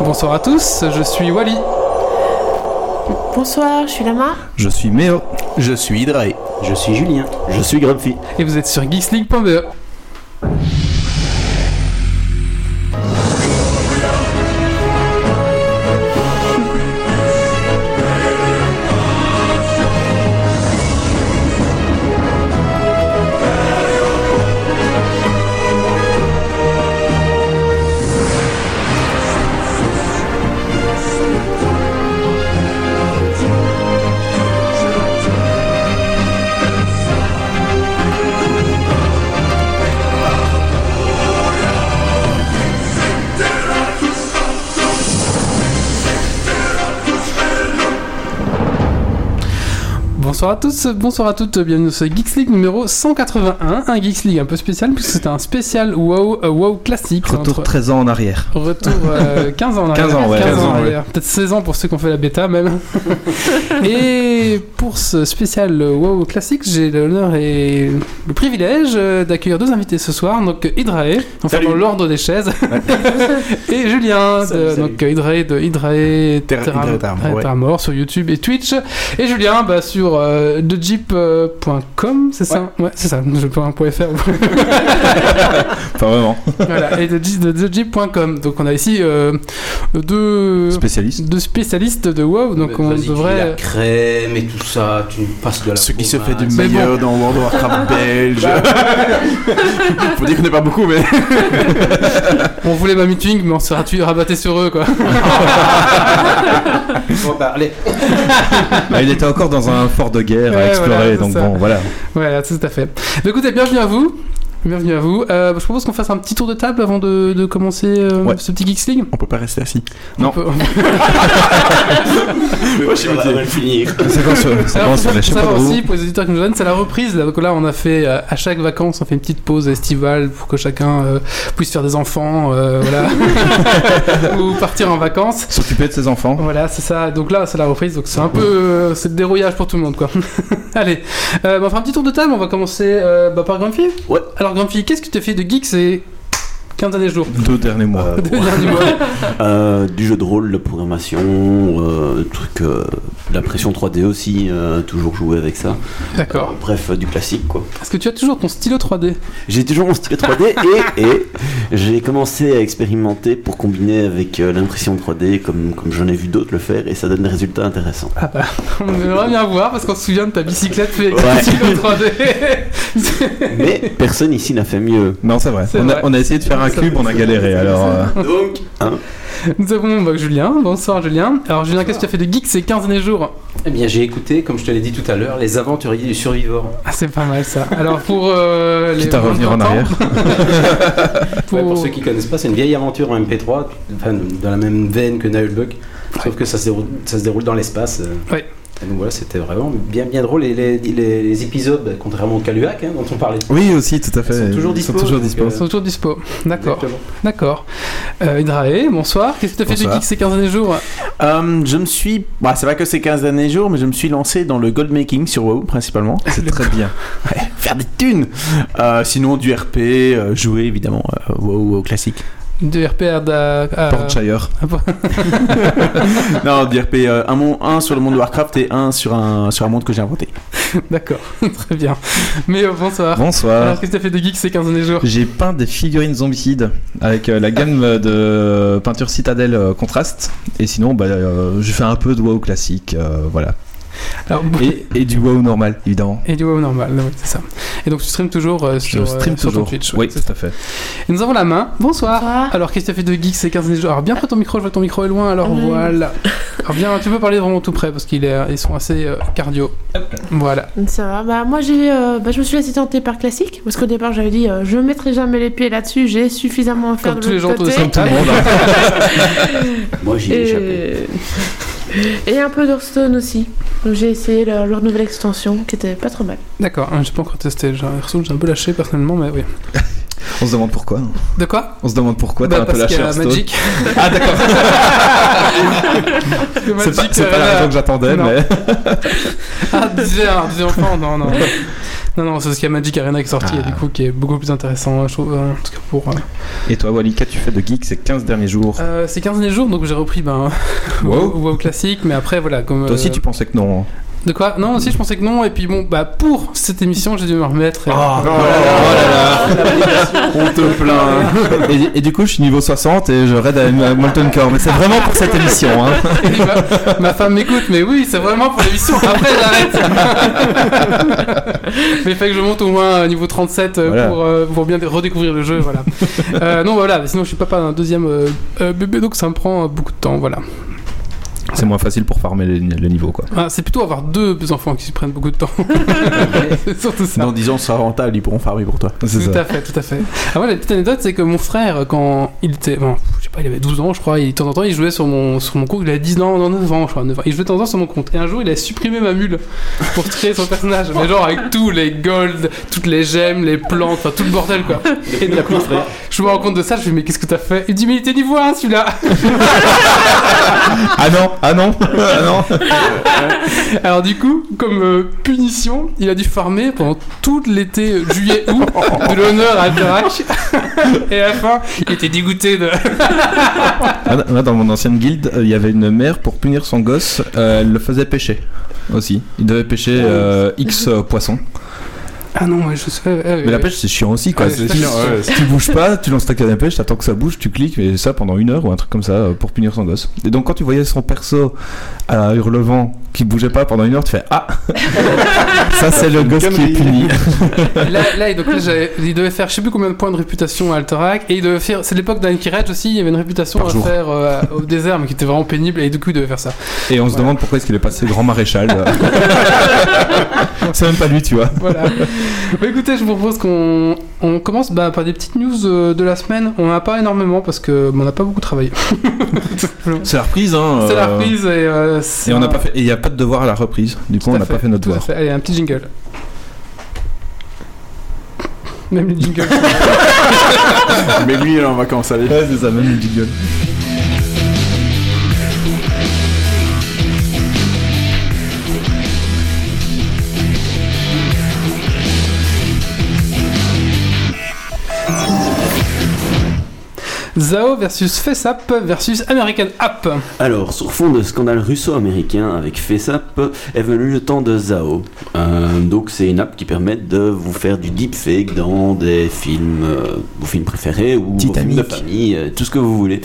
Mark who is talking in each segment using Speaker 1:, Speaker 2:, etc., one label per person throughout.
Speaker 1: Bonsoir à tous, je suis Wally.
Speaker 2: Bonsoir, je suis Lama.
Speaker 3: Je suis Méo.
Speaker 4: Je suis Hydrae.
Speaker 5: Je suis Julien.
Speaker 6: Je suis Grumpy.
Speaker 1: Et vous êtes sur geeksleague.be. Bonsoir à tous, bonsoir à toutes, bienvenue sur Geeks League numéro 181, un Geeks League un peu spécial puisque c'était un spécial WoW, euh, WoW classique.
Speaker 3: Retour
Speaker 1: entre-
Speaker 3: 13 ans en arrière.
Speaker 1: Retour euh, 15 ans en
Speaker 3: 15 ans, ouais,
Speaker 1: 15 ans en
Speaker 3: 15 ans,
Speaker 1: arrière. Peut-être 16 ans pour ceux qui ont fait la bêta même. et pour ce spécial euh, WoW classique, j'ai l'honneur et le privilège euh, d'accueillir deux invités ce soir. Donc euh, Hydrae, enfin
Speaker 6: Salut.
Speaker 1: dans l'ordre des chaises, et Julien, de-
Speaker 4: Salut, salut.
Speaker 1: donc euh, Hydrae de Hydrae
Speaker 4: Terra-
Speaker 1: Terra-
Speaker 4: Hydrae Terra- ouais.
Speaker 1: Terra Mort sur YouTube et Twitch, et Julien bah, sur euh, thejeep.com, c'est ça Ouais, c'est ça, je peux un point .fr.
Speaker 3: Enfin, vraiment.
Speaker 1: voilà, et de, de, de jeep.com. Donc on a ici euh, deux,
Speaker 3: Spécialiste.
Speaker 1: deux spécialistes de WoW, donc on
Speaker 5: Vas-y, tu mets la
Speaker 1: devrait...
Speaker 5: crème et tout ça, tu passes de la.
Speaker 4: Ce qui se fait
Speaker 5: fromage.
Speaker 7: bah,
Speaker 4: de
Speaker 1: Mais
Speaker 4: meilleur dans World of Warcraft belge. Faut dire qu'on n'est pas beaucoup, mais.
Speaker 1: On voulait Mamie Tuning, mais on se rattu- rabattait sur eux, quoi.
Speaker 5: On va parler.
Speaker 3: Ah, il était encore dans un fort de guerre
Speaker 1: Ouais,
Speaker 3: à explorer,
Speaker 1: voilà, c'est
Speaker 3: donc
Speaker 1: ça.
Speaker 3: bon, voilà.
Speaker 1: voilà, tout à fait. Donc, écoutez, bienvenue à vous. Bienvenue à vous. Euh, je propose qu'on fasse un petit tour de table avant de, de commencer euh,
Speaker 3: Ouais.
Speaker 1: ce petit Geeks League.
Speaker 4: On peut pas rester assis.
Speaker 3: Non.
Speaker 1: On peut-
Speaker 4: Moi, je suis
Speaker 5: On va
Speaker 4: motivé.
Speaker 5: mal finir.
Speaker 3: Ça commence sur, ça
Speaker 1: Alors,
Speaker 3: commence
Speaker 1: faut
Speaker 3: sur les chapeaux de
Speaker 1: savoir aussi,
Speaker 3: roue.
Speaker 1: pour les auditeurs qui nous donnent, c'est la reprise. Là. Donc là, on a fait, euh, à chaque vacances, on fait une petite pause estivale pour que chacun euh, puisse faire des enfants, euh, voilà. ou partir en vacances.
Speaker 3: S'occuper de ses enfants.
Speaker 1: Voilà, c'est ça. Donc là, c'est la reprise. Donc c'est un peu, euh, c'est le dérouillage pour tout le monde, quoi. Allez, euh, bah, on fera un petit tour de table. On va commencer euh, bah, par Grumpy.
Speaker 5: Ouais.
Speaker 1: Alors Grumpy, qu'est-ce que tu as fait de geek ces 15 derniers jours
Speaker 3: Deux derniers mois.
Speaker 5: Euh,
Speaker 1: Deux derniers mois.
Speaker 5: Euh, du jeu de rôle, de programmation, euh, truc, euh, l'impression 3D aussi, euh, toujours jouer avec ça.
Speaker 1: D'accord.
Speaker 5: Euh, bref, euh, du classique quoi.
Speaker 1: Est-ce que tu as toujours ton stylo 3D
Speaker 5: J'ai toujours mon stylet 3D et, et j'ai commencé à expérimenter pour combiner avec euh, l'impression 3D comme, comme j'en ai vu d'autres le faire et ça donne des résultats intéressants.
Speaker 1: Ah bah, on aimerait bien voir parce qu'on se souvient de ta bicyclette fait avec
Speaker 5: Ouais.
Speaker 1: ton stylo 3D. C'est-
Speaker 5: Mais personne ici n'a fait mieux.
Speaker 3: Non, c'est vrai.
Speaker 1: C'est
Speaker 3: on, a,
Speaker 1: vrai.
Speaker 3: on a essayé de faire un
Speaker 1: C'est
Speaker 3: cube,
Speaker 1: vrai,
Speaker 3: on a
Speaker 1: c'est
Speaker 3: galéré.
Speaker 1: vrai, c'est
Speaker 3: Alors, euh,
Speaker 5: Donc, hein,
Speaker 1: Nous avons bah, Julien. Bonsoir Julien. Alors Julien, qu'est-ce que tu as fait de geek ces 15 derniers jours
Speaker 7: Eh bien, j'ai écouté, comme je te l'ai dit tout à l'heure, les aventuriers du survivant.
Speaker 1: Ah, c'est pas mal ça. Alors pour euh, les.
Speaker 3: quitte à revenir en
Speaker 1: 20 ans,
Speaker 3: arrière.
Speaker 1: Pour...
Speaker 7: Ouais, pour ceux qui connaissent pas, c'est une vieille aventure en MP3, enfin, dans la même veine que Nullbuck, sauf que ça se déroule, ça se déroule dans l'espace. euh.
Speaker 1: Ouais.
Speaker 7: Et donc voilà, c'était vraiment bien bien drôle. Et les, les- les épisodes, bah, contrairement au Caluac, hein, dont on parlait.
Speaker 3: Oui, aussi, tout à fait.
Speaker 7: Ils sont toujours dispo,
Speaker 3: toujours
Speaker 7: donc,
Speaker 3: dispo.
Speaker 1: Ils sont toujours dispo. D'accord.
Speaker 7: Exactement.
Speaker 1: D'accord. Euh, Hydrae, bonsoir. Qu'est-ce que tu as fait de
Speaker 4: Bonsoir.
Speaker 1: geek ces 15 derniers jours
Speaker 4: Euh, je me suis. Bah, c'est pas que ces 15 derniers jours, mais je me suis lancé dans le gold making sur WoW principalement.
Speaker 3: C'est très bien.
Speaker 4: Faire des thunes Euh, Sinon, du RP, euh, jouer évidemment euh, WoW, WoW classique.
Speaker 1: De RPR d'à. à-
Speaker 3: Portshire.
Speaker 1: à-
Speaker 4: non, du RP, euh, un, mon- un sur le monde de Warcraft et un sur un, sur un monde que j'ai inventé.
Speaker 1: D'accord. Très bien. Mais euh, bonsoir.
Speaker 3: Bonsoir.
Speaker 1: Alors qu'est-ce que tu as fait de geek ces 15 derniers jours
Speaker 3: J'ai peint des figurines zombicides avec euh, la gamme euh, de peinture citadelle euh, contraste. Et sinon, bah, euh, j'ai fait un peu de WoW classique. euh, voilà.
Speaker 1: Alors,
Speaker 3: Et, et du WoW normal, évidemment.
Speaker 1: Et du WoW normal, oui, c'est ça. Et donc tu streams toujours euh,
Speaker 3: Je
Speaker 1: sur, euh,
Speaker 3: stream
Speaker 1: sur ton
Speaker 3: toujours.
Speaker 1: Twitch. ouais,
Speaker 3: oui,
Speaker 1: c'est ça.
Speaker 3: tout à fait.
Speaker 1: Et nous avons la main. Bonsoir.
Speaker 2: Bonsoir.
Speaker 1: Alors qu'est-ce que tu as fait de geek ces 15 derniers jours Alors bien près ton micro, je vois que ton micro est loin, alors
Speaker 2: Ah Ouais.
Speaker 1: voilà. Alors bien, tu peux parler vraiment tout près parce qu'ils ils sont assez euh, cardio. Voilà.
Speaker 2: Ça va. Bah, moi, j'ai, euh, bah, je me suis laissé tenter par classique parce qu'au départ, j'avais dit euh, je mettrai jamais les pieds là-dessus, j'ai suffisamment à faire
Speaker 1: Comme
Speaker 2: de
Speaker 1: tous les gens
Speaker 2: l'autre
Speaker 1: autour de
Speaker 2: côté.
Speaker 1: cette table.
Speaker 3: hein.
Speaker 5: moi j'y ai échappé.
Speaker 2: Et... Et un peu d'Hearthstone aussi. Donc, J'ai essayé leur, leur nouvelle extension qui était pas trop mal.
Speaker 1: D'accord, hein, j'ai pas encore testé. J'ai j'ai un peu lâché personnellement, mais oui.
Speaker 3: On se demande pourquoi. hein.
Speaker 1: De quoi
Speaker 3: On se demande pourquoi
Speaker 1: Bah,
Speaker 3: t'as un peu
Speaker 1: parce
Speaker 3: lâché
Speaker 1: qu'il y a
Speaker 3: Hearthstone.
Speaker 1: Magic.
Speaker 3: Ah d'accord.
Speaker 1: Parce que
Speaker 3: c'est pas,
Speaker 1: Magic,
Speaker 3: c'est pas
Speaker 1: euh,
Speaker 3: la raison que j'attendais,
Speaker 1: non.
Speaker 3: mais
Speaker 1: Ah, déjà, déjà enfant, non, non. Non, non, c'est ce qu'il y a Magic Arena qui est sorti,
Speaker 3: Ah.
Speaker 1: et du coup, qui est beaucoup plus intéressant, je trouve, euh, en tout cas pour. euh,
Speaker 3: Et toi, Wally, qu'as-tu fait de geek ces 15 derniers jours
Speaker 1: Euh, ces 15 derniers jours, donc j'ai repris ben,
Speaker 3: Wow.
Speaker 1: WoW classique, mais après voilà. Comme,
Speaker 3: Toi aussi,
Speaker 1: euh,
Speaker 3: tu pensais que non. hein.
Speaker 1: De quoi Non, aussi je pensais que non, et puis bon, bah pour cette émission, j'ai dû me remettre. et-
Speaker 3: Ah,
Speaker 4: On te plaint.
Speaker 3: Oh et, et du coup, je suis niveau 60 et je raid à M- Molten Core. Mais c'est vraiment pour cette émission. Hein.
Speaker 1: Et ma, ma femme m'écoute, mais oui, c'est vraiment pour l'émission. Après, j'arrête. mais il fait que je monte au moins à niveau 37 euh,
Speaker 3: Voilà.
Speaker 1: pour, euh, pour bien redécouvrir le jeu. Voilà. Euh, non, voilà, sinon je suis papa d'un deuxième euh, euh, bébé, donc ça me prend euh, beaucoup de temps. Voilà.
Speaker 3: C'est moins facile pour farmer les, les niveaux, quoi.
Speaker 1: Ah, c'est plutôt avoir deux enfants qui prennent beaucoup de temps. c'est surtout ça.
Speaker 4: Dans 10 ans, ce sera rentable, ils pourront farmer pour toi.
Speaker 3: C'est
Speaker 1: Tout
Speaker 3: ça.
Speaker 1: à fait, tout à fait. Ah ouais, la petite anecdote, c'est que mon frère, quand il était. Bon, je sais pas, il avait 12 ans, je crois, et de temps en temps, il jouait sur mon, sur mon compte. Il avait 10 ans, non, 9 ans, je crois, 9 ans. Il jouait de temps en temps sur mon compte. Et un jour, il a supprimé ma mule pour créer son personnage. Mais genre, avec tous les golds, toutes les gemmes, les plantes, enfin, tout le bordel, quoi. Et du coup, je me rends compte de ça, je lui dis, mais qu'est-ce que t'as fait Il me dit, mais il était niveau 1, celui-là
Speaker 3: Ah non, ah non, ah non.
Speaker 1: Alors du coup, comme euh, punition, il a dû farmer pendant tout l'été euh, juillet août de l'honneur à Drac. Et à la fin, il était dégoûté de.
Speaker 3: Ah, non, dans mon ancienne guilde, euh, il y avait une mère pour punir son gosse, euh, elle le faisait pêcher aussi. Il devait pêcher euh, X euh, poissons.
Speaker 1: Ah non, ouais, je sais. euh, euh,
Speaker 3: Mais la pêche, c'est chiant aussi, quoi.
Speaker 1: Ouais,
Speaker 3: Si-
Speaker 1: c'est chiant, ouais.
Speaker 3: si tu bouges pas, tu lances ta canne à pêche, t'attends que ça bouge, tu cliques, et ça pendant une heure ou un truc comme ça euh, pour punir son gosse. Et donc, quand tu voyais son perso à hurlevent qui bougeait pas pendant une heure, tu fais Ah Ça, c'est le gosse qui est puni.
Speaker 1: Là, là, et donc, là, j'avais- il devait faire je sais plus combien de points de réputation à Alterac. Et il devait faire. C'est l'époque d'Ankerage aussi, il y avait une réputation
Speaker 3: Par
Speaker 1: à
Speaker 3: jour.
Speaker 1: faire euh, au désert, mais qui était vraiment pénible. Et du coup, il devait faire ça.
Speaker 3: Et on se
Speaker 1: Voilà.
Speaker 3: demande pourquoi est-ce qu'il est passé grand maréchal. euh. c'est même pas lui, tu vois.
Speaker 1: Voilà. Bah, écoutez, je vous propose qu'on on commence bah, par des petites news euh, de la semaine. On n'en a pas énormément parce que bah, on n'a pas beaucoup travaillé.
Speaker 3: C'est la reprise, hein.
Speaker 1: C'est la
Speaker 3: euh,
Speaker 1: reprise et. euh, c'est
Speaker 3: Et on n'a
Speaker 1: un-
Speaker 3: pas fait, il n'y a pas de devoir à la reprise. Du coup,
Speaker 1: Tout
Speaker 3: on
Speaker 1: à
Speaker 3: n'a
Speaker 1: fait,
Speaker 3: pas fait notre
Speaker 1: tout à
Speaker 3: devoir.
Speaker 1: fait. Allez, un petit jingle. Même les jingles.
Speaker 4: Mais lui, il est en vacances, allez.
Speaker 3: Ouais, c'est ça, même une jingle.
Speaker 1: Zao versus FaceApp versus American App.
Speaker 5: Alors, sur fond de scandale russo-américain avec FaceApp, est venu le temps de Zao. Euh, donc, c'est une app qui permet de vous faire du deepfake dans des films, euh, vos films préférés ou vos films de
Speaker 3: Titanic.
Speaker 5: famille, euh, tout ce que vous voulez.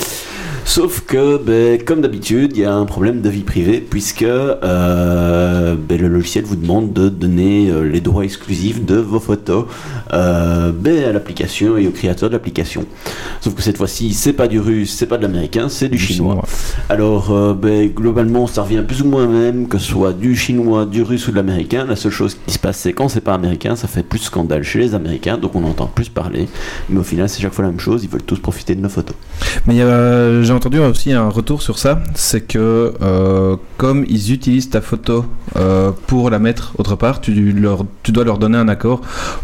Speaker 5: Sauf que, ben, comme d'habitude, il y a un problème de vie privée puisque euh, ben, le logiciel vous demande de donner euh, les droits exclusifs de vos photos euh, ben, à l'application et au créateur de l'application. Sauf que cette fois-ci, c'est pas du russe, c'est pas de l'américain, c'est du chinois. Alors, euh, ben, globalement, ça revient plus ou moins même, que ce soit du chinois, du russe ou de l'américain. La seule chose qui se passe, c'est quand c'est pas américain, ça fait plus scandale chez les américains, donc on entend plus parler. Mais au final, c'est chaque fois la même chose, ils veulent tous profiter de nos photos.
Speaker 3: Mais euh, j'ai entendu aussi un retour sur ça, c'est que euh, comme ils utilisent ta photo euh, pour la mettre autre part, tu, leur, tu dois leur donner un accord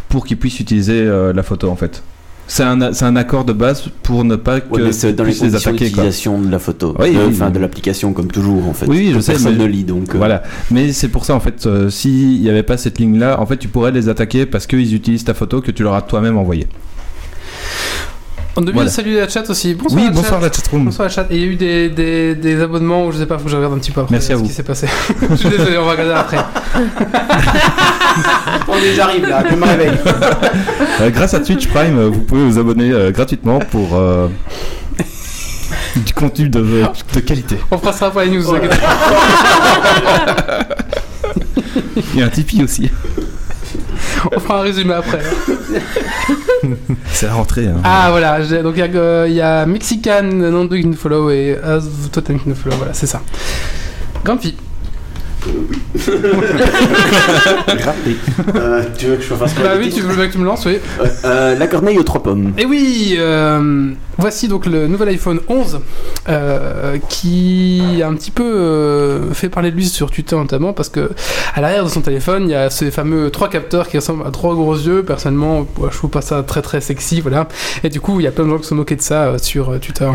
Speaker 3: pour qu'ils puissent utiliser euh, la photo en fait. C'est un, c'est un accord de base pour ne pas que
Speaker 5: Ouais, mais c'est
Speaker 3: tu
Speaker 5: dans les
Speaker 3: puisses les
Speaker 5: conditions
Speaker 3: attaquer. quoi.
Speaker 5: d'utilisation de la photo,
Speaker 3: Oui,
Speaker 5: de,
Speaker 3: oui,
Speaker 5: enfin,
Speaker 3: oui.
Speaker 5: de l'application, comme toujours, en fait.
Speaker 3: Oui, oui, je sais,
Speaker 5: Personne
Speaker 3: mais-
Speaker 5: ne lit, donc... euh,
Speaker 3: Voilà, mais c'est pour ça en fait, euh, s'il n'y avait pas cette ligne là, en fait tu pourrais les attaquer parce qu'ils utilisent ta photo que tu leur as toi-même envoyée.
Speaker 1: On devait
Speaker 3: Voilà.
Speaker 1: saluer la chat aussi. Bonsoir
Speaker 3: Oui,
Speaker 1: la
Speaker 3: bonsoir
Speaker 1: chat.
Speaker 3: la chatroom.
Speaker 1: Bonsoir la chat. Et il y a eu des, des, des abonnements où je sais pas, faut que je regarde un petit peu après
Speaker 3: Merci à
Speaker 1: ce
Speaker 3: vous.
Speaker 1: qui s'est passé. je suis désolé, on va regarder après.
Speaker 7: On est, j'arrive là, je me réveille.
Speaker 3: Euh, grâce à Twitch Prime, euh, vous pouvez vous abonner euh, gratuitement pour euh, du contenu de, de qualité.
Speaker 1: On fera ça après les news. vous inquiétez pas.
Speaker 3: Il y a un Tipeee aussi.
Speaker 1: On fera un résumé après.
Speaker 3: C'est la rentrée. hein.
Speaker 1: Ah voilà, j'ai- donc il y, a, euh, il y a Mexican, Nando qui nous follow et Az Totem qui nous follow. Voilà, c'est ça. Grumpy.
Speaker 5: Rappelez. Euh, tu veux que je fasse quoi
Speaker 1: Bah oui, tu veux bien que tu me lances, oui.
Speaker 5: Euh, euh, La corneille aux trois pommes.
Speaker 1: Et oui, euh, voici donc le nouvel iPhone 11 euh, qui a un petit peu euh, fait parler de lui sur Twitter notamment parce que à l'arrière de son téléphone il y a ces fameux trois capteurs qui ressemblent à trois gros yeux. Personnellement, moi, je trouve pas ça très très sexy, voilà. Et du coup, il y a plein de gens qui se sont moqués de ça euh, sur euh, Twitter,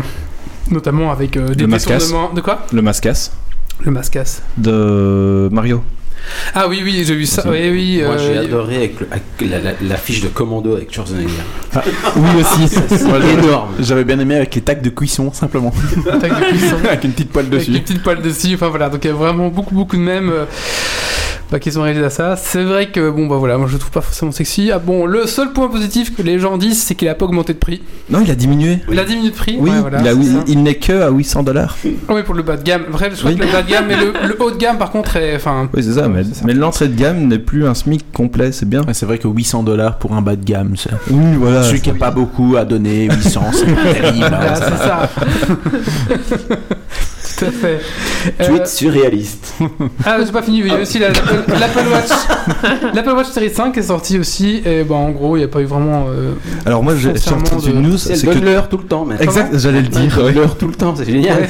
Speaker 1: notamment avec euh, des
Speaker 3: Le masque casse.
Speaker 1: détournements de quoi
Speaker 3: Le mascasse
Speaker 1: Le masque casse.
Speaker 3: de Mario.
Speaker 1: Ah oui, oui, j'ai vu ça. Oui, oui.
Speaker 7: Moi, j'ai
Speaker 1: euh,
Speaker 7: adoré avec, le- avec la, la- la fiche de commando avec Schwarzenegger.
Speaker 4: Oui, aussi.
Speaker 7: énorme.
Speaker 4: J'avais bien aimé avec les tacs de cuisson, simplement.
Speaker 1: attaque de cuisson.
Speaker 4: avec une petite poêle
Speaker 1: Avec une
Speaker 4: dessus.
Speaker 1: petite poêle dessus. Enfin voilà, donc il y a vraiment beaucoup beaucoup de mèmes euh, bah, qui sont réalisés à ça. C'est vrai que bon bah voilà, moi je le trouve pas forcément sexy. Ah bon, le seul point positif que les gens disent, c'est qu'il a pas augmenté de prix.
Speaker 3: Non, il a diminué.
Speaker 1: Il a diminué de prix.
Speaker 3: Oui,
Speaker 1: ouais, voilà,
Speaker 3: il, a-
Speaker 1: c'est
Speaker 3: oui,
Speaker 1: ça.
Speaker 3: il n'est que à 800 dollars.
Speaker 1: Ah oui, pour le bas de gamme. Vrai, je crois
Speaker 3: Oui.
Speaker 1: que le bas de gamme et le, le haut de gamme par contre est enfin.
Speaker 3: Oui, c'est ça, mais,
Speaker 1: C'est ça.
Speaker 3: mais l'entrée de gamme n'est plus un SMIC complet, c'est bien.
Speaker 4: Ouais, c'est vrai que 800 dollars pour un bas de gamme, c'est-
Speaker 3: Oui, voilà.
Speaker 4: celui qui n'a pas beaucoup à donner, 800, c'est pas terrible.
Speaker 3: Ah,
Speaker 1: voilà,
Speaker 4: hein,
Speaker 1: c'est
Speaker 4: ça.
Speaker 1: ça. Tout à fait.
Speaker 5: Tu
Speaker 1: Euh,
Speaker 5: es surréaliste.
Speaker 1: Ah, j'ai pas fini, mais il y a aussi la- l'Apple l'Apple Watch. L'Apple Watch Series 5 est sorti aussi. Et bah, en gros, il n'y a pas eu vraiment. euh,
Speaker 3: Alors moi, j'ai j'ai
Speaker 1: Sincèrement,
Speaker 3: entendu
Speaker 1: de-
Speaker 3: une news,
Speaker 7: C'est
Speaker 3: c'est
Speaker 7: le
Speaker 3: que...
Speaker 7: l'heure tout le temps, mais.
Speaker 3: Exact, j'allais le dire.
Speaker 7: Ouais,
Speaker 3: ouais.
Speaker 7: L'heure tout le temps, c'est génial.
Speaker 1: ouais.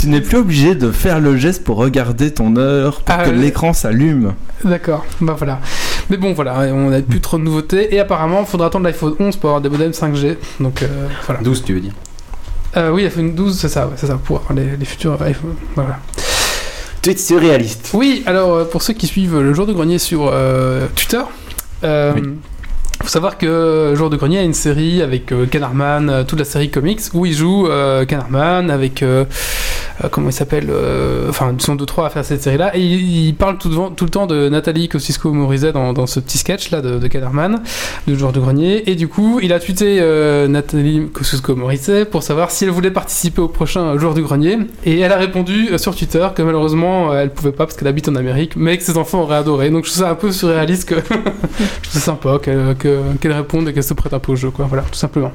Speaker 3: Tu n'es plus obligé de faire le geste pour regarder ton heure, pour
Speaker 1: Ah,
Speaker 3: que
Speaker 1: ouais.
Speaker 3: l'écran s'allume.
Speaker 1: D'accord, bah voilà. Mais bon, voilà, on n'a plus trop de nouveautés. Et apparemment, il faudra attendre l'iPhone 11 pour avoir des modems 5G. Donc euh, voilà.
Speaker 7: 12, tu veux dire.
Speaker 1: Euh, oui, iPhone 12, c'est ça, ouais, c'est ça, pour avoir les, les futurs iPhone. Voilà.
Speaker 5: Tu es surréaliste.
Speaker 1: Oui, alors euh, pour ceux qui suivent le Jour de Grenier sur euh, Twitter, euh, faut savoir que Jour de Grenier a une série avec euh, Canarman, euh, toute la série comics, où il joue euh, Canarman avec. euh, euh, comment il s'appelle euh, Enfin, ils sont deux, trois à faire cette série-là. Et il, il parle tout, devant- tout le temps de Nathalie Kosciusko-Morizet dans, dans ce petit sketch-là de, de Canarman, de Jour de Grenier. Et du coup, il a tweeté euh, Nathalie Kosciusko-Morizet pour savoir si elle voulait participer au prochain Jour du Grenier. Et elle a répondu euh, sur Twitter que malheureusement, euh, elle pouvait pas parce qu'elle habite en Amérique, mais que ses enfants auraient adoré. Donc je trouve ça un peu surréaliste que... je trouve ça sympa qu'elle que- qu'elle réponde et qu'elle se prête un peu au jeu, quoi. Voilà, tout simplement.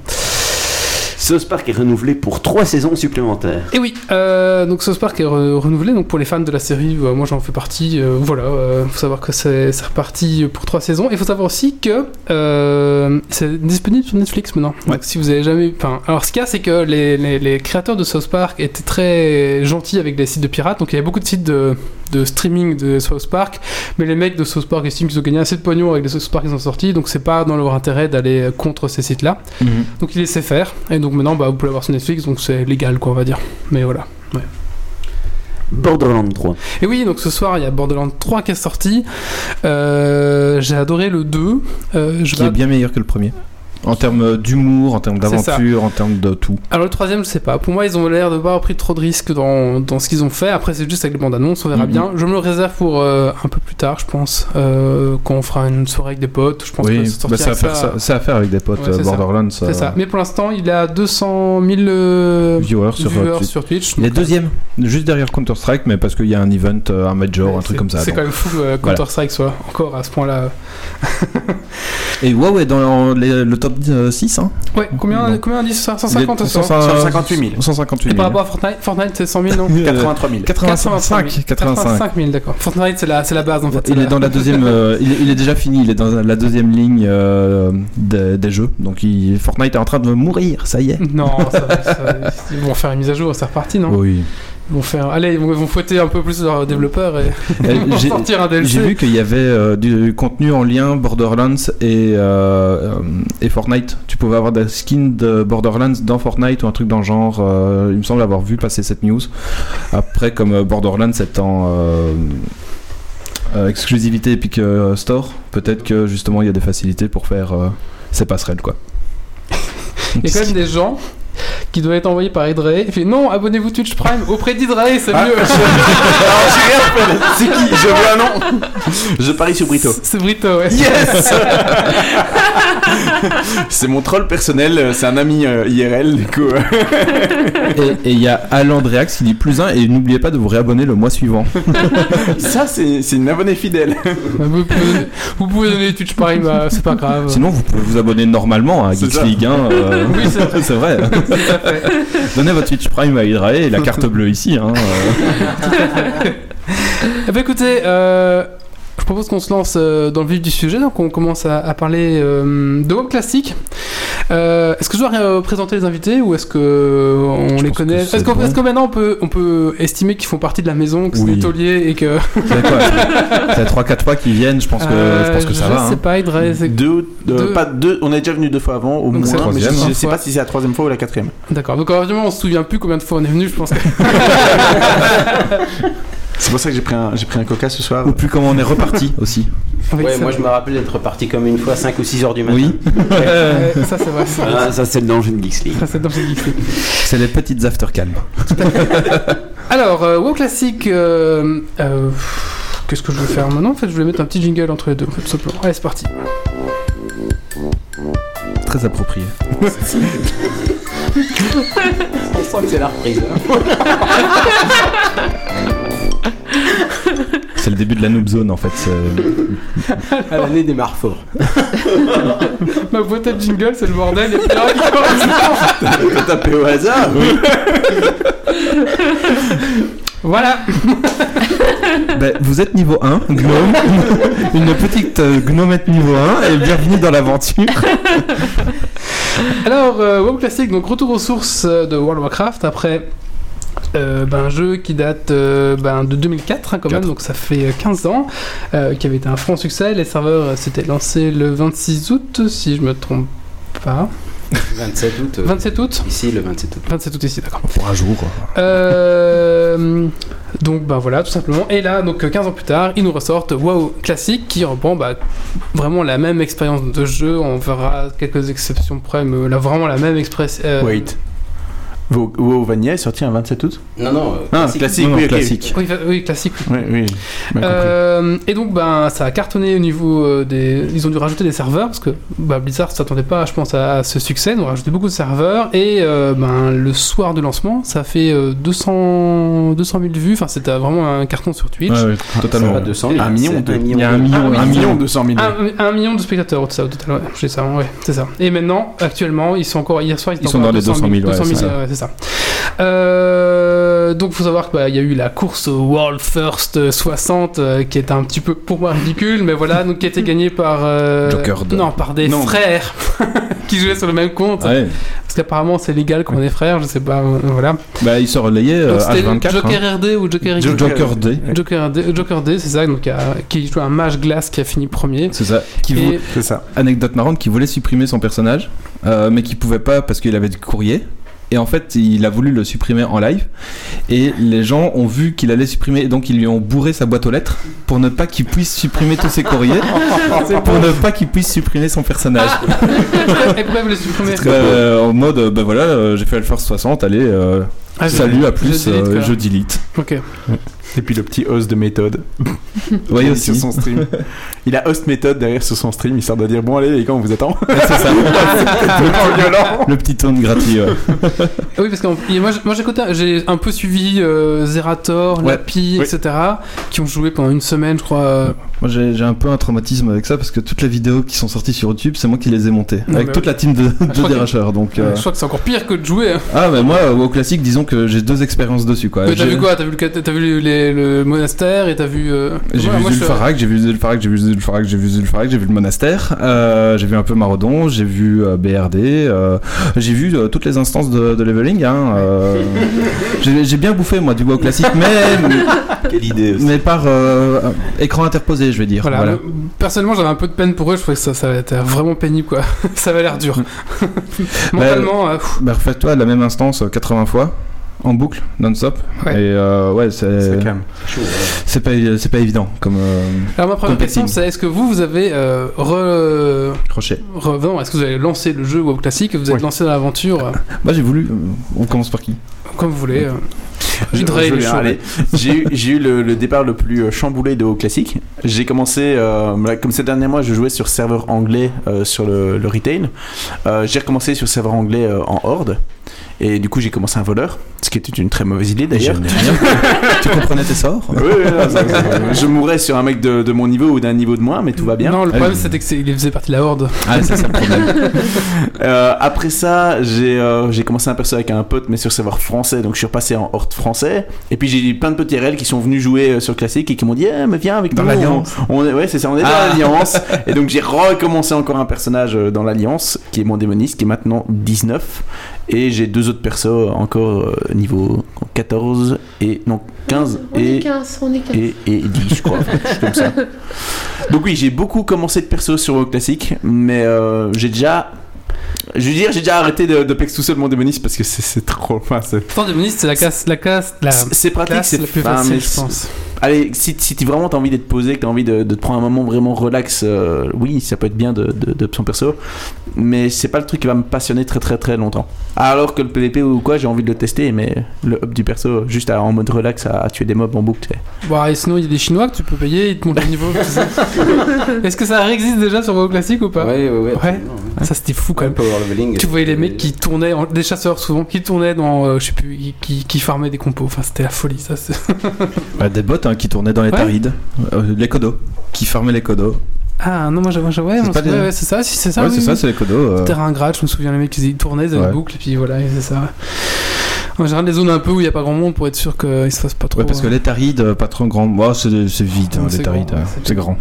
Speaker 5: South Park est renouvelé pour trois saisons supplémentaires.
Speaker 1: Et oui, euh, donc South Park est re- renouvelé, donc pour les fans de la série, euh, moi j'en fais partie, euh, voilà, euh, faut savoir que c'est c'est reparti pour trois saisons, et faut savoir aussi que euh, c'est disponible sur Netflix maintenant, donc si vous avez jamais... Enfin, alors ce qu'il y a, c'est que les, les- les créateurs de South Park étaient très gentils avec les sites de pirates, donc il y avait beaucoup de sites de, de streaming de South Park, mais les mecs de South Park estiment qu'ils ont gagné assez de pognon avec les South Park qu'ils ont sortis, donc c'est pas dans leur intérêt d'aller contre ces sites-là. Donc il laissait faire, et donc maintenant bah, vous pouvez l'avoir sur Netflix, donc c'est légal quoi on va dire. Mais voilà.
Speaker 5: Borderlands 3.
Speaker 1: Et oui, donc ce soir il y a Borderlands 3 qui est sorti. Euh, J'ai adoré le 2. Euh, je
Speaker 3: Qui
Speaker 1: vais-
Speaker 3: est bien meilleur que le premier. En termes euh, d'humour, en termes
Speaker 1: C'est ça.
Speaker 3: d'aventure, en termes de tout.
Speaker 1: Alors le troisième, je sais pas. Pour moi, ils ont l'air de pas avoir pris trop de risques dans, dans ce qu'ils ont fait. Après, c'est juste avec les bandes annonces, on verra
Speaker 3: Mhm.
Speaker 1: bien. Je me le réserve pour euh, un peu plus tard, je pense, euh, quand on fera une soirée avec des potes. Je pense que
Speaker 3: Oui,
Speaker 1: ça sortira
Speaker 3: bah, c'est à,
Speaker 1: avec
Speaker 3: faire ça- c'est à faire avec des potes
Speaker 1: Ouais, c'est
Speaker 3: euh,
Speaker 1: ça.
Speaker 3: Borderlands. euh,
Speaker 1: C'est ça. Mais pour l'instant, il a 200 000 euh,
Speaker 3: Viewers sur euh,
Speaker 1: viewers
Speaker 3: Twitch.
Speaker 1: sur Twitch.
Speaker 3: Il est
Speaker 1: donc,
Speaker 3: deuxième, juste derrière Counter-Strike, mais parce qu'il y a un event, euh, un major, un
Speaker 1: c'est-
Speaker 3: truc comme ça.
Speaker 1: C'est
Speaker 3: donc.
Speaker 1: quand même fou euh,
Speaker 3: Voilà.
Speaker 1: Counter-Strike soit encore à ce point-là.
Speaker 3: Et Wow est dans les- le top 6, hein
Speaker 1: Ouais, combien,
Speaker 3: Non.
Speaker 1: combien on dit ce soir 150 ce soir
Speaker 4: 158 000.
Speaker 3: 158
Speaker 1: Et
Speaker 3: 000.
Speaker 1: par rapport à Fortnite, Fortnite c'est 100 000 non
Speaker 3: Euh,
Speaker 4: 83 000.
Speaker 3: 85, 85.
Speaker 1: 85 000, d'accord. Fortnite c'est la, c'est la base en fait. c'est
Speaker 3: Il
Speaker 1: la-
Speaker 3: est dans la deuxième, euh, il, est, il est déjà fini, il est dans la deuxième ligne euh, des, des jeux. Donc il- Fortnite est en train de mourir, ça y est.
Speaker 1: Non, ça, va, ça va, ils vont faire une mise à jour, c'est reparti non
Speaker 3: Oui.
Speaker 1: Ils vont faire. Allez, ils vont, ils vont fouetter un peu plus leurs développeurs et
Speaker 3: Euh,
Speaker 1: ils vont
Speaker 3: j'ai-
Speaker 1: sortir un DLC.
Speaker 3: J'ai vu qu'il y avait euh, du contenu en lien Borderlands et, euh, et Fortnite. Tu pouvais avoir des skins de Borderlands dans Fortnite ou un truc dans le genre. euh, il me semble avoir vu passer cette news. Après, comme euh, Borderlands est en euh, euh, exclusivité Epic euh, Store, peut-être que justement il y a des facilités pour faire euh, ces passerelles quoi.
Speaker 1: Il y a quand même des gens qui doivent être envoyés par Idray. Il fait non, abonnez-vous Twitch Prime auprès d'Idray, c'est
Speaker 3: Ah,
Speaker 1: mieux.
Speaker 5: C'est qui Je veux un nom. Je parie sur Brito.
Speaker 1: C'est Brito, ouais.
Speaker 4: Yes C'est mon troll personnel, euh, c'est un ami euh, IRL, du coup. euh,
Speaker 3: Et et il y a Alandreax qui dit plus un et n'oubliez pas de vous réabonner le mois suivant.
Speaker 4: Ça, c'est c'est une abonnée fidèle.
Speaker 1: Vous pouvez, vous pouvez donner Twitch Prime, euh, c'est pas grave.
Speaker 3: Sinon vous pouvez vous abonner normalement à
Speaker 4: C'est
Speaker 3: Geeks
Speaker 4: ça.
Speaker 3: League. hein, euh,
Speaker 1: Oui, c'est vrai.
Speaker 3: c'est vrai. Donnez votre Twitch Prime à Hydrae et la carte bleue ici. Hein, euh.
Speaker 1: Eh ben, écoutez, euh, je propose qu'on se lance euh, dans le vif du sujet, donc on commence à, à parler euh, de web classique. Euh, est-ce que je dois euh, présenter les invités ou est-ce que euh, on
Speaker 3: Je
Speaker 1: les
Speaker 3: pense
Speaker 1: connaît
Speaker 3: que
Speaker 1: Est-ce
Speaker 3: c'est
Speaker 1: qu'on-
Speaker 3: bon.
Speaker 1: est-ce que maintenant on peut, on peut estimer qu'ils font partie de la maison, que c'est
Speaker 3: Oui.
Speaker 1: des tauliers et que.
Speaker 3: C'est quoi C'est 3-4 fois qu'ils viennent, je pense que, je pense que ça
Speaker 1: Euh,
Speaker 3: va.
Speaker 1: Je sais
Speaker 3: hein.
Speaker 1: pas, Idre, c'est-
Speaker 4: Deux, ou- euh,
Speaker 1: Deux.
Speaker 4: Pas deux, on est déjà venu deux fois avant, au
Speaker 1: Donc c'est la
Speaker 4: moins. mais je,
Speaker 3: troisième,
Speaker 4: je
Speaker 1: hein.
Speaker 4: sais pas si c'est la troisième fois ou la quatrième.
Speaker 1: D'accord, donc évidemment on se souvient plus combien de fois on est venu, je pense que.
Speaker 4: C'est pour ça que j'ai pris un, j'ai pris un coca ce soir.
Speaker 3: Ou plus comment on est reparti aussi.
Speaker 1: Oui,
Speaker 7: Ouais,
Speaker 1: ça,
Speaker 7: moi je me rappelle d'être reparti comme une fois 5 ou 6 heures du matin.
Speaker 3: Oui,
Speaker 1: euh, ça, c'est vrai. Ça,
Speaker 5: Ah, ça, c'est le danger de Geeks League.
Speaker 1: Ça, c'est dans cette liste.
Speaker 3: c'est les petites aftercalms.
Speaker 1: Alors, euh, WoW classique. euh, euh, pff, Qu'est-ce que je veux faire maintenant En fait, je voulais mettre un petit jingle entre les deux, en fait, tout simplement. Allez, c'est parti.
Speaker 3: Très approprié.
Speaker 7: On sent que c'est la reprise. hein.
Speaker 3: C'est le début de la noob zone en fait. c'est-
Speaker 7: Ah, L'année démarre fort.
Speaker 1: Ma boîte à jingle, c'est le bordel. Et puis, alors, il commence.
Speaker 5: T'as tapé au hasard
Speaker 1: voilà.
Speaker 3: Ben, vous êtes niveau 1, gnome. Une petite euh, gnomette niveau 1 et bienvenue dans l'aventure.
Speaker 1: Alors, euh, WoW classique, donc retour aux sources euh, de World of Warcraft après euh, ben, un jeu qui date euh, ben, de 2004 hein, quand même, donc ça fait euh, 15 ans, euh, qui avait été un franc succès. Les serveurs euh, s'étaient lancés le 26 août, si je me trompe pas.
Speaker 7: 27 août. euh,
Speaker 1: 27 août
Speaker 7: Ici, le 27 août.
Speaker 1: 27 août ici, d'accord.
Speaker 3: Pour un jour.
Speaker 1: Euh, donc ben voilà, tout simplement. Et là, donc 15 ans plus tard, ils nous ressortent WoW classique qui reprend bah, vraiment la même expérience de jeu. On verra quelques exceptions près, mais là vraiment la même express. euh,
Speaker 4: Wait. Wo- WoW Vanilla est sorti un 27 août
Speaker 7: Non, non. euh,
Speaker 4: Ah,
Speaker 7: classique.
Speaker 4: classique,
Speaker 3: Non,
Speaker 4: oui,
Speaker 3: non,
Speaker 4: ok.
Speaker 3: classique.
Speaker 1: Oui, fa- oui, classique. oui.
Speaker 4: Oui, oui. bien compris.
Speaker 1: Euh, et donc, ben, ça a cartonné au niveau euh, des. Ils ont dû rajouter des serveurs parce que ben, Blizzard s'attendait pas, je pense, à, à ce succès. Ils ont rajouté beaucoup de serveurs et euh, ben, le soir du lancement, ça a fait euh, 200 200 000 vues. Enfin, c'était vraiment un carton sur Twitch.
Speaker 7: C'est
Speaker 3: totalement.
Speaker 7: pas 200
Speaker 4: Un million,
Speaker 7: c'est
Speaker 4: deux.
Speaker 7: un
Speaker 3: Il y a un million,
Speaker 1: Ah,
Speaker 3: un
Speaker 1: oui.
Speaker 3: million.
Speaker 4: 200 000.
Speaker 1: Un, un million de spectateurs au total, au total, ouais, j'ai ça, ouais, c'est ça. Et maintenant, actuellement, ils sont encore hier soir,
Speaker 3: Ils
Speaker 1: étaient
Speaker 3: sont
Speaker 1: encore
Speaker 3: dans
Speaker 1: à
Speaker 3: les 200 000, ouais, c'est ça.
Speaker 1: ouais, c'est ça. Euh, donc, faut savoir qu'il bah, il y a eu la course au World First 60, euh, qui est un petit peu pour moi ridicule, mais voilà, donc qui a été gagnée par euh,
Speaker 3: Joker de-
Speaker 1: non, par des
Speaker 3: Non.
Speaker 1: frères qui jouaient sur le même compte,
Speaker 3: Ouais.
Speaker 1: parce qu'apparemment c'est légal qu'on est frères, je sais pas, euh, voilà.
Speaker 3: Bah, ils sont relayés euh,
Speaker 1: Donc, c'était
Speaker 3: H24. hein.
Speaker 1: Joker RD ou Joker X.
Speaker 3: Joker, D.
Speaker 1: Joker D, Joker D, c'est ça, donc, euh, qui joue un mage glace qui a fini premier.
Speaker 3: C'est ça. Qui
Speaker 1: Et-
Speaker 3: vou-
Speaker 4: C'est ça.
Speaker 3: Anecdote marrante, qui voulait supprimer son personnage, euh, mais qui pouvait pas parce qu'il avait du courrier. Et en fait, il a voulu le supprimer en live. Et les gens ont vu qu'il allait supprimer, et donc ils lui ont bourré sa boîte aux lettres pour ne pas qu'il puisse supprimer tous ses courriers, pour ne pas qu'il puisse supprimer son personnage.
Speaker 1: Ah, Et pourquoi Eh, vous les supprimez
Speaker 3: Bah, euh, en mode, euh, bah voilà, euh, j'ai fait Alpha 60, allez, euh,
Speaker 1: Ah, je-
Speaker 3: salut, à
Speaker 1: je
Speaker 3: plus,
Speaker 1: delete,
Speaker 3: euh,
Speaker 1: quoi.
Speaker 3: je delete.
Speaker 1: Ok.
Speaker 4: Et puis le petit host de méthode.
Speaker 3: Oui,
Speaker 4: Il est
Speaker 3: aussi.
Speaker 4: Sur son stream. Il a host méthode derrière sur son stream, histoire de dire Bon, allez les gars, on vous attend.
Speaker 3: Ouais, c'est ça.
Speaker 4: C'est pas violent.
Speaker 3: Le petit tone gratuit. ouais.
Speaker 1: Ah Oui, parce que moi, j'- moi, j'ai écouté- j'ai un peu suivi euh, Zerator,
Speaker 3: Ouais.
Speaker 1: Lapi,
Speaker 4: Oui.
Speaker 1: etc., qui ont joué pendant une semaine, je crois. euh,
Speaker 3: Moi j'ai j'ai un peu un traumatisme avec ça parce que toutes les vidéos qui sont sorties sur YouTube, c'est moi qui les ai montées.
Speaker 1: Non,
Speaker 3: avec
Speaker 1: mais
Speaker 3: toute la team de,
Speaker 1: je
Speaker 3: de
Speaker 1: crois
Speaker 3: déracheurs. Donc, euh,
Speaker 1: Je crois que c'est encore pire que de jouer. hein.
Speaker 3: Ah, mais moi au classique, disons que j'ai deux expériences dessus quoi.
Speaker 1: Mais T'as
Speaker 3: J'ai-
Speaker 1: vu quoi T'as vu, le, cat- t'as vu les- le monastère et t'as vu. euh,
Speaker 3: J'ai
Speaker 1: voilà,
Speaker 3: vu
Speaker 1: moi, je-
Speaker 3: Zulfarak, j'ai vu Zulfarak, j'ai vu Zulfarak, j'ai vu Zulfarak, j'ai vu le monastère, euh, j'ai vu un peu Marodon, j'ai vu euh, BRD, euh, j'ai vu euh, toutes les instances de, de leveling. Hein, euh, j'ai j'ai bien bouffé moi du WoW classique, mais,
Speaker 5: Quelle idée aussi.
Speaker 3: mais par euh, écran interposé, je vais dire.
Speaker 1: Voilà.
Speaker 3: voilà.
Speaker 1: le- Personnellement, j'avais un peu de peine pour eux. Je trouvais que ça, ça avait été vraiment pénible, quoi. ça avait l'air dur. Mentalement, euh, pff,
Speaker 3: Bah, refais-toi la même instance euh, 80 fois en boucle non-stop
Speaker 1: Ouais.
Speaker 3: et euh, ouais c'est
Speaker 4: C'est calme.
Speaker 7: Chaud, ouais.
Speaker 3: c'est pas c'est pas évident comme euh,
Speaker 1: alors ma première
Speaker 3: Compétitive.
Speaker 1: question, c'est est-ce que vous, vous avez euh, re...
Speaker 3: crochet.
Speaker 1: re- non, est-ce que vous avez lancé le jeu WoW classique Vous êtes
Speaker 4: Oui.
Speaker 1: lancé dans l'aventure euh,
Speaker 3: Moi j'ai voulu euh, on commence par qui
Speaker 1: Comme vous voulez. euh.
Speaker 4: Je-
Speaker 1: Hydra,
Speaker 4: je
Speaker 1: il est
Speaker 4: vais
Speaker 1: chaud.
Speaker 4: aller. J'ai eu, j'ai eu le, le départ le plus euh, chamboulé de haut classique. J'ai commencé, euh, là, comme ces derniers mois, je jouais sur serveur anglais euh, sur le, le retail. Euh, j'ai recommencé sur serveur anglais euh, en horde. Et du coup, j'ai commencé un voleur, ce qui était une très mauvaise idée d'ailleurs.
Speaker 3: Je n'ai rien- tu comprenais tes sorts
Speaker 4: Oui, oui, non, ça- ça- je mourrais sur un mec de, de mon niveau ou d'un niveau de moins, mais tout va bien.
Speaker 1: Non, le
Speaker 3: Ah oui.
Speaker 1: problème c'était qu'il faisait partie de la horde.
Speaker 3: Ah c'est ça le problème.
Speaker 4: Euh, après ça, j'ai euh, j'ai commencé un perso avec un pote, mais sur serveur français, donc je suis repassé en horde français. Et puis j'ai eu plein de petits RL qui sont venus jouer euh, sur classique et qui m'ont dit eh, mais viens avec
Speaker 3: Dans
Speaker 4: nous,
Speaker 3: l'Alliance.
Speaker 4: On, on est- ouais, c'est ça, on est
Speaker 3: Ah.
Speaker 4: dans l'alliance. et donc j'ai recommencé encore un personnage euh, dans l'alliance qui est mon démoniste, qui est maintenant 19. Et j'ai deux autres persos euh, encore euh, niveau 14 et non 15
Speaker 2: On est
Speaker 4: et
Speaker 2: 15, on est 15.
Speaker 4: et, et 10, je crois. Enfin, comme ça. Donc oui, j'ai beaucoup commencé de perso sur WoW classique, mais euh, j'ai déjà... Je veux dire, j'ai déjà arrêté de, de pex tout seul mon démoniste parce que c'est- c'est trop... Enfin, c'est-
Speaker 1: Pourtant, démoniste, c'est la classe, la classe, la
Speaker 4: c'est pratique,
Speaker 1: classe
Speaker 4: c'est
Speaker 1: la plus
Speaker 4: enfin,
Speaker 1: facile,
Speaker 4: mais
Speaker 1: je pense.
Speaker 4: Allez, si, si t'es vraiment t'as envie d'être posé, que t'as envie de, de te prendre un moment vraiment relax, euh, oui, ça peut être bien de, de, de son perso, mais c'est pas le truc qui va me passionner très très très longtemps. Alors que le PVP ou quoi, j'ai envie de le tester, mais le up du perso, juste à- en mode relax, à, à tuer des mobs en boucle, tu sais.
Speaker 1: Bah, et sinon, il y a des Chinois que tu peux payer, ils te montent le niveau. tu sais. Est-ce que ça existe déjà sur WoW classique ou pas
Speaker 7: Ouais, ouais, ouais. absolument, ouais.
Speaker 1: Ça, c'était fou quand même.
Speaker 7: Power leveling. Euh,
Speaker 1: Tu voyais les mecs qui tournaient, en- des chasseurs souvent, qui tournaient dans, euh, je sais plus, qui, qui, qui farmaient des compos. Enfin, c'était la folie, ça. c'est-
Speaker 3: Bah, des bots hein, qui tournaient dans les
Speaker 1: Ouais.
Speaker 3: tarides, Euh, les codos, qui farmaient les codos.
Speaker 1: Ah non, moi j'avais, j'avais- ouais,
Speaker 3: C'est
Speaker 1: on
Speaker 3: pas
Speaker 1: se- ouais,
Speaker 3: des-
Speaker 1: ouais, c'est ça, si c'est ça.
Speaker 3: ouais,
Speaker 1: oui,
Speaker 3: c'est
Speaker 1: oui.
Speaker 3: ça, c'est les codos. euh.
Speaker 1: Terrain Gratch, je me souviens, les mecs, ils tournaient, ils avaient
Speaker 3: Ouais.
Speaker 1: une boucle, et puis voilà, et c'est ça. En général, des zones un peu où il n'y a pas grand monde pour être sûr qu'ils se fassent pas trop.
Speaker 3: Ouais, parce que
Speaker 1: euh,
Speaker 3: les tarides, euh, pas trop grand. Oh, c'est c'est vide, hein,
Speaker 1: Non,
Speaker 3: les
Speaker 1: c'est
Speaker 3: tarides.
Speaker 1: grand,
Speaker 3: euh,
Speaker 1: c'est
Speaker 3: C'est grand.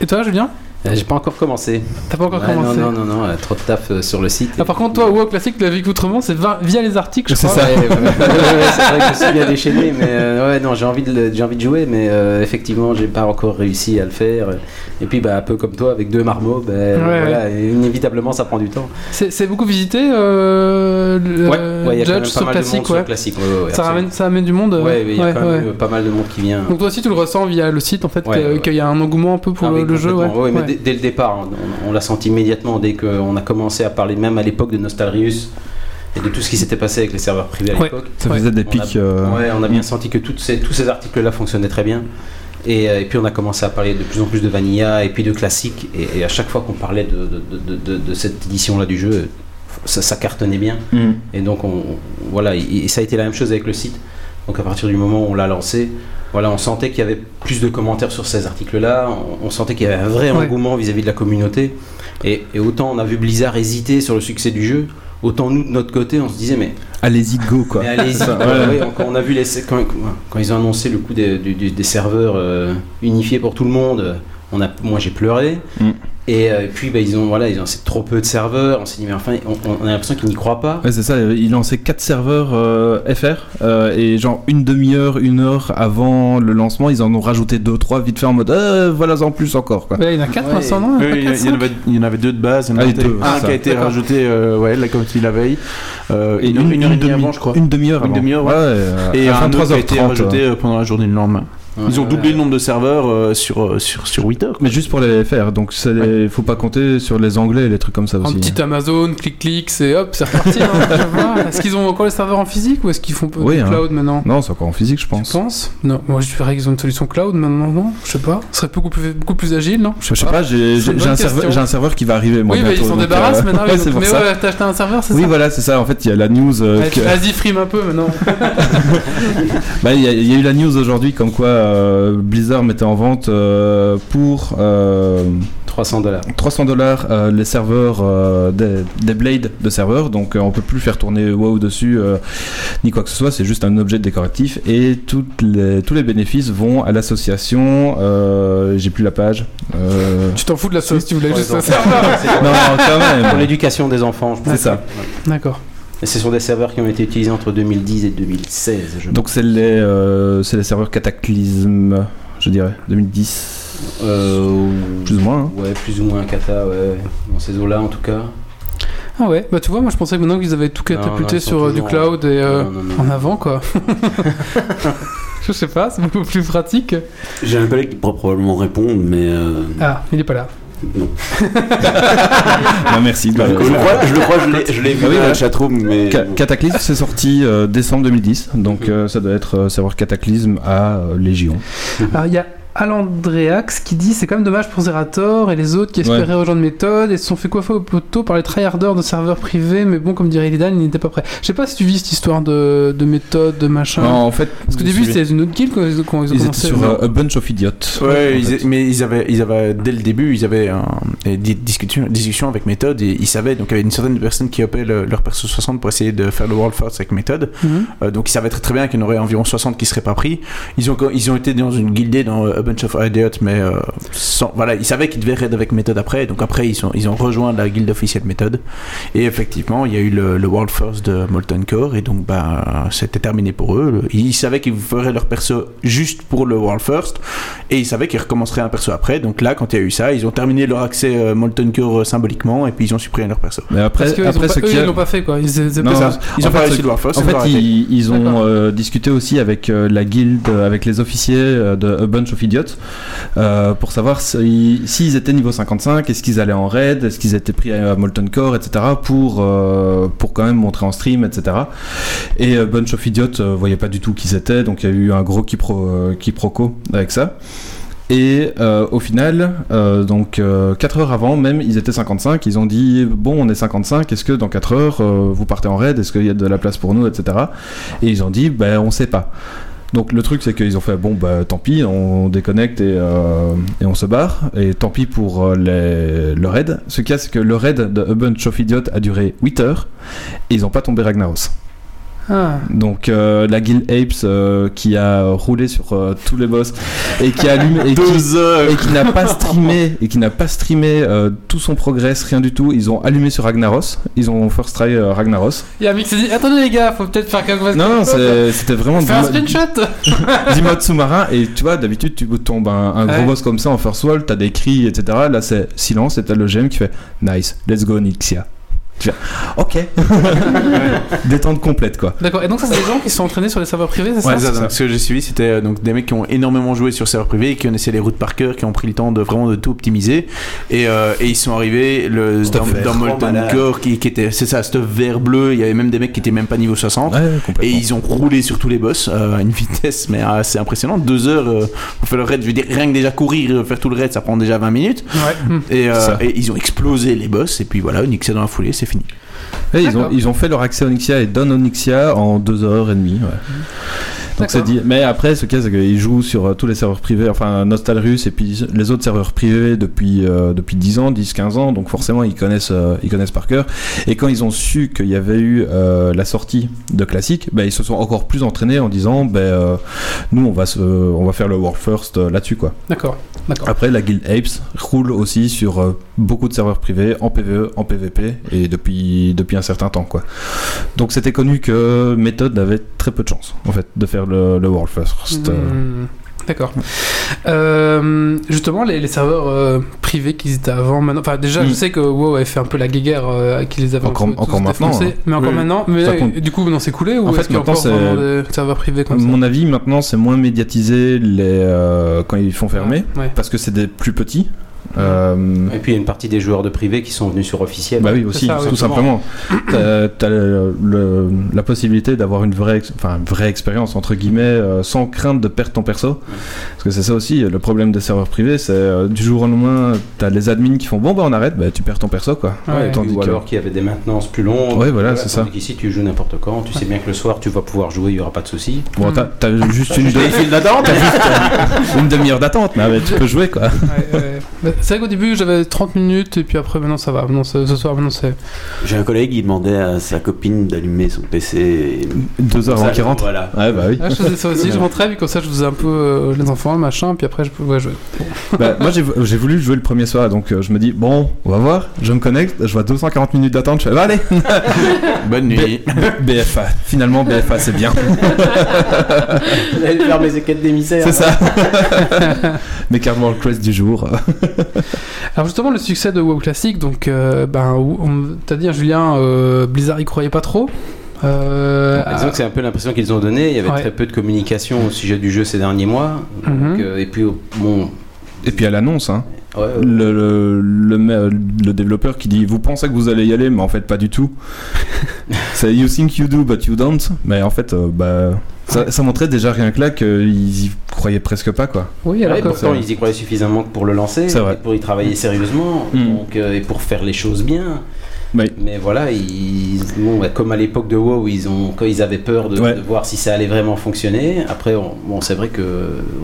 Speaker 1: Et toi, Julien
Speaker 7: Euh, J'ai pas encore commencé.
Speaker 1: T'as pas encore
Speaker 7: Ouais,
Speaker 1: commencé
Speaker 7: Non, non, non, non, euh, trop de taf euh, sur le site.
Speaker 1: Ah, par contre, toi, WoW Classique, tu l'as vécu autrement, c'est va- via les articles, je
Speaker 3: C'est
Speaker 1: crois.
Speaker 3: ça.
Speaker 7: Ouais, ouais, ouais, ouais, ouais, c'est vrai que je suis bien déchaîné, mais euh, ouais, non, j'ai envie de, le- j'ai envie de jouer, mais euh, effectivement, j'ai pas encore réussi à le faire. Et puis, bah, un peu comme toi, avec deux marmots, bah, voilà, inévitablement, ça prend du temps.
Speaker 1: C'est, c'est beaucoup visité, euh, le
Speaker 7: Ouais,
Speaker 1: le
Speaker 7: il y a quand même
Speaker 1: Judge
Speaker 7: pas
Speaker 1: sur
Speaker 7: mal de monde
Speaker 1: Classique,
Speaker 7: sur
Speaker 1: ouais.
Speaker 7: le classique. ouais, ouais, ouais,
Speaker 1: ça, ramène, ça amène du monde. euh,
Speaker 7: absolument. Ouais, ouais, il y a
Speaker 1: ouais,
Speaker 7: quand même
Speaker 1: ouais.
Speaker 7: euh, pas mal de monde qui vient.
Speaker 1: Donc toi aussi, tu le ressens via le site, en fait,
Speaker 7: Ouais,
Speaker 1: que-
Speaker 7: ouais.
Speaker 1: qu'il y a un engouement un peu pour
Speaker 7: Ah
Speaker 1: le,
Speaker 7: oui,
Speaker 1: le jeu, ouais.
Speaker 7: complètement. Ouais, mais
Speaker 1: Ouais.
Speaker 7: dès, dès le départ, on, on- on l'a senti immédiatement dès qu'on a commencé à parler, même à l'époque de Nostalrius et de tout ce qui s'était passé avec les serveurs privés à
Speaker 1: Ouais.
Speaker 7: l'époque.
Speaker 3: Ça
Speaker 1: Ouais.
Speaker 3: faisait des
Speaker 7: On a-
Speaker 3: pics. euh,
Speaker 7: Ouais, on a bien senti que toutes ces- tous ces articles-là fonctionnaient très bien. Et, euh, et puis on a commencé à parler de plus en plus de Vanilla et puis de classique. Et, et à chaque fois qu'on parlait de, de- de- de- de- de cette édition-là du jeu, ça, ça cartonnait bien.
Speaker 3: Mm.
Speaker 7: Et donc on, on- voilà, et, et ça a été la même chose avec le site. Donc à partir du moment où on l'a lancé, voilà, on sentait qu'il y avait plus de commentaires sur ces articles-là. On, on sentait qu'il y avait un vrai
Speaker 1: Ouais.
Speaker 7: engouement vis-à-vis de la communauté. Et, et autant on a vu Blizzard hésiter sur le succès du jeu, autant nous de notre côté, on se disait mais
Speaker 3: Allez-y, go quoi.
Speaker 7: mais allez-y.
Speaker 3: Ça,
Speaker 7: quoi.
Speaker 3: ouais.
Speaker 7: Ouais, on- quand on a vu les quand, quand ils ont annoncé le coup des, du- du- des serveurs euh, unifiés pour tout le monde, euh, on a, moi j'ai pleuré.
Speaker 3: Mm.
Speaker 7: Et euh, puis bah, ils ont voilà, ils ont c'est trop peu de serveurs. On s'est dit mais enfin, on, on a l'impression qu'ils n'y croient pas.
Speaker 3: Ouais, c'est ça, euh, il lançait 4 serveurs euh, FR euh, et genre une demi-heure, une heure avant le lancement, ils en ont rajouté 2-3 vite fait en mode euh, voilà en plus encore quoi.
Speaker 1: Ouais, il y en a 4
Speaker 7: Ouais.
Speaker 1: maintenant, non
Speaker 4: Oui,
Speaker 1: Pas
Speaker 4: il y, en-
Speaker 1: quatre,
Speaker 4: il y en
Speaker 1: cinq
Speaker 4: avait, il y en avait deux de base, il y en
Speaker 3: Ah,
Speaker 4: a
Speaker 3: les deux,
Speaker 4: un
Speaker 3: c'est
Speaker 4: qui a
Speaker 3: ça.
Speaker 4: été
Speaker 1: D'accord.
Speaker 4: rajouté, euh, ouais, là, comme tu dis la veille, euh, une, une, heure et demie avant, je crois.
Speaker 3: Une demi-heure.
Speaker 4: Une
Speaker 3: avant.
Speaker 4: demi-heure, ouais.
Speaker 3: ouais. euh,
Speaker 4: Et
Speaker 3: à
Speaker 4: un autre
Speaker 3: 23h30,
Speaker 4: qui a été rajouté
Speaker 3: euh.
Speaker 4: euh, pendant la journée le lendemain. Ils ont
Speaker 7: Ouais,
Speaker 4: doublé
Speaker 7: ouais.
Speaker 4: le nombre de serveurs euh, sur, euh, sur, sur 8 heures.
Speaker 3: Mais juste pour les FR, donc c'est- faut pas compter sur les anglais et les trucs comme ça
Speaker 1: Un
Speaker 3: aussi. hein.
Speaker 1: petit Amazon, clic-clic, c'est hop, c'est reparti. hein, je vois. Est-ce qu'ils ont encore les serveurs en physique ou est-ce qu'ils font peu
Speaker 3: Oui,
Speaker 1: du
Speaker 3: hein.
Speaker 1: cloud maintenant
Speaker 3: Non, c'est encore en physique, je
Speaker 1: Tu
Speaker 3: pense.
Speaker 1: penses Non, moi je dirais qu'ils ont une solution cloud maintenant, non Je sais pas. Ce serait beaucoup plus, beaucoup plus agile, non
Speaker 3: Je sais pas,
Speaker 1: C'est
Speaker 3: j'ai
Speaker 1: une
Speaker 3: j'ai- j'ai
Speaker 1: bonne
Speaker 3: un, serveur-
Speaker 1: question.
Speaker 3: j'ai un serveur qui va arriver. Moi,
Speaker 1: Oui, mais
Speaker 3: bientôt,
Speaker 1: ils s'en
Speaker 3: donc,
Speaker 1: débarrassent
Speaker 3: euh,
Speaker 1: maintenant.
Speaker 3: ouais,
Speaker 1: ils
Speaker 3: c'est
Speaker 1: ont-
Speaker 3: pour
Speaker 1: Mais
Speaker 3: ça.
Speaker 1: ouais, t'as acheté un serveur, c'est
Speaker 3: Oui,
Speaker 1: ça
Speaker 3: voilà, c'est ça. En fait, il y a la news. euh,
Speaker 1: Allez,
Speaker 3: que-
Speaker 1: Vas-y, frime un peu maintenant.
Speaker 3: Bah, il y, a- il y a eu la news aujourd'hui comme quoi euh, Blizzard mettait en vente euh, pour euh,
Speaker 7: 300 dollars.
Speaker 3: 300 dollars les serveurs euh, des, des blades de serveurs. Donc, euh, on peut plus faire tourner WoW dessus euh, ni quoi que ce soit. C'est juste un objet décoratif et toutes les, tous les bénéfices vont à l'association. euh, J'ai plus la page. euh,
Speaker 1: tu t'en fous de la sauce, tu voulais
Speaker 7: Ouais,
Speaker 1: juste
Speaker 7: ils
Speaker 1: un
Speaker 7: ont-
Speaker 1: serveur.
Speaker 3: non, quand
Speaker 7: Pour
Speaker 3: même.
Speaker 7: l'éducation des enfants, je pense.
Speaker 3: C'est ça.
Speaker 1: D'accord.
Speaker 7: Et ce sont des serveurs qui ont été utilisés entre 2010 et 2016, je
Speaker 3: Donc, c'est les, euh, c'est les serveurs Cataclysme, je dirais, 2010.
Speaker 7: Euh,
Speaker 3: Plus ou moins. hein.
Speaker 7: Ouais, plus ou moins Kata, ouais, dans ces eaux-là en tout cas.
Speaker 1: Ah ouais, bah tu vois, moi je pensais que maintenant qu'ils avaient tout
Speaker 7: Non,
Speaker 1: catapulté
Speaker 7: non, ils sont
Speaker 1: sur euh, du
Speaker 7: toujours
Speaker 1: cloud et euh,
Speaker 7: Non, non, non.
Speaker 1: en avant quoi. Je sais pas, c'est beaucoup plus pratique.
Speaker 5: J'ai un collègue qui pourra probablement répondre, mais. euh,
Speaker 1: Ah, il est pas là.
Speaker 5: non.
Speaker 3: Non, merci.
Speaker 5: Je, le crois, je le crois, je l'ai- je l'ai vu
Speaker 3: Ah Bah, oui,
Speaker 5: dans
Speaker 3: ouais.
Speaker 5: la chatroom, mais.
Speaker 3: Ca-
Speaker 5: bon.
Speaker 3: Cataclysme, c'est sorti euh, décembre 2010, donc
Speaker 4: Mhm.
Speaker 3: euh, ça doit être euh, savoir Cataclysme à euh, Légion.
Speaker 1: Alors, Ah, il y a Alandreax qui dit c'est quand même dommage pour Zerator et les autres qui
Speaker 3: Ouais.
Speaker 1: espéraient rejoindre méthode et se sont fait coiffer au poteau par les tryharders de serveurs privés, mais bon, comme dirait Lidan, ils n'étaient pas prêts. Je sais pas si tu vis cette histoire de, de méthode, de machin.
Speaker 3: Non, en fait,
Speaker 1: Ah Parce qu'au début, c'était une autre guild quand ils, quand ils ont
Speaker 3: ils étaient
Speaker 1: commencé.
Speaker 3: sur
Speaker 1: non
Speaker 3: euh, A Bunch of Idiots.
Speaker 4: Ouais, ils-
Speaker 3: en fait.
Speaker 4: mais ils avaient, ils avaient, dès le début, ils avaient un, des discussions, discussions avec Méthode et ils savaient, donc il y avait une certaine personne qui opait le- leur perso 60 pour essayer de faire le World First avec Méthode.
Speaker 1: Mhm.
Speaker 4: Euh, donc ils savaient très, très bien qu'il y en aurait environ 60 qui seraient pas pris. Ils ont, co- ils ont été dans une guildée dans euh, A Bunch of Idiots, mais euh, sans, voilà, ils savaient qu'ils devaient raid avec Method après, donc après ils, sont, ils ont rejoint la guilde officielle Method. Et effectivement, il y a eu le, le World First de Molten Core, et donc bah, c'était terminé pour eux. Ils savaient qu'ils feraient leur perso juste pour le World First, et ils savaient qu'ils recommenceraient un perso après. Donc là, quand il y a eu ça, ils ont terminé leur accès euh, Molten Core euh, symboliquement, et puis ils ont supprimé leur perso.
Speaker 3: Mais
Speaker 1: Parce
Speaker 3: après,
Speaker 1: que
Speaker 3: après
Speaker 1: ils ont
Speaker 3: ce
Speaker 1: pas- eux,
Speaker 3: qu'il y a-
Speaker 1: ils l'ont pas fait, quoi. Ils faisaient
Speaker 3: Non,
Speaker 1: pas ça.
Speaker 3: non,
Speaker 4: Ils
Speaker 3: en
Speaker 4: ont pas
Speaker 3: fait,
Speaker 4: réussi
Speaker 3: ce-
Speaker 4: le World First,
Speaker 3: En
Speaker 4: ils l'ont
Speaker 3: fait,
Speaker 4: arrêté.
Speaker 3: ils, ils ont
Speaker 1: D'accord.
Speaker 3: euh, discuté aussi avec euh, la guilde, euh, avec les officiers euh, de A Bunch of Idiots, euh, pour savoir si- s'ils étaient niveau 55, est-ce qu'ils allaient en raid, est-ce qu'ils étaient pris à Molten Core, etc., pour, euh, pour quand même montrer en stream, etc. Et euh, Bunch of Idiots euh, voyait pas du tout qui ils étaient, donc il y a eu un gros quipro- euh, quiproquo avec ça. Et euh, au final, euh, donc 4 heures avant, même, ils étaient 55. Ils ont dit Bon, on est 55, est-ce que dans 4 heures, euh, vous partez en raid Est-ce qu'il y a de la place pour nous etc. Et ils ont dit Ben, on sait pas. Donc le truc, c'est qu'ils ont fait Bon, bah tant pis, on déconnecte et, euh, et on se barre. Et tant pis pour euh, les- le raid. Ce qu'il y a, c'est que le raid de A Bunch of Idiots a duré 8 heures et ils n'ont pas tombé Ragnaros.
Speaker 1: Ah.
Speaker 3: Donc euh, la guild Apes euh, qui a roulé sur euh, tous les boss et qui a allumé et qui, et qui n'a pas streamé et qui n'a pas streamé euh, tout son progrès, rien du tout. Ils ont allumé sur Ragnaros, ils ont first try euh, Ragnaros.
Speaker 1: Il y a un mec qui s'est dit Attendez, les gars, faut peut-être faire quelque chose.
Speaker 3: Non, non, c'est- c'était vraiment
Speaker 1: Faire un
Speaker 3: du mo-
Speaker 1: screenshot
Speaker 3: du mode sous-marin et tu vois d'habitude tu tombes un, un
Speaker 1: Ouais.
Speaker 3: gros boss comme ça en first wall, t'as des cris etc. Là c'est silence et t'as le GM qui fait nice, let's go Nixia. Tu fais ok, détente complète quoi.
Speaker 1: D'accord, et donc ça, c'est des gens qui se sont entraînés sur les serveurs privés, c'est
Speaker 3: Ouais,
Speaker 1: ça
Speaker 3: c'est ça.
Speaker 4: Donc, ce que j'ai suivi, c'était euh, donc des mecs qui ont énormément joué sur serveur privé, qui connaissaient les routes par cœur, qui ont pris le temps de vraiment de tout optimiser, et, euh, et ils sont arrivés le, dans,
Speaker 5: vert.
Speaker 4: dans
Speaker 5: Trop
Speaker 4: Molten
Speaker 5: malade.
Speaker 4: Core, qui, qui était, c'est ça, stuff vert bleu. Il y avait même des mecs qui étaient même pas niveau 60.
Speaker 3: Ouais, complètement.
Speaker 4: Et ils ont roulé sur tous les boss euh, à une vitesse mais assez impressionnante. Deux heures euh, pour faire le raid, je veux dire rien que déjà courir, euh, faire tout le raid, ça prend déjà 20 minutes.
Speaker 1: Ouais. Hmm.
Speaker 4: Et, euh,
Speaker 3: C'est ça.
Speaker 4: et ils ont explosé les boss et puis voilà, Nixia dans la foulée, c'est fini.
Speaker 3: Ouais, Eh, ils, ont,
Speaker 1: D'accord.
Speaker 3: ils ont fait leur accès Onyxia et donne Onyxia en 2h30. Ouais. Donc c'est
Speaker 1: D'accord.
Speaker 3: dit. Mais après, ce qu'il y a, c'est qu'ils jouent sur euh, tous les serveurs privés, enfin Nostalrus et puis les autres serveurs privés depuis, euh, depuis 10 ans, 10, 15 ans. Donc forcément, ils connaissent, euh, ils connaissent par cœur. Et quand ils ont su qu'il y avait eu euh, la sortie de Classic, bah, ils se sont encore plus entraînés en disant bah, euh, nous, on va, se, on va faire le World First euh, là-dessus. quoi.
Speaker 1: D'accord, d'accord.
Speaker 3: Après, la guild Apes roule aussi sur euh, beaucoup de serveurs privés, en PvE, en PvP, et depuis, depuis un certain temps. quoi. Donc c'était connu que Method avait très peu de chance, en fait, de faire le, le World First. euh.
Speaker 1: Hmm. D'accord. Euh, justement, les, les serveurs euh, privés qu'ils étaient avant, maintenant. Enfin, déjà,
Speaker 3: Hmm.
Speaker 1: je sais que WoW avait fait un peu la guéguerre euh, qui les avait un
Speaker 3: Encore-
Speaker 1: peu tous
Speaker 3: encore maintenant, hein.
Speaker 1: défoncés. Mais encore
Speaker 4: Oui.
Speaker 1: maintenant. Mais
Speaker 3: Ça
Speaker 1: là,
Speaker 3: compte.
Speaker 1: du coup, non, c'est coulé ou
Speaker 3: En fait,
Speaker 1: est-ce qu'il y a
Speaker 3: maintenant,
Speaker 1: encore
Speaker 3: c'est-
Speaker 1: vraiment des serveurs privés
Speaker 3: À
Speaker 1: comme ça
Speaker 3: mon avis, maintenant, c'est moins médiatisé les, euh, quand ils font fermer,
Speaker 1: Ouais.
Speaker 3: parce que c'est des plus petits. Euh,
Speaker 7: Et puis il y a une partie des joueurs de privé qui sont venus sur officiel.
Speaker 3: Bah oui, aussi,
Speaker 1: ça, oui,
Speaker 3: tout simplement. T'as t'as le- le- la possibilité d'avoir une vraie, ex- enfin, une vraie expérience, entre guillemets, euh, sans crainte de perdre ton perso. Parce que c'est ça aussi, le problème des serveurs privés, c'est euh, du jour au lendemain, t'as les admins qui font bon, bah on arrête, bah tu perds ton perso, quoi.
Speaker 1: Ouais.
Speaker 3: Et tandis
Speaker 7: ou
Speaker 3: que-
Speaker 7: alors qu'il y avait des maintenances plus longues.
Speaker 3: Ouais, voilà, c'est ça.
Speaker 7: Ici, tu joues n'importe quand. Tu sais bien que le soir, tu vas pouvoir jouer, il n'y aura pas de souci.
Speaker 3: Bon, t'as- t'as juste une, t'as juste, euh, une demi-heure d'attente, mais tu peux jouer, quoi.
Speaker 1: Ouais, ouais. Bah, C'est vrai qu'au début, j'avais 30 minutes, et puis après, maintenant, ça va. Maintenant, ce ce soir, maintenant, c'est.
Speaker 5: J'ai un collègue, il demandait à sa copine d'allumer son PC.
Speaker 3: Deux heures avant
Speaker 5: Ça,
Speaker 3: qu'il rentre.
Speaker 5: Voilà.
Speaker 3: Ouais, bah oui.
Speaker 1: Ah, je faisais ça aussi, je rentrais, puis comme ça, je faisais un peu euh, les enfants, le machin, puis après, je pouvais jouer.
Speaker 3: Bah, moi j'ai j'ai voulu jouer le premier soir, donc euh, je me dis, bon, on va voir, je me connecte, je vois 240 minutes d'attente, je fais, bah, allez,
Speaker 4: Bonne nuit.
Speaker 3: BFA, finalement BFA c'est bien,
Speaker 7: J'allais faire mes équêtes d'émissaires.
Speaker 3: c'est ça. Mes Cardboard Quest du jour.
Speaker 1: Alors justement, le succès de WoW Classic, donc, euh, ben, où- on- t'as dit, hein, Julien, euh, Blizzard y croyait pas trop. Euh,
Speaker 3: Ah.
Speaker 7: Disons que c'est un peu l'impression qu'ils ont donné. Il y avait
Speaker 1: Ouais.
Speaker 7: très peu de communication au sujet du jeu ces derniers mois.
Speaker 1: Mhm.
Speaker 7: Donc, euh, et puis, bon.
Speaker 3: Et puis à l'annonce, hein,
Speaker 7: ouais, ouais.
Speaker 3: le, le, le, ma- le développeur qui dit, vous pensez que vous allez y aller, mais en fait pas du tout. c'est You think you do, but you don't. Mais en fait, euh, bah, ça, ça montrait déjà rien que là qu'ils y croyaient presque pas, quoi.
Speaker 1: oui, alors
Speaker 7: Ouais,
Speaker 1: que-
Speaker 7: pourtant,
Speaker 3: c'est-
Speaker 7: ils y croyaient suffisamment pour le lancer,
Speaker 3: C'est vrai.
Speaker 7: et pour y travailler sérieusement,
Speaker 3: Mm.
Speaker 7: donc, euh, et pour faire les choses bien.
Speaker 3: Oui.
Speaker 7: Mais voilà, ils, bon, ouais, comme à l'époque de WoW, ils ont, quand ils avaient peur de,
Speaker 3: Ouais.
Speaker 7: de voir si ça allait vraiment fonctionner. Après, on- bon, c'est vrai que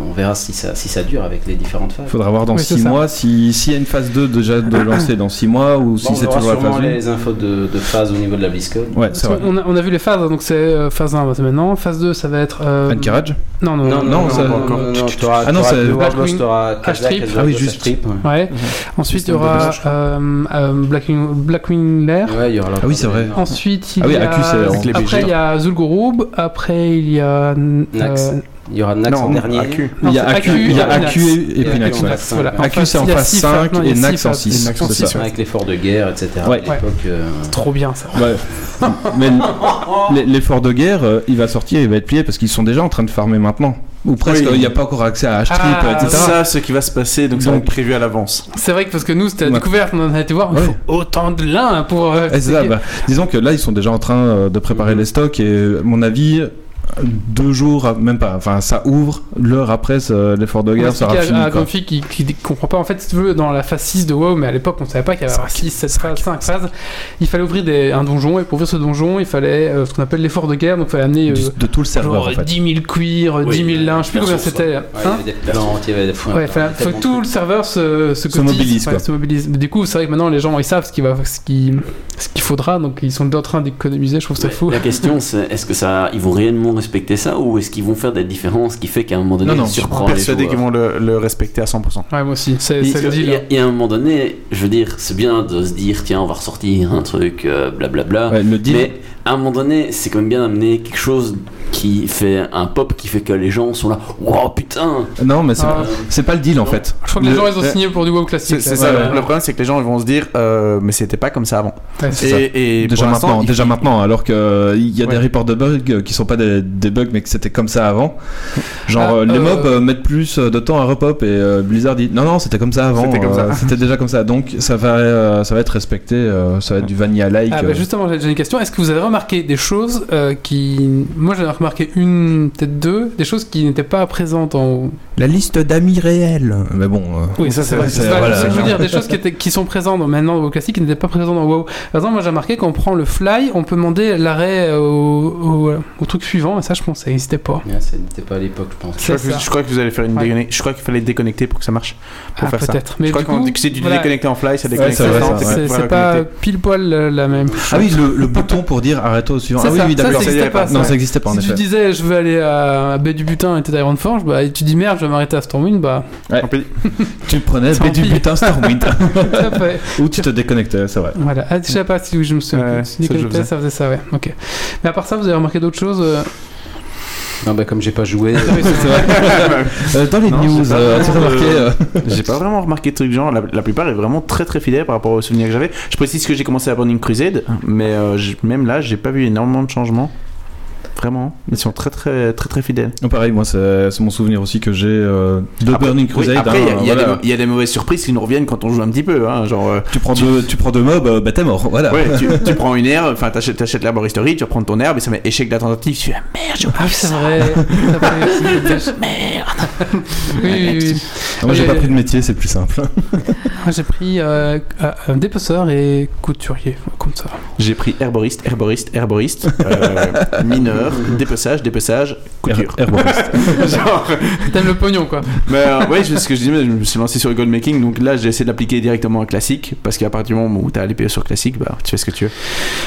Speaker 7: on verra si ça, si ça dure avec les différentes phases.
Speaker 3: Faudra voir dans
Speaker 1: Oui,
Speaker 3: 6
Speaker 1: c'est ça.
Speaker 3: mois si- s'il y a une phase 2 déjà de lancer dans 6 mois ou
Speaker 7: Bon,
Speaker 3: si c'est
Speaker 7: on aura
Speaker 3: toujours la
Speaker 7: sûrement
Speaker 3: phase 1.
Speaker 7: les infos de, de phase au niveau de la BlizzCon.
Speaker 3: Ouais, c'est vrai.
Speaker 1: On a, on a vu les phases, hein, donc c'est euh, phase 1 c'est maintenant, phase 2 ça va être. euh,
Speaker 3: Anne Carrage
Speaker 1: Non, non,
Speaker 3: non, ça-
Speaker 7: encore. t'auras-
Speaker 3: Ah non,
Speaker 7: t'auras
Speaker 3: c'est
Speaker 7: Blue Horse,
Speaker 1: Blackwing,
Speaker 7: t'auras
Speaker 1: Astrip.
Speaker 7: Kazakh, Kazakh,
Speaker 3: Ah oui, juste.
Speaker 7: Astrip, ouais.
Speaker 1: Ouais.
Speaker 3: Mhm.
Speaker 1: Ensuite, il y aura euh, euh, Blackwing, Blackwing Lair.
Speaker 7: Ouais, il y aura la-
Speaker 3: Ah oui, c'est vrai.
Speaker 1: Ensuite, il
Speaker 3: Ah oui,
Speaker 1: y a.
Speaker 3: Acus, c'est- avec
Speaker 4: les
Speaker 1: après,
Speaker 4: BG.
Speaker 1: il y a Zul'Gurub. Après, il y a. euh,
Speaker 7: Nax. Il y aura Nax en
Speaker 4: Non,
Speaker 7: dernier.
Speaker 4: AQ.
Speaker 1: non,
Speaker 3: Il y a
Speaker 1: c'est
Speaker 3: AQ,
Speaker 1: Acus,
Speaker 3: il y a
Speaker 1: Nax.
Speaker 3: AQ et, et
Speaker 7: Et
Speaker 3: Pinax.
Speaker 7: Acus en
Speaker 3: ouais.
Speaker 7: phase cinq,
Speaker 1: Voilà.
Speaker 7: ouais.
Speaker 1: En
Speaker 3: AQ c'est en
Speaker 1: il y a
Speaker 3: phase
Speaker 1: six
Speaker 3: 5
Speaker 1: phases, non, il y
Speaker 3: et
Speaker 1: a six
Speaker 3: Nax en
Speaker 1: phases.
Speaker 3: 6.
Speaker 4: Nax en
Speaker 3: c'est
Speaker 4: six,
Speaker 3: ça.
Speaker 4: ouais.
Speaker 7: Avec l'effort de guerre, etc.
Speaker 3: Ouais.
Speaker 7: À l'époque, euh,
Speaker 1: Trop bien ça.
Speaker 3: Ouais. Bah, Mais l- l'effort de guerre, euh, il va sortir, il va être plié parce qu'ils sont déjà en train de farmer maintenant. Ou presque,
Speaker 4: Oui.
Speaker 3: euh, il n'y a pas encore accès à H-Trip,
Speaker 1: Ah,
Speaker 3: etc.
Speaker 4: Ça, ce qui va se passer, donc ça va
Speaker 3: Donc-
Speaker 4: être prévu à l'avance.
Speaker 1: C'est vrai que parce que nous, c'était la
Speaker 3: Ouais.
Speaker 1: découverte, on en a été voir, il
Speaker 3: Ouais.
Speaker 1: faut autant de lin pour. euh,
Speaker 3: Eh, c'est ça, bah, disons que là, ils sont déjà en train euh, de préparer
Speaker 1: Mm-hmm.
Speaker 3: les stocks et, euh, à mon avis, deux jours, euh, même pas, enfin, ça ouvre, l'heure après, ça- l'effort de
Speaker 1: On
Speaker 3: guerre sera
Speaker 1: expliquait à-
Speaker 3: fini.
Speaker 1: à
Speaker 3: quoi.
Speaker 1: Grumpy qui, qui comprend pas. En fait, si tu veux, dans la phase 6 de WoW, mais à l'époque, on savait pas qu'il y avait 6, 7 phases, 5 phases. Il fallait ouvrir des- un donjon, et pour ouvrir ce donjon, il fallait euh, ce qu'on appelle l'effort de guerre, donc il fallait amener euh,
Speaker 3: Du- de tout le serveur,
Speaker 1: genre,
Speaker 3: en fait.
Speaker 1: 10 000 cuirs, 10 000 lins, je sais plus combien
Speaker 5: ressources,
Speaker 1: c'était.
Speaker 7: euh, ouais,
Speaker 1: hein
Speaker 7: il y avait des plantes, il y avait des foins.
Speaker 1: Ouais, il fallait- faut que tout le serveur se, se, cotise,
Speaker 3: mobilise,
Speaker 1: ouais,
Speaker 3: quoi.
Speaker 1: se mobilise. Mais Du coup, c'est vrai que maintenant les gens ils savent ce qu'il va, ce qui, ce qu'il faudra, donc ils sont déjà en train d'économiser. Je trouve ça
Speaker 5: Ouais,
Speaker 1: fou.
Speaker 5: La question, c'est est-ce que ça, ils vont réellement respecter ça ou est-ce qu'ils vont faire des différences qui fait qu'à un moment donné,
Speaker 3: Non, non,
Speaker 5: ils surprend les
Speaker 4: Persuadé
Speaker 5: joueurs
Speaker 4: qu'ils vont le, le respecter à 100%.
Speaker 1: Ouais, moi aussi. C'est
Speaker 5: Parce
Speaker 1: c'est le
Speaker 5: que
Speaker 1: deal. hein.
Speaker 5: il y a- il y a un moment donné, je veux dire, c'est bien de se dire, tiens, on va ressortir un truc, euh, blablabla.
Speaker 3: Ouais, le deal.
Speaker 5: Mais à un moment donné, c'est quand même bien d'amener quelque chose qui fait un pop qui fait que les gens sont là. Wow, putain
Speaker 3: Non, mais c'est
Speaker 1: Ah.
Speaker 3: c'est pas le deal, en
Speaker 5: Non.
Speaker 3: fait.
Speaker 1: Je crois que les
Speaker 4: le-
Speaker 1: gens ils ont
Speaker 4: ouais.
Speaker 1: signé pour du WoW classique. là.
Speaker 4: C'est c'est ça,
Speaker 1: Ouais,
Speaker 4: le-
Speaker 1: ouais.
Speaker 4: le problème, c'est que les gens ils vont se dire, euh, mais c'était pas comme ça avant.
Speaker 1: Ouais, c'est
Speaker 3: Et-
Speaker 1: ça.
Speaker 4: et
Speaker 3: déjà
Speaker 4: pour l'instant,
Speaker 3: maintenant,
Speaker 4: il-
Speaker 3: déjà maintenant, alors que euh, il y a des
Speaker 4: Ouais.
Speaker 3: reports de bugs euh, qui sont pas des, des bugs, mais que c'était comme ça avant. Genre
Speaker 1: Ah,
Speaker 3: euh, les
Speaker 1: euh,
Speaker 3: mobs euh, mettent plus euh, de temps à repop et euh, Blizzard dit non non c'était comme ça avant.
Speaker 4: C'était comme ça.
Speaker 3: euh, c'était déjà comme ça. Donc ça va, euh, ça va être respecté, euh, ça va être du euh. vanilla like.
Speaker 1: Ah bah justement, j'ai j'ai une question. Est-ce que vous avez remarqué des choses euh, qui, moi j'en ai remarqué une, peut-être deux, des choses qui n'étaient pas présentes en.
Speaker 3: La liste d'amis réels. Mais bon. euh,
Speaker 1: Oui,
Speaker 4: ça, c'est vrai,
Speaker 1: C'est
Speaker 3: c'est-
Speaker 1: ça,
Speaker 3: voilà,
Speaker 1: c'est ce que je veux dire,
Speaker 3: genre.
Speaker 1: des choses qui, étaient- qui sont présentes dans- maintenant dans WoW classique qui n'étaient pas présentes dans WoW. Par exemple, moi j'ai remarqué quand on prend le fly, on peut demander l'arrêt au, au- au truc suivant, et ça je pense ça n'existait pas.
Speaker 7: Ouais, ça n'était pas à l'époque, je pense.
Speaker 4: Je crois,
Speaker 1: C'est ça.
Speaker 4: que, je crois que vous allez faire une
Speaker 1: Ouais.
Speaker 4: déconne- Je crois qu'il fallait déconnecter pour que ça marche. Pour
Speaker 1: Ah,
Speaker 4: faire ça.
Speaker 1: peut-être. Mais
Speaker 4: je crois
Speaker 1: du
Speaker 4: qu'on
Speaker 1: coup,
Speaker 4: dit que c'est du
Speaker 1: voilà,
Speaker 4: déconnecter en fly, ça déconnecte
Speaker 3: c'est vrai,
Speaker 4: en
Speaker 3: ça,
Speaker 4: fly,
Speaker 1: c'est
Speaker 4: pour
Speaker 1: c'est
Speaker 4: la
Speaker 1: pas
Speaker 4: connecter.
Speaker 1: pile poil euh, la même.
Speaker 3: Ah oui le, le bouton pour dire arrête au suivant.
Speaker 1: C'est
Speaker 3: Ah oui
Speaker 1: ça,
Speaker 3: oui
Speaker 1: ça,
Speaker 3: d'accord.
Speaker 1: ça existait pas,
Speaker 3: Non
Speaker 1: ça.
Speaker 3: ça existait pas en
Speaker 1: Si tu
Speaker 3: effet.
Speaker 1: disais je veux aller à, à Baie du Butin et t'es à Ironforge, bah et tu dis merde, je vais m'arrêter à Stormwind, bah
Speaker 4: Tant pis.
Speaker 3: Tu prenais
Speaker 1: Tant
Speaker 3: mais du
Speaker 1: pis.
Speaker 3: butin Stormwind
Speaker 1: tout à fait.
Speaker 3: ou tu te déconnectais c'est vrai.
Speaker 1: Voilà, ah, je sais pas si je me souviens.
Speaker 4: Ouais,
Speaker 1: plus.
Speaker 4: ça,
Speaker 1: Si
Speaker 4: je
Speaker 1: déconnecté,
Speaker 4: faisais.
Speaker 1: ça faisait ça, ouais. Ok. Mais à part ça, vous avez remarqué d'autres choses euh,
Speaker 7: Non, bah, comme j'ai pas joué.
Speaker 3: C'est vrai. Euh, dans les
Speaker 4: Non,
Speaker 3: news,
Speaker 4: j'ai pas
Speaker 3: euh, as-tu
Speaker 4: vraiment de-
Speaker 3: remarqué euh,
Speaker 4: J'ai pas vraiment remarqué de trucs genre. La, la plupart est vraiment très très fidèle par rapport aux souvenirs que j'avais. Je précise que j'ai commencé à Burning Crusade, mais euh, j- même là, j'ai pas vu énormément de changements. Vraiment, ils sont très très très très fidèles.
Speaker 3: Non, pareil, moi, c'est c'est mon souvenir aussi que j'ai euh, de
Speaker 4: Après-
Speaker 3: Burning
Speaker 4: oui,
Speaker 3: Crusade.
Speaker 4: après,
Speaker 3: hein,
Speaker 4: il y a- il y, a
Speaker 3: voilà.
Speaker 4: des- il y a des mauvaises surprises qui nous reviennent quand on joue un petit peu. hein, genre, euh,
Speaker 3: tu, prends deux, tu prends deux mobs, euh, bah t'es mort, voilà.
Speaker 4: ouais, tu, tu prends une herbe, enfin t'achètes, t'achètes l'herbe History, tu reprends ton herbe et ça met échec de la tentative. Tu fais,
Speaker 1: Ah oui, c'est vrai. Merde. Oui, oui, oui.
Speaker 3: Ah, moi, j'ai
Speaker 1: Et-
Speaker 3: pas pris de métier, c'est plus simple.
Speaker 1: Moi, J'ai pris euh, euh, euh, dépeceur et couturier, comme ça.
Speaker 4: J'ai pris herboriste, herboriste, herboriste, euh, mineur, dépeçage, dépeçage, couture.
Speaker 3: Air- Airborne.
Speaker 4: Genre,
Speaker 1: T'aimes le pognon, quoi.
Speaker 4: mais euh, ouais, c'est ce que je disais, mais je me suis lancé sur le gold making, donc là j'ai essayé de l'appliquer directement à classique, parce qu'à partir du moment où t'as l'APE sur classique, bah tu fais ce que tu veux.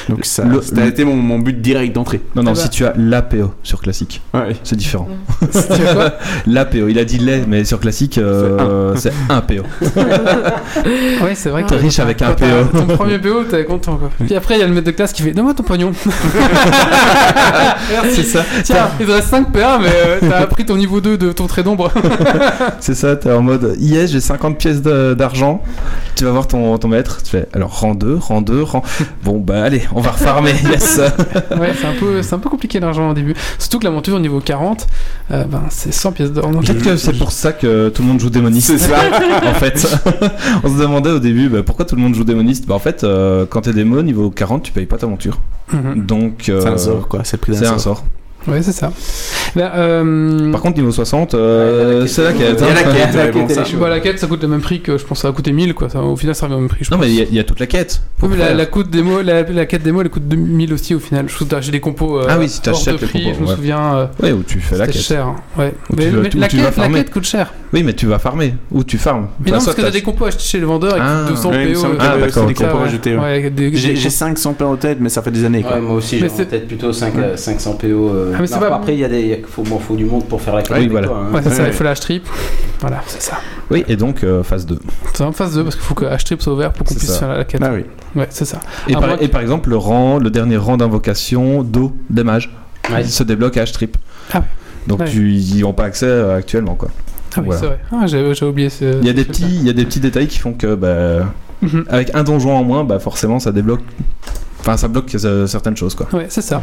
Speaker 4: Donc ça,
Speaker 3: Le-
Speaker 4: ça a été mon, mon but direct d'entrée.
Speaker 3: non, non,
Speaker 1: Eh ben-
Speaker 3: si tu as l'APO sur classique,
Speaker 4: Ouais.
Speaker 3: c'est différent.
Speaker 1: Tu vois quoi
Speaker 3: L'APO, il a dit lait, mais sur classique, euh, c'est un PO.
Speaker 1: Ouais, c'est vrai que
Speaker 3: T'es riche avec un
Speaker 1: quand t'as
Speaker 3: PO.
Speaker 1: Ton premier PO, t'es content, quoi. Puis après, il y a le maître de classe qui fait Donne-moi ton pognon.
Speaker 3: C'est ça,
Speaker 1: Tiens, il te reste 5 PA, mais euh, t'as appris ton niveau 2 de ton trait d'ombre.
Speaker 3: c'est ça, t'es en mode yes, j'ai 50 pièces de- d'argent. Tu vas voir ton, ton maître, tu fais alors rang 2, rang 2, rang. Bon, bah allez, on va refarmer, yes.
Speaker 1: ouais, c'est un, peu- c'est un peu compliqué l'argent au début. Surtout que la monture niveau 40, euh, ben, c'est 100 pièces d'or. Donc,
Speaker 3: Peut-être que c'est pour ça que tout le monde joue démoniste.
Speaker 4: C'est ça.
Speaker 3: en fait. on se demandait au début bah, pourquoi tout le monde joue démoniste. Bah, en fait, euh, quand t'es démon, niveau 40, tu payes pas ta monture.
Speaker 1: Mhm.
Speaker 3: Donc, euh,
Speaker 4: C'est un sort quoi, c'est le prix
Speaker 3: c'est
Speaker 4: d'un
Speaker 3: un
Speaker 4: sort.
Speaker 3: sort.
Speaker 1: Ouais, c'est ça. Là, euh,
Speaker 3: Par contre, niveau 60, euh,
Speaker 7: Ouais,
Speaker 3: c'est la quête.
Speaker 4: Il y a la
Speaker 3: hein.
Speaker 4: quête, mais bon,
Speaker 7: quête, elle
Speaker 4: ça-
Speaker 7: est chaude.
Speaker 1: bah, la quête, ça coûte le même prix que je pense, ça va coûter 1000 quoi. Ça, au final, ça revient au même prix. Je
Speaker 3: Non,
Speaker 1: pense.
Speaker 3: mais il y a- il y, a toute la quête.
Speaker 1: Oui,
Speaker 3: pour
Speaker 1: mais la,
Speaker 3: faire.
Speaker 1: la, coûte démo, la, la quête démo, elle coûte 2000 aussi au final. Je trouve que J'ai des compos. euh,
Speaker 3: Ah oui, si t'achètes
Speaker 1: hors de
Speaker 3: les
Speaker 1: prix,
Speaker 3: compos,
Speaker 1: Je me
Speaker 3: ouais.
Speaker 1: souviens. euh,
Speaker 3: Ouais, où tu fais la
Speaker 1: C'était
Speaker 3: quête.
Speaker 1: cher. hein. Ouais.
Speaker 3: Ou
Speaker 1: Mais,
Speaker 3: tu vas-
Speaker 1: mais
Speaker 3: tu-
Speaker 1: la,
Speaker 3: tu vas
Speaker 1: quête, la
Speaker 3: farmer.
Speaker 1: quête coûte cher.
Speaker 3: Oui, mais tu vas farmer. Ou tu farmes.
Speaker 1: Mais
Speaker 3: Bah,
Speaker 1: non,
Speaker 3: soit
Speaker 1: parce que t'as
Speaker 3: t'as-
Speaker 1: des compos achetés chez le vendeur et
Speaker 3: Ah.
Speaker 1: qui coûtent 200
Speaker 4: Ouais, il me
Speaker 1: PO.
Speaker 4: semble
Speaker 1: euh,
Speaker 4: que
Speaker 3: Ah,
Speaker 4: c'est
Speaker 3: d'accord,
Speaker 4: des
Speaker 1: ça,
Speaker 4: compos
Speaker 1: ouais.
Speaker 4: rajoutés, ouais.
Speaker 1: Ouais, des-
Speaker 4: J'ai
Speaker 1: des-
Speaker 4: j'ai 500 pains en tête, mais ça fait des années. quoi.
Speaker 7: Ouais, moi aussi,
Speaker 1: Mais
Speaker 7: j'ai
Speaker 1: c'est-
Speaker 7: peut-être plutôt 5, euh, 500 PO. euh.
Speaker 1: Ah, mais c'est
Speaker 7: Non,
Speaker 1: pas-
Speaker 7: Après, il y a des, il y a- faut, bon, faut du monde pour faire la quête.
Speaker 3: Oui,
Speaker 7: avec
Speaker 3: voilà.
Speaker 7: toi, hein.
Speaker 1: Ouais, c'est ça,
Speaker 4: Ouais.
Speaker 1: il faut l'acheter. Voilà, c'est ça.
Speaker 3: Oui, et donc euh, phase 2.
Speaker 1: C'est en phase 2 parce qu'il faut que H-Trip soit ouvert pour qu'on
Speaker 3: C'est
Speaker 1: puisse
Speaker 3: ça.
Speaker 1: faire la quête.
Speaker 4: Ah oui.
Speaker 1: Ouais, c'est ça.
Speaker 3: Et,
Speaker 1: Ah,
Speaker 3: par,
Speaker 1: moi-
Speaker 3: et par exemple, le rang, le dernier rang d'invocation d'eau des mages
Speaker 7: Ouais.
Speaker 3: se débloque à H-Trip.
Speaker 1: Ah.
Speaker 3: Donc
Speaker 1: Ouais.
Speaker 3: tu, ils n'y ont pas accès euh, actuellement. quoi.
Speaker 1: Ah oui,
Speaker 3: Voilà.
Speaker 1: c'est vrai. Ah, j'ai j'ai oublié ce.
Speaker 3: Il y, a des petits, il y a des petits détails qui font que bah,
Speaker 1: Mhm.
Speaker 3: avec un donjon en moins, bah, forcément ça débloque. Enfin, ça bloque euh, certaines choses. quoi. Mhm.
Speaker 1: Ouais, c'est ça.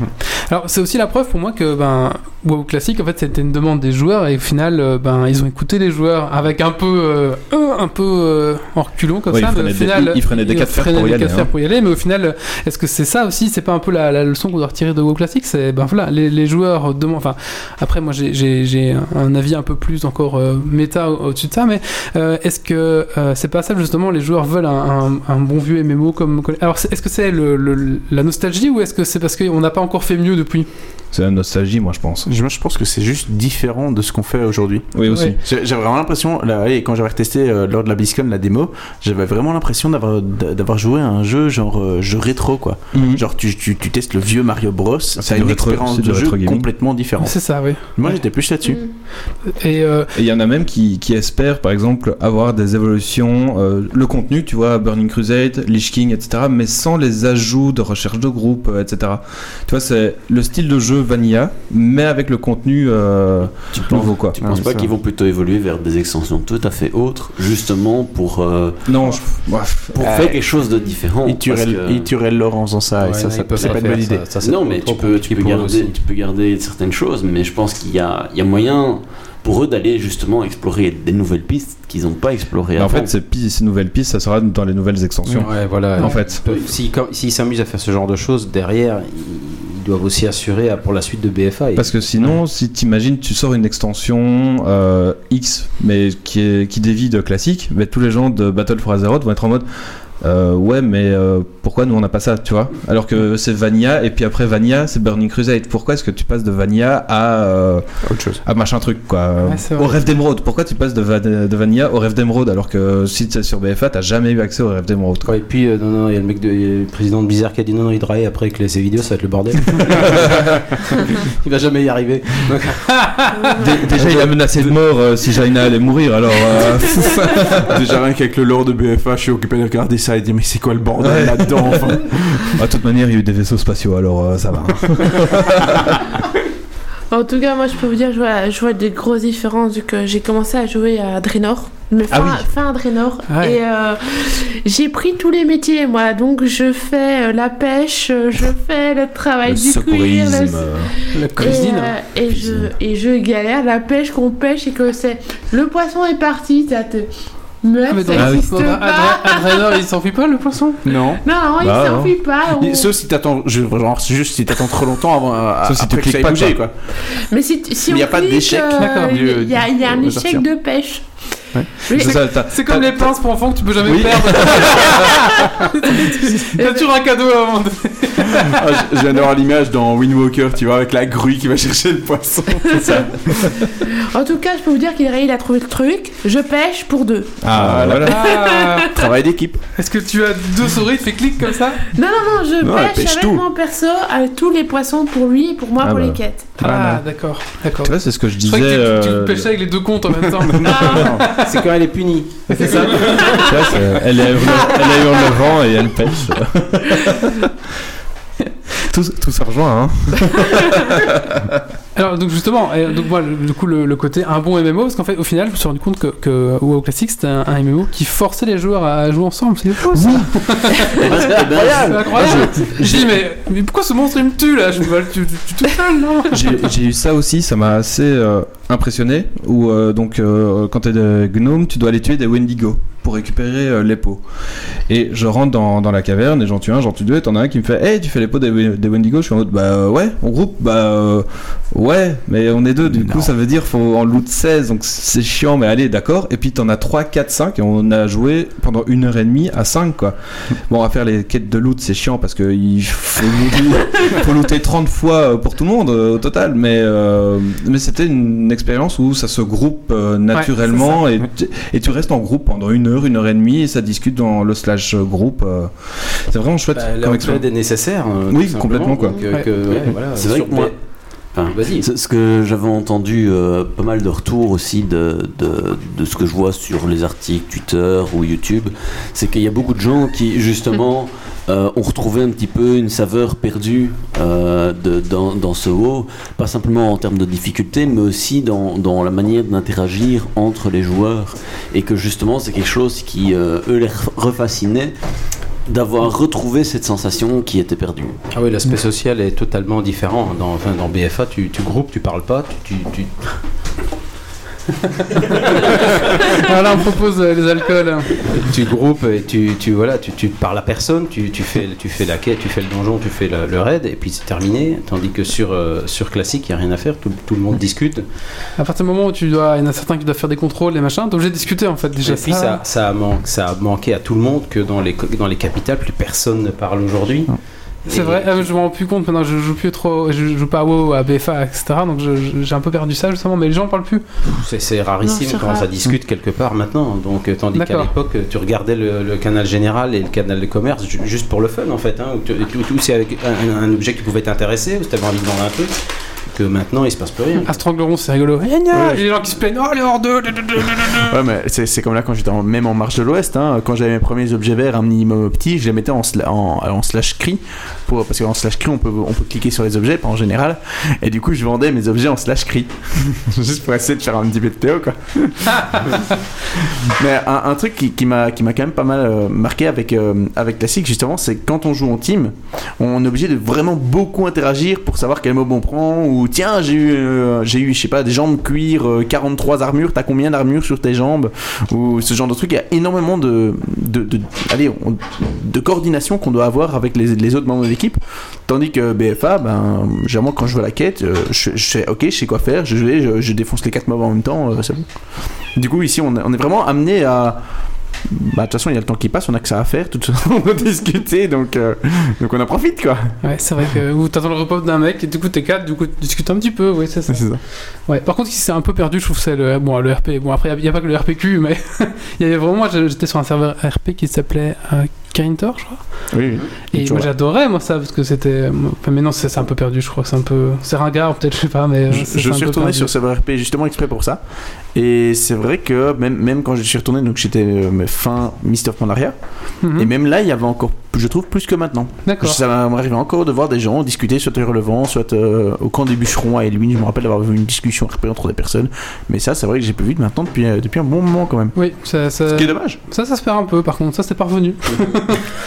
Speaker 1: Alors, c'est aussi la preuve pour moi que ben, WoW Classic, en fait, c'était une demande des joueurs et au final, euh, ben, ils ont écouté les joueurs avec un peu, euh, euh, un peu euh, en reculant comme
Speaker 3: Ouais,
Speaker 1: ça.
Speaker 3: ils
Speaker 1: mais au
Speaker 3: prenaient des-
Speaker 1: final,
Speaker 3: ils- ils prenaient des quatre fers
Speaker 1: prenaient
Speaker 3: pour y
Speaker 1: des
Speaker 3: aller,
Speaker 1: quatre
Speaker 3: hein.
Speaker 1: fers pour y aller. Mais au final, euh, est-ce que c'est ça aussi C'est pas un peu la, la leçon qu'on doit retirer de WoW Classic C'est ben voilà, les, les joueurs demandent. Enfin, après, moi, j'ai- j'ai j'ai un avis un peu plus encore euh, méta au- au-dessus de ça, mais euh, est-ce que euh, c'est pas ça justement les joueurs veulent un, un- un bon vieux MMO comme alors c'est- est-ce que c'est le- le- la nostalgie ou est-ce que c'est parce qu'on n'a pas encore fait mieux depuis
Speaker 3: C'est la nostalgie, moi je pense.
Speaker 4: Je je pense que c'est juste différent de ce qu'on fait aujourd'hui.
Speaker 3: Oui, aussi.
Speaker 1: Ouais.
Speaker 4: J'ai j'ai vraiment l'impression, là, allez, quand j'avais testé lors de la BlizzCon la démo, j'avais vraiment l'impression d'avoir d'avoir joué à un jeu genre euh, jeu rétro quoi.
Speaker 3: Mhm.
Speaker 4: Genre tu, tu, tu testes le vieux Mario Bros,
Speaker 3: c'est
Speaker 4: t'as
Speaker 3: du
Speaker 4: une
Speaker 3: rétro-
Speaker 4: expérience
Speaker 3: c'est du
Speaker 4: de jeu
Speaker 3: rétro gaming.
Speaker 4: complètement différente.
Speaker 1: C'est ça, oui.
Speaker 4: Moi j'étais plus là-dessus.
Speaker 2: Mm.
Speaker 1: Et euh,
Speaker 3: Et il y en a même qui, qui espèrent, par exemple, avoir des évolutions, euh, le contenu, tu vois, Burning Crusade, Lich King, etc., mais sans les ajouts de recherche de groupe, euh, etc. Tu vois, c'est le style de jeu vanilla, mais avec le contenu euh,
Speaker 5: Tu penses,
Speaker 3: nouveau, quoi.
Speaker 5: tu penses
Speaker 7: Ah,
Speaker 4: Ouais,
Speaker 5: pas
Speaker 4: ça.
Speaker 5: qu'ils vont plutôt évoluer vers des extensions tout à fait autres, justement pour, euh,
Speaker 3: Non, je... bref.
Speaker 5: pour
Speaker 4: Ouais.
Speaker 5: faire quelque chose de différent
Speaker 4: Il
Speaker 5: parce
Speaker 4: tuerait
Speaker 5: que-
Speaker 4: il tuerait le Laurent en ça, et
Speaker 7: Ouais,
Speaker 4: ça,
Speaker 7: non,
Speaker 4: ça
Speaker 7: ils peuvent
Speaker 4: c'est pas une
Speaker 7: faire
Speaker 4: bonne
Speaker 7: ça,
Speaker 4: idée.
Speaker 7: ça, c'est
Speaker 5: non, mais
Speaker 7: trop
Speaker 5: tu peux, tu,
Speaker 7: compliqué
Speaker 5: peux
Speaker 7: pour eux
Speaker 5: garder,
Speaker 7: aussi.
Speaker 5: tu peux garder certaines choses, mais je pense qu'il y a, il y a moyen pour eux d'aller justement explorer des nouvelles pistes qu'ils n'ont pas explorées
Speaker 3: Mais en
Speaker 5: avant.
Speaker 3: fait, ces, pistes- ces nouvelles pistes, ça sera dans les nouvelles extensions.
Speaker 7: Ouais, voilà.
Speaker 3: En fait,
Speaker 7: Ils peuvent- S'ils com- s'ils s'amusent à faire ce genre de choses, derrière, ils ils doivent aussi assurer à- pour la suite de BFA.
Speaker 3: parce que sinon, si t'imagines, tu sors une extension euh, X, mais qui, est, qui dévie de classique, mais tous les gens de Battle for Azeroth vont être en mode euh, ouais, mais euh, pourquoi nous on n'a pas ça, tu vois Alors que c'est Vania, et puis après Vania, c'est Burning Crusade. Pourquoi est-ce que tu passes de Vania à, euh,
Speaker 4: Autre chose.
Speaker 3: à machin truc, quoi
Speaker 1: Ouais, c'est vrai.
Speaker 3: Au rêve d'Emeraude. Pourquoi tu passes de, Va- de Vania au rêve d'Emeraude alors que si tu es sur BFA, t'as jamais eu accès au rêve d'Emeraude, quoi
Speaker 7: Ouais, et puis, euh, non, non, il y a le mec de, le président de Bizarre qui a dit non, non, il draille après que ses vidéos, ça va être le bordel. il va jamais y arriver. Donc,
Speaker 3: Dé- Déjà, il a menacé de mort euh, si Jaina allait mourir, alors. euh,
Speaker 4: Déjà rien qu'avec le lore de BFA, je suis occupé de regarder ça et de dire mais c'est quoi le bordel
Speaker 3: Ouais.
Speaker 4: là-dedans enfin.
Speaker 3: Ah, De toute manière, il y a eu des vaisseaux spatiaux, alors euh, ça va.
Speaker 2: En tout cas, moi, je peux vous dire, je vois, je vois des grosses différences vu que j'ai commencé à jouer à Draenor. Mais
Speaker 3: Ah
Speaker 2: fin,
Speaker 3: oui.
Speaker 2: fin à Draenor.
Speaker 1: Ouais.
Speaker 2: Et euh, j'ai pris tous les métiers, moi. Donc, je fais euh, la pêche, euh, je fais le travail du cuir, le-
Speaker 1: la
Speaker 2: Et,
Speaker 1: cuisine.
Speaker 2: euh, Et, je, et je galère la pêche qu'on pêche et que c'est. Le poisson est parti, ça te. Meuf,
Speaker 1: Ah, mais dans
Speaker 2: ça
Speaker 3: Ah oui.
Speaker 2: existe pas.
Speaker 1: Adrenor, il s'enfuit pas le poisson
Speaker 4: Non.
Speaker 2: Non, il
Speaker 3: Bah, non.
Speaker 2: s'enfuit pas. on-
Speaker 4: Et- Sauf si t'attends, je- genre juste si t'attends trop longtemps avant euh,
Speaker 3: Sauf si
Speaker 4: après
Speaker 3: tu
Speaker 4: que ça
Speaker 3: cliques
Speaker 4: ait
Speaker 3: pas,
Speaker 4: bougé,
Speaker 3: quoi.
Speaker 4: quoi.
Speaker 2: Mais si, tu- si
Speaker 4: Mais
Speaker 2: on
Speaker 4: y a pas
Speaker 2: clique,
Speaker 4: d'échec,
Speaker 2: euh,
Speaker 1: d'accord.
Speaker 2: Il y, a- il y a un
Speaker 4: Au
Speaker 2: échec
Speaker 4: sortir.
Speaker 2: de pêche.
Speaker 4: Ouais.
Speaker 2: Oui,
Speaker 3: C'est ça, t'as-
Speaker 1: C'est comme
Speaker 3: t'as-
Speaker 1: les pinces pour enfants que tu peux jamais
Speaker 3: Ah. Oui.
Speaker 1: perdre. T'as toujours un cadeau à vendre.
Speaker 4: Ah, je- je viens d'avoir l'image dans Wind Walker, tu vois, avec la grue qui va chercher le poisson.
Speaker 2: En tout cas, je peux vous dire qu'il a- il a trouvé le truc. Je pêche pour deux.
Speaker 3: Ah,
Speaker 4: Voilà.
Speaker 3: voilà.
Speaker 1: Ah,
Speaker 4: Travail d'équipe.
Speaker 1: Est-ce que tu as deux souris, tu fais clic comme ça
Speaker 2: Non, non, non, je
Speaker 4: Non, elle
Speaker 2: pêche,
Speaker 4: pêche
Speaker 2: avec
Speaker 4: tout.
Speaker 2: mon perso, avec tous les poissons pour lui et pour moi
Speaker 3: Ah
Speaker 2: pour
Speaker 3: bah.
Speaker 2: les quêtes.
Speaker 1: Ah, d'accord, d'accord.
Speaker 3: Tu vois, c'est ce que je
Speaker 1: Je
Speaker 3: disais.
Speaker 1: crois que tu- tu,
Speaker 3: euh,
Speaker 1: pêchais avec les deux comptes en même temps.
Speaker 7: c'est quand elle est punie.
Speaker 1: c'est ça.
Speaker 3: tu vois, c'est- elle, est hurle- elle est hurlevent et elle pêche. tout, tout se rejoint, hein.
Speaker 1: Alors donc justement, euh, donc moi le- du coup le, le côté un bon MMO parce qu'en fait au final je me suis rendu compte que, que WoW Classic c'était un, un MMO qui forçait les joueurs à jouer ensemble. C'est fou ça. Ah, C'est incroyable. J'ai dit mais, mais pourquoi ce monstre il me tue là Je me tu, tu, tu tout seul non
Speaker 3: J'ai j'ai eu ça aussi, ça m'a assez euh, impressionné. Où, euh, donc, euh, quand t'es de gnome, tu dois aller tuer des Wendigo pour récupérer euh, les pots. Et je rentre dans, dans la caverne et j'en tue un, j'en tue deux, et t'en as un qui me fait Hey, tu fais les pots des, des Wendigo Je suis en mode Bah euh, ouais, on groupe Bah euh, ouais, mais on est deux, du coup ça veut dire faut en loot 16, donc c'est chiant, mais allez, d'accord. Et puis t'en as 3, 4, 5, et on a joué pendant une heure et demie à 5, quoi. Bon, à faire les quêtes de loot, c'est chiant parce que il faut looter, faut looter 30 fois euh, pour tout le monde euh, au total, mais, euh, mais c'était une expérience où ça se groupe euh, naturellement et, tu- et tu restes en groupe pendant une heure, une heure et demie et ça discute dans le slash euh, groupe. euh. C'est vraiment chouette
Speaker 7: Bah, la
Speaker 3: comme
Speaker 7: upgrade
Speaker 3: expérience.
Speaker 7: est nécessaire. euh,
Speaker 3: Oui,
Speaker 7: tout
Speaker 3: complètement,
Speaker 7: simplement,
Speaker 3: quoi.
Speaker 7: donc, euh,
Speaker 1: Ouais.
Speaker 7: que, ouais, voilà,
Speaker 5: C'est vrai
Speaker 7: sur
Speaker 5: que moi-
Speaker 7: P- enfin, Vas-y.
Speaker 5: Ce ce que j'avais entendu, euh, pas mal de retours aussi de, de, de ce que je vois sur les articles Twitter ou YouTube, c'est qu'il y a beaucoup de gens qui, justement, euh, ont retrouvé un petit peu une saveur perdue euh, de- dans, dans ce WoW, pas simplement en termes de difficulté, mais aussi dans, dans la manière d'interagir entre les joueurs, et que justement, c'est quelque chose qui, euh, eux, les ref- refascinait d'avoir retrouvé cette sensation qui était perdue.
Speaker 7: Ah oui, l'aspect social est totalement différent. Dans, enfin, dans BFA, tu, tu groupes, tu parles pas, tu, tu, tu-
Speaker 1: Voilà, on propose euh, les alcools.
Speaker 7: tu groupes et tu, tu voilà tu, tu parles à personne tu, tu fais tu fais la quête tu fais le donjon tu fais le, le raid et puis c'est terminé tandis que sur euh, sur classique il y a rien à faire tout, tout le monde discute
Speaker 1: À partir du moment où tu dois, il y en a certains qui doivent faire des contrôles et machin, t'es obligé de discuter en fait déjà. Ah,
Speaker 7: et puis ça ça a manqué ça a manqué à tout le monde que dans les co- dans les capitales plus personne ne parle aujourd'hui
Speaker 1: C'est
Speaker 7: Et-
Speaker 1: vrai, ah, mais je me rends plus compte maintenant, je joue plus trop, je joue pas à WoW, à BFA, etc. Donc je- je- j'ai un peu perdu ça justement, mais les gens en parlent plus.
Speaker 7: C'est- C'est rarissime
Speaker 2: Non, c'est
Speaker 7: quand
Speaker 2: rare.
Speaker 7: ça discute quelque part maintenant. Donc, euh, tandis qu'à
Speaker 1: D'accord.
Speaker 7: l'époque, euh, tu regardais le, le canal général et le canal de commerce ju- juste pour le fun en fait. Hein, où tu- où- où- où c'est avec un, un- un objet qui pouvait t'intéresser, ou si t'avais envie de vendre un truc, que maintenant il se passe plus rien.
Speaker 1: À Ah, Strangleron, c'est rigolo. Gna, gna,
Speaker 4: Ouais.
Speaker 1: et Les gens qui se plaignent, oh les hors deux.
Speaker 4: Ouais, mais c'est c'est comme là quand j'étais en- même en marche de l'Ouest, hein, quand j'avais mes premiers objets verts, un minimum petit, je les mettais en, sla- en, en slash cri, pour, parce qu'en slash cri on peut, on peut cliquer sur les objets, pas en général, et du coup je vendais mes objets en slash cri, juste pour essayer de faire un petit peu de théo quoi. mais un, un truc qui, qui m'a qui m'a quand même pas mal euh, marqué avec, euh, avec Classic justement, c'est que quand on joue en team, on est obligé de vraiment beaucoup interagir pour savoir quel mob on prend ou tiens j'ai eu euh, j'ai eu je sais pas des jambes cuir euh, 43 armures t'as combien d'armures sur tes jambes ou ce genre de truc il y a énormément de de, de- allez, on- de coordination qu'on doit avoir avec les, les autres membres de l'équipe tandis que BFA ben généralement quand je vois la quête euh, je, je sais ok je sais quoi faire je vais je, je défonce les quatre mobs en même temps euh, c'est bon du coup ici on, est- on est vraiment amené à bah, de toute façon, il y a le temps qui passe, on a que ça à faire, tout on doit discuter, donc, euh, donc on en profite quoi.
Speaker 1: Ouais, c'est vrai que ou t'attends le repos d'un mec et du coup t'es quatre, du coup tu discutes un petit peu, oui, c'est ça. Ouais, par contre, si c'est un peu perdu, je trouve que c'est le, bon, le RP. Bon, après, il n'y a, pas que le RPQ, mais il y avait vraiment. moi, J'étais sur un serveur RP qui s'appelait euh, Kaintor, je crois.
Speaker 4: Oui,
Speaker 1: Et
Speaker 4: Toujours
Speaker 1: moi,
Speaker 4: là.
Speaker 1: j'adorais, moi, ça, parce que c'était. Enfin, mais non, c'est c'est un peu perdu, je crois. C'est un peu. C'est ringard, peut-être, je sais pas, mais. euh,
Speaker 4: Je,
Speaker 1: c'est-
Speaker 4: je
Speaker 1: c'est un
Speaker 4: suis
Speaker 1: peu
Speaker 4: retourné
Speaker 1: perdu.
Speaker 4: sur Server RP justement exprès pour ça. Et c'est vrai que même, même quand je suis retourné, donc j'étais euh, mais fin Mister Pandaria,
Speaker 1: Mhm.
Speaker 4: et même là, il y avait encore, je trouve, plus que maintenant.
Speaker 1: D'accord.
Speaker 4: Ça m'arrivait encore de voir des gens discuter, soit relevant, soit euh, au camp des bûcherons à Elwin. Je me rappelle d'avoir vu une discussion RP entre des personnes. Mais ça, c'est vrai que j'ai plus vu de maintenant depuis, euh, depuis un bon moment quand même.
Speaker 1: Oui, ça, ça,
Speaker 4: Ce qui est dommage.
Speaker 1: ça, ça se perd un peu, par contre, ça, c'est parvenu.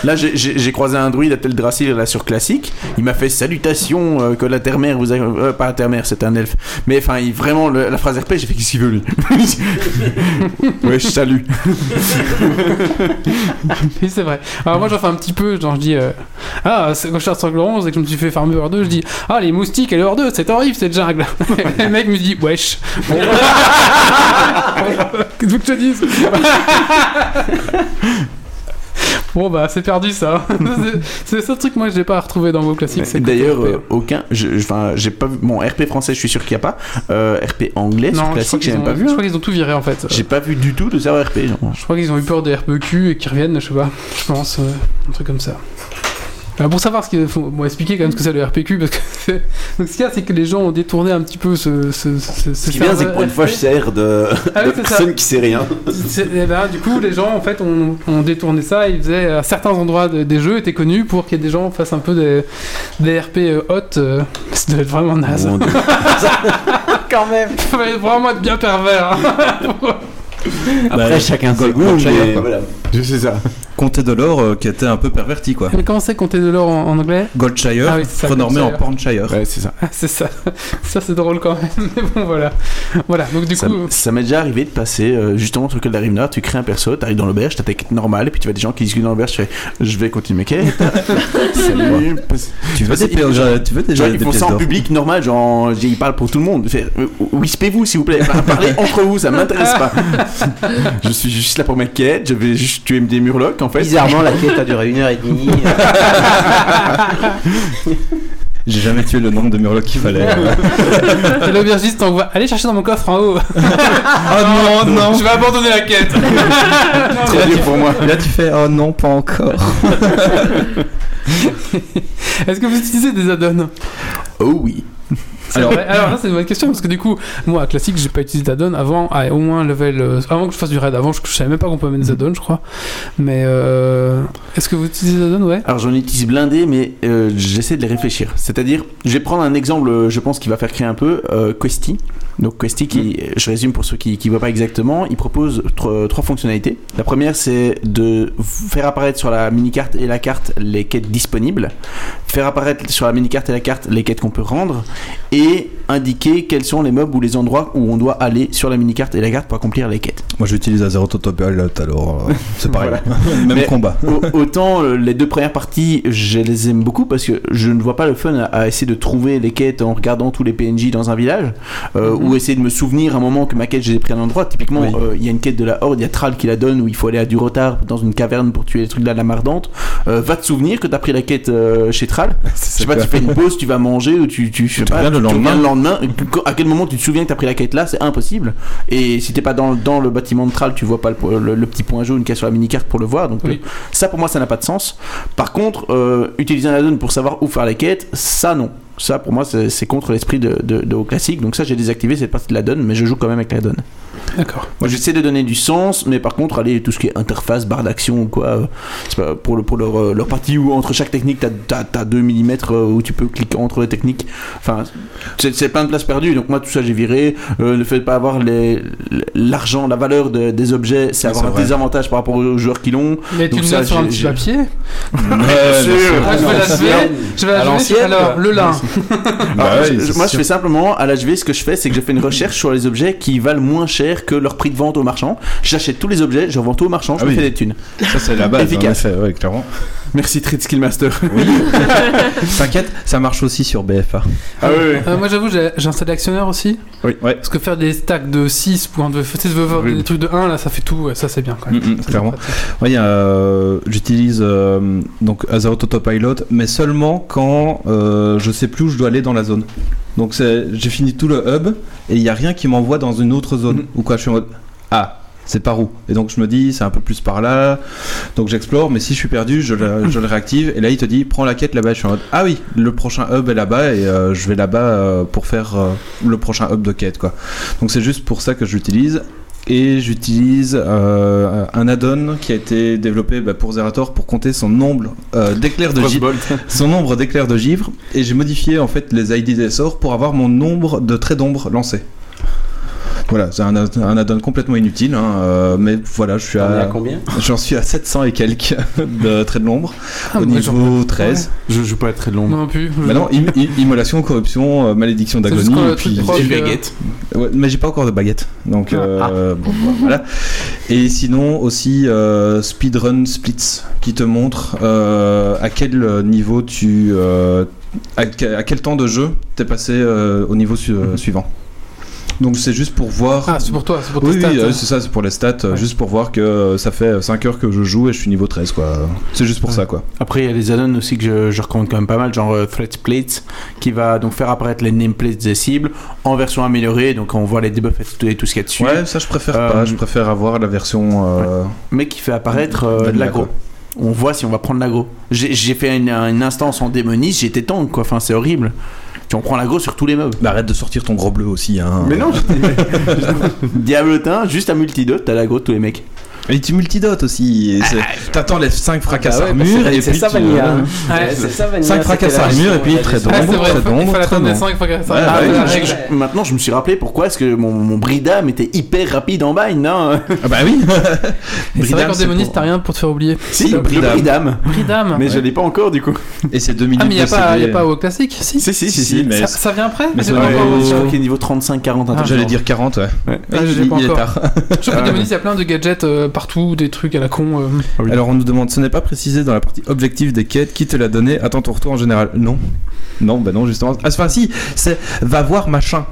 Speaker 4: Là, j'ai- j'ai j'ai croisé un druide appelé Dracil là sur classique. Il m'a fait salutation euh, que la terre-mère vous a. euh, pas la terre-mère, c'est un elfe. Mais enfin, il- vraiment, le- la phrase RP, j'ai fait qu'est-ce qu'il veut lui Ouais, je salue.
Speaker 1: Oui, c'est vrai. Alors, moi, j'en fais un petit peu, genre, je dis. euh, Ah, c'est- quand je suis à Strangleron, c'est que je me suis fait farmer hors 2, je dis. Ah, les moustiques, elle est hors 2, c'est horrible cette jungle. Et le mec me dit, wesh. Bon. Qu'est-ce que je te dise Bon, bah, c'est perdu ça. C'est- c'est le seul truc, moi, que j'ai pas retrouvé dans vos classiques. c'est le côté
Speaker 4: D'ailleurs,
Speaker 1: RP.
Speaker 4: euh, aucun. je- je- Enfin, j'ai pas vu. Bon, RP français, je suis sûr qu'il n'y a pas. Euh, RP anglais sur
Speaker 1: non, je crois
Speaker 4: classique,
Speaker 1: qu'ils
Speaker 4: j'ai même
Speaker 1: ont,
Speaker 4: pas
Speaker 1: je
Speaker 4: vu. hein.
Speaker 1: crois qu'ils ont tout viré en fait.
Speaker 4: J'ai pas vu du tout de serveur RP. genre.
Speaker 1: Je crois qu'ils ont eu peur des RPQ et qu'ils reviennent, je sais pas, je pense, euh, un truc comme ça. Alors pour savoir ce qu'il faut bon, expliquer quand même ce que c'est le RPQ, parce que donc ce qu'il y a, c'est que les gens ont détourné un petit peu ce. ce, ce,
Speaker 5: Ce qui est bien, c'est que pour une fois, je sers de,
Speaker 1: Ah oui,
Speaker 5: de
Speaker 1: c'est ça.
Speaker 5: personne qui sait rien.
Speaker 1: C'est- eh ben, du coup, les gens en fait ont, ont détourné ça. Ils faisaient à certains endroits de- des jeux étaient connus pour qu'il y ait des gens fassent un peu des, des RP euh, hot. euh, ça devait être vraiment naze.
Speaker 5: Bon,
Speaker 1: Quand même. Ça devait être vraiment être bien pervers. hein.
Speaker 3: Bah,
Speaker 5: Après, chacun ses
Speaker 3: Gold
Speaker 5: goûts,
Speaker 3: Watch,
Speaker 5: mais
Speaker 3: quoi.
Speaker 5: voilà.
Speaker 4: C'est ça.
Speaker 3: euh, Comté de l'or euh, qui était un peu perverti, quoi.
Speaker 1: Mais comment c'est compter de l'or en, en anglais
Speaker 3: Goldshire,
Speaker 1: Ah oui, c'est ça,
Speaker 3: renommé en
Speaker 1: Goldshire.
Speaker 3: Pornshire.
Speaker 4: Ouais, c'est ça.
Speaker 1: Ah, C'est ça. Ça c'est drôle quand même. Mais bon voilà. Voilà, donc du
Speaker 4: ça,
Speaker 1: coup.
Speaker 4: ça m'est déjà arrivé de passer euh, justement sur le d'Arimna, tu crées un perso, t'arrives dans l'auberge, t'attaques normal, et puis tu vois des gens qui discutent dans l'auberge, tu fais je vais continuer mes quêtes. Salut.
Speaker 3: Tu veux
Speaker 4: Parce
Speaker 3: des
Speaker 4: que-
Speaker 3: pièces d'or Tu veux
Speaker 4: Genre,
Speaker 3: déjà des
Speaker 4: ils font
Speaker 3: pièces
Speaker 4: ça en
Speaker 3: d'or
Speaker 4: public normal, genre ils parlent pour tout le monde. Fait, euh, Wispez-vous s'il vous plaît, Par- parlez entre vous, ça m'intéresse pas. je suis juste là pour ma quête, je vais juste tuer des murlocs en fait.
Speaker 7: Bizarrement, la quête a duré une heure et demie. euh,
Speaker 3: J'ai jamais tué le nombre de murlocs qu'il fallait. Oh,
Speaker 1: Et l'aubergiste t'envoie Allez chercher dans mon coffre en haut.
Speaker 3: oh non, non
Speaker 1: Je vais abandonner la quête.
Speaker 4: Trop dur pour moi.
Speaker 3: Là, tu fais oh non, pas encore.
Speaker 1: Est-ce que vous utilisez des add-ons
Speaker 4: Oh oui.
Speaker 1: Alors, alors là, c'est une bonne question parce que du coup, moi, à classique, j'ai pas utilisé d'add-on avant, à- au moins level, euh, avant que je fasse du raid. Avant, je, je savais même pas qu'on pouvait mettre des add-ons, je crois. Mais euh, est-ce que vous utilisez des add-ons Ouais.
Speaker 4: Alors j'en utilise blindé, mais euh, j'essaie de les réfléchir. C'est-à-dire, je vais prendre un exemple, euh, je pense qu'il va faire créer un peu, euh, Questy. Donc Questy, qui, je résume pour ceux qui ne voient pas exactement, il propose tro- trois fonctionnalités. La première, c'est de faire apparaître sur la mini-carte et la carte les quêtes disponibles, faire apparaître sur la mini-carte et la carte les quêtes qu'on peut rendre, et indiquer quels sont les mobs ou les endroits où on doit aller sur la mini-carte et la carte pour accomplir les quêtes.
Speaker 3: Moi, j'utilise à zéro autopilot, alors euh, c'est pareil. Même
Speaker 4: Mais-
Speaker 3: combat.
Speaker 4: Au- autant euh, les deux premières parties, je les aime beaucoup parce que je ne vois pas le fun à, à essayer de trouver les quêtes en regardant tous les PNJ dans un village euh, ou essayer de me souvenir un moment que ma quête, je l'ai pris à un endroit. Typiquement, euh,
Speaker 3: Oui.
Speaker 4: il y a une quête de la Horde, il y a Thrall qui la donne où il faut aller à du retard dans une caverne pour tuer les trucs de la lame ardente. Euh, va te souvenir que t'as pris la quête euh, chez Thrall. Je sais pas, tu fais une pause, tu vas manger ou tu, tu, je sais
Speaker 3: Tu
Speaker 4: pas,
Speaker 3: reviens le
Speaker 4: tu reviens
Speaker 3: lendemain.
Speaker 4: le lendemain. Qu- À quel moment tu te souviens que t'as pris la quête là C'est impossible. Et si t'es pas dans, dans le bâtiment de Tral, tu vois pas le, po- le- le petit point jaune qu'il y a sur la mini-carte pour le voir. Donc
Speaker 1: Oui.
Speaker 4: euh, ça pour moi ça n'a pas de sens. Par contre, euh, utiliser un add-on pour savoir où faire les quêtes, ça non. Ça pour moi c'est c'est contre l'esprit de, de, de haut classique. Donc ça j'ai désactivé cette partie de l'add-on, mais je joue quand même avec l'add-on.
Speaker 1: D'accord.
Speaker 4: Moi j'essaie de donner du sens, mais par contre aller tout ce qui est interface, barre d'action ou quoi, euh, c'est pas pour, le, pour leur, euh, leur partie où entre chaque technique t'as 2 mm où tu peux cliquer entre les techniques, enfin c'est c'est plein de places perdues, donc moi tout ça j'ai viré, Euh, le fait de pas avoir les- l'argent, la valeur de- des objets, c'est
Speaker 3: Ouais,
Speaker 4: avoir
Speaker 3: c'est
Speaker 4: un
Speaker 3: vrai.
Speaker 4: désavantage par rapport aux joueurs qui l'ont.
Speaker 1: Mais tu
Speaker 4: Donc
Speaker 1: le
Speaker 4: ça,
Speaker 1: mets sur un
Speaker 4: j'ai-
Speaker 1: petit
Speaker 4: j'ai-
Speaker 1: papier.
Speaker 3: Ouais, bien sûr.
Speaker 1: Ah, je vais l'achever. Je vais
Speaker 7: À
Speaker 1: l'achever.
Speaker 7: l'ancienne,
Speaker 1: Alors,
Speaker 7: quoi.
Speaker 1: le lin.
Speaker 3: Bah
Speaker 4: Alors,
Speaker 3: ouais,
Speaker 4: Ah, je-
Speaker 3: c'est
Speaker 4: moi, je
Speaker 3: sûr.
Speaker 4: fais simplement à l'HV ce que je fais, c'est que je fais une recherche sur les objets qui valent moins cher que leur prix de vente au marchand. J'achète tous les objets, je revends tout au marchand, je
Speaker 3: Ah
Speaker 4: me
Speaker 3: oui.
Speaker 4: fais des thunes.
Speaker 3: Ça, c'est la base. hein,
Speaker 4: Efficace.
Speaker 3: en effet, ouais, clairement.
Speaker 4: Merci Trade Skill Master.
Speaker 3: T'inquiète, ça marche aussi sur BFA.
Speaker 4: Ah oui.
Speaker 1: Euh, moi, j'avoue, j'ai j'ai installé actionnaire aussi.
Speaker 3: Oui, ouais.
Speaker 1: Parce que faire des stacks de 6 pour un de, tu sais,
Speaker 4: Oui.
Speaker 1: des trucs de 1, là, ça fait tout. ouais, ça, c'est bien quand même.
Speaker 3: Mm, mm,
Speaker 1: Ça, c'est
Speaker 3: clairement.
Speaker 1: pratique.
Speaker 3: Oui, euh, j'utilise euh, donc Azure Autopilot, mais seulement quand euh, je sais plus où je dois aller dans la zone. Donc c'est- j'ai fini tout le hub et il n'y a rien qui m'envoie dans une autre zone.
Speaker 4: Mhm.
Speaker 3: Ou quoi, je suis en mode ah. C'est par où Et donc je me dis, c'est un peu plus par là. Donc j'explore, mais si je suis perdu, je le, je le réactive. Et là, il te dit, prends la quête là-bas. Je suis en mode, ah oui, le prochain hub est là-bas et euh, je vais là-bas euh, pour faire euh, le prochain hub de quête. quoi. Donc c'est juste pour ça que j'utilise. Et j'utilise euh, un add-on qui a été développé bah, pour Zerator pour compter son nombre euh, d'éclairs de givre. Son nombre d'éclairs de givre. Et j'ai modifié en fait les ID des sorts pour avoir mon nombre de traits d'ombre lancés. Voilà, c'est un, add- un add-on complètement inutile, hein, euh, mais voilà, je suis
Speaker 7: on est à
Speaker 3: à,
Speaker 7: combien
Speaker 3: j'en suis à 700 et quelques de traits de l'ombre
Speaker 1: Ah,
Speaker 3: au
Speaker 1: moi, j'en-
Speaker 3: niveau 13.
Speaker 4: Je joue pas très
Speaker 1: Ah, Moi
Speaker 4: long.
Speaker 1: non plus. je-
Speaker 3: Maintenant, im- im- immolation, corruption, euh, malédiction
Speaker 1: C'est juste
Speaker 3: d'agonie,
Speaker 1: quand le
Speaker 3: et puis
Speaker 1: truc proche de-
Speaker 3: Ouais, mais j'ai pas encore de baguette.
Speaker 1: Ah.
Speaker 3: Donc euh, bon, bah, voilà. Et sinon aussi euh, speedrun splits qui te montre euh, à quel niveau tu euh, à, que- à quel temps de jeu t'es passé euh, au niveau su- euh, suivant. Donc c'est juste pour voir.
Speaker 1: Mhm. Ah, c'est pour toi, c'est pour
Speaker 3: oui,
Speaker 1: tes
Speaker 3: oui,
Speaker 1: stats.
Speaker 3: euh,
Speaker 1: hein.
Speaker 3: c'est ça, c'est pour les stats, euh,
Speaker 1: Ouais.
Speaker 3: juste pour voir que euh, ça fait 5 heures que je joue et je suis niveau 13, quoi. C'est juste pour ça, quoi.
Speaker 4: Après, il y a les add-ons aussi que je, je recommande quand même pas mal, genre euh, Threat Plates, qui va donc faire apparaître les nameplates des cibles en version améliorée, donc on voit les debuffs et tout, et tout ce qu'il y a dessus,
Speaker 3: Ouais, ça je préfère
Speaker 4: Euh,
Speaker 3: pas, je préfère avoir la version. euh,
Speaker 4: mais qui fait apparaître euh,
Speaker 3: Vanilla,
Speaker 4: de l'aggro.
Speaker 3: quoi.
Speaker 4: On voit si on va prendre l'aggro. J'ai j'ai fait une, une instance en démoniste, j'étais tank, quoi, enfin c'est horrible. Tu on prend l'aggro sur tous les mobs.
Speaker 3: bah, arrête de sortir ton gros bleu aussi, hein.
Speaker 4: Mais non, j'étais- Diablotin, juste à multidot, t'as l'aggro de tous les mecs.
Speaker 3: Et tu multidotes aussi. et
Speaker 1: Ah,
Speaker 3: c'est- T'attends les
Speaker 1: bah
Speaker 3: 5 fracassins
Speaker 7: ouais,
Speaker 3: murs
Speaker 7: parce que
Speaker 3: Ah, et puis
Speaker 7: c'est ça,
Speaker 3: tu- euh,
Speaker 7: Vanilla,
Speaker 3: voilà.
Speaker 7: hein.
Speaker 1: Ouais,
Speaker 7: c'est ça, Vanilla.
Speaker 3: 5 fracassins à mur et puis très
Speaker 1: Ah,
Speaker 3: drôle,
Speaker 1: c'est vrai, il
Speaker 3: très
Speaker 1: faut- il
Speaker 3: drôle,
Speaker 1: fallait
Speaker 3: très
Speaker 1: attendre les
Speaker 3: drôle.
Speaker 1: 5 fois que ça.
Speaker 3: Ouais,
Speaker 1: Ah,
Speaker 4: Ah,
Speaker 3: ouais,
Speaker 1: oui,
Speaker 4: oui,
Speaker 1: la
Speaker 4: j'ai-
Speaker 1: règle.
Speaker 4: j'ai- Maintenant, je me suis rappelé pourquoi est-ce que mon, mon Bridam était hyper rapide en bagne, non
Speaker 3: Ah bah oui
Speaker 1: Et C'est vrai qu'en
Speaker 3: Bridam,
Speaker 1: démoniste,
Speaker 3: pour-
Speaker 1: t'as rien pour te faire oublier.
Speaker 4: Si, le
Speaker 3: Bridam.
Speaker 4: Bridam.
Speaker 1: Bridam.
Speaker 4: Mais je l'ai pas encore du coup.
Speaker 3: Et c'est 2 minutes
Speaker 1: Ah, mais il n'y a,
Speaker 3: de
Speaker 1: pas- y a
Speaker 3: CD.
Speaker 1: pas au classique Si.
Speaker 4: Si, si, si,
Speaker 3: Si,
Speaker 4: si.
Speaker 3: mais-
Speaker 1: Ça, ça vient après Ah,
Speaker 3: mais
Speaker 1: Je
Speaker 3: c'est
Speaker 1: l'ai
Speaker 3: pas
Speaker 1: pas
Speaker 4: Ouais,
Speaker 1: encore
Speaker 4: je
Speaker 1: au-
Speaker 4: crois qu'il est niveau 35-40. un truc
Speaker 3: Ah, J'allais
Speaker 4: genre.
Speaker 3: dire 40, ouais.
Speaker 4: Ouais.
Speaker 1: Ah, je
Speaker 3: il,
Speaker 1: l'ai pas
Speaker 3: il est
Speaker 1: encore.
Speaker 3: tard.
Speaker 1: Je crois que Démonis, il y a plein de gadgets euh, partout, des trucs à la con. euh.
Speaker 4: Oui.
Speaker 3: Alors on nous demande, ce n'est pas précisé dans la partie objectif des quêtes, qui te l'a donné, attends ton retour en général. Non. Non, bah non, justement. Ah, enfin si, c'est va voir machin.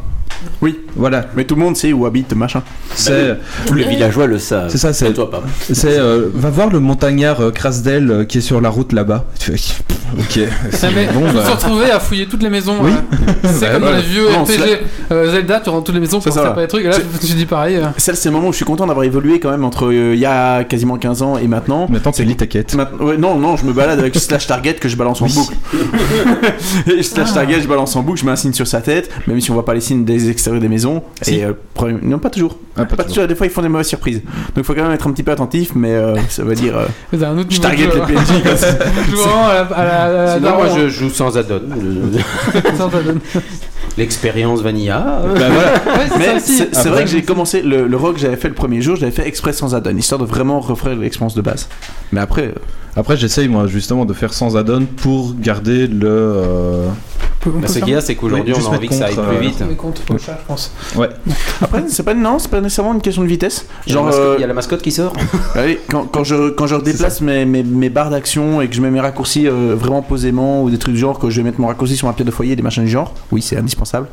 Speaker 4: Oui.
Speaker 1: Bah
Speaker 3: Voilà,
Speaker 4: Mais tout le monde sait où habite machin.
Speaker 3: c'est
Speaker 5: Tous les villageois le savent.
Speaker 3: c'est ça, c'est
Speaker 5: Et toi pas.
Speaker 3: c'est, euh, va voir le montagnard euh, Krasdel euh, qui est sur la route là-bas. Tu fais, OK.
Speaker 1: Ah, mais
Speaker 3: C'est
Speaker 1: je
Speaker 3: bon.
Speaker 1: me suis
Speaker 3: bah.
Speaker 1: retrouvé à fouiller toutes les maisons.
Speaker 3: Oui.
Speaker 1: euh. C'est comme
Speaker 3: Bah,
Speaker 1: dans
Speaker 3: voilà.
Speaker 1: les vieux
Speaker 4: Non,
Speaker 1: RPG euh, Zelda, tu rentres toutes les maisons
Speaker 4: C'est
Speaker 1: pour
Speaker 4: ça.
Speaker 1: taper des trucs. Et là,
Speaker 4: C'est-
Speaker 1: tu dis pareil. euh.
Speaker 4: Ça, c'est le moment où je suis content d'avoir évolué quand même entre euh, il y a quasiment 15 ans et maintenant.
Speaker 3: Maintenant, tu lis ta quête.
Speaker 4: Maintenant- ouais, non, non, je me balade avec slash target que je balance en
Speaker 3: Oui.
Speaker 4: boucle. Et slash target, je balance en boucle, je mets un signe sur sa tête, même si on voit pas les signes des extérieurs des maisons.
Speaker 3: Si.
Speaker 4: Et, euh, problème- Non, pas toujours.
Speaker 3: Ah, pas
Speaker 4: Pas
Speaker 3: toujours.
Speaker 4: toujours, Des fois, ils font des mauvaises surprises. Donc, faut quand même être un petit peu attentif, mais euh, ça veut dire. euh,
Speaker 1: C'est un autre
Speaker 4: je
Speaker 1: niveau
Speaker 4: target
Speaker 1: de jeu,
Speaker 4: les
Speaker 1: hein.
Speaker 4: PNJ. comme ça.
Speaker 1: Je joue vraiment à la- à la- à la-
Speaker 7: Euh, Sinon,
Speaker 1: daron,
Speaker 7: moi,
Speaker 1: hein.
Speaker 7: je joue sans add-on.
Speaker 1: Ça, ça donne-
Speaker 7: L'expérience Vanilla. euh,
Speaker 3: Bah voilà.
Speaker 1: Ouais, c'est ça
Speaker 4: Mais
Speaker 1: aussi.
Speaker 4: c'est c'est
Speaker 3: Ah,
Speaker 4: vrai
Speaker 3: bon.
Speaker 4: que j'ai commencé le, le rock que j'avais fait le premier jour, j'avais fait exprès sans add-on, histoire de vraiment refaire l'expérience de base. Mais après,
Speaker 3: Après, j'essaye moi justement de faire sans add-on pour garder le. euh,
Speaker 1: On peut- on peut
Speaker 7: bah, ce
Speaker 1: faire
Speaker 7: qu'il y a, c'est qu'aujourd'hui,
Speaker 3: Oui,
Speaker 7: on a
Speaker 3: juste
Speaker 7: envie que ça aille
Speaker 3: mettre
Speaker 7: plus
Speaker 3: contre, euh,
Speaker 7: vite.
Speaker 1: des comptes pour ça, je pense.
Speaker 4: après c'est pas non, c'est pas nécessairement une question de vitesse.
Speaker 7: Il y a la
Speaker 4: Genre,
Speaker 7: mascotte-
Speaker 4: euh,
Speaker 7: il y a la mascotte qui sort.
Speaker 4: allez, quand, quand je quand je redéplace mes, mes, mes barres d'action et que je mets mes raccourcis euh, vraiment posément ou des trucs du genre que je vais mettre mon raccourci sur ma pierre de foyer, des machins du genre. Oui, c'est indispensable.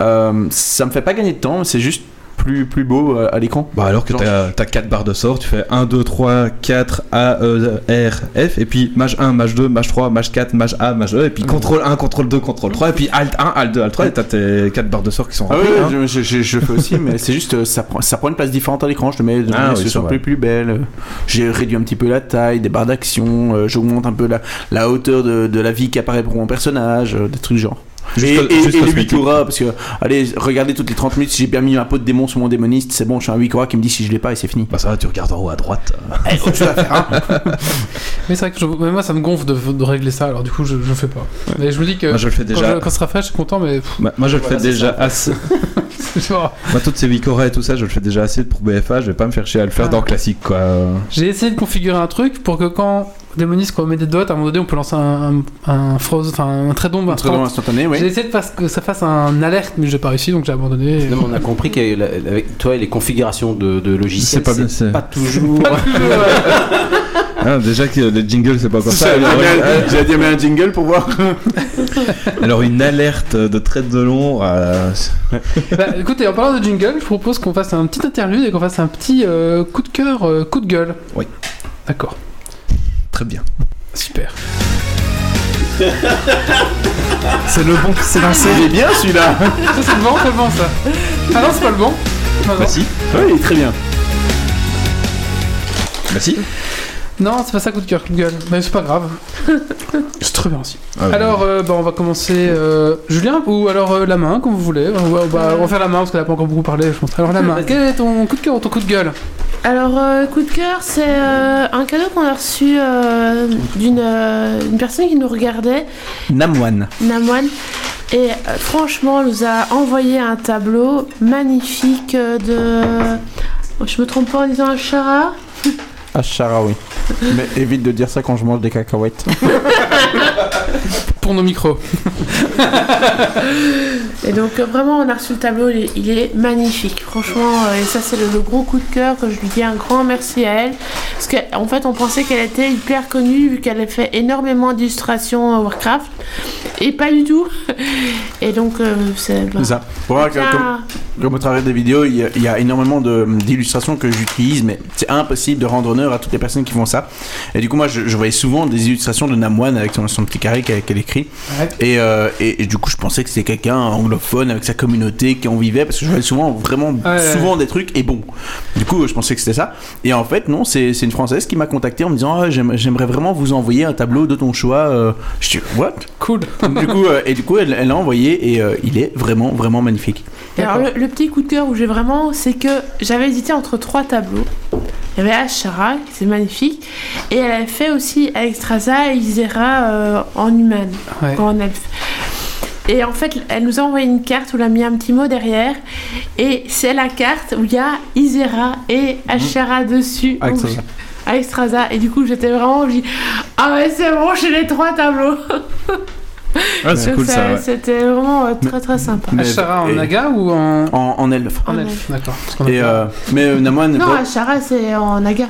Speaker 4: Euh, ça me fait pas gagner de temps, c'est juste plus plus beau euh, à l'écran.
Speaker 3: Bah alors que
Speaker 4: Genre,
Speaker 3: t'as 4 barres de sort, tu fais 1, 2, 3, 4, A, E, R, F, et puis mage 1, mage 2, mage 3, mage 4, mage A, mage E, et puis contrôle 1, contrôle 2, contrôle 3, et puis alt 1, alt 2, alt 3, et t'as tes 4 barres de sort qui sont
Speaker 4: Ah oui,
Speaker 3: remplies. hein.
Speaker 4: je, je- je- je fais aussi, mais c'est juste, euh, ça prend, ça prend une place différente à l'écran. Je le mets de
Speaker 3: Ah
Speaker 4: manière
Speaker 3: oui,
Speaker 4: à ce que
Speaker 3: c'est
Speaker 4: ce soit
Speaker 3: vrai.
Speaker 4: plus, plus belle. J'ai réduit un petit peu la taille des barres d'action. euh, J'augmente un peu la, la hauteur de, de la vie qui apparaît pour mon personnage. euh, des trucs du genre.
Speaker 3: Juste-
Speaker 4: et et,
Speaker 3: juste
Speaker 4: et le
Speaker 3: cosmétique.
Speaker 4: Wikora, parce que, allez, regardez toutes les 30 minutes si j'ai bien mis ma peau de démon sur mon démoniste. C'est bon, je suis un Wikora qui me dit si je l'ai pas et c'est fini.
Speaker 3: Bah ça va, tu regardes en haut à droite.
Speaker 1: Mais c'est vrai que je- mais moi, ça me gonfle de, de régler ça, alors du coup, je ne fais pas. Mais je me dis que
Speaker 3: Moi je le fais
Speaker 1: quand,
Speaker 3: déjà.
Speaker 1: je- quand ce sera fait, je suis content, mais pff,
Speaker 3: Bah, moi je le fais
Speaker 7: Voilà, c'est
Speaker 3: déjà assez.
Speaker 1: genre,
Speaker 3: Moi toutes ces Wikora et tout ça, je le fais déjà assez pour BFA, je vais pas me faire chier à le faire
Speaker 1: Ah.
Speaker 3: dans classique quoi.
Speaker 1: j'ai essayé de configurer un truc pour que quand Démonis, quand on met des dots, à un moment donné, on peut lancer un, un, un froze, enfin un trait d'ombre.
Speaker 4: Très long instantané, oui.
Speaker 1: J'ai essayé de faire que ça fasse un alerte, mais j'ai pas réussi, donc j'ai abandonné.
Speaker 7: Non, mais on a compris qu'avec toi et les configurations de, de logiciels,
Speaker 3: C'est pas bien,
Speaker 7: c'est
Speaker 3: c'est-
Speaker 7: pas toujours.
Speaker 3: Ah, déjà que le jingle c'est pas encore ça.
Speaker 4: Bah, Ça,
Speaker 3: alors, euh,
Speaker 4: J'ai dit, mais un jingle pour voir.
Speaker 3: Alors une alerte de traite de long. euh,
Speaker 1: Bah, écoutez, en parlant de jingle, je propose qu'on fasse un petit interlude et qu'on fasse un petit euh, coup de cœur, euh, coup de gueule.
Speaker 3: Oui.
Speaker 1: D'accord,
Speaker 3: Très bien.
Speaker 1: super.
Speaker 3: C'est le bon, c'est lancé.
Speaker 4: Il est bien celui-là.
Speaker 1: Ça, Ah, c'est le bon, c'est le bon, ça. Ah non, c'est pas le bon. Non, non.
Speaker 3: Bah si,
Speaker 4: Oui, très bien.
Speaker 3: bah si.
Speaker 1: Non, c'est pas ça, coup de cœur, coup de gueule. Mais c'est pas grave. c'est très bien aussi.
Speaker 3: Ah,
Speaker 1: Alors, euh, bah, on va commencer. euh, Julien, ou alors euh, la main, comme vous voulez. On va, bah, on va faire la main parce qu'on a pas encore beaucoup parlé, je pense. Alors, la main, quel est ton coup de cœur ou ton coup de gueule
Speaker 2: Alors, euh, coup de cœur, c'est euh, un cadeau qu'on a reçu euh, d'une euh, une personne qui nous regardait,
Speaker 4: Namwan.
Speaker 2: Namoine. Et euh, franchement, elle nous a envoyé un tableau magnifique euh, de. Oh, Je me trompe pas en disant un chara
Speaker 4: Ashara, oui. Mais évite de dire ça quand je mange des cacahuètes.
Speaker 1: Pour nos micros.
Speaker 2: Et donc euh, vraiment, on a reçu le tableau, il est, il est magnifique, franchement. euh, et ça, c'est le, le gros coup de cœur que je lui dis un grand merci à elle, parce qu'en fait, on pensait qu'elle était hyper connue vu qu'elle a fait énormément d'illustrations à Warcraft, et pas du tout. Et donc, euh, c'est bah,
Speaker 4: Ça. Pour voir que-
Speaker 2: bien.
Speaker 4: comme, comme au travers des vidéos, il y a, il y a énormément de- d'illustrations que j'utilise, mais c'est impossible de rendre honneur à toutes les personnes qui font ça. Et du coup, moi, je, je voyais souvent des illustrations de Namwan avec son, son petit carré qu'elle qu'elle écrit.
Speaker 1: Ouais.
Speaker 4: Et, euh, et- et du coup, je pensais que c'était quelqu'un anglophone avec sa communauté qui en vivait, parce que je voyais souvent, vraiment,
Speaker 1: Ouais,
Speaker 4: souvent des trucs et bon. Du coup, je pensais que c'était ça. Et en fait, non, c'est c'est une Française qui m'a contacté en me disant Ah, j'aime- J'aimerais vraiment vous envoyer un tableau de ton choix. euh. Je dis What
Speaker 1: Cool.
Speaker 4: du coup, euh, Et du coup, elle elle l'a envoyé et euh, il est vraiment, vraiment magnifique.
Speaker 2: Et Alors le, le petit coup de cœur où j'ai vraiment, c'est que j'avais hésité entre trois tableaux. il y avait Ashara, qui était magnifique, et elle avait fait aussi Alexstrasza et Isera euh, en humaine,
Speaker 1: Ouais.
Speaker 2: en elfe. Et en fait, elle nous a envoyé une carte où elle a mis un petit mot derrière, et c'est la carte où il y a Isera et Ashara dessus.
Speaker 4: Avec
Speaker 2: Donc,
Speaker 4: ça.
Speaker 2: Alexstrasza. Et du coup, j'étais vraiment, j'ai dit, ah ouais, c'est bon, j'ai les trois tableaux.
Speaker 3: Ah, c'est
Speaker 2: Donc,
Speaker 3: cool ça. ouais.
Speaker 2: C'était vraiment euh, très très sympa.
Speaker 4: Mais-
Speaker 1: Ashara en
Speaker 4: et-
Speaker 1: naga ou en,
Speaker 4: En, en elfe.
Speaker 5: Ah,
Speaker 1: en
Speaker 2: En
Speaker 1: elfe D'accord. parce qu'on a
Speaker 4: Et,
Speaker 1: pas-
Speaker 4: euh, mais euh, Namoine n'est
Speaker 2: Non,
Speaker 4: pas-
Speaker 2: Ashara, c'est en naga.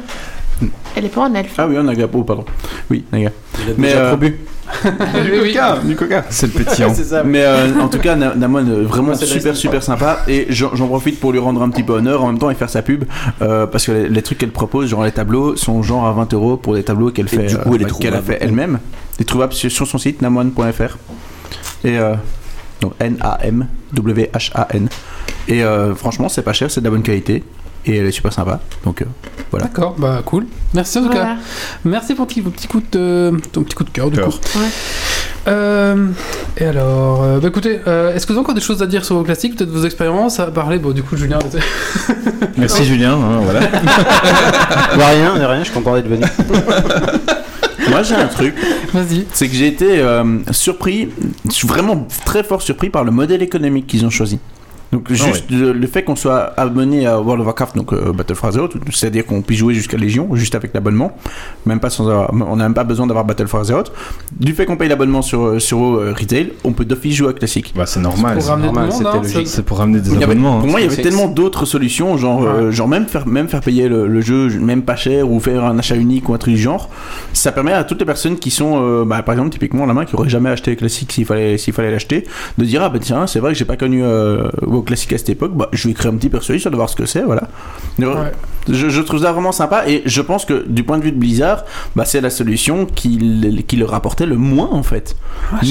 Speaker 2: Elle est pas en elfe.
Speaker 4: Ah oui, on a oh, pardon. Oui, Naga.
Speaker 5: Ah,
Speaker 4: Mais
Speaker 7: déjà
Speaker 4: euh,
Speaker 1: Oui, oui.
Speaker 4: du coca.
Speaker 3: C'est le petit hein.
Speaker 7: c'est ça.
Speaker 4: Mais euh, en tout cas, Na- Namon, euh, vraiment
Speaker 7: Ah, c'est
Speaker 4: super,
Speaker 7: nice.
Speaker 4: super sympa. Et j'en j'en profite pour lui rendre un petit peu honneur en même temps et faire sa pub. euh, parce que les, les trucs qu'elle propose, genre les tableaux, sont genre à 20 euros pour des tableaux qu'elle
Speaker 5: Et
Speaker 4: fait, euh,
Speaker 5: du coup, elle est
Speaker 4: qu'elle a
Speaker 5: trouvable.
Speaker 4: fait elle-même. Les trouvables sur, sur son site, namon.fr. Et euh, donc N-A-M-W-H-A-N. Et euh, franchement, c'est pas cher, c'est de la bonne qualité. Et elle est super sympa. Donc, euh, voilà.
Speaker 1: D'accord, bah cool. Merci en tout cas.
Speaker 2: Voilà.
Speaker 1: Merci pour ton petit coup de, ton petit coup de cœur, du
Speaker 3: Cœur.
Speaker 1: coup.
Speaker 2: Ouais.
Speaker 1: Euh, et alors, euh, bah écoutez, euh, est-ce que vous avez encore des choses à dire sur vos classiques, peut-être vos expériences à parler Bon, du coup, Julien,
Speaker 3: Merci Julien, hein, voilà.
Speaker 7: Bah, rien, rien, je suis content d'être venu.
Speaker 4: Moi, j'ai un truc.
Speaker 1: vas-y.
Speaker 4: c'est que j'ai été euh, surpris, je suis vraiment très fort surpris par le modèle économique qu'ils ont choisi. Donc juste le, le fait qu'on soit abonné à World of Warcraft, donc euh, Battle for Azeroth, c'est-à-dire qu'on puisse jouer jusqu'à Légion, juste avec l'abonnement, même pas sans avoir- on n'a même pas besoin d'avoir Battle for Azeroth. Du fait qu'on paye l'abonnement sur sur euh, retail, on peut d'office jouer à classique.
Speaker 3: Bah, c'est normal.
Speaker 1: pour
Speaker 3: ça.
Speaker 1: ramener
Speaker 7: normal,
Speaker 1: tout le
Speaker 7: c'était
Speaker 1: monde, hein,
Speaker 7: logique.
Speaker 1: ça-
Speaker 3: C'est pour ramener des
Speaker 4: Il y avait-
Speaker 3: abonnements.
Speaker 4: pour
Speaker 3: hein.
Speaker 4: moi, il y avait
Speaker 7: C'est-
Speaker 4: tellement d'autres solutions, genre, euh, genre même, faire, même faire payer le, le jeu, même pas cher, ou faire un achat unique ou un truc du genre. Ça permet à toutes les personnes qui sont, euh, bah, par exemple, typiquement la main qui aurait jamais acheté Classic s'il fallait s'il fallait l'acheter, de dire ah ben tiens, c'est vrai que j'ai pas connu euh, WoW Classic à cette époque, bah, je vais créer un petit perso histoire de voir ce que c'est, voilà. Donc,
Speaker 1: Ouais.
Speaker 4: je, je trouve ça vraiment sympa et je pense que du point de vue de Blizzard, bah, c'est la solution qui, qui leur rapportait le moins en fait.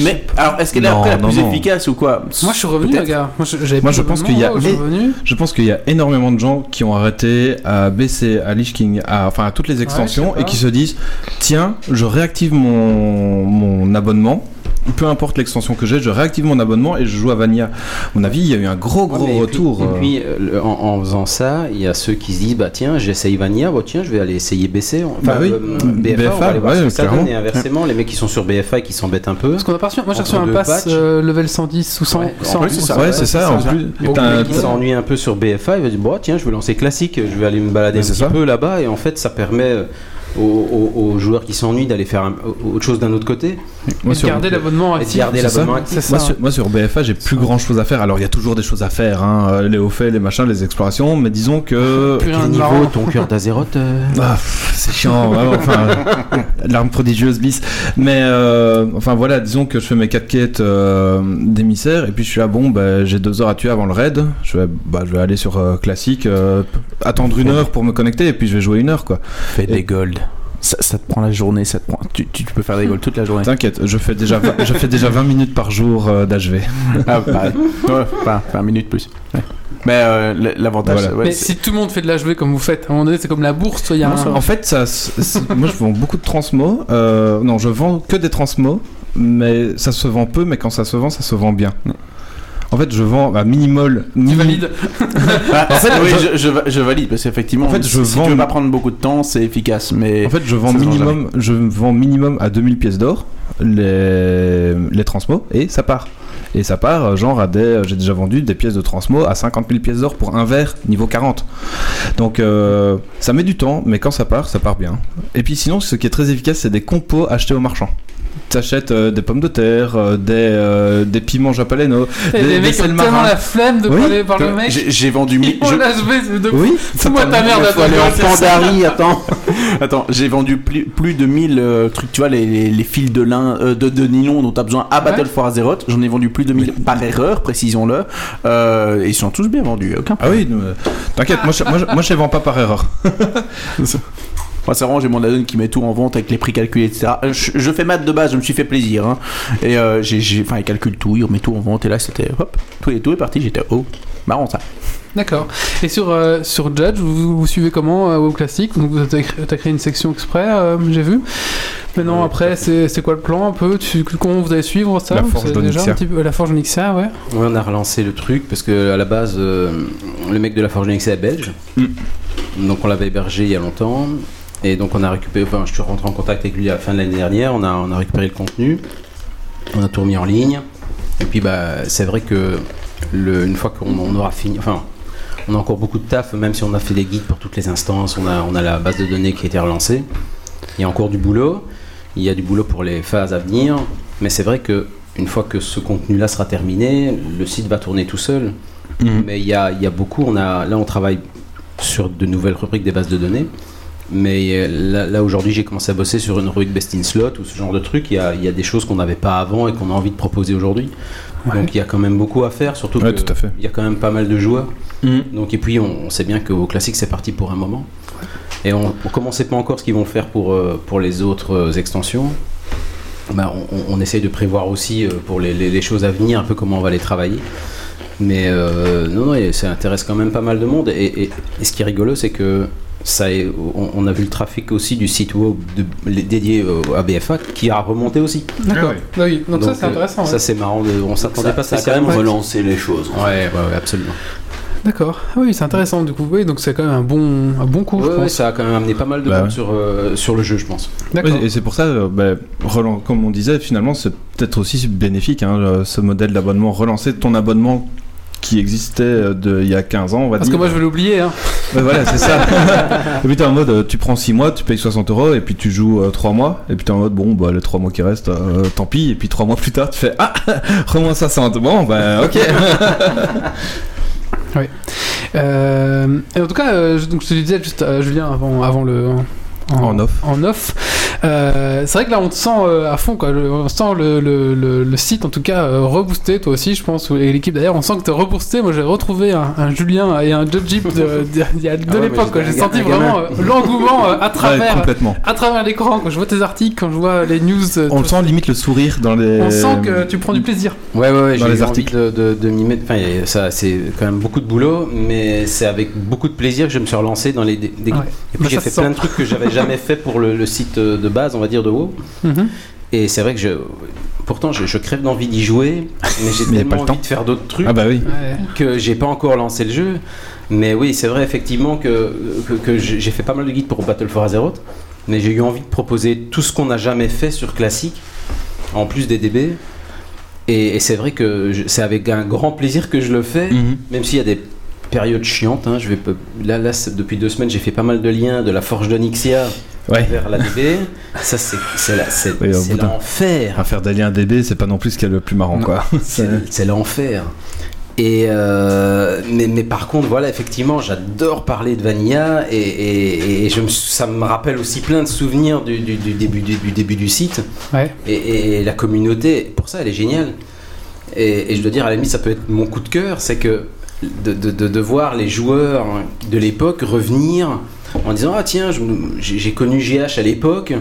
Speaker 4: Mais alors, est-ce qu'elle est
Speaker 3: Non,
Speaker 4: après la
Speaker 3: non,
Speaker 4: plus
Speaker 3: non.
Speaker 4: efficace ou quoi
Speaker 1: Moi, je suis revenu,
Speaker 4: Peut-être.
Speaker 1: les gars. Moi, je, j'avais
Speaker 3: Moi,
Speaker 1: pas
Speaker 3: je
Speaker 1: de
Speaker 3: pense
Speaker 1: moment,
Speaker 3: qu'il y a-
Speaker 1: ouais, je suis
Speaker 3: mais-
Speaker 1: revenu.
Speaker 3: Je pense qu'il y a énormément de gens qui ont arrêté à BC, à Lich King, à, enfin à toutes les extensions
Speaker 1: Ouais, je sais pas.
Speaker 3: et qui se disent tiens, je réactive mon, mon abonnement. Peu importe l'extension que j'ai, je réactive mon abonnement et je joue à Vanilla. À mon avis, il y a eu un gros gros
Speaker 7: Ouais, mais et puis-
Speaker 3: retour. euh,
Speaker 7: et puis, euh, le- en, en faisant ça, il y a ceux qui se disent bah tiens, j'essaye Vanilla, bah, tiens, je vais aller essayer BC. Enfin,
Speaker 3: Bah oui,
Speaker 7: euh,
Speaker 3: mm,
Speaker 7: BFA, on va
Speaker 3: BFA,
Speaker 7: aller voir
Speaker 3: ouais,
Speaker 7: ce que ça donne.
Speaker 3: clairement.
Speaker 7: Et inversement, les mecs qui sont sur BFA et qui s'embêtent un peu.
Speaker 1: Parce qu'on a pas reçu, moi j'ai reçu
Speaker 7: Entre
Speaker 1: un
Speaker 7: deux
Speaker 1: pass
Speaker 7: patchs.
Speaker 1: euh, level 110 ou 100.
Speaker 7: Ouais, en
Speaker 1: 100,
Speaker 4: plus, c'est ça.
Speaker 3: ouais, c'est ça. En plus,
Speaker 7: Donc,
Speaker 3: t'as-
Speaker 7: le mec qui s'ennuie un peu sur BFA, il va dire bon, tiens, je vais lancer classique, je vais aller me balader
Speaker 3: Mais
Speaker 7: un
Speaker 3: c'est
Speaker 7: petit
Speaker 3: ça.
Speaker 7: peu là-bas. Et en fait, ça permet euh, aux, aux- aux joueurs qui s'ennuient d'aller faire un- autre chose d'un autre côté
Speaker 3: moi, sur-
Speaker 1: garder l'abonnement
Speaker 7: et de
Speaker 1: actif.
Speaker 7: garder
Speaker 3: c'est
Speaker 7: l'abonnement
Speaker 3: ça.
Speaker 7: actif.
Speaker 1: C'est
Speaker 3: Moi
Speaker 1: ça.
Speaker 3: sur, moi, sur BFA, j'ai plus grand chose à faire. Alors, il y a toujours des choses à faire, hein, euh, les hauts faits, les machins, les explorations, mais disons que.
Speaker 1: Plus rien
Speaker 7: Quel
Speaker 1: de
Speaker 7: niveau
Speaker 1: marrant.
Speaker 7: ton cœur d'Azeroth euh,
Speaker 3: Ah, pff, c'est chiant, vraiment, enfin, l'arme prodigieuse bis. Mais euh, enfin voilà, disons que je fais mes 4 quêtes euh, d'émissaire et puis je suis à bon, bah, j'ai 2 heures à tuer avant le raid. Je vais, bah, je vais aller sur euh, classique, euh, attendre une heure pour me connecter et puis je vais jouer une heure quoi.
Speaker 4: Fais
Speaker 3: des
Speaker 4: golds. Ça, ça te prend la journée, ça te prend. Tu, tu- tu peux faire des golds toute la journée.
Speaker 3: T'inquiète, je fais déjà, vingt- je fais déjà 20 minutes par jour euh, d'HV.
Speaker 4: ah, pareil. Ouais, enfin, enfin, minute plus. Ouais. Mais euh, l- l'avantage,
Speaker 3: Voilà.
Speaker 4: ouais,
Speaker 1: mais
Speaker 4: c'est-
Speaker 1: si tout le monde fait de l'HV comme vous faites, à un moment donné, c'est comme la bourse, tu vois, il y a
Speaker 3: Non,
Speaker 1: un.
Speaker 3: En fait, ça, c'est- c'est- moi je vends beaucoup de transmos. Euh, non, je vends que des transmos, mais ça se vend peu, mais quand ça se vend, ça se vend bien. En fait, je vends à minimal.
Speaker 1: Tu
Speaker 3: mini-
Speaker 1: valides
Speaker 4: Ah,
Speaker 3: en fait,
Speaker 4: oui,
Speaker 3: je-
Speaker 4: je, je va- je valide parce qu'effectivement,
Speaker 3: En fait, je
Speaker 4: si si
Speaker 3: vends-
Speaker 4: tu veux pas prendre beaucoup de temps, c'est efficace. Mais
Speaker 3: En fait, je vends
Speaker 4: Ça se vend
Speaker 3: minimum, je vends minimum à 2000 pièces d'or les, les transmos et ça part. Et ça part, euh, genre à des, j'ai déjà vendu des pièces de transmo à 50 000 pièces d'or pour un verre niveau 40. Donc euh, ça met du temps, mais quand ça part, ça part bien. Et puis sinon, ce qui est très efficace, c'est des compos achetés aux marchands. T'achètes euh, des pommes de terre, euh, des, euh, des piments japaleno,
Speaker 1: Et
Speaker 3: des,
Speaker 1: les
Speaker 3: des
Speaker 1: mecs ont
Speaker 3: sels
Speaker 1: tellement
Speaker 3: marins.
Speaker 1: la flemme de
Speaker 3: Oui.
Speaker 1: parler par le mec.
Speaker 4: j'ai j'ai vendu. mi-
Speaker 1: Ils font
Speaker 4: je-
Speaker 1: l'HV, c'est de
Speaker 3: Oui,
Speaker 1: Fous-moi ta merde à
Speaker 7: faut aller en
Speaker 1: toi.
Speaker 7: Pandarie, attends.
Speaker 4: Attends, j'ai vendu plus, plus de 1000 euh, trucs, tu vois, les, les, les fils de, lin, euh, de, de nylon dont tu as besoin à
Speaker 1: Ouais.
Speaker 4: Battle for Azeroth. J'en ai vendu plus de 1000 par erreur, précisons-le. Euh, et ils sont tous bien vendus, aucun
Speaker 3: Ah oui, euh, t'inquiète, moi je, moi, je- moi, je les vends pas par erreur.
Speaker 4: Moi, c'est vraiment, j'ai mon addon qui met tout en vente avec les prix calculés, etc. Euh, Je, je fais maths de base, je me suis fait plaisir. hein. Et euh, j'ai, j'ai- enfin, il calcule tout, il remet tout en vente. Et là, c'était hop, tout est, tout est parti. J'étais oh, marrant ça.
Speaker 1: D'accord. Et sur, euh, sur Judge, vous, vous suivez comment euh, WoW Classic Donc, vous avez créé- t'as créé une section exprès, euh, j'ai vu. Maintenant, après, c'est c'est quoi le plan un peu tu, Comment vous allez suivre ça
Speaker 3: La
Speaker 1: Vous
Speaker 3: forge
Speaker 1: savez déjà
Speaker 3: d'Onyxia.
Speaker 1: un petit peu- La forge Onyxia, ouais.
Speaker 7: Ouais, on a relancé le truc parce que à la base, euh, le mec de la Forge Linux est belge. Donc on l'avait hébergé il y a longtemps. Et donc on a récupéré, enfin je suis rentré en contact avec lui à la fin de l'année dernière, on a, on a récupéré le contenu, on a tout remis en ligne. Et puis bah, c'est vrai que le- une fois qu'on on aura fini, enfin on a encore beaucoup de taf, même si on a fait des guides pour toutes les instances, on a, on a la base de données qui a été relancée. Il y a encore du boulot, il y a du boulot pour les phases à venir, mais c'est vrai que une fois que ce contenu-là sera terminé, le site va tourner tout seul.
Speaker 3: Mhm.
Speaker 7: Mais il y a, il y a beaucoup, on a, là on travaille sur de nouvelles rubriques des bases de données. Mais euh, là, là, aujourd'hui, j'ai commencé à bosser sur une rubrique Best in Slot ou ce genre de truc. Il y a, il y a des choses qu'on n'avait pas avant et qu'on a envie de proposer aujourd'hui. Donc il y a quand même beaucoup à faire, surtout
Speaker 3: Ouais,
Speaker 7: que
Speaker 3: tout à fait. Mm.
Speaker 7: il y a quand même pas mal de joueurs. Donc et puis on, on sait bien qu'au classique c'est parti pour un moment. Et on, on commençait pas encore ce qu'ils vont faire pour, euh, pour les autres euh, extensions. Bah, on, on- on essaye de prévoir aussi euh, pour les, les- les choses à venir un peu comment on va les travailler. Mais euh, non, non, et ça intéresse quand même pas mal de monde. Et, et- et ce qui est rigolo, c'est que ça est- on, on a vu le trafic aussi du site web de- les- dédié au- à BFA qui a remonté aussi.
Speaker 1: D'accord.
Speaker 3: Ah
Speaker 1: Ah oui, donc, ça c'est
Speaker 7: euh,
Speaker 1: intéressant.
Speaker 7: Ça
Speaker 1: ouais.
Speaker 7: c'est marrant, de- on s'attendait
Speaker 5: Ça,
Speaker 7: pas
Speaker 5: ça a quand
Speaker 7: spécialement.
Speaker 5: même relancé les choses.
Speaker 7: Ouais, ouais, ouais, absolument.
Speaker 1: D'accord. Ah oui, c'est intéressant du coup. Oui, donc c'est quand même un bon, un bon coup, je
Speaker 7: Ouais, ouais,
Speaker 1: pense.
Speaker 7: ça a quand même amené pas mal de
Speaker 3: Bah
Speaker 7: monde
Speaker 3: ouais.
Speaker 7: sur, euh, sur le jeu, je pense.
Speaker 1: D'accord.
Speaker 3: Ouais, et c'est pour ça, euh, bah, relan- comme on disait, finalement, c'est peut-être aussi bénéfique, hein, le- ce modèle d'abonnement, relancer ton abonnement qui existait euh, de, il y a 15 ans, on va
Speaker 1: Parce que
Speaker 3: dire.
Speaker 1: moi je vais l'oublier. Hein.
Speaker 3: Ouais, voilà, c'est ça. et puis t'es en mode, euh, tu prends 6 mois, tu payes 60 euros, et puis tu joues 3 mois, et puis t'es en mode, bon, bah, les 3 mois qui restent, euh, tant pis, et puis 3 mois plus tard, tu fais, ah, remonte 60, bon, bah, ok.
Speaker 1: Euh, et en tout cas, euh, je, donc, je te disais juste euh, Julien avant, avant le.
Speaker 3: En off.
Speaker 1: En off. Euh, c'est vrai que là, on te sent euh, à fond, quoi. Le- on sent le, le, le, le site, en tout cas, euh, reboosté, toi aussi, je pense, et l'équipe d'ailleurs. On sent que t'es reboosté. Moi, j'ai retrouvé un, un Julien et un Judgip de, de, il y a- de
Speaker 7: Ah ouais, mais
Speaker 1: l'époque, quoi.
Speaker 7: j'étais
Speaker 1: J'ai
Speaker 7: un
Speaker 1: senti
Speaker 7: gamin.
Speaker 1: vraiment euh, l'engouement euh, à
Speaker 3: Ouais,
Speaker 1: travers.
Speaker 3: complètement.
Speaker 1: à travers l'écran, quand je vois tes articles, quand je vois les news, euh,
Speaker 3: On le
Speaker 1: tout-
Speaker 3: sent limite le sourire dans les. Mm.
Speaker 1: on sent
Speaker 7: euh,
Speaker 1: que tu
Speaker 7: mm.
Speaker 1: prends du plaisir.
Speaker 7: Ouais, ouais, ouais,
Speaker 3: Dans
Speaker 7: j'ai
Speaker 3: les
Speaker 7: eu
Speaker 3: articles.
Speaker 7: envie de, de, de m'y mettre. Enfin, y a- ça, c'est quand même beaucoup de boulot, mais c'est avec beaucoup de plaisir que je me suis relancé dans les. dé- dé-
Speaker 1: Ouais. Bah,
Speaker 7: Et puis j'ai
Speaker 1: ça
Speaker 7: fait
Speaker 1: se sent.
Speaker 7: plein de trucs que j'avais jamais fait pour le, le site euh, de base, on va dire, de WoW. Mm-hmm.
Speaker 1: Mhm.
Speaker 7: Et c'est vrai que je. Pourtant, je, je crève d'envie d'y jouer, mais j'ai
Speaker 3: Mais y a pas
Speaker 7: tellement
Speaker 3: le
Speaker 7: envie
Speaker 3: temps.
Speaker 7: de faire d'autres trucs
Speaker 3: Ah, bah oui.
Speaker 1: Ouais.
Speaker 7: que j'ai pas encore lancé le jeu. Mais oui, c'est vrai effectivement que, que, que j'ai j'ai fait pas mal de guides pour Battle for Azeroth, mais j'ai eu envie de proposer tout ce qu'on n'a jamais fait sur classique, en plus des DB. Et, et c'est vrai que je- c'est avec un grand plaisir que je le fais,
Speaker 1: Mm.
Speaker 3: Mhm.
Speaker 7: même s'il y a des périodes chiantes. hein, je vais peu- là, là, c'est- depuis deux semaines, j'ai fait pas mal de liens de la forge de Nixia
Speaker 3: Ouais.
Speaker 7: vers la DB. Ça, c'est c'est la- c'est-
Speaker 3: Oui, au
Speaker 7: c'est
Speaker 3: bout d'un-
Speaker 7: l'enfer.
Speaker 3: À Hein, faire des liens DB, c'est pas non plus ce qu'il y a le plus marrant,
Speaker 7: Non.
Speaker 3: quoi.
Speaker 7: C'est c'est l'enfer. Et euh, mais, mais par contre, voilà, effectivement, j'adore parler de Vanilla et, et- et je me- ça me rappelle aussi plein de souvenirs du, du- du début, du, du début du site.
Speaker 1: Ouais.
Speaker 7: Et, et- et la communauté, pour ça, elle est géniale. Et, et je dois dire, à la limite, ça peut être mon coup de cœur, c'est que de, de- de- de voir les joueurs de l'époque revenir en disant Ah tiens, je me- j'ai j'ai connu GH à l'époque.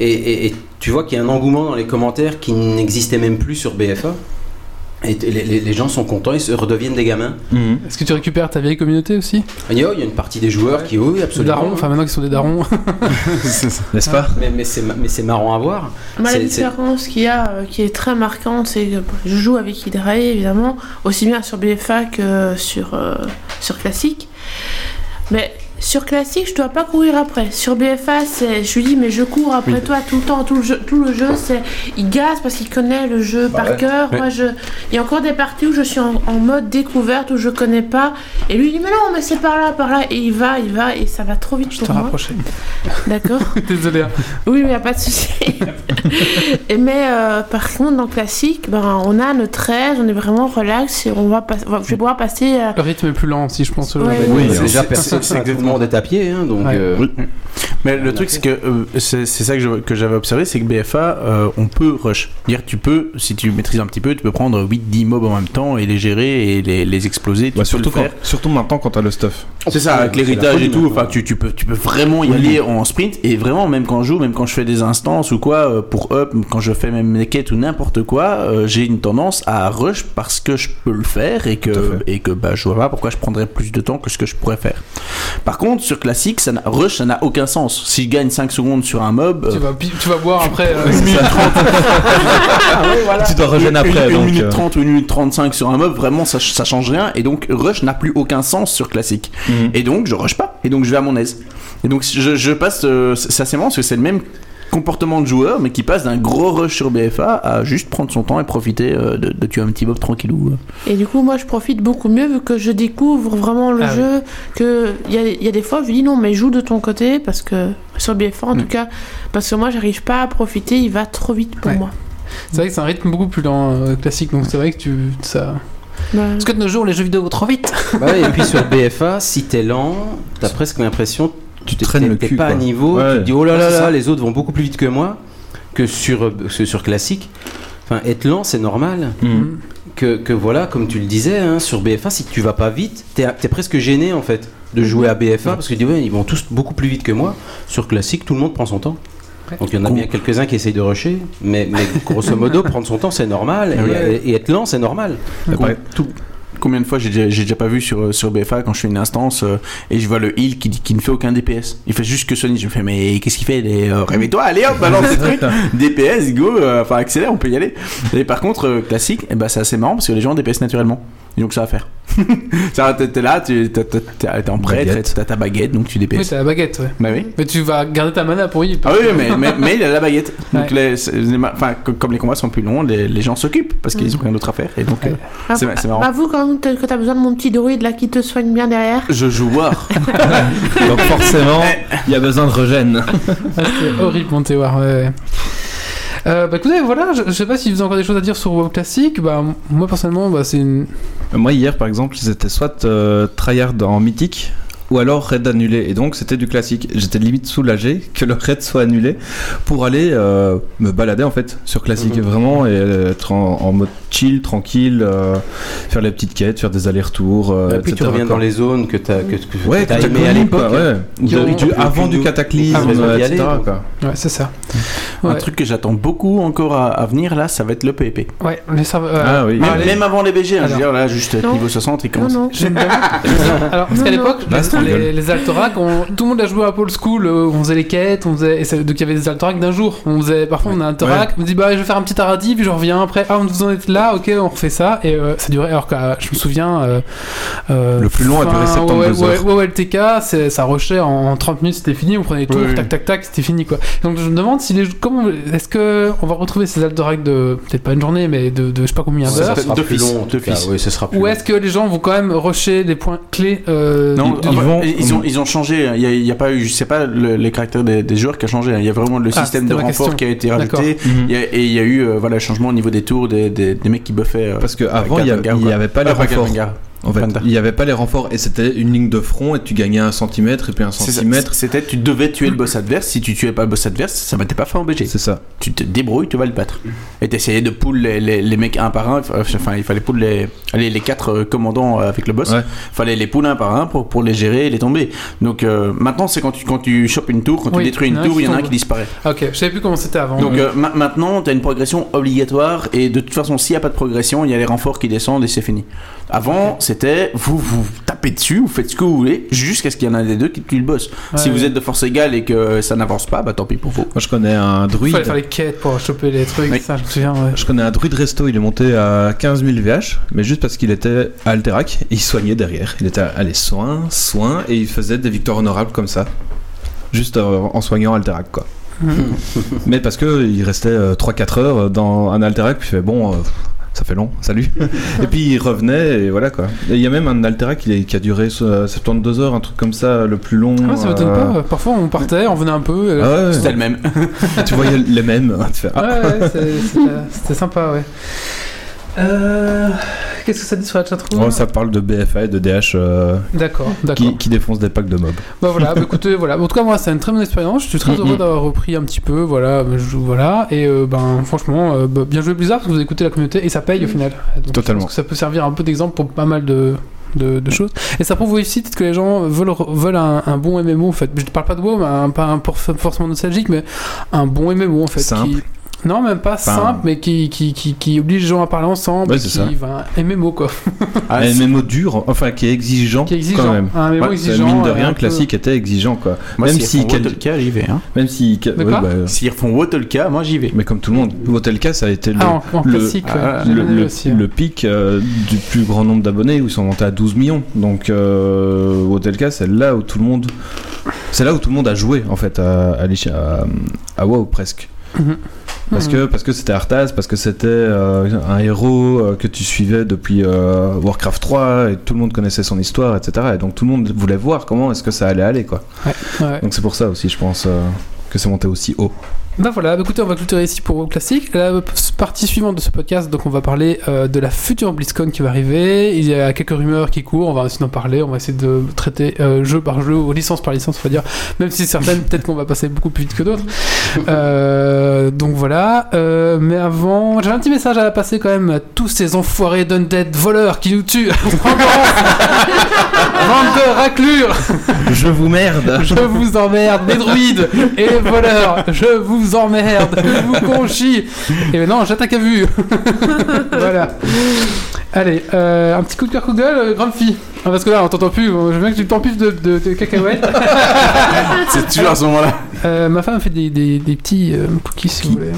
Speaker 7: Et, et- et tu vois qu'il y a un engouement dans les commentaires qui n'existait même plus sur BFA. Et t- les, les- les gens sont contents, ils se redeviennent des gamins.
Speaker 3: Mhm.
Speaker 1: Est-ce que tu récupères ta vieille communauté aussi
Speaker 7: Il y a, il y a une partie des joueurs qui, oui,
Speaker 1: Des
Speaker 7: absolument.
Speaker 1: darons, enfin maintenant qu'ils sont des darons.
Speaker 3: N'est-ce pas
Speaker 7: Mais, mais c'est ma- mais c'est marrant à voir.
Speaker 2: Moi, la
Speaker 7: C'est- c'est-
Speaker 2: différence qu'il y a, euh, qui est très marquante, c'est que bon, je joue avec Hydrae, évidemment, aussi bien sur BFA que sur, euh, sur classique. Mais sur classique, je dois pas courir après. Sur BFA, c'est, je lui dis, mais je cours après toi tout le temps, tout le jeu, tout le jeu, c'est, il gaze parce qu'il connaît le jeu
Speaker 7: Bah
Speaker 2: par cœur. Moi, je, il y a encore des parties où je suis en, en mode découverte où je connais pas, et lui il dit, mais non, mais c'est par là, par là, et il va, il va, et ça va trop vite
Speaker 1: Je
Speaker 2: pour
Speaker 1: te
Speaker 2: moi.
Speaker 1: rapprochais.
Speaker 2: D'accord.
Speaker 1: Désolé. hein.
Speaker 2: Oui, mais y a pas de souci. Et mais euh, par contre, dans classique, ben, on a notre aise, on est vraiment relax et on va pas, on va- je vais pouvoir passer. euh,
Speaker 1: Le rythme est plus lent si je pense. euh,
Speaker 2: Ouais.
Speaker 1: avec-
Speaker 3: Oui,
Speaker 7: c'est
Speaker 3: hein.
Speaker 7: déjà
Speaker 4: c'est-
Speaker 7: personne,
Speaker 4: c'est- c'est
Speaker 7: tout le monde est à pied. hein, donc,
Speaker 1: Ouais.
Speaker 7: euh,
Speaker 4: Oui. Mm. Mais le truc, c'est que euh, c'est c'est ça que je- que j'avais observé, c'est que BFA, euh, on peut rush. Dire, tu peux, si tu maîtrises un petit peu, tu peux prendre 8-10 mobs en même temps et les gérer et les, les exploser. Tu
Speaker 3: Bah,
Speaker 4: peux
Speaker 3: surtout,
Speaker 4: le
Speaker 3: quand,
Speaker 4: faire.
Speaker 3: surtout maintenant quand t'as le stuff.
Speaker 4: C'est ça, avec
Speaker 7: C'est la
Speaker 4: l'héritage
Speaker 7: folie
Speaker 4: et tout.
Speaker 7: maintenant.
Speaker 4: Enfin, tu, tu peux, tu peux vraiment y
Speaker 3: Oui.
Speaker 4: aller en sprint. Et vraiment, même quand je joue, même quand je fais des instances ou quoi, euh, pour up, quand je fais même des quêtes ou n'importe quoi, euh, j'ai une tendance à rush parce que je peux le faire et
Speaker 3: Tout à
Speaker 4: que, et que bah, je vois pas pourquoi je prendrais plus de temps que ce que je pourrais faire. Par contre, sur classique, ça n'a- rush, ça n'a aucun sens. d'avance. S'il gagne 5 secondes sur un mob,
Speaker 1: Tu
Speaker 4: euh,
Speaker 1: vas, pi- tu vas boire après euh, une minute.
Speaker 3: Ah Tu dois
Speaker 4: une,
Speaker 3: rejoindre après.
Speaker 4: une
Speaker 3: donc,
Speaker 4: minute
Speaker 3: euh,
Speaker 4: 30 ou une minute 35 sur un mob, vraiment ça, ch- ça change rien. Et donc rush n'a plus aucun sens sur classique.
Speaker 3: mhm.
Speaker 4: Et donc je rush pas. Et donc je vais à mon aise. Et donc je, je passe, euh, c'est c'est assez marrant parce que c'est le même comportement de joueur, mais qui passe d'un gros rush sur BFA à juste prendre son temps et profiter euh, de, de tuer un petit mob tranquillou. euh.
Speaker 2: Et du coup, moi, je profite beaucoup mieux vu que je découvre vraiment le
Speaker 1: Ah oui.
Speaker 2: jeu. Que il y a, il y a des fois, je dis non, mais joue de ton côté parce que sur BF1 en
Speaker 4: Mm.
Speaker 2: tout cas, parce que moi, j'arrive pas à profiter. Il va trop vite pour
Speaker 1: Ouais.
Speaker 2: moi.
Speaker 1: C'est vrai que c'est un rythme beaucoup plus lent euh, classique, donc c'est vrai que tu. Ça...
Speaker 2: Bah,
Speaker 1: Parce que de nos jours, les jeux vidéo vont trop vite.
Speaker 7: Bah ouais, et puis sur BFA, si t'es lent, t'as presque l'impression
Speaker 3: Tu
Speaker 7: t'es-
Speaker 3: traînes
Speaker 7: t'es-
Speaker 3: le
Speaker 7: t'es
Speaker 3: cul.
Speaker 7: pas à
Speaker 3: quoi.
Speaker 7: niveau,
Speaker 3: Ouais.
Speaker 7: tu te dis oh là là
Speaker 1: Ouais, c'est
Speaker 7: là,
Speaker 1: ça.
Speaker 7: les autres vont beaucoup plus vite que moi, que sur, euh, que sur classique. Enfin, être lent, c'est normal.
Speaker 3: Mhm.
Speaker 7: Que, que voilà, comme tu le disais, hein, sur BFA, si tu vas pas vite, t'es es presque gêné en fait de jouer à BFA parce que tu dis ouais, ils vont tous beaucoup plus vite que moi. Sur classique, tout le monde prend son temps.
Speaker 1: Ouais.
Speaker 7: Donc il y en a
Speaker 4: Con.
Speaker 7: bien quelques-uns qui essayent de rusher, mais, mais grosso modo, prendre son temps, c'est normal,
Speaker 3: Ah
Speaker 7: et-
Speaker 1: Ouais.
Speaker 7: et, et être lent, c'est normal.
Speaker 3: Après,
Speaker 4: Combien de fois j'ai déjà, j'ai déjà pas vu sur, euh, sur BFA quand je fais une instance euh, et je vois le heal qui, qui ne fait aucun DPS. Il fait juste que Sony. Je me fais, mais qu'est-ce qu'il fait Il est, euh, Réveille-toi, allez hop, balance tes trucs. DPS, go, euh, enfin accélère, on peut y aller. Et par contre, euh, classique, eh ben, c'est assez marrant parce que les gens DPS naturellement. Ils ont que ça à faire. Ça, t'es t'es là, tu- t'as- t'as- t'as- t'es en prêtre,
Speaker 3: Baguette.
Speaker 4: t'as ta baguette, donc tu
Speaker 1: Oui,
Speaker 4: DPS.
Speaker 1: t'as la baguette, ouais.
Speaker 4: Bah oui.
Speaker 1: Mais tu vas garder ta mana pour y.
Speaker 4: Ah oui, mais, mais, mais il a la baguette. Donc
Speaker 1: Ouais.
Speaker 4: les- c'est- les ma- enfin, co- comme les combats sont plus longs, les, les gens s'occupent parce qu'ils ont rien d'autre à faire. Et donc,
Speaker 1: Ouais.
Speaker 4: euh, c'est c'est marrant.
Speaker 2: Avoue bah, quand même peut-être que t'as besoin de mon petit druide là qui te soigne bien derrière.
Speaker 4: Je joue War.
Speaker 3: donc forcément, il y a besoin de regen.
Speaker 1: Ah, c'est horrible, mon théoir, ouais, ouais. Euh, bah écoutez, voilà, je, je sais pas si vous avez encore des choses à dire sur WoW classique. Bah, m- moi personnellement, bah, c'est une.
Speaker 3: Euh, Moi, hier, par exemple, c'était soit euh, tryhard en mythique. Ou alors raid annulé. Et donc c'était du classique. J'étais limite soulagé que le raid soit annulé pour aller euh, me balader en fait sur classique vraiment et être en, en mode chill, tranquille, euh, faire les petites quêtes, faire des allers-retours. euh,
Speaker 7: Et Bah, puis tu
Speaker 3: etc.,
Speaker 7: reviens
Speaker 3: quoi.
Speaker 7: dans les zones que t'as que, que- que
Speaker 3: Ouais,
Speaker 7: t'as
Speaker 3: t'as
Speaker 7: aimé à l'époque. hein.
Speaker 3: ouais. Ou
Speaker 1: Qui
Speaker 3: de-
Speaker 1: ont-
Speaker 3: du-
Speaker 7: ont
Speaker 3: avant
Speaker 7: plus
Speaker 3: du
Speaker 7: d'eau.
Speaker 3: cataclysme,
Speaker 7: Ah, raison
Speaker 3: euh,
Speaker 7: d'y
Speaker 3: etc.
Speaker 7: aller, donc.
Speaker 3: quoi.
Speaker 1: Ouais, c'est ça.
Speaker 4: Un
Speaker 1: Ouais,
Speaker 4: truc que j'attends beaucoup encore à, à venir là, ça va être le PEP.
Speaker 1: ouais les euh, serveurs. ouais.
Speaker 3: Ah oui.
Speaker 4: Même,
Speaker 1: allez.
Speaker 4: même avant les BG, hein, je veux
Speaker 1: Alors.
Speaker 4: dire là, juste
Speaker 2: Non.
Speaker 4: niveau 60 et
Speaker 2: Non
Speaker 4: commence.
Speaker 2: non.
Speaker 1: J'aime bien. Alors, parce
Speaker 2: Non,
Speaker 1: qu'à
Speaker 2: non.
Speaker 1: l'époque,
Speaker 3: Bah, c'est rigolo.
Speaker 1: les, les Altorac, on- tout le monde a joué à Paul School, euh, on faisait les quêtes, on faisait, et ça- donc il y avait des Altorac d'un jour. On faisait, parfois on a un Altorac, on dit bah je vais faire un petit taradi, puis je reviens après, ah on vous en êtes là, ok on refait ça, et euh, ça durait, alors que euh, je me souviens. euh, euh,
Speaker 3: Le plus long a duré
Speaker 1: fin-
Speaker 3: 72
Speaker 1: ouais, ouais,
Speaker 3: heures.
Speaker 1: ouais, ouais, le TK, c'est- ça rushait en, en 30 minutes, c'était fini, on prenait les tours,
Speaker 4: Oui, oui.
Speaker 1: tac tac tac, c'était fini quoi. Donc je me demande si les comment est-ce que on va retrouver ces Altorac de peut-être pas une journée, mais de, de je sais pas combien
Speaker 7: Ça
Speaker 1: d'heures.
Speaker 7: sera plus
Speaker 4: D'office,
Speaker 7: long, en tout cas.
Speaker 4: d'office.
Speaker 7: Oui, ce sera plus
Speaker 1: Ou
Speaker 7: long.
Speaker 1: est-ce que les gens vont quand même rusher des points clés euh,
Speaker 4: Non,
Speaker 1: du-
Speaker 4: ah
Speaker 1: du-
Speaker 4: bah,
Speaker 3: vont-
Speaker 4: ils, ont, ils ont changé, hein. il y a, il y a pas eu, je sais pas le- les caractères des, des joueurs qui a changé, hein. il y a vraiment le
Speaker 1: Ah,
Speaker 4: système
Speaker 1: c'était
Speaker 4: de
Speaker 1: ma
Speaker 4: renfort
Speaker 1: question.
Speaker 4: qui a été
Speaker 1: D'accord.
Speaker 4: rajouté,
Speaker 3: Mhm.
Speaker 4: Il y a- et il y a eu euh, voilà, le changement au niveau des tours, des, des, des mecs qui buffaient. euh,
Speaker 3: Parce qu'avant, il
Speaker 4: Gatling
Speaker 3: n'y
Speaker 4: Gun, quoi.
Speaker 3: avait pas
Speaker 4: Ah,
Speaker 3: les
Speaker 4: pas Gatling
Speaker 3: renforts.
Speaker 4: Gun.
Speaker 3: En fait,
Speaker 4: Panda.
Speaker 3: il n'y avait pas les renforts et c'était une ligne de front et tu gagnais un centimètre et puis un
Speaker 4: C'est ça,
Speaker 3: centimètre.
Speaker 4: C'était, tu devais tuer le boss adverse. Si tu tuais pas le boss adverse, ça ne t'es pas fait en BG.
Speaker 3: C'est ça.
Speaker 4: Tu te débrouilles, tu vas le battre. Et t'essayais de pull les, les, les mecs un par un. Enfin, il fallait pull les, les, les quatre euh, commandants euh, avec le boss.
Speaker 3: Ouais.
Speaker 4: fallait les pull un par un pour, pour les gérer et les tomber. Donc euh, maintenant, c'est quand tu, quand tu chopes une tour, quand
Speaker 1: Oui,
Speaker 4: tu détruis
Speaker 1: il y en
Speaker 4: une
Speaker 1: a un
Speaker 4: tour,
Speaker 1: qui
Speaker 4: il y en a un
Speaker 1: tombe.
Speaker 4: qui disparaît.
Speaker 1: Ah, Ok, je savais plus comment c'était avant.
Speaker 4: Donc
Speaker 1: Ouais.
Speaker 4: euh, ma- maintenant, tu as une progression obligatoire et de toute façon, s'il n'y a pas de progression, il y a les renforts qui descendent et c'est fini. Avant, c'était vous vous tapez dessus, vous faites ce que vous voulez jusqu'à ce qu'il y en a un des deux qui tue le boss. si
Speaker 1: Ouais.
Speaker 4: vous êtes de force égale et que ça n'avance pas, bah tant pis pour vous.
Speaker 3: Moi, je connais un druide.
Speaker 1: fallait faire les quêtes pour choper les trucs,
Speaker 4: Oui.
Speaker 1: ça je me souviens. Ouais.
Speaker 3: Je connais un druide resto, il est monté à 15 000 VH, mais juste parce qu'il était à Alterac et il soignait derrière. Il était à allez, soin, soin, et il faisait des victoires honorables comme ça. Juste euh, en soignant Alterac, quoi.
Speaker 1: Mhm.
Speaker 3: mais parce que il restait euh, 3-4 heures dans un Alterac, puis il fait bon, euh, pff, ça fait long, salut. et puis il revenait, et voilà quoi. Et il y a même un Alterac qui est- qui a duré euh, 72 heures, un truc comme ça, le plus long.
Speaker 1: Ah, ça m'étonne
Speaker 3: euh,
Speaker 1: pas. euh, Parfois on partait, on venait un peu. et-
Speaker 3: Ah ouais,
Speaker 4: C'était le même.
Speaker 3: tu voyais les mêmes. hein, tu fais, ah,
Speaker 1: Ouais, ouais, c'est- c'était- c'était sympa, ouais. Euh, Qu'est-ce que ça dit sur la chatroom
Speaker 3: oh, ça parle de BFA et de DH euh,
Speaker 1: D'accord, d'accord.
Speaker 3: qui, qui défoncent des packs de mobs.
Speaker 1: Bah voilà, bah écoutez, voilà. En tout cas, moi, c'est une très bonne expérience. Je suis très
Speaker 3: Mm,
Speaker 1: heureux
Speaker 3: mm.
Speaker 1: d'avoir repris un petit peu. Voilà, bah, je joue, voilà. Et euh, ben, franchement, euh, bah, bien joué Blizzard parce que vous écoutez la communauté et ça paye au final. Donc, je
Speaker 3: Totalement.
Speaker 1: pense que ça peut servir un peu d'exemple pour pas mal de. De, de choses et ça prouve aussi peut-être que les gens veulent veulent un, un bon MMO en fait je ne parle pas de WoW mais un- pas un por- forcément nostalgique mais un bon MMO en fait
Speaker 3: Simple.
Speaker 1: qui- Non, même pas
Speaker 3: Enfin-
Speaker 1: simple, mais qui, qui, qui, qui oblige les gens à parler ensemble.
Speaker 3: Ouais,
Speaker 1: et
Speaker 3: c'est
Speaker 1: qui
Speaker 3: ça.
Speaker 1: va un MMO, quoi.
Speaker 4: Ah,
Speaker 3: Mais
Speaker 4: c'est-
Speaker 3: même au dur, enfin qui est exigeant,
Speaker 1: Qui est exigeant.
Speaker 3: quand même.
Speaker 1: Un MMO
Speaker 3: Ouais, c'est-
Speaker 1: exigeant.
Speaker 3: mine de
Speaker 1: euh, un
Speaker 3: rien,
Speaker 1: peu-
Speaker 3: classique était exigeant quoi.
Speaker 4: moi,
Speaker 3: même
Speaker 4: s'ils
Speaker 3: si,
Speaker 4: font Wotolka, j'y vais. Hein.
Speaker 3: même si, bah,
Speaker 1: Mais quoi
Speaker 4: S'ils refont Wotolka, moi j'y vais.
Speaker 3: mais comme tout le monde, Wotelka ça a été le,
Speaker 1: Ah, en, en
Speaker 3: le-
Speaker 1: classique, ouais.
Speaker 4: ah,
Speaker 1: J'ai
Speaker 3: le,
Speaker 1: bien aimé
Speaker 3: le-
Speaker 1: Euh, aussi, hein.
Speaker 3: le pic euh, du plus grand nombre d'abonnés où ils sont montés à 12 millions. Donc euh, Wotelka, c'est là où tout le monde, c'est là où tout le monde a joué en fait à à, l'éche- à, à WoW presque.
Speaker 1: Mhm.
Speaker 3: Parce
Speaker 1: Mhm.
Speaker 3: que parce que c'était Arthas, parce que c'était euh, un héros euh, que tu suivais depuis euh, Warcraft 3 et tout le monde connaissait son histoire, etc. Et donc tout le monde voulait voir comment est-ce que ça allait aller quoi.
Speaker 1: ouais. Ouais.
Speaker 3: Donc c'est pour ça aussi, je pense, euh, que c'est monté aussi haut.
Speaker 1: Bah voilà, bah écoutez, on va clôturer ici pour classique. La p- partie suivante de ce podcast, donc on va parler euh, de la future BlizzCon qui va arriver. Il y a quelques rumeurs qui courent, on va essayer d'en parler, on va essayer de traiter euh, jeu par jeu, ou licence par licence, on va dire, même si certaines, peut-être qu'on va passer beaucoup plus vite que d'autres. Euh, donc voilà, Euh, mais avant, j'ai un petit message à passer quand même à tous ces enfoirés d'undead voleurs qui nous tuent. Bande de raclures
Speaker 3: Je vous merde
Speaker 1: je vous emmerde, des druides et voleurs, je vous emmerde, je vous conchis. Et maintenant, j'attaque à vue. voilà. Allez, euh, un petit coup de cœur, coup de gueule, euh, Grumpy. Ah, parce que là, on t'entend plus, je veux bien que tu t'empiffes de, de, de cacahuètes.
Speaker 4: C'est toujours à ce moment-là.
Speaker 1: Euh, ma femme fait des, des, des petits euh, cookies, si vous voulez.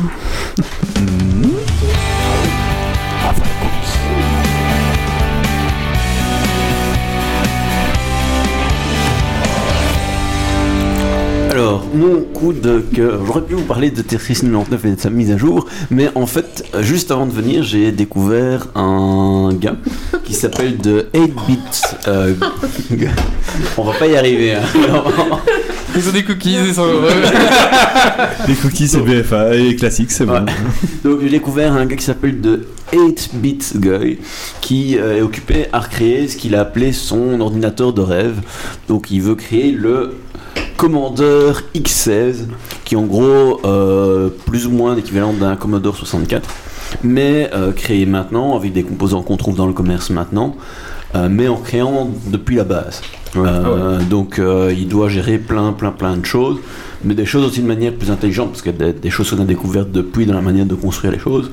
Speaker 5: Alors, mon coup de cœur, j'aurais pu vous parler de Tetris 99 et de sa mise à jour, mais en fait, euh, juste avant de venir, j'ai découvert un gars qui s'appelle The 8-Bit. euh, On va pas y arriver. hein. Non.
Speaker 1: Ils ont des cookies, ils sont heureux.
Speaker 3: Les cookies, c'est BFA et classique, c'est
Speaker 5: bon. Donc j'ai découvert un gars qui s'appelle The 8-Bit Guy, qui euh, est occupé à recréer ce qu'il a appelé son ordinateur de rêve. Donc il veut créer le Commodore X16, qui est en gros euh, plus ou moins l'équivalent d'un Commodore 64, mais euh, créé maintenant avec des composants qu'on trouve dans le commerce maintenant, euh, mais en créant depuis la base. Euh, Donc euh, il doit gérer plein plein plein de choses mais des choses aussi de manière plus intelligente, parce qu'il y a des, des choses qu'on a découvertes depuis dans la manière de construire les choses.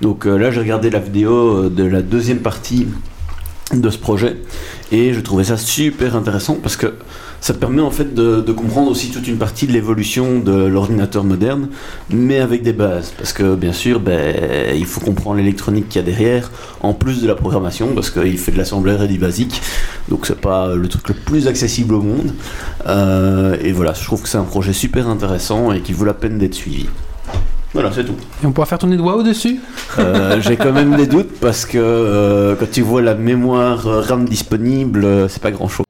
Speaker 5: Donc euh, là, j'ai regardé la vidéo euh, de la deuxième partie de ce projet, et je trouvais ça super intéressant, parce que ça permet en fait de, de comprendre aussi toute une partie de l'évolution de l'ordinateur moderne, mais avec des bases, parce que bien sûr, ben, il faut comprendre l'électronique qu'il y a derrière, en plus de la programmation, parce qu'il fait de l'assembleur et du basique, donc c'est pas le truc le plus accessible au monde. Euh, et voilà, je trouve que c'est un projet super intéressant et qui vaut la peine d'être suivi. Voilà, c'est tout.
Speaker 1: Et on pourra faire tourner de waouh dessus
Speaker 5: Euh, J'ai quand même des doutes parce que euh, quand tu vois la mémoire euh, RAM disponible, euh, c'est pas grand chose.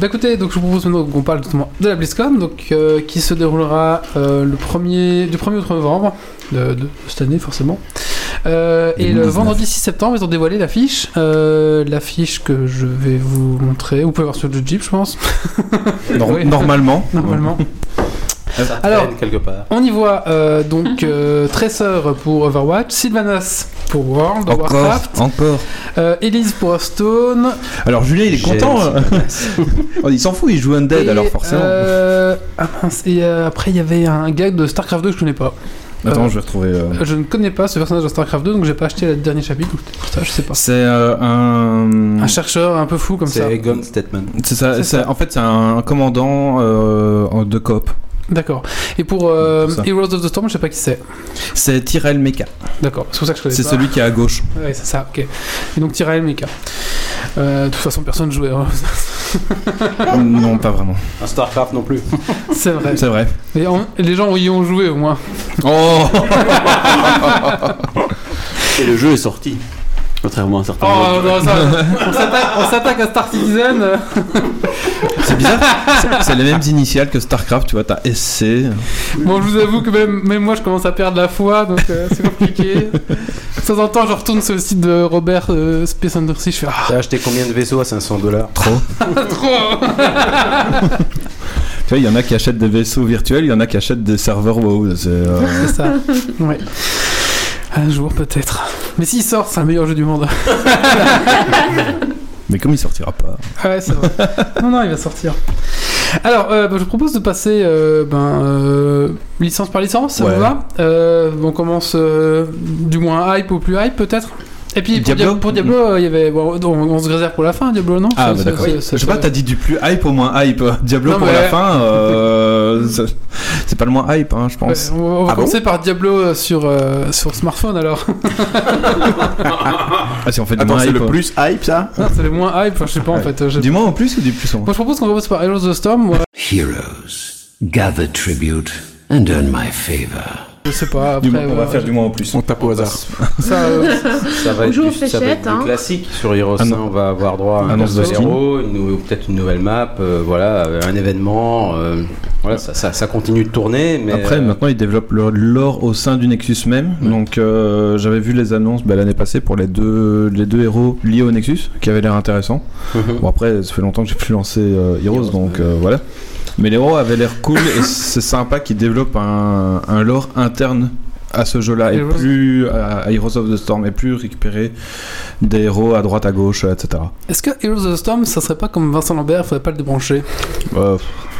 Speaker 1: Bah écoutez, donc je vous propose maintenant qu'on parle justement de la BlizzCon, donc, euh, qui se déroulera euh, le premier, du 1er au 3 novembre de, de cette année forcément. Euh, et le
Speaker 3: 2019.
Speaker 1: vendredi 6 septembre, ils ont dévoilé l'affiche. Euh, l'affiche que je vais vous montrer. Vous pouvez voir sur le Jeep, je pense, Oui.
Speaker 3: Normalement.
Speaker 1: normalement.
Speaker 7: Ça
Speaker 1: Alors-
Speaker 7: traîne quelque part.
Speaker 1: On y voit euh, donc euh, Tracer pour Overwatch, Sylvanas pour World of
Speaker 3: Encore,
Speaker 1: Warcraft,
Speaker 3: encore.
Speaker 1: euh, Elise pour Hearthstone,
Speaker 3: Alors Julien, il est
Speaker 7: J'ai-
Speaker 3: content. hein. Oh, il s'en fout, il joue Undead,
Speaker 1: et,
Speaker 3: alors forcément.
Speaker 1: euh, ah mince, et euh, après il y avait un gag de StarCraft 2 que je connais pas.
Speaker 3: Attends,
Speaker 1: euh,
Speaker 3: je vais retrouver. euh.
Speaker 1: Je ne connais pas ce personnage de StarCraft 2, donc j'ai pas acheté le dernier chapitre, donc peut-être pour ça, je sais pas.
Speaker 3: C'est euh, un.
Speaker 1: Un chercheur un peu fou comme ça.
Speaker 7: C'est Gun Statement.
Speaker 3: C'est ça,
Speaker 1: Ah, c'est
Speaker 3: c'est-
Speaker 1: ça.
Speaker 3: En fait, c'est un commandant euh, en- de coop.
Speaker 1: D'accord. Et pour euh,
Speaker 3: Hmm, C'est ça.
Speaker 1: Heroes of the Storm, je sais pas qui c'est.
Speaker 3: C'est Tyrell Mecha.
Speaker 1: D'accord, c'est pour ça que je connais
Speaker 3: C'est
Speaker 1: pas.
Speaker 3: celui qui est à gauche.
Speaker 1: Ouais, c'est ça, ok. Et donc Tyrael Mecha. Euh, de toute façon, personne jouait. hein.
Speaker 3: non, pas vraiment.
Speaker 7: Un Starcraft non plus.
Speaker 1: C'est vrai.
Speaker 3: C'est vrai.
Speaker 1: Et en- les gens y ont joué au moins.
Speaker 3: Oh
Speaker 5: Et le jeu est sorti. Contrairement à certains.
Speaker 1: Oh,
Speaker 3: Ah,
Speaker 5: autres.
Speaker 1: non, ça, on s'attaque- on s'attaque à Star Citizen. euh,
Speaker 3: C'est bizarre. C'est- C'est les mêmes initiales que StarCraft, tu vois, t'as SC.
Speaker 1: Bon, je vous avoue que même, même moi, je commence à perdre la foi, donc euh, c'est compliqué. De temps en temps, je retourne sur le site de Robert euh, Space Undersea, je fais ah,
Speaker 7: T'as acheté combien de vaisseaux à 500 dollars
Speaker 3: Trop.
Speaker 1: trop. hein.
Speaker 3: Tu vois, il y en a qui achètent des vaisseaux virtuels, il y en a qui achètent des serveurs WoW. C'est, euh,
Speaker 1: C'est ça. Ouais. Un jour peut-être. Mais s'il sort, c'est un meilleur jeu du monde.
Speaker 3: Mais comme il sortira pas.
Speaker 1: Ah ouais, c'est vrai. non, non, il va sortir. Alors, euh, bah, je propose de passer euh, ben, euh, licence par licence, ça
Speaker 3: Ouais.
Speaker 1: vous va Euh, On commence euh, du moins hype au plus hype, peut-être et puis pour
Speaker 3: Diablo Mm.
Speaker 1: Diablo, pour Diablo, euh, il y avait, bon, on, on se réserve pour la fin, Diablo, non
Speaker 3: Ah,
Speaker 1: Ça,
Speaker 3: bah
Speaker 1: ça-
Speaker 3: d'accord.
Speaker 1: ça- ça-
Speaker 3: Je sais pas, t'as dit du plus hype au moins hype. Diablo
Speaker 1: Non,
Speaker 3: pour
Speaker 1: mais-
Speaker 3: la fin, euh, ça- c'est pas le moins hype, hein, je
Speaker 1: Ouais,
Speaker 3: pense.
Speaker 1: on va, on va
Speaker 3: Ah bon
Speaker 1: commencer par Diablo euh, sur, euh, sur smartphone alors.
Speaker 3: Ah, si on fait du
Speaker 4: Attends,
Speaker 3: moins
Speaker 4: c'est
Speaker 3: hype.
Speaker 4: le
Speaker 3: euh,
Speaker 4: plus hype ça
Speaker 1: Non, c'est le moins hype, enfin, je sais pas en
Speaker 3: Ouais.
Speaker 1: fait. euh, je-
Speaker 3: Du moins en plus ou du plus en moins
Speaker 1: Moi je propose qu'on commence par Heroes of the Storm, moi,
Speaker 6: Heroes, Euh, gather tribute and earn my favor.
Speaker 1: je sais pas. Après, euh,
Speaker 3: Du moins- On va
Speaker 1: voilà.
Speaker 3: faire du moins en plus.
Speaker 4: On tape au hasard.
Speaker 1: Ça, euh,
Speaker 7: Ça va
Speaker 2: On
Speaker 7: être,
Speaker 2: joue
Speaker 7: du,
Speaker 2: aux
Speaker 7: ça va être
Speaker 2: fléchettes,
Speaker 7: du
Speaker 2: hein.
Speaker 7: classique sur Heroes.
Speaker 3: Ah non.
Speaker 7: hein, on va avoir droit à un
Speaker 3: Annonce
Speaker 7: nouveau
Speaker 3: de Steam.
Speaker 7: héros, une nou- ou peut-être une nouvelle map, euh, voilà, euh, un événement. euh, voilà, ça, ça- ça continue de tourner. Mais
Speaker 3: Après,
Speaker 7: euh,
Speaker 3: maintenant, ils développent leur lore au sein du Nexus même. Donc, euh, j'avais vu les annonces bah, l'année passée pour les deux, les deux héros liés au Nexus, qui avaient l'air intéressant.
Speaker 7: euh,
Speaker 3: Bon, après, ça fait longtemps que j'ai plus lancé euh, Heroes,
Speaker 7: Heroes,
Speaker 3: donc
Speaker 7: ouais.
Speaker 3: euh, voilà. Mais les héros avaient l'air cool et c'est sympa qu'ils développent un, un lore interne à ce jeu-là et
Speaker 1: Heroes.
Speaker 3: plus à, à Heroes of the Storm et plus récupérer des héros à droite à gauche euh, etc.
Speaker 1: Est-ce que Heroes of the Storm, ça serait pas comme Vincent Lambert, faudrait pas le débrancher
Speaker 3: Euh,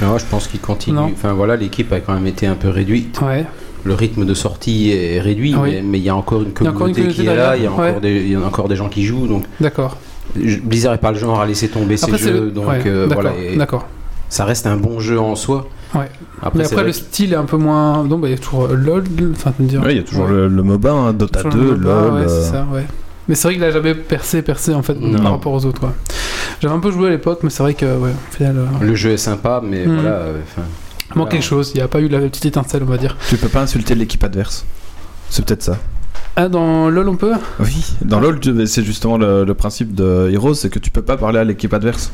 Speaker 7: non, je pense qu'il continue.
Speaker 1: Non.
Speaker 7: Enfin voilà, l'équipe a quand même été un peu réduite.
Speaker 1: Ouais.
Speaker 7: Le rythme de sortie est réduit,
Speaker 1: Ah oui.
Speaker 7: mais- mais il y a encore une
Speaker 1: y
Speaker 7: communauté,
Speaker 1: a encore une communauté
Speaker 7: qui est là. Il y, a
Speaker 1: derrière, ouais.
Speaker 7: encore des, il y a encore des gens qui jouent. Donc
Speaker 1: D'accord.
Speaker 7: je- Blizzard n'est pas le genre à laisser tomber ses
Speaker 1: c'est
Speaker 7: jeux.
Speaker 1: le-
Speaker 7: Donc
Speaker 1: ouais,
Speaker 7: euh,
Speaker 1: d'accord.
Speaker 7: voilà, et
Speaker 1: d'accord.
Speaker 7: ça reste un bon jeu en soi.
Speaker 1: Ouais.
Speaker 7: Après,
Speaker 1: Mais
Speaker 7: c'est
Speaker 1: après,
Speaker 7: vrai
Speaker 1: le style est un peu moins. Non, bah, il y a toujours euh, LOL, enfin, tu me
Speaker 3: ouais,
Speaker 1: dire.
Speaker 3: il y a toujours
Speaker 1: Ouais.
Speaker 3: le, le MOBA, hein, Dota
Speaker 1: Sur MOBA,
Speaker 3: 2, LOL.
Speaker 1: Ouais,
Speaker 3: euh,
Speaker 1: c'est ça, ouais. Mais c'est vrai qu'il a jamais percé, percé en fait
Speaker 7: Non.
Speaker 1: par rapport aux autres. quoi. J'avais un peu joué à l'époque, mais c'est vrai que, ouais, au final, euh,
Speaker 7: Le jeu est sympa, mais
Speaker 1: Mhm.
Speaker 7: voilà. euh, enfin,
Speaker 1: il manque quelque chose. Il n'y a pas eu la petite étincelle, on va dire.
Speaker 3: Tu peux pas insulter l'équipe adverse. C'est peut-être ça.
Speaker 1: Ah, dans LOL, on peut
Speaker 3: Oui, dans LoL, tu- c'est justement le, le principe de Heroes, c'est que tu peux pas parler à l'équipe adverse.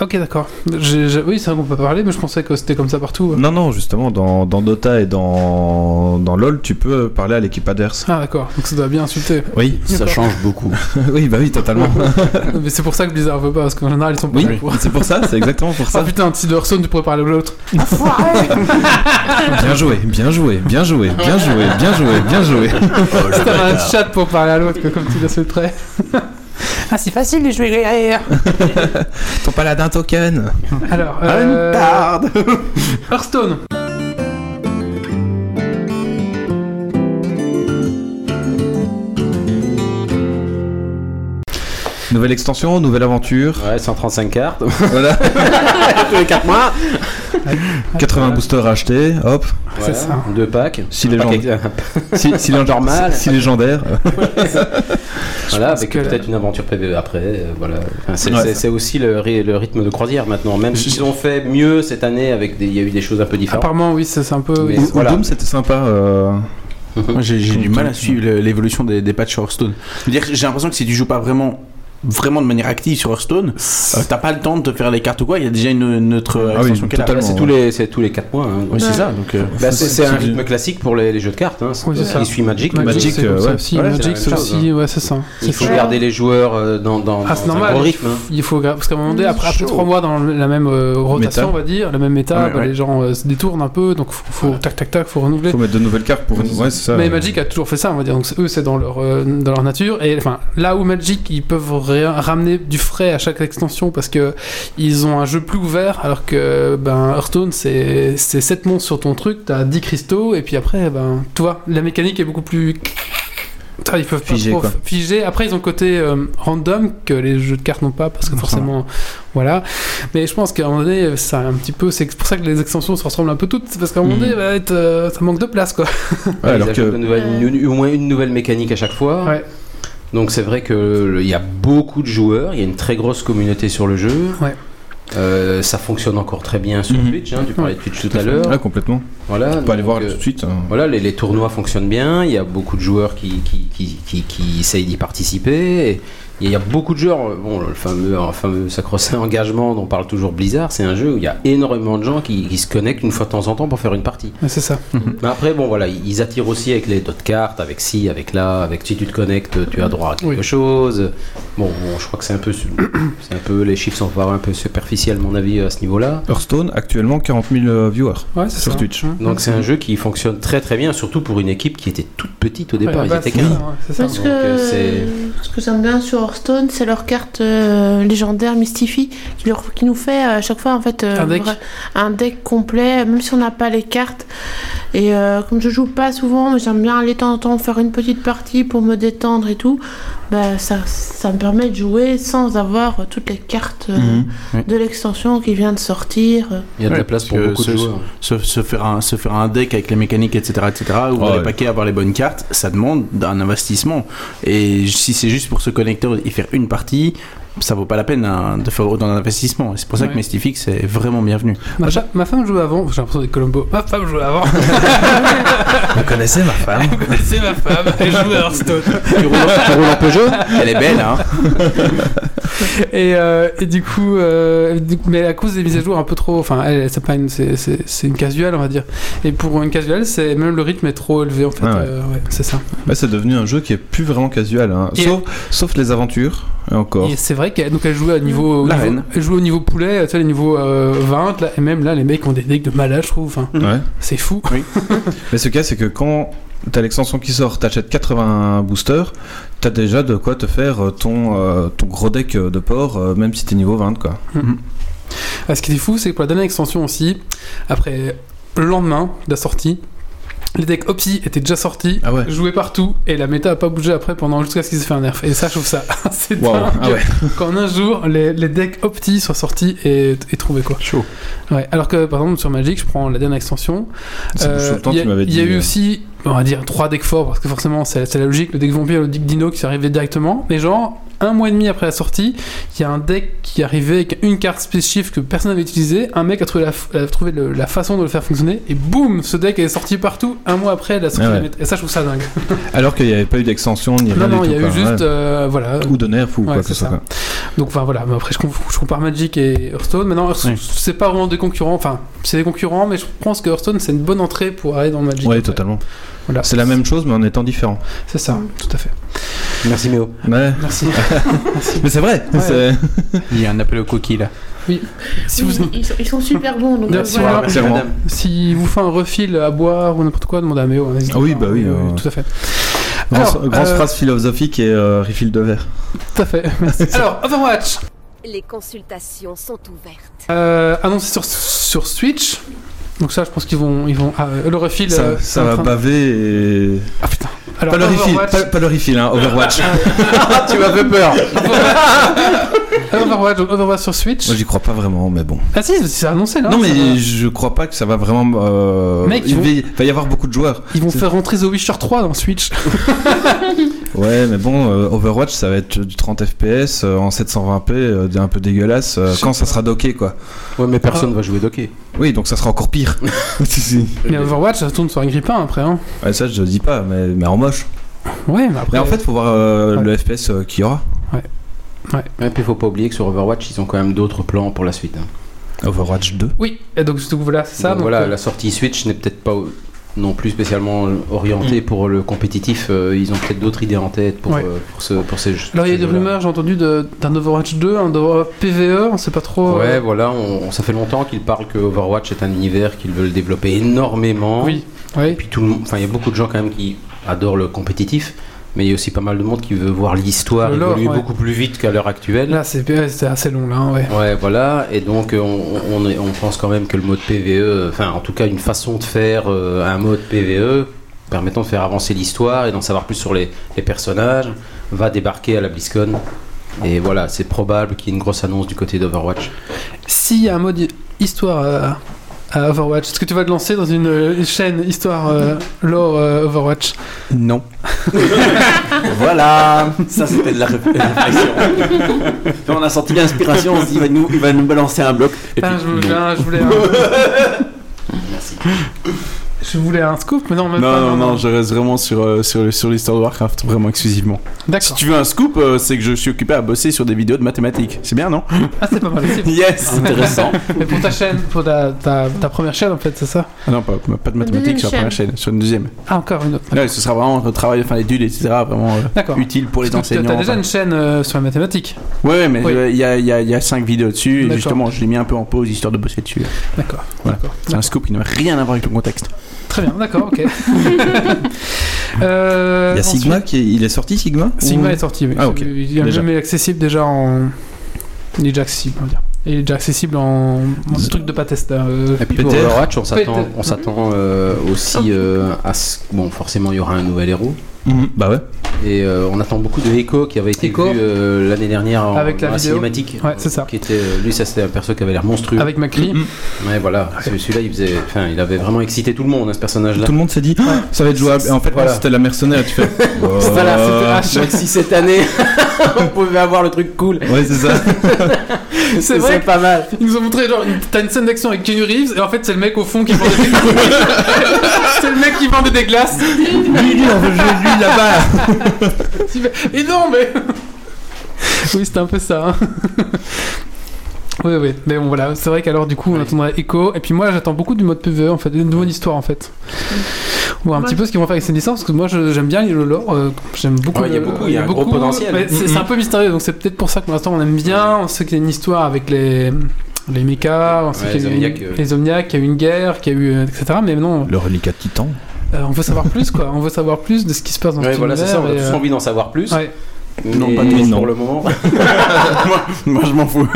Speaker 1: Ok, d'accord. J'ai- j'ai- Oui, c'est vrai qu'on peut parler, mais je pensais que c'était comme ça partout.
Speaker 3: Non, non, justement, dans, dans Dota et dans, dans LoL, tu peux parler à l'équipe adverse.
Speaker 1: Ah, d'accord. Donc ça doit bien insulter.
Speaker 3: Oui,
Speaker 5: Ça
Speaker 1: D'accord.
Speaker 5: change beaucoup.
Speaker 3: oui, bah oui, totalement.
Speaker 1: mais c'est pour ça que Blizzard veut pas, parce qu'en général, ils sont pas
Speaker 3: Oui,
Speaker 1: là pour.
Speaker 3: c'est pour ça, c'est exactement pour
Speaker 1: Ah
Speaker 3: ça.
Speaker 1: putain, si Hearthstone, tu pourrais parler à l'autre.
Speaker 3: Bien joué, bien joué, bien joué, bien joué, bien joué, bien joué.
Speaker 1: T'as un chat pour parler à l'autre, comme tu l'as fait près. ah, c'est facile de jouer derrière.
Speaker 3: Ton paladin token.
Speaker 1: Alors,
Speaker 4: Une
Speaker 1: euh,
Speaker 4: tarde
Speaker 1: Hearthstone.
Speaker 3: Nouvelle extension, nouvelle aventure.
Speaker 7: ouais, 135 cartes.
Speaker 3: Voilà,
Speaker 7: Tous les 4 mois.
Speaker 3: 80 boosters achetés, hop.
Speaker 1: C'est ça.
Speaker 7: Deux packs.
Speaker 3: Si
Speaker 7: Un
Speaker 3: les gens-
Speaker 7: pack ex-
Speaker 3: Si, si, légende-
Speaker 7: Normal.
Speaker 3: si légendaire.
Speaker 7: voilà,
Speaker 1: pense
Speaker 7: avec
Speaker 1: que-
Speaker 7: peut-être une aventure PVE après. euh, voilà. Enfin, c'est
Speaker 3: Ouais.
Speaker 7: c'est- c'est aussi le, ry- le rythme de croisière maintenant. Même s'ils ont fait mieux cette année, avec des- il y a eu des choses un peu différentes.
Speaker 1: Apparemment, oui, c'est c'est un peu. oui.
Speaker 7: Mais-
Speaker 3: Ou- ou
Speaker 7: Voilà.
Speaker 3: Doom, c'était sympa. euh,
Speaker 4: Moi, j'ai j'ai du mal à suivre le- l'évolution des, des patchs sur Hearthstone. Je veux dire, j'ai l'impression que si tu joues pas vraiment vraiment de manière active sur Hearthstone, euh, t'as pas le temps de te faire les cartes ou quoi. Il y a déjà une autre
Speaker 3: Ah oui,
Speaker 4: extension qui est là.
Speaker 3: totalement.
Speaker 7: Là, C'est tous les c'est tous les 4 mois. hein. Bah,
Speaker 4: Oui, c'est ça. Donc, euh,
Speaker 7: c'est- c'est un
Speaker 3: c'est-
Speaker 7: rythme classique pour les, les jeux de cartes. Hein. C'est
Speaker 1: Oui, c'est ça.
Speaker 7: il suit Magic.
Speaker 1: Magic,
Speaker 3: Magic,
Speaker 1: c'est comme
Speaker 3: euh,
Speaker 1: ça
Speaker 3: ouais.
Speaker 1: aussi.
Speaker 7: Ouais, c'est la
Speaker 1: Magic,
Speaker 7: même
Speaker 1: c'est
Speaker 7: chose,
Speaker 1: aussi, ouais, c'est ça.
Speaker 7: Il
Speaker 1: C'est
Speaker 7: faut
Speaker 1: ça.
Speaker 7: garder les joueurs euh, dans, dans,
Speaker 1: Ah, c'est
Speaker 7: dans un
Speaker 1: normal.
Speaker 7: gros rythme. hein.
Speaker 1: Il faut gra- parce qu'à un moment donné,
Speaker 2: Mm,
Speaker 1: après, après trois mois dans la même euh, rotation,
Speaker 3: Méta.
Speaker 1: on va dire, la même méta,
Speaker 4: Ouais,
Speaker 1: bah,
Speaker 4: ouais.
Speaker 1: les gens euh, se détournent un peu, donc faut, faut tac tac tac, faut renouveler.
Speaker 3: Faut mettre de nouvelles cartes pour. Ouais, c'est ça.
Speaker 1: Mais Magic a toujours fait ça, on va dire. Donc c'est- eux, c'est dans leur euh, dans leur nature. Et enfin, là où Magic, ils peuvent ra- ramener du frais à chaque extension parce que ils ont un jeu plus ouvert, alors que ben Hearthstone, c'est c'est 7 monstres sur ton truc, t'as 10 cristaux, et puis après, ben tu vois, la mécanique est beaucoup plus Putain, ils peuvent
Speaker 3: Figé,
Speaker 1: pas trop
Speaker 3: quoi.
Speaker 1: figer. Après, ils ont le côté euh, random que les jeux de cartes n'ont pas, parce que
Speaker 4: Ça va.
Speaker 1: forcément, voilà. Mais je pense qu'à un moment donné, ça a un petit peu. C'est pour ça que les extensions se ressemblent un peu toutes, c'est parce qu'à un moment
Speaker 3: Hmm.
Speaker 4: Mhm.
Speaker 1: donné, bah, t- euh, ça manque de place, quoi.
Speaker 3: Ouais,
Speaker 7: Ils
Speaker 3: alors
Speaker 7: ajoutent
Speaker 3: que.
Speaker 7: de nouvelles- une- une- au moins une nouvelle mécanique à chaque fois.
Speaker 1: Ouais.
Speaker 7: Donc c'est vrai qu'il y a beaucoup de joueurs, il y a une très grosse communauté sur le jeu.
Speaker 1: Ouais.
Speaker 7: Euh, ça fonctionne encore très bien sur
Speaker 3: Mhm.
Speaker 7: Twitch. hein, tu parlais de Twitch tout à l'heure.
Speaker 3: Ah, complètement.
Speaker 7: Voilà.
Speaker 3: On peut aller
Speaker 7: donc,
Speaker 3: voir
Speaker 7: euh,
Speaker 3: tout de suite. hein.
Speaker 7: Voilà, les, les tournois fonctionnent bien. Il y a beaucoup de joueurs qui, qui, qui, qui, qui essayent d'y participer. Et il y a beaucoup de joueurs. Bon, le fameux, le fameux sacro-saint engagement dont parle toujours Blizzard, c'est un jeu où il y a énormément de gens qui, qui se connectent une fois de temps en temps pour faire une partie.
Speaker 1: Ah, c'est ça.
Speaker 7: Mais Bah, après, bon, voilà, ils attirent aussi avec les d'autres cartes, avec ci, avec là, avec si tu te connectes, tu as droit à quelque
Speaker 1: Oui.
Speaker 7: chose. Bon, bon, je crois que c'est un peu, su- c'est un peu, les chiffres sont pas un peu superficiels, à mon avis, à ce niveau-là.
Speaker 3: Hearthstone, actuellement 40 000 euh, viewers
Speaker 1: Ouais, c'est
Speaker 3: sur
Speaker 1: ça.
Speaker 3: Twitch.
Speaker 1: Mmh.
Speaker 7: Donc c'est un jeu qui fonctionne très très bien, surtout pour une équipe qui était toute petite au
Speaker 1: Ouais,
Speaker 7: départ.
Speaker 1: à
Speaker 7: ils
Speaker 1: base,
Speaker 7: étaient
Speaker 1: c'est
Speaker 7: quinze.
Speaker 1: ça, ouais, c'est ça.
Speaker 2: Parce
Speaker 7: Donc,
Speaker 2: que
Speaker 7: euh, c'est-
Speaker 2: ce que ça me donne sur Hearthstone, c'est leur carte euh, légendaire Mystify qui, leur- qui nous fait euh, à chaque fois en fait euh,
Speaker 1: Un deck.
Speaker 2: un deck complet, même si on n'a pas les cartes. Et euh, comme je joue pas souvent, mais j'aime bien aller de temps en temps faire une petite partie pour me détendre et tout, bah, ça, ça me permet de jouer sans avoir euh, toutes les cartes euh,
Speaker 4: Mhm.
Speaker 2: de l'extension qui vient de sortir. euh.
Speaker 7: Il y a de
Speaker 4: Ouais,
Speaker 7: la place
Speaker 4: parce
Speaker 7: pour
Speaker 4: que
Speaker 7: beaucoup de
Speaker 4: ce-
Speaker 7: joueurs.
Speaker 4: se, se faire un, se faire un deck avec les mécaniques, etc., etc., ouvrir
Speaker 3: Ouais.
Speaker 4: les paquets, avoir les bonnes cartes, ça demande d'un investissement. Et si c'est juste pour se connecter et faire une partie, ça vaut pas la peine hein, de faire autant d'investissement. Et C'est pour ça
Speaker 1: Ouais.
Speaker 4: que Mestifix est vraiment bienvenu.
Speaker 1: Ma, fa- ma femme jouait avant, j'ai l'impression d'être Colombo. Ma femme jouait avant,
Speaker 3: Vous connaissez ma femme
Speaker 1: c'est ma femme, elle jouait à Hearthstone.
Speaker 4: tu, roules, tu roules en Peugeot Elle est belle, hein
Speaker 1: Et, euh, et du coup, euh, du coup- mais à cause des mises à jour un peu trop, enfin, elle, elle, c'est pas une, c'est, c'est, c'est une casual, on va dire. Et pour une casual, c'est même le rythme est trop élevé en fait.
Speaker 3: Ah ouais.
Speaker 1: Euh, ouais, c'est ça.
Speaker 3: Bah, c'est devenu un jeu qui est plus vraiment casual, hein.
Speaker 1: Et-
Speaker 3: sauf, sauf les aventures, et encore.
Speaker 1: Et c'est vrai qu'elle donc elle jouait au niveau, au
Speaker 4: La
Speaker 1: niveau
Speaker 4: reine.
Speaker 1: elle jouait au niveau poulet, tu sais, les niveaux euh, 20 là, et même là, les mecs ont des decks de malade, je trouve. Enfin,
Speaker 3: Ouais.
Speaker 1: c'est fou.
Speaker 3: Mais ce cas, c'est que quand t'as l'extension qui sort, t'achètes 80 boosters, t'as déjà de quoi te faire euh, ton, euh, ton gros deck euh, de porc, euh, même si t'es niveau 20, quoi.
Speaker 1: Ah, ce qui était fou, c'est que pour la dernière extension aussi, après le lendemain de la sortie, les decks Opsy étaient déjà sortis.
Speaker 3: Ah ouais
Speaker 1: Joués partout et la méta a pas bougé après pendant jusqu'à ce qu'ils se fait un nerf. Et ça, je trouve ça c'est
Speaker 3: Wow.
Speaker 1: dingue.
Speaker 3: Ah ouais.
Speaker 1: qu'en un jour les, les decks opti soient sortis et, et trouvés quoi.
Speaker 4: Chaud.
Speaker 1: Ouais. Alors que par exemple sur Magic, je prends la dernière extension.
Speaker 3: C'est
Speaker 1: euh,
Speaker 3: chaud, le temps,
Speaker 1: Il y a,
Speaker 3: tu m'avais
Speaker 1: il y a
Speaker 3: dit,
Speaker 1: eu
Speaker 3: euh.
Speaker 1: aussi, on va dire, trois decks forts parce que forcément c'est c'est la logique, le deck vampire, le deck dino qui sont arrivés directement. Mais genre un mois et demi après la sortie, il y a un deck qui est arrivé avec une carte spécifique que personne n'avait utilisée. Un mec a trouvé, la, f- a trouvé le- la façon de le faire fonctionner et boum, ce deck est sorti partout un mois après la sortie.
Speaker 3: Ah ouais.
Speaker 1: de la méta. Et ça, je trouve ça dingue.
Speaker 3: Alors qu'il n'y avait pas eu d'extension, ni
Speaker 1: non,
Speaker 3: rien du
Speaker 1: non,
Speaker 3: tout,
Speaker 1: il y a
Speaker 3: quoi,
Speaker 1: eu juste,
Speaker 3: hein, ouais.
Speaker 1: euh, voilà,
Speaker 3: Ou de nerf ou
Speaker 1: Ouais,
Speaker 3: quoi que
Speaker 1: c'est
Speaker 3: ce soit.
Speaker 1: ça.
Speaker 3: quoi.
Speaker 1: Donc enfin voilà, mais après je, com- je compare Magic et Hearthstone. Maintenant, Hearthstone,
Speaker 4: Oui.
Speaker 1: c'est pas vraiment des concurrents, enfin c'est des concurrents, mais je pense que Hearthstone c'est une bonne entrée pour aller dans Magic.
Speaker 3: Ouais,
Speaker 1: en fait.
Speaker 3: totalement.
Speaker 1: Voilà.
Speaker 3: C'est la même chose, mais en étant différent.
Speaker 1: C'est ça, tout à fait.
Speaker 7: Merci Méo.
Speaker 3: Ouais.
Speaker 1: Merci.
Speaker 3: Mais c'est vrai.
Speaker 1: Ouais.
Speaker 3: c'est-
Speaker 4: Il y a un appel au coquille, là.
Speaker 1: si, vous,
Speaker 2: Ils, ils sont, ils sont super bons. Donc,
Speaker 1: Merci,
Speaker 2: Euh, voilà.
Speaker 1: voilà.
Speaker 3: Clairement.
Speaker 7: madame.
Speaker 1: si vous faites un refil à boire ou n'importe quoi, demandez à Méo. n'hésitez
Speaker 3: Ah oui,
Speaker 1: pas,
Speaker 3: bah oui,
Speaker 1: euh,
Speaker 3: euh.
Speaker 1: Tout à fait.
Speaker 3: Grande-
Speaker 1: Alors,
Speaker 3: grande
Speaker 1: euh,
Speaker 3: phrase philosophique et euh, refill de verre.
Speaker 1: Tout à fait. Merci. Alors, Overwatch
Speaker 8: Les consultations sont ouvertes.
Speaker 1: euh, Annoncé sur, sur Switch. Donc ça, je pense qu'ils vont, ils vont. ah, le refil.
Speaker 3: Ça,
Speaker 1: euh,
Speaker 3: ça
Speaker 1: en
Speaker 3: va
Speaker 1: train de-
Speaker 3: baver et...
Speaker 1: Ah putain. Alors,
Speaker 3: Pas le refill,
Speaker 1: Overwatch- Ah,
Speaker 3: pas, pas le refill, hein, Overwatch.
Speaker 4: tu m'as fait peur
Speaker 1: Overwatch, donc Overwatch sur Switch.
Speaker 3: Moi j'y crois pas vraiment, mais bon.
Speaker 1: Ah si, c'est annoncé là.
Speaker 3: Non,
Speaker 1: ah. ça
Speaker 3: mais
Speaker 1: va.
Speaker 3: je crois pas que ça va vraiment. euh,
Speaker 1: Mec,
Speaker 3: il
Speaker 1: ils
Speaker 3: va y- va y avoir beaucoup de joueurs.
Speaker 1: Ils vont
Speaker 3: C'est-
Speaker 1: faire rentrer The Witcher 3 dans Switch.
Speaker 3: Ouais, mais bon, euh, Overwatch ça va être du 30 FPS euh, en 720p, euh, un peu dégueulasse, euh, quand ça sera docké quoi.
Speaker 7: Ouais, mais personne va jouer docké.
Speaker 3: Oui, donc ça sera encore pire. Si, si.
Speaker 1: Mais Overwatch, ça tourne sur un grippin après. Hein.
Speaker 3: Ouais, ça je dis pas, mais, mais en moche.
Speaker 1: Ouais, mais après.
Speaker 3: Mais en fait, faut voir euh,
Speaker 1: Ouais.
Speaker 3: le FPS euh, qu'il y aura.
Speaker 7: Et puis faut pas oublier que sur Overwatch, ils ont quand même d'autres plans pour la suite. hein.
Speaker 3: Overwatch 2.
Speaker 1: euh, Oui, et donc du coup, voilà, c'est ça.
Speaker 7: Donc
Speaker 1: donc,
Speaker 7: voilà,
Speaker 1: euh,
Speaker 7: la sortie Switch n'est peut-être pas au- non plus spécialement orientée pour le compétitif. euh, ils ont peut-être d'autres idées en tête pour,
Speaker 1: Mm. Ouais.
Speaker 7: euh, pour, ce, pour ces jeux.
Speaker 1: Alors il y a
Speaker 7: ces
Speaker 1: des
Speaker 7: jeux-là.
Speaker 1: rumeurs, j'ai entendu de- d'un Overwatch 2, un de- PVE, on sait pas trop.
Speaker 7: Ouais,
Speaker 1: euh,
Speaker 7: voilà, on, on- ça fait longtemps qu'ils parlent que Overwatch est un univers qu'ils veulent développer énormément.
Speaker 1: Oui,
Speaker 7: Et
Speaker 1: ouais.
Speaker 7: puis tout le monde, enfin, il y a beaucoup de gens quand même qui adorent le compétitif, mais il y a aussi pas mal de monde qui veut voir l'histoire
Speaker 1: Le lore,
Speaker 7: évoluer
Speaker 1: ouais.
Speaker 7: beaucoup plus vite qu'à l'heure actuelle.
Speaker 1: Là, c'est ouais, c'est assez long, là, hein, ouais.
Speaker 7: Ouais, voilà, et donc euh, on, on, est- on pense quand même que le mode PVE, euh, enfin en tout cas une façon de faire euh, un mode PVE permettant de faire avancer l'histoire et d'en savoir plus sur les, les personnages, va débarquer à la BlizzCon. Et voilà, c'est probable qu'il y ait une grosse annonce du côté d'Overwatch.
Speaker 1: S'il y a un mode histoire euh, à Overwatch Est-ce que tu vas te lancer dans une euh, chaîne histoire euh, lore euh, Overwatch
Speaker 9: Non.
Speaker 5: Voilà, ça c'était de la ré- la réflexion. Puis on a senti l'inspiration, on se dit il va nous, il va nous balancer un bloc. Et
Speaker 1: Putain,
Speaker 5: puis,
Speaker 1: je, vou-
Speaker 5: non.
Speaker 1: putain, je voulais un... Je voulais un scoop, mais non, même pas.
Speaker 4: Non, non, non, je reste vraiment sur, euh, sur, le- sur l'histoire de Warcraft, vraiment exclusivement. Si
Speaker 1: D'accord.
Speaker 4: tu veux un scoop, euh, c'est que je suis occupé à bosser sur des vidéos de mathématiques. C'est bien, non
Speaker 1: Ah, c'est pas mal aussi.
Speaker 4: Yes
Speaker 5: Intéressant.
Speaker 1: Mais pour ta chaîne, pour ta, ta, ta première chaîne, en fait, c'est ça
Speaker 4: Ah Non, pas, pas de
Speaker 2: Deuxième
Speaker 4: mathématiques sur la première chaîne, sur une deuxième.
Speaker 1: Ah, encore une autre.
Speaker 4: Là, ce sera vraiment le travail, enfin l'étude, etc. Vraiment euh,
Speaker 1: D'accord.
Speaker 4: utile pour les
Speaker 1: Parce que
Speaker 4: enseignants.
Speaker 1: T'as déjà
Speaker 4: enfin.
Speaker 1: une chaîne euh, sur les mathématiques.
Speaker 4: Ouais, ouais, mais
Speaker 1: Oui.
Speaker 4: euh, il y, a, il y a- il y a cinq vidéos dessus, et
Speaker 1: D'accord.
Speaker 4: justement, je l'ai mis un peu en pause histoire de bosser dessus.
Speaker 1: D'accord.
Speaker 4: Voilà.
Speaker 1: D'accord.
Speaker 4: C'est un scoop qui n'a rien à voir avec le contexte.
Speaker 1: Très bien, d'accord, ok. Euh,
Speaker 3: Il y a
Speaker 1: ensuite-
Speaker 3: Sigma qui il est sorti Sigma
Speaker 1: Sigma
Speaker 3: Ou-
Speaker 1: est sorti, oui.
Speaker 3: Ah, ok.
Speaker 1: Il est
Speaker 3: Déjà.
Speaker 1: même accessible déjà en. Il est déjà accessible, on va dire. Il est déjà accessible en, en truc de pas test. euh,
Speaker 7: Et puis pour
Speaker 3: Peut-être.
Speaker 7: Overwatch, on s'attend,
Speaker 1: Peut-être.
Speaker 7: on s'attend euh, aussi euh, à ce. Bon, forcément, il y aura un nouvel héros.
Speaker 3: Mhm, Bah ouais.
Speaker 7: Et euh, on attend beaucoup de Echo qui avait été
Speaker 1: Echo.
Speaker 7: vu euh, l'année dernière en,
Speaker 1: Avec la
Speaker 7: dans
Speaker 1: vidéo.
Speaker 7: cinématique.
Speaker 1: Ouais, c'est ça.
Speaker 7: Qui était, euh, lui, ça c'était un perso qui avait l'air monstrueux.
Speaker 1: Avec Macri.
Speaker 3: Mhm.
Speaker 7: Ouais, voilà. Celui- Celui-là, il faisait. Enfin, il avait vraiment excité tout le monde, hein, ce personnage-là.
Speaker 3: Tout le monde s'est dit Ah, ça va être jouable. Et en fait,
Speaker 7: Voilà.
Speaker 3: c'était la mercenaire. Tu fais.
Speaker 7: Voilà,
Speaker 4: Euh,
Speaker 7: c'était ah, je- si cette année on pouvait avoir le truc cool,
Speaker 3: Ouais, c'est ça.
Speaker 7: c'est
Speaker 1: vrai
Speaker 7: pas mal.
Speaker 1: Ils nous ont montré, genre, une- t'as une scène d'action avec Kenny Reeves, et en fait, c'est le mec au fond qui vendait des C'est le mec qui vendait des glaces.
Speaker 3: lui, lui, on veut jouer lui là-bas.
Speaker 1: Tu fais, Et non, mais. oui, c'était un peu ça. hein. oui, oui. Mais bon, voilà. C'est vrai qu'alors, du coup, on attendra Echo. Et puis moi, j'attends beaucoup du mode PVE, en fait, de nouveau l'histoire, en fait.
Speaker 7: Mm.
Speaker 1: On voir un
Speaker 2: Ouais.
Speaker 1: petit peu ce qu'ils vont faire avec cette licence, parce que moi, je- j'aime bien le lore. euh, j'aime beaucoup.
Speaker 7: Ouais, il y a
Speaker 1: le-
Speaker 7: beaucoup, il y a un gros potentiel. Mm.
Speaker 1: mais C'est c'est un peu mystérieux, donc c'est peut-être pour ça que pour l'instant, on aime bien. On sait qu'il y a une histoire avec les. Les mechas, on sait
Speaker 7: Ouais,
Speaker 1: qu'il y a
Speaker 7: les
Speaker 1: eu une-
Speaker 7: Omniacs, euh.
Speaker 1: les omniacs, qu'il y a eu une guerre, qu'il y a eu, euh, etc. Mais non,
Speaker 3: Le reliquat de Titan.
Speaker 1: euh, on veut savoir plus, quoi. On veut savoir plus de ce qui se passe dans
Speaker 7: Ouais,
Speaker 1: cet
Speaker 7: voilà, c'est ça, on a
Speaker 1: univers et,
Speaker 7: tous
Speaker 1: euh,
Speaker 7: envie d'en savoir plus.
Speaker 1: ouais.
Speaker 7: Mais
Speaker 4: Non, pas
Speaker 3: tous,
Speaker 7: pour
Speaker 3: non.
Speaker 7: le moment.
Speaker 4: Moi, je m'en fous.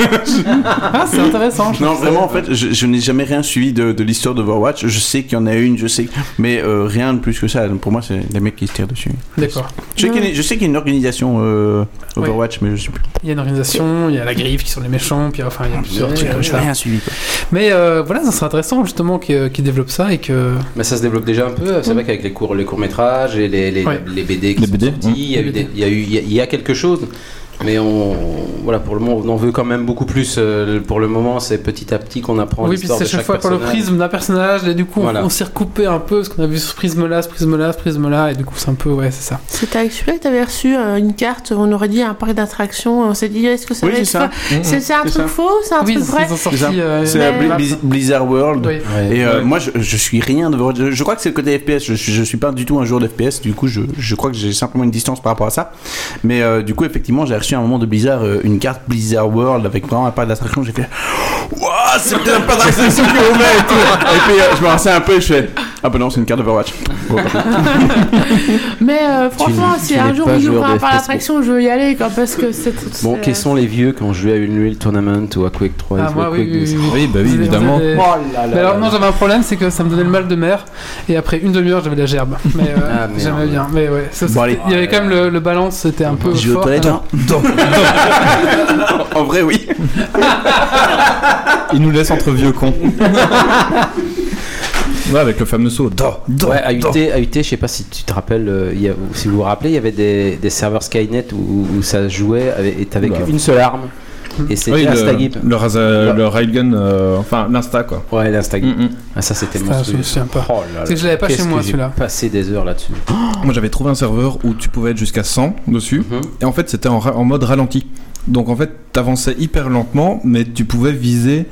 Speaker 1: Ah, c'est intéressant. je
Speaker 4: Non,
Speaker 1: trouve ça.
Speaker 4: vraiment, en fait, je, je n'ai jamais rien suivi de, de l'histoire d'Overwatch. Je sais qu'il y en a une, je sais, mais euh, rien de plus que ça. Donc, pour moi, c'est des mecs qui se tirent dessus.
Speaker 1: D'accord.
Speaker 4: Je sais qu'il y, a une- je sais qu'il y a une organisation euh,
Speaker 1: Oui.
Speaker 4: Overwatch, mais je sais plus.
Speaker 1: Il y a une organisation, il y a la griffe qui sont les méchants, puis enfin il y a plusieurs trucs comme
Speaker 4: J'ai
Speaker 1: ça.
Speaker 4: rien suivi. quoi.
Speaker 1: Mais euh, voilà, ça serait intéressant justement qu'ils qu'ils développent ça et que.
Speaker 7: Mais ça se développe déjà un peu. euh, C'est vrai qu'avec les courts, les courts métrages et les, les,
Speaker 1: Ouais.
Speaker 7: les BD qui
Speaker 3: Les
Speaker 7: sont
Speaker 3: BD,
Speaker 7: sortis,
Speaker 3: hein.
Speaker 7: il y a eu des- il y a eu, il y a- il y a quelque chose. Mais on, voilà, pour le moment, on en veut quand même beaucoup plus. Euh, Pour le moment, c'est petit à petit qu'on apprend
Speaker 1: oui, puis
Speaker 7: l'histoire
Speaker 1: c'est
Speaker 7: de
Speaker 1: chaque
Speaker 7: chaque
Speaker 1: fois par le
Speaker 7: personnage.
Speaker 1: prisme d'un personnage, et du coup on-
Speaker 7: Voilà.
Speaker 1: on s'est recoupé un peu parce qu'on a vu ce prisme-là, ce prisme-là, ce prisme-là, et du coup c'est un peu, ouais, c'est ça.
Speaker 2: C'était avec celui-là que t'avais reçu euh, une carte, on aurait dit un parc d'attractions, on s'est dit est-ce que ça
Speaker 4: Oui,
Speaker 2: va
Speaker 4: c'est
Speaker 2: être fa-
Speaker 4: ça.
Speaker 2: C'est c'est un
Speaker 4: C'est
Speaker 2: truc
Speaker 4: ça.
Speaker 2: faux, c'est un
Speaker 1: oui,
Speaker 2: truc
Speaker 1: ils
Speaker 2: vrai
Speaker 1: ils ont
Speaker 4: C'est
Speaker 1: sorti.
Speaker 4: ça.
Speaker 1: euh,
Speaker 4: C'est
Speaker 1: une
Speaker 4: la
Speaker 2: mais-
Speaker 1: map.
Speaker 4: Bli- Bli- Blizzard World.
Speaker 1: Oui.
Speaker 7: Ouais.
Speaker 4: Et euh,
Speaker 1: Ouais.
Speaker 4: moi, je, je suis rien de. Je, je crois que c'est le côté FPS. Je, je suis pas du tout un joueur de FPS. Du coup, je, je crois que j'ai simplement une distance par rapport à ça. Mais euh, du coup, effectivement, j'ai reçu à un moment de Blizzard euh, une carte Blizzard World avec vraiment un pas d'attraction. J'ai fait. Wouah, c'est peut-être un pas d'attraction que vous mettez et tout. Et puis, euh, je me renseigne un peu et je fais. Ah, bah non, c'est une carte Overwatch. Bon, bah.
Speaker 2: Mais euh, franchement,
Speaker 5: n'es-
Speaker 2: si
Speaker 5: tu
Speaker 2: un
Speaker 5: n'es
Speaker 2: jour
Speaker 5: pas
Speaker 2: il
Speaker 5: joueur
Speaker 2: ouvre un
Speaker 5: de
Speaker 2: parc
Speaker 5: FPS,
Speaker 2: d'attractions, je veux y aller quoi, parce que c'est. c'est- euh,
Speaker 7: Bon, quels sont les vieux quand ont joué à Unreal Tournament ou à Quake 3 ils
Speaker 1: Ah,
Speaker 7: jouaient
Speaker 1: moi,
Speaker 7: à
Speaker 1: oui,
Speaker 7: Quake
Speaker 1: oui,
Speaker 7: 2.
Speaker 1: oui.
Speaker 3: Oui, bah oui,
Speaker 1: Vous avez-
Speaker 3: évidemment.
Speaker 1: vous avez-
Speaker 7: Oh là là
Speaker 1: Mais alors
Speaker 7: là
Speaker 1: non,
Speaker 7: là.
Speaker 1: j'avais un problème, c'est que ça me donnait le mal de mer, et après une demi-heure j'avais la gerbe. Mais euh,
Speaker 7: Ah, merde.
Speaker 1: j'aimais bien, mais ouais. ça,
Speaker 4: Bon,
Speaker 1: c'était-
Speaker 4: allez.
Speaker 1: il y avait quand même le, le balance, c'était un peu.
Speaker 4: Je vais aux
Speaker 1: fort.
Speaker 4: toilettes. hein. En vrai, oui.
Speaker 3: Il nous laisse entre vieux cons. ouais, avec le fameux saut. Do, do,
Speaker 7: Ouais, à
Speaker 3: do.
Speaker 7: UT, à UT, je sais pas si tu te rappelles, euh, il y a- ou si vous vous rappelez, il y avait des, des serveurs Skynet où, où ça jouait avec, et t'avais
Speaker 3: Oula.
Speaker 7: qu'une seule arme. Et c'était
Speaker 3: Oui,
Speaker 7: l'Instagip.
Speaker 3: le, le, rasa- le railgun, euh, enfin l'insta quoi.
Speaker 7: Ouais, l'Instagip.
Speaker 3: Mm, mm.
Speaker 7: Ah, ça c'était
Speaker 1: Ça, je me
Speaker 7: monstrueux.
Speaker 1: souviens pas.
Speaker 7: Oh là là.
Speaker 1: C'est que je l'avais pas
Speaker 7: Qu'est-ce
Speaker 1: chez moi,
Speaker 7: que j'ai
Speaker 1: celui-là.
Speaker 7: passé des heures là-dessus.
Speaker 3: Moi j'avais trouvé un serveur où tu pouvais être jusqu'à 100 dessus.
Speaker 7: Mhm.
Speaker 3: Et en fait c'était en, ra- en mode ralenti. Donc en fait t'avançais hyper lentement mais tu pouvais viser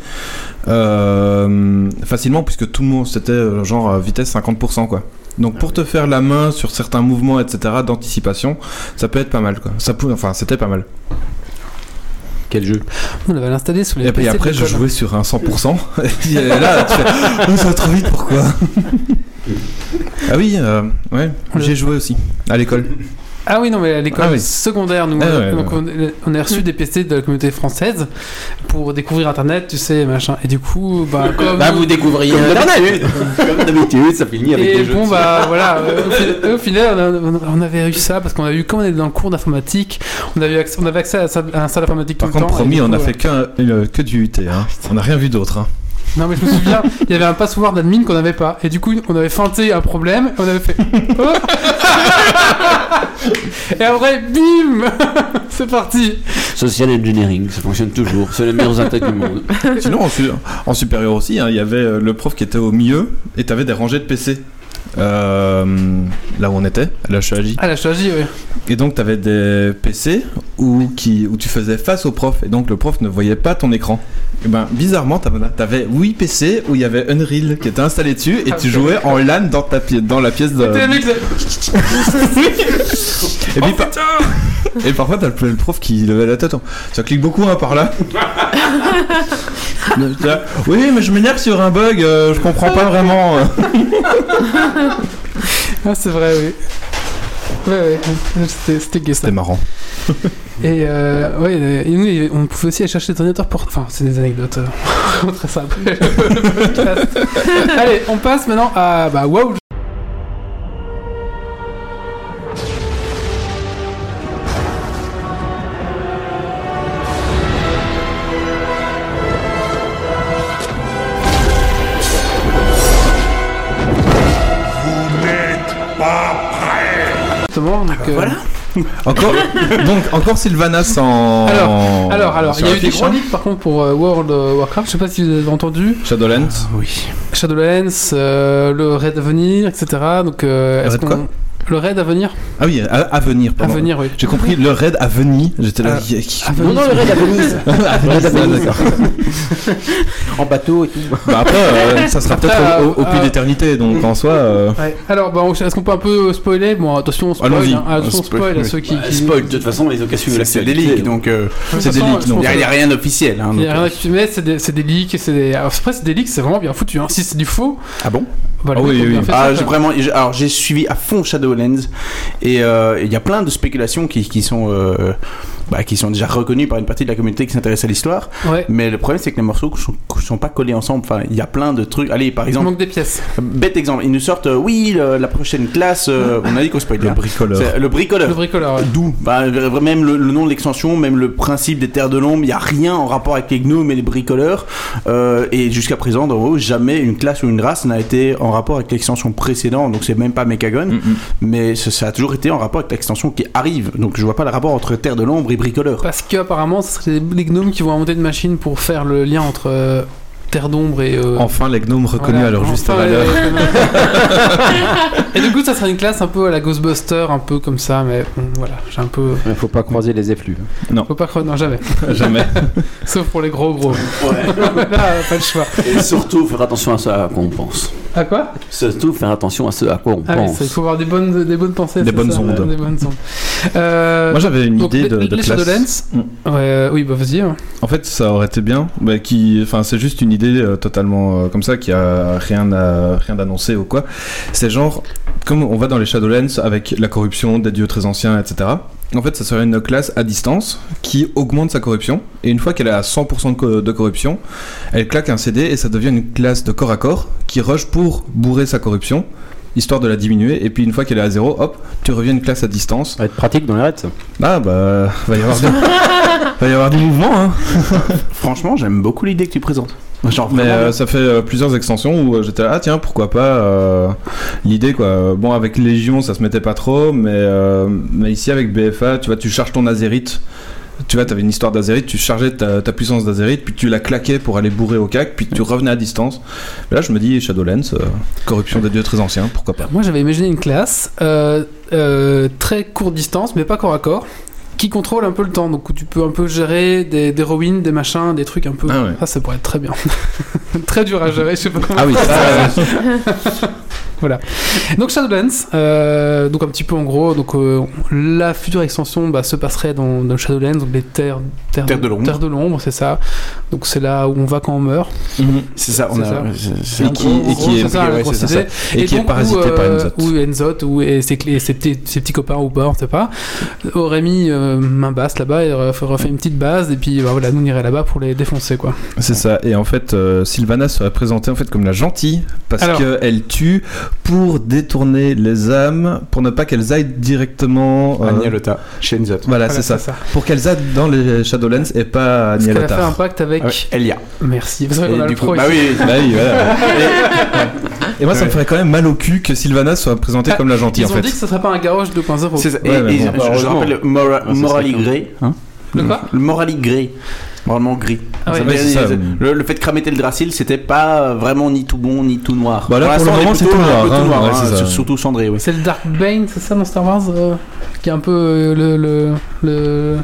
Speaker 3: euh, facilement puisque tout le monde c'était euh, genre à vitesse 50% quoi. Donc pour te faire la main sur certains mouvements etc d'anticipation ça peut être pas mal quoi. Ça pou- enfin c'était pas mal.
Speaker 7: Quel jeu
Speaker 1: On l'avait installé sous les
Speaker 3: Et puis
Speaker 1: PC
Speaker 3: après,
Speaker 1: de
Speaker 3: je
Speaker 1: l'école.
Speaker 3: jouais sur un 100%. Et là, tu fais, oh, ça va trop vite, pourquoi Ah oui, euh, ouais, j'ai joué aussi à l'école.
Speaker 1: Ah oui, non, mais à l'école
Speaker 3: Ah oui.
Speaker 1: secondaire, nous, euh,
Speaker 3: Ah ouais,
Speaker 1: donc On, on a reçu des PC de la communauté française pour découvrir Internet, tu sais, machin. Et du coup, bah, comme.
Speaker 7: Bah, vous découvriez
Speaker 5: Comme
Speaker 7: Internet.
Speaker 5: d'habitude, comme d'habitude, ça finit avec
Speaker 1: et
Speaker 5: des jeux.
Speaker 1: bon,
Speaker 5: de-
Speaker 1: bah voilà, euh, au fi- au final, on, a- on avait eu ça parce qu'on a eu, comme on était dans le cours d'informatique, on, avait eu accès- on avait accès à, la salle- à un salle informatique
Speaker 3: Par
Speaker 1: tout le
Speaker 3: contre,
Speaker 1: temps. et
Speaker 3: promis,
Speaker 1: du
Speaker 3: on
Speaker 1: coup,
Speaker 3: a
Speaker 1: voilà.
Speaker 3: fait qu'un- euh, que du UT. hein. On n'a rien vu d'autre. hein.
Speaker 1: Non, mais je me souviens, il y avait un password admin qu'on n'avait pas. Et du coup, on avait feinté un problème et on avait fait. Oh. et après, bim C'est parti
Speaker 5: Social engineering, ça fonctionne toujours. C'est les meilleures attaques du monde.
Speaker 3: Sinon, en, su- en supérieur aussi, hein, il y avait euh, le prof qui était au milieu et t'avais des rangées de PC. Euh, là où on était, à la HEAJ.
Speaker 1: Ah, la choisi, oui.
Speaker 3: Et donc t'avais des PC où, qui, où tu faisais face au prof et donc le prof ne voyait pas ton écran. Et ben bizarrement t'avais, t'avais 8 PC où il y avait Unreal qui était installé dessus et tu jouais en LAN dans, ta, pi- dans la pièce de...
Speaker 1: Ah, C'était le mec, ça-
Speaker 3: Et,
Speaker 1: Oh,
Speaker 3: puis, par- et parfois, t'as le le prof qui levait la tête. en, Ça clique beaucoup hein, par là. Le- là, oui, mais je m'énerve sur un bug, euh, je comprends pas vraiment. euh.
Speaker 1: Ah, c'est vrai, oui. Ouais, ouais, c'était- c'était gay ça.
Speaker 3: C'était marrant.
Speaker 1: Et euh, ouais, euh, et nous, on pouvait aussi aller chercher des ordinateurs pour. Enfin, c'est des anecdotes. euh, on racontera ça après le podcast. Allez, on passe maintenant à. Bah, wow! Justement, donc, euh,
Speaker 3: Encore, donc, encore Sylvanas en.
Speaker 1: alors, alors,
Speaker 3: sur
Speaker 1: il y a
Speaker 3: la
Speaker 1: eu des
Speaker 3: fiche,
Speaker 1: gros
Speaker 3: hein.
Speaker 1: leaks par contre pour euh, World of Warcraft. Je sais pas si vous avez entendu.
Speaker 3: Shadowlands.
Speaker 4: Oui.
Speaker 1: Shadowlands, euh, le Raid à venir, etc. Donc, euh,
Speaker 3: Le
Speaker 1: est-ce
Speaker 3: raid
Speaker 1: qu'on- Le Raid à venir
Speaker 3: Ah oui, à, à venir,
Speaker 1: À
Speaker 3: pardon.
Speaker 1: venir, oui.
Speaker 3: J'ai compris le raid à Venise. J'étais là.
Speaker 1: Ah.
Speaker 3: qui- qui-
Speaker 1: À
Speaker 5: Non,
Speaker 1: venir.
Speaker 5: non, le raid à Venise.
Speaker 3: Ah, Venise, ah, d'accord.
Speaker 7: En bateau et tout.
Speaker 3: Bah après, euh, ça sera
Speaker 1: Après,
Speaker 3: peut-être au,
Speaker 1: euh,
Speaker 3: au- au puits
Speaker 1: euh,
Speaker 3: d'éternité, donc en soi. euh,
Speaker 1: Ouais. Alors, bah, on- est-ce qu'on peut un peu spoiler Bon, attention, on spoil.
Speaker 3: Allons-y.
Speaker 1: hein. Attention,
Speaker 3: On
Speaker 1: on spoil,
Speaker 3: spoil,
Speaker 1: à
Speaker 3: oui.
Speaker 1: ceux qui. qui-
Speaker 5: Spoil, de toute façon, ils ont qu'à suivre
Speaker 4: C'est c'est des
Speaker 5: l'actualité,
Speaker 4: leaks, donc il
Speaker 1: De toute
Speaker 3: c'est des
Speaker 1: façon,
Speaker 3: leaks,
Speaker 1: je
Speaker 3: non.
Speaker 1: pense
Speaker 4: n'y a,
Speaker 1: que-
Speaker 4: y a rien d'officiel. hein,
Speaker 1: Il y a
Speaker 4: donc,
Speaker 1: rien à fumer, c'est des, c'est des leaks, c'est des. Alors, après, c'est des leaks, c'est vraiment bien foutu. Hein. Si c'est du faux,
Speaker 4: Ah bon
Speaker 1: bah, le
Speaker 3: Ah
Speaker 1: mec
Speaker 3: oui,
Speaker 1: a
Speaker 3: oui,
Speaker 1: bien
Speaker 3: oui.
Speaker 1: fait
Speaker 4: Ah,
Speaker 1: ça,
Speaker 4: j'ai
Speaker 1: quoi.
Speaker 4: vraiment, j'ai- alors j'ai suivi à fond Shadowlands et euh, il y a plein de spéculations qui, qui sont euh, bah, qui sont déjà reconnues par une partie de la communauté qui s'intéresse à l'histoire.
Speaker 1: Ouais.
Speaker 4: Mais le problème c'est que les morceaux sont, sont pas collés ensemble. Enfin, il y a plein de trucs. Allez, par
Speaker 1: Il
Speaker 4: exemple,
Speaker 1: manque des pièces.
Speaker 4: bête exemple, ils nous sortent euh, oui le- la prochaine classe. euh, on a dit qu'on spoilait.
Speaker 3: Le
Speaker 4: hein.
Speaker 3: bricoleur.
Speaker 4: C'est le
Speaker 1: Le
Speaker 4: bricoleur.
Speaker 1: bricoleur, ouais.
Speaker 4: D'où Bah, v- Même le, le nom de l'extension, même le principe des terres de l'ombre, il n'y a rien en rapport avec les gnomes et les bricoleurs. Euh, et jusqu'à présent, dans WoW, jamais une classe ou une race n'a été en rapport avec l'extension précédente, donc c'est même pas Mechagon,
Speaker 3: Mm-mm.
Speaker 4: mais ça, ça a toujours été en rapport avec l'extension qui arrive. Donc je vois pas le rapport entre terres de l'ombre et bricoleurs.
Speaker 1: Parce qu'apparemment, ce serait des gnomes qui vont inventer une machine pour faire le lien entre euh, Terre d'ombre et. euh,
Speaker 3: Enfin, les gnomes reconnus
Speaker 1: Voilà,
Speaker 3: à leur
Speaker 1: enfin,
Speaker 3: juste
Speaker 1: ouais,
Speaker 3: valeur.
Speaker 1: ouais, ouais. Et du coup, ça serait une classe un peu à la Ghostbuster, un peu comme ça, mais bon, voilà, j'ai un peu.
Speaker 7: Il faut pas croiser les effluves.
Speaker 1: Faut pas croire, non, jamais.
Speaker 3: Jamais.
Speaker 1: Sauf pour les gros gros.
Speaker 5: Ouais.
Speaker 1: Là, pas le choix.
Speaker 5: Et surtout, faire attention à ce à quoi on pense.
Speaker 1: À quoi
Speaker 5: Surtout, faire attention à ce à quoi on
Speaker 1: Ah oui,
Speaker 5: pense.
Speaker 1: ça, il faut avoir des bonnes, des bonnes pensées.
Speaker 3: Des
Speaker 1: c'est
Speaker 3: bonnes
Speaker 1: ça,
Speaker 3: ondes.
Speaker 1: Des bonnes ondes. Euh,
Speaker 3: Moi, j'avais une
Speaker 1: donc,
Speaker 3: idée
Speaker 1: les-
Speaker 3: de, de
Speaker 1: les
Speaker 3: classe.
Speaker 1: Shadowlands ouais, euh, Oui, bah vas-y. hein.
Speaker 3: En fait, ça aurait été bien. Bah, qui, enfin, c'est juste une idée euh, totalement euh, comme ça qui a rien à, rien d'annoncé ou quoi. C'est genre comme on va dans les Shadowlands avec la corruption des dieux très anciens, etc. En fait, ça serait une classe à distance qui augmente sa corruption. Et une fois qu'elle est à 100% de, co- de corruption, elle claque un CD et ça devient une classe de corps à corps qui rush pour bourrer sa corruption, histoire de la diminuer. Et puis une fois qu'elle est à zéro, hop, tu reviens une classe à distance.
Speaker 7: Ça va être pratique dans les raids. ça.
Speaker 3: Ah bah, va y avoir du, va y avoir du mouvement, hein.
Speaker 4: Franchement, j'aime beaucoup l'idée que tu présentes. Genre,
Speaker 3: Mais
Speaker 4: vraiment,
Speaker 3: euh, ça fait euh, plusieurs extensions où euh, j'étais là, ah tiens, pourquoi pas euh, l'idée quoi. Bon, avec Légion, ça se mettait pas trop, mais, euh, mais ici avec BFA, tu vois, tu charges ton Azerite. Tu vois, t'avais une histoire d'Azerite, tu chargeais ta, ta puissance d'Azerite, puis tu la claquais pour aller bourrer au cac, puis tu revenais à distance. Mais là, je me dis, Shadowlands, euh, corruption des dieux très anciens, pourquoi pas.
Speaker 1: Moi, j'avais imaginé une classe euh, euh, très courte distance, mais pas corps à corps, qui contrôle un peu le temps. Donc, où tu peux un peu gérer des, des ruines, des machins, des trucs un peu.
Speaker 3: Ah ouais.
Speaker 1: Ça, ça pourrait être très bien. très dur à gérer, je sais pas comment.
Speaker 3: Ah oui, ça, euh,
Speaker 1: Donc Shadowlands, euh, donc un petit peu en gros, donc euh, la future extension bah, se passerait dans, dans Shadowlands, donc les terres, terres
Speaker 4: Terres de l'ombre.
Speaker 1: terres de l'ombre, c'est ça. Donc c'est là où on va quand on meurt.
Speaker 4: c'est ça, on
Speaker 1: c'est
Speaker 4: a. euh,
Speaker 1: ça.
Speaker 4: c'est- c'est-
Speaker 3: Et
Speaker 1: En
Speaker 3: qui-
Speaker 1: gros-
Speaker 3: et
Speaker 1: en
Speaker 3: qui
Speaker 1: gros,
Speaker 3: est-
Speaker 1: c'est ça,
Speaker 4: ouais,
Speaker 1: le
Speaker 4: c'est
Speaker 1: procédé.
Speaker 3: ça. et qui est
Speaker 1: donc,
Speaker 3: parasité
Speaker 1: où,
Speaker 3: par une
Speaker 1: euh,
Speaker 3: zote.
Speaker 1: Ou Enzot, ou et ses, clés- ses petits, ses petits copains ou pas, on sait pas, aurait mis euh, main basse là-bas et aurait fait- aurait fait une petite base, et puis bah, voilà, nous on irait là-bas pour les défoncer quoi.
Speaker 3: Ah, C'est ça. Et en fait, euh, Sylvana serait présentée en fait comme la gentille parce
Speaker 1: Alors.
Speaker 3: qu'elle tue pour détourner les âmes, pour ne pas qu'elles aillent directement. euh,
Speaker 4: Anya Lota, chez Nzot.
Speaker 3: Voilà,
Speaker 1: Voilà,
Speaker 3: c'est ça. Pour qu'elles aillent dans les Shadowlands et pas à
Speaker 1: Parce qu'elle a fait un
Speaker 3: Nialotar.
Speaker 1: pacte avec.
Speaker 4: Ah Ouais, Elia.
Speaker 1: Merci. C'est vrai qu'on
Speaker 4: Et
Speaker 1: a le
Speaker 4: du coup-
Speaker 1: pro
Speaker 4: bah
Speaker 1: ici.
Speaker 4: oui,
Speaker 3: Bah oui, voilà. Et moi, ça me ferait quand même mal au cul que Sylvana soit présentée
Speaker 1: Ah,
Speaker 3: comme la gentille,
Speaker 1: Ils
Speaker 3: en
Speaker 1: ont
Speaker 3: fait.
Speaker 1: dit que ça serait pas un garage 2.0.
Speaker 4: c'est ça. Et,
Speaker 3: Ouais, mais
Speaker 4: et
Speaker 3: bon,
Speaker 4: je- je,
Speaker 3: heureusement.
Speaker 4: rappelle Mora,
Speaker 3: ça
Speaker 4: Morally
Speaker 3: serait
Speaker 4: Grey. Hein
Speaker 1: Le
Speaker 3: Mm.
Speaker 1: quoi
Speaker 4: Le Morally Grey. Vraiment gris.
Speaker 1: Ah ouais.
Speaker 3: Ouais, c'est ça.
Speaker 4: le, le fait de cramer Teldrassil, c'était pas vraiment ni tout bon ni tout noir.
Speaker 3: Bah là, pour le
Speaker 4: l'instant, on est
Speaker 3: moment, c'est
Speaker 4: plutôt
Speaker 3: tout
Speaker 4: un
Speaker 3: noir,
Speaker 4: peu
Speaker 3: hein.
Speaker 4: tout noir,
Speaker 3: Ouais, c'est
Speaker 4: hein,
Speaker 3: ça.
Speaker 4: sur- surtout cendré, oui.
Speaker 1: C'est le Dark Bane, c'est ça dans Star Wars euh, Qui est un peu euh, le, le, le,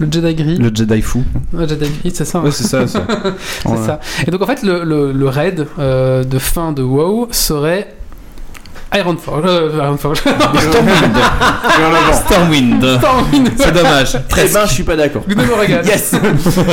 Speaker 1: le Jedi Gris.
Speaker 3: Le Jedi fou.
Speaker 1: Ouais, Jedi Gris, c'est ça. hein.
Speaker 3: Ouais, c'est ça, ça.
Speaker 1: C'est ça. Et donc en fait, le, le, le raid euh, de fin de WoW serait Ironforge. Euh, Ironforge.
Speaker 3: Stormwind.
Speaker 1: Stormwind.
Speaker 3: C'est dommage.
Speaker 4: Eh ben, je suis pas d'accord.
Speaker 1: Gundam Oregon.
Speaker 4: Yes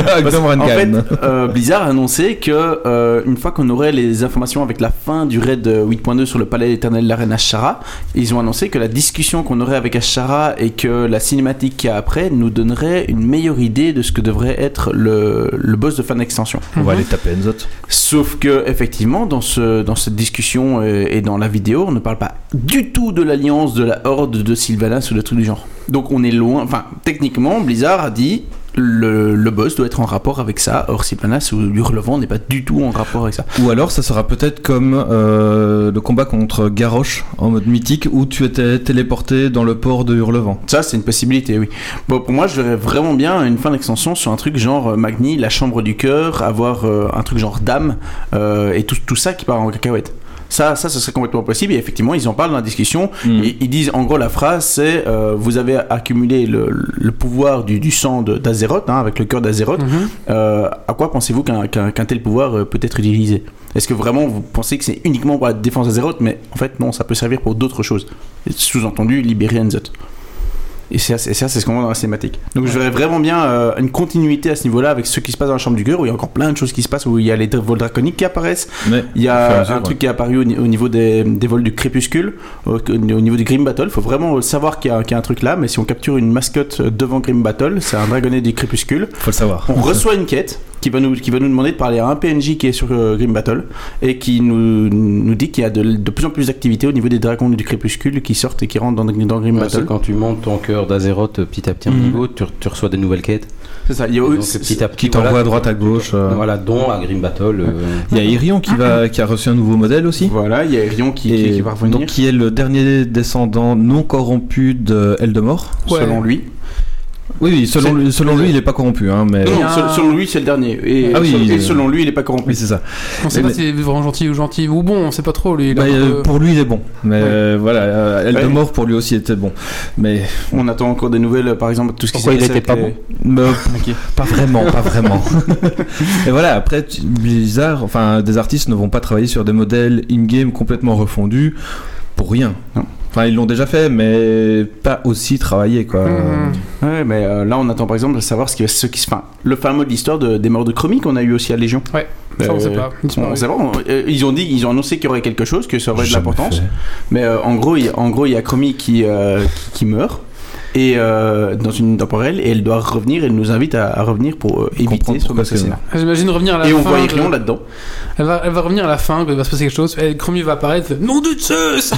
Speaker 1: Ah,
Speaker 3: Gundam
Speaker 4: En fait,
Speaker 3: Rankan.
Speaker 4: euh, Blizzard a annoncé que euh, une fois qu'on aurait les informations avec la fin du raid euh, 8.2 sur le palais éternel de la reine Ashara, ils ont annoncé que la discussion qu'on aurait avec Ashara et que la cinématique qu'il y a après nous donnerait une meilleure idée de ce que devrait être le, le boss de fin d'extension.
Speaker 3: On va aller taper Enzot.
Speaker 4: Sauf que effectivement, dans, ce, dans cette discussion euh, et dans la vidéo, on ne parle pas du tout de l'alliance de la horde de Sylvanas ou de trucs du genre. Donc on est loin. Enfin, techniquement, Blizzard a dit le, le boss doit être en rapport avec ça. Or Sylvanas ou l'Hurlevent n'est pas du tout en rapport avec ça.
Speaker 3: Ou alors, ça sera peut-être comme euh, le combat contre Garrosh en mode mythique où tu étais téléporté dans le port de Hurlevent.
Speaker 4: Ça, c'est une possibilité, oui. Bon, pour moi, je verrais vraiment bien une fin d'extension sur un truc genre euh, Magni, la chambre du cœur, avoir euh, un truc genre Dame, euh, et tout, tout ça qui part en cacahuète. Ça, ça, ce serait complètement possible. Et effectivement, ils en parlent dans la discussion.
Speaker 3: Mm.
Speaker 4: Et ils disent, en gros, la phrase, c'est euh, Vous avez accumulé le, le pouvoir du, du sang de- d'Azeroth, hein, avec le cœur d'Azeroth.
Speaker 1: Mhm.
Speaker 4: Euh, à quoi pensez-vous qu'un qu'un- qu'un tel pouvoir euh, peut être utilisé Est-ce que vraiment vous pensez que c'est uniquement pour la défense d'Azeroth Mais en fait, non, ça peut servir pour d'autres choses. Et Sous-entendu, libérer Anzot. Et ça, c'est ça, c'est ce qu'on voit dans la cinématique. Donc je verrais vraiment bien euh, une continuité à ce niveau-là avec ce qui se passe dans la chambre du cœur, où il y a encore plein de choses qui se passent, où il y a les dra- vols draconiques qui apparaissent,
Speaker 3: Mais
Speaker 4: il y
Speaker 3: Au fur et à
Speaker 4: a
Speaker 3: mesure,
Speaker 4: un
Speaker 3: ouais.
Speaker 4: truc qui est apparu au, ni- au niveau des, des vols du crépuscule, au, au niveau du Grim Battle. faut vraiment savoir qu'il y, a- qu'il y a un truc là, mais si on capture une mascotte euh, devant Grim Battle, c'est un dragonnet du crépuscule.
Speaker 3: faut le savoir.
Speaker 4: On reçoit une quête qui va nous, qui va nous demander de parler à un PNJ qui est sur euh, Grim Battle et qui nous, nous dit qu'il y a de, de plus en plus d'activités au niveau des dragons du crépuscule qui sortent et qui rentrent dans, dans Grim
Speaker 7: Parce que
Speaker 4: Battle.
Speaker 7: quand tu montes ton cœur d'Azeroth euh, petit à petit en
Speaker 1: Mm.
Speaker 4: Mhm.
Speaker 7: niveau, tu, re- tu reçois des nouvelles quêtes.
Speaker 4: C'est ça, il y a
Speaker 7: Et donc,
Speaker 4: c'est-
Speaker 7: petit à petit,
Speaker 3: Qui t'envoie
Speaker 7: voilà,
Speaker 3: à droite, à gauche. euh.
Speaker 7: Voilà, dont à Grim Battle. euh,
Speaker 3: Il y a Irion qui, va, qui a reçu un nouveau modèle aussi.
Speaker 4: Voilà, il y a Erion Ah, qui, qui-
Speaker 3: Et
Speaker 4: qui va revenir
Speaker 3: Donc, qui est le dernier descendant non corrompu de Eldemort.
Speaker 1: Ouais.
Speaker 4: selon lui.
Speaker 3: Oui, oui, selon, lui, selon lui, il est pas corrompu, hein, mais.
Speaker 4: Non,
Speaker 1: y a
Speaker 4: se-
Speaker 1: un-
Speaker 4: selon lui, c'est le dernier. Et,
Speaker 3: Ah oui,
Speaker 4: selon, et
Speaker 3: euh,
Speaker 4: selon lui, il est pas corrompu.
Speaker 3: Oui, c'est ça.
Speaker 1: On sait
Speaker 3: Mais-
Speaker 1: pas s'il est vraiment gentil ou gentil ou bon, on sait pas trop. Lui, il a
Speaker 3: Bah,
Speaker 1: un
Speaker 3: euh,
Speaker 1: peu-
Speaker 3: Pour lui, il est bon. Mais euh, voilà, euh, Eldemort pour lui aussi était bon. Mais
Speaker 4: On attend encore des nouvelles, par exemple, tout ce qui
Speaker 7: Pourquoi
Speaker 4: s'est
Speaker 7: il
Speaker 4: passé
Speaker 7: était
Speaker 4: avec
Speaker 7: pas
Speaker 4: les-
Speaker 3: Mais, pff, pas vraiment, pas vraiment. Et voilà, après tu- Blizzard, enfin des artistes ne vont pas travailler sur des modèles in-game complètement refondus pour rien.
Speaker 4: Non.
Speaker 3: Enfin, ils l'ont déjà fait, mais pas aussi travaillé quoi.
Speaker 1: Mhm.
Speaker 4: Ouais, mais euh, là, on attend par exemple de savoir ce qui, ce qui se passe. Le fameux de l'histoire de- des morts de chromie qu'on a eu aussi à Légion.
Speaker 1: Ouais, ça,
Speaker 3: bah,
Speaker 1: on sait pas.
Speaker 4: On sait pas, on- euh, ils ont dit, ils ont annoncé qu'il y aurait quelque chose, que ça aurait de
Speaker 3: Jamais
Speaker 4: l'importance.
Speaker 3: fait.
Speaker 4: Mais euh, en gros, il y a- en gros, il y a Chromie qui, euh, qui- qui meurt. Et euh, dans une temporelle, et elle doit revenir, elle nous invite à, à revenir pour euh, éviter
Speaker 3: Comprendre
Speaker 4: son
Speaker 3: pourquoi c'est
Speaker 4: assassinat.
Speaker 1: J'imagine revenir à la
Speaker 4: Et
Speaker 1: fin.
Speaker 4: on voit
Speaker 1: de-
Speaker 4: Irion là-dedans.
Speaker 1: elle, va, elle va revenir à la fin, il va se passer quelque chose. Et Chromie va apparaître. Nom de Zeus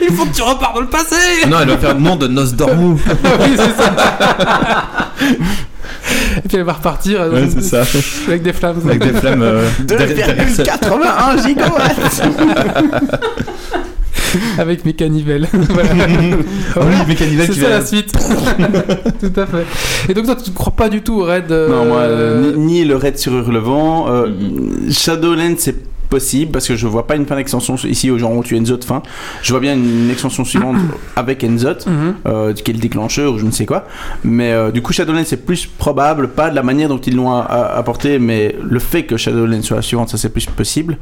Speaker 1: Il faut que tu repars dans le passé
Speaker 3: Non, elle va faire nom de Nosdormu.
Speaker 1: oui, c'est ça. Et puis elle va repartir euh,
Speaker 3: Ouais, c'est ça.
Speaker 1: avec des flammes.
Speaker 3: Avec des flammes. euh, derrière ça.
Speaker 4: 2,81 gigawatts
Speaker 1: Avec mes cannibales. Voilà.
Speaker 3: Ah oui, Mécanivelle
Speaker 1: C'est
Speaker 3: qui
Speaker 1: ça
Speaker 3: va-
Speaker 1: la suite. Tout à fait. Et donc toi, tu ne crois pas du tout au raid euh,
Speaker 4: Non, moi, euh, ni, ni le raid sur Hurlevent. euh, Shadowlands, c'est possible parce que je vois pas une fin d'extension ici aux gens où tu Enzo de fin. Je vois bien une extension suivante avec Enzo.
Speaker 1: Mhm.
Speaker 4: euh, qui est le déclencheur ou je ne sais quoi. Mais euh, du coup, Shadowlands, c'est plus probable, pas de la manière dont ils l'ont a- a- apporté, mais le fait que Shadowlands soit la suivante, ça c'est plus possible.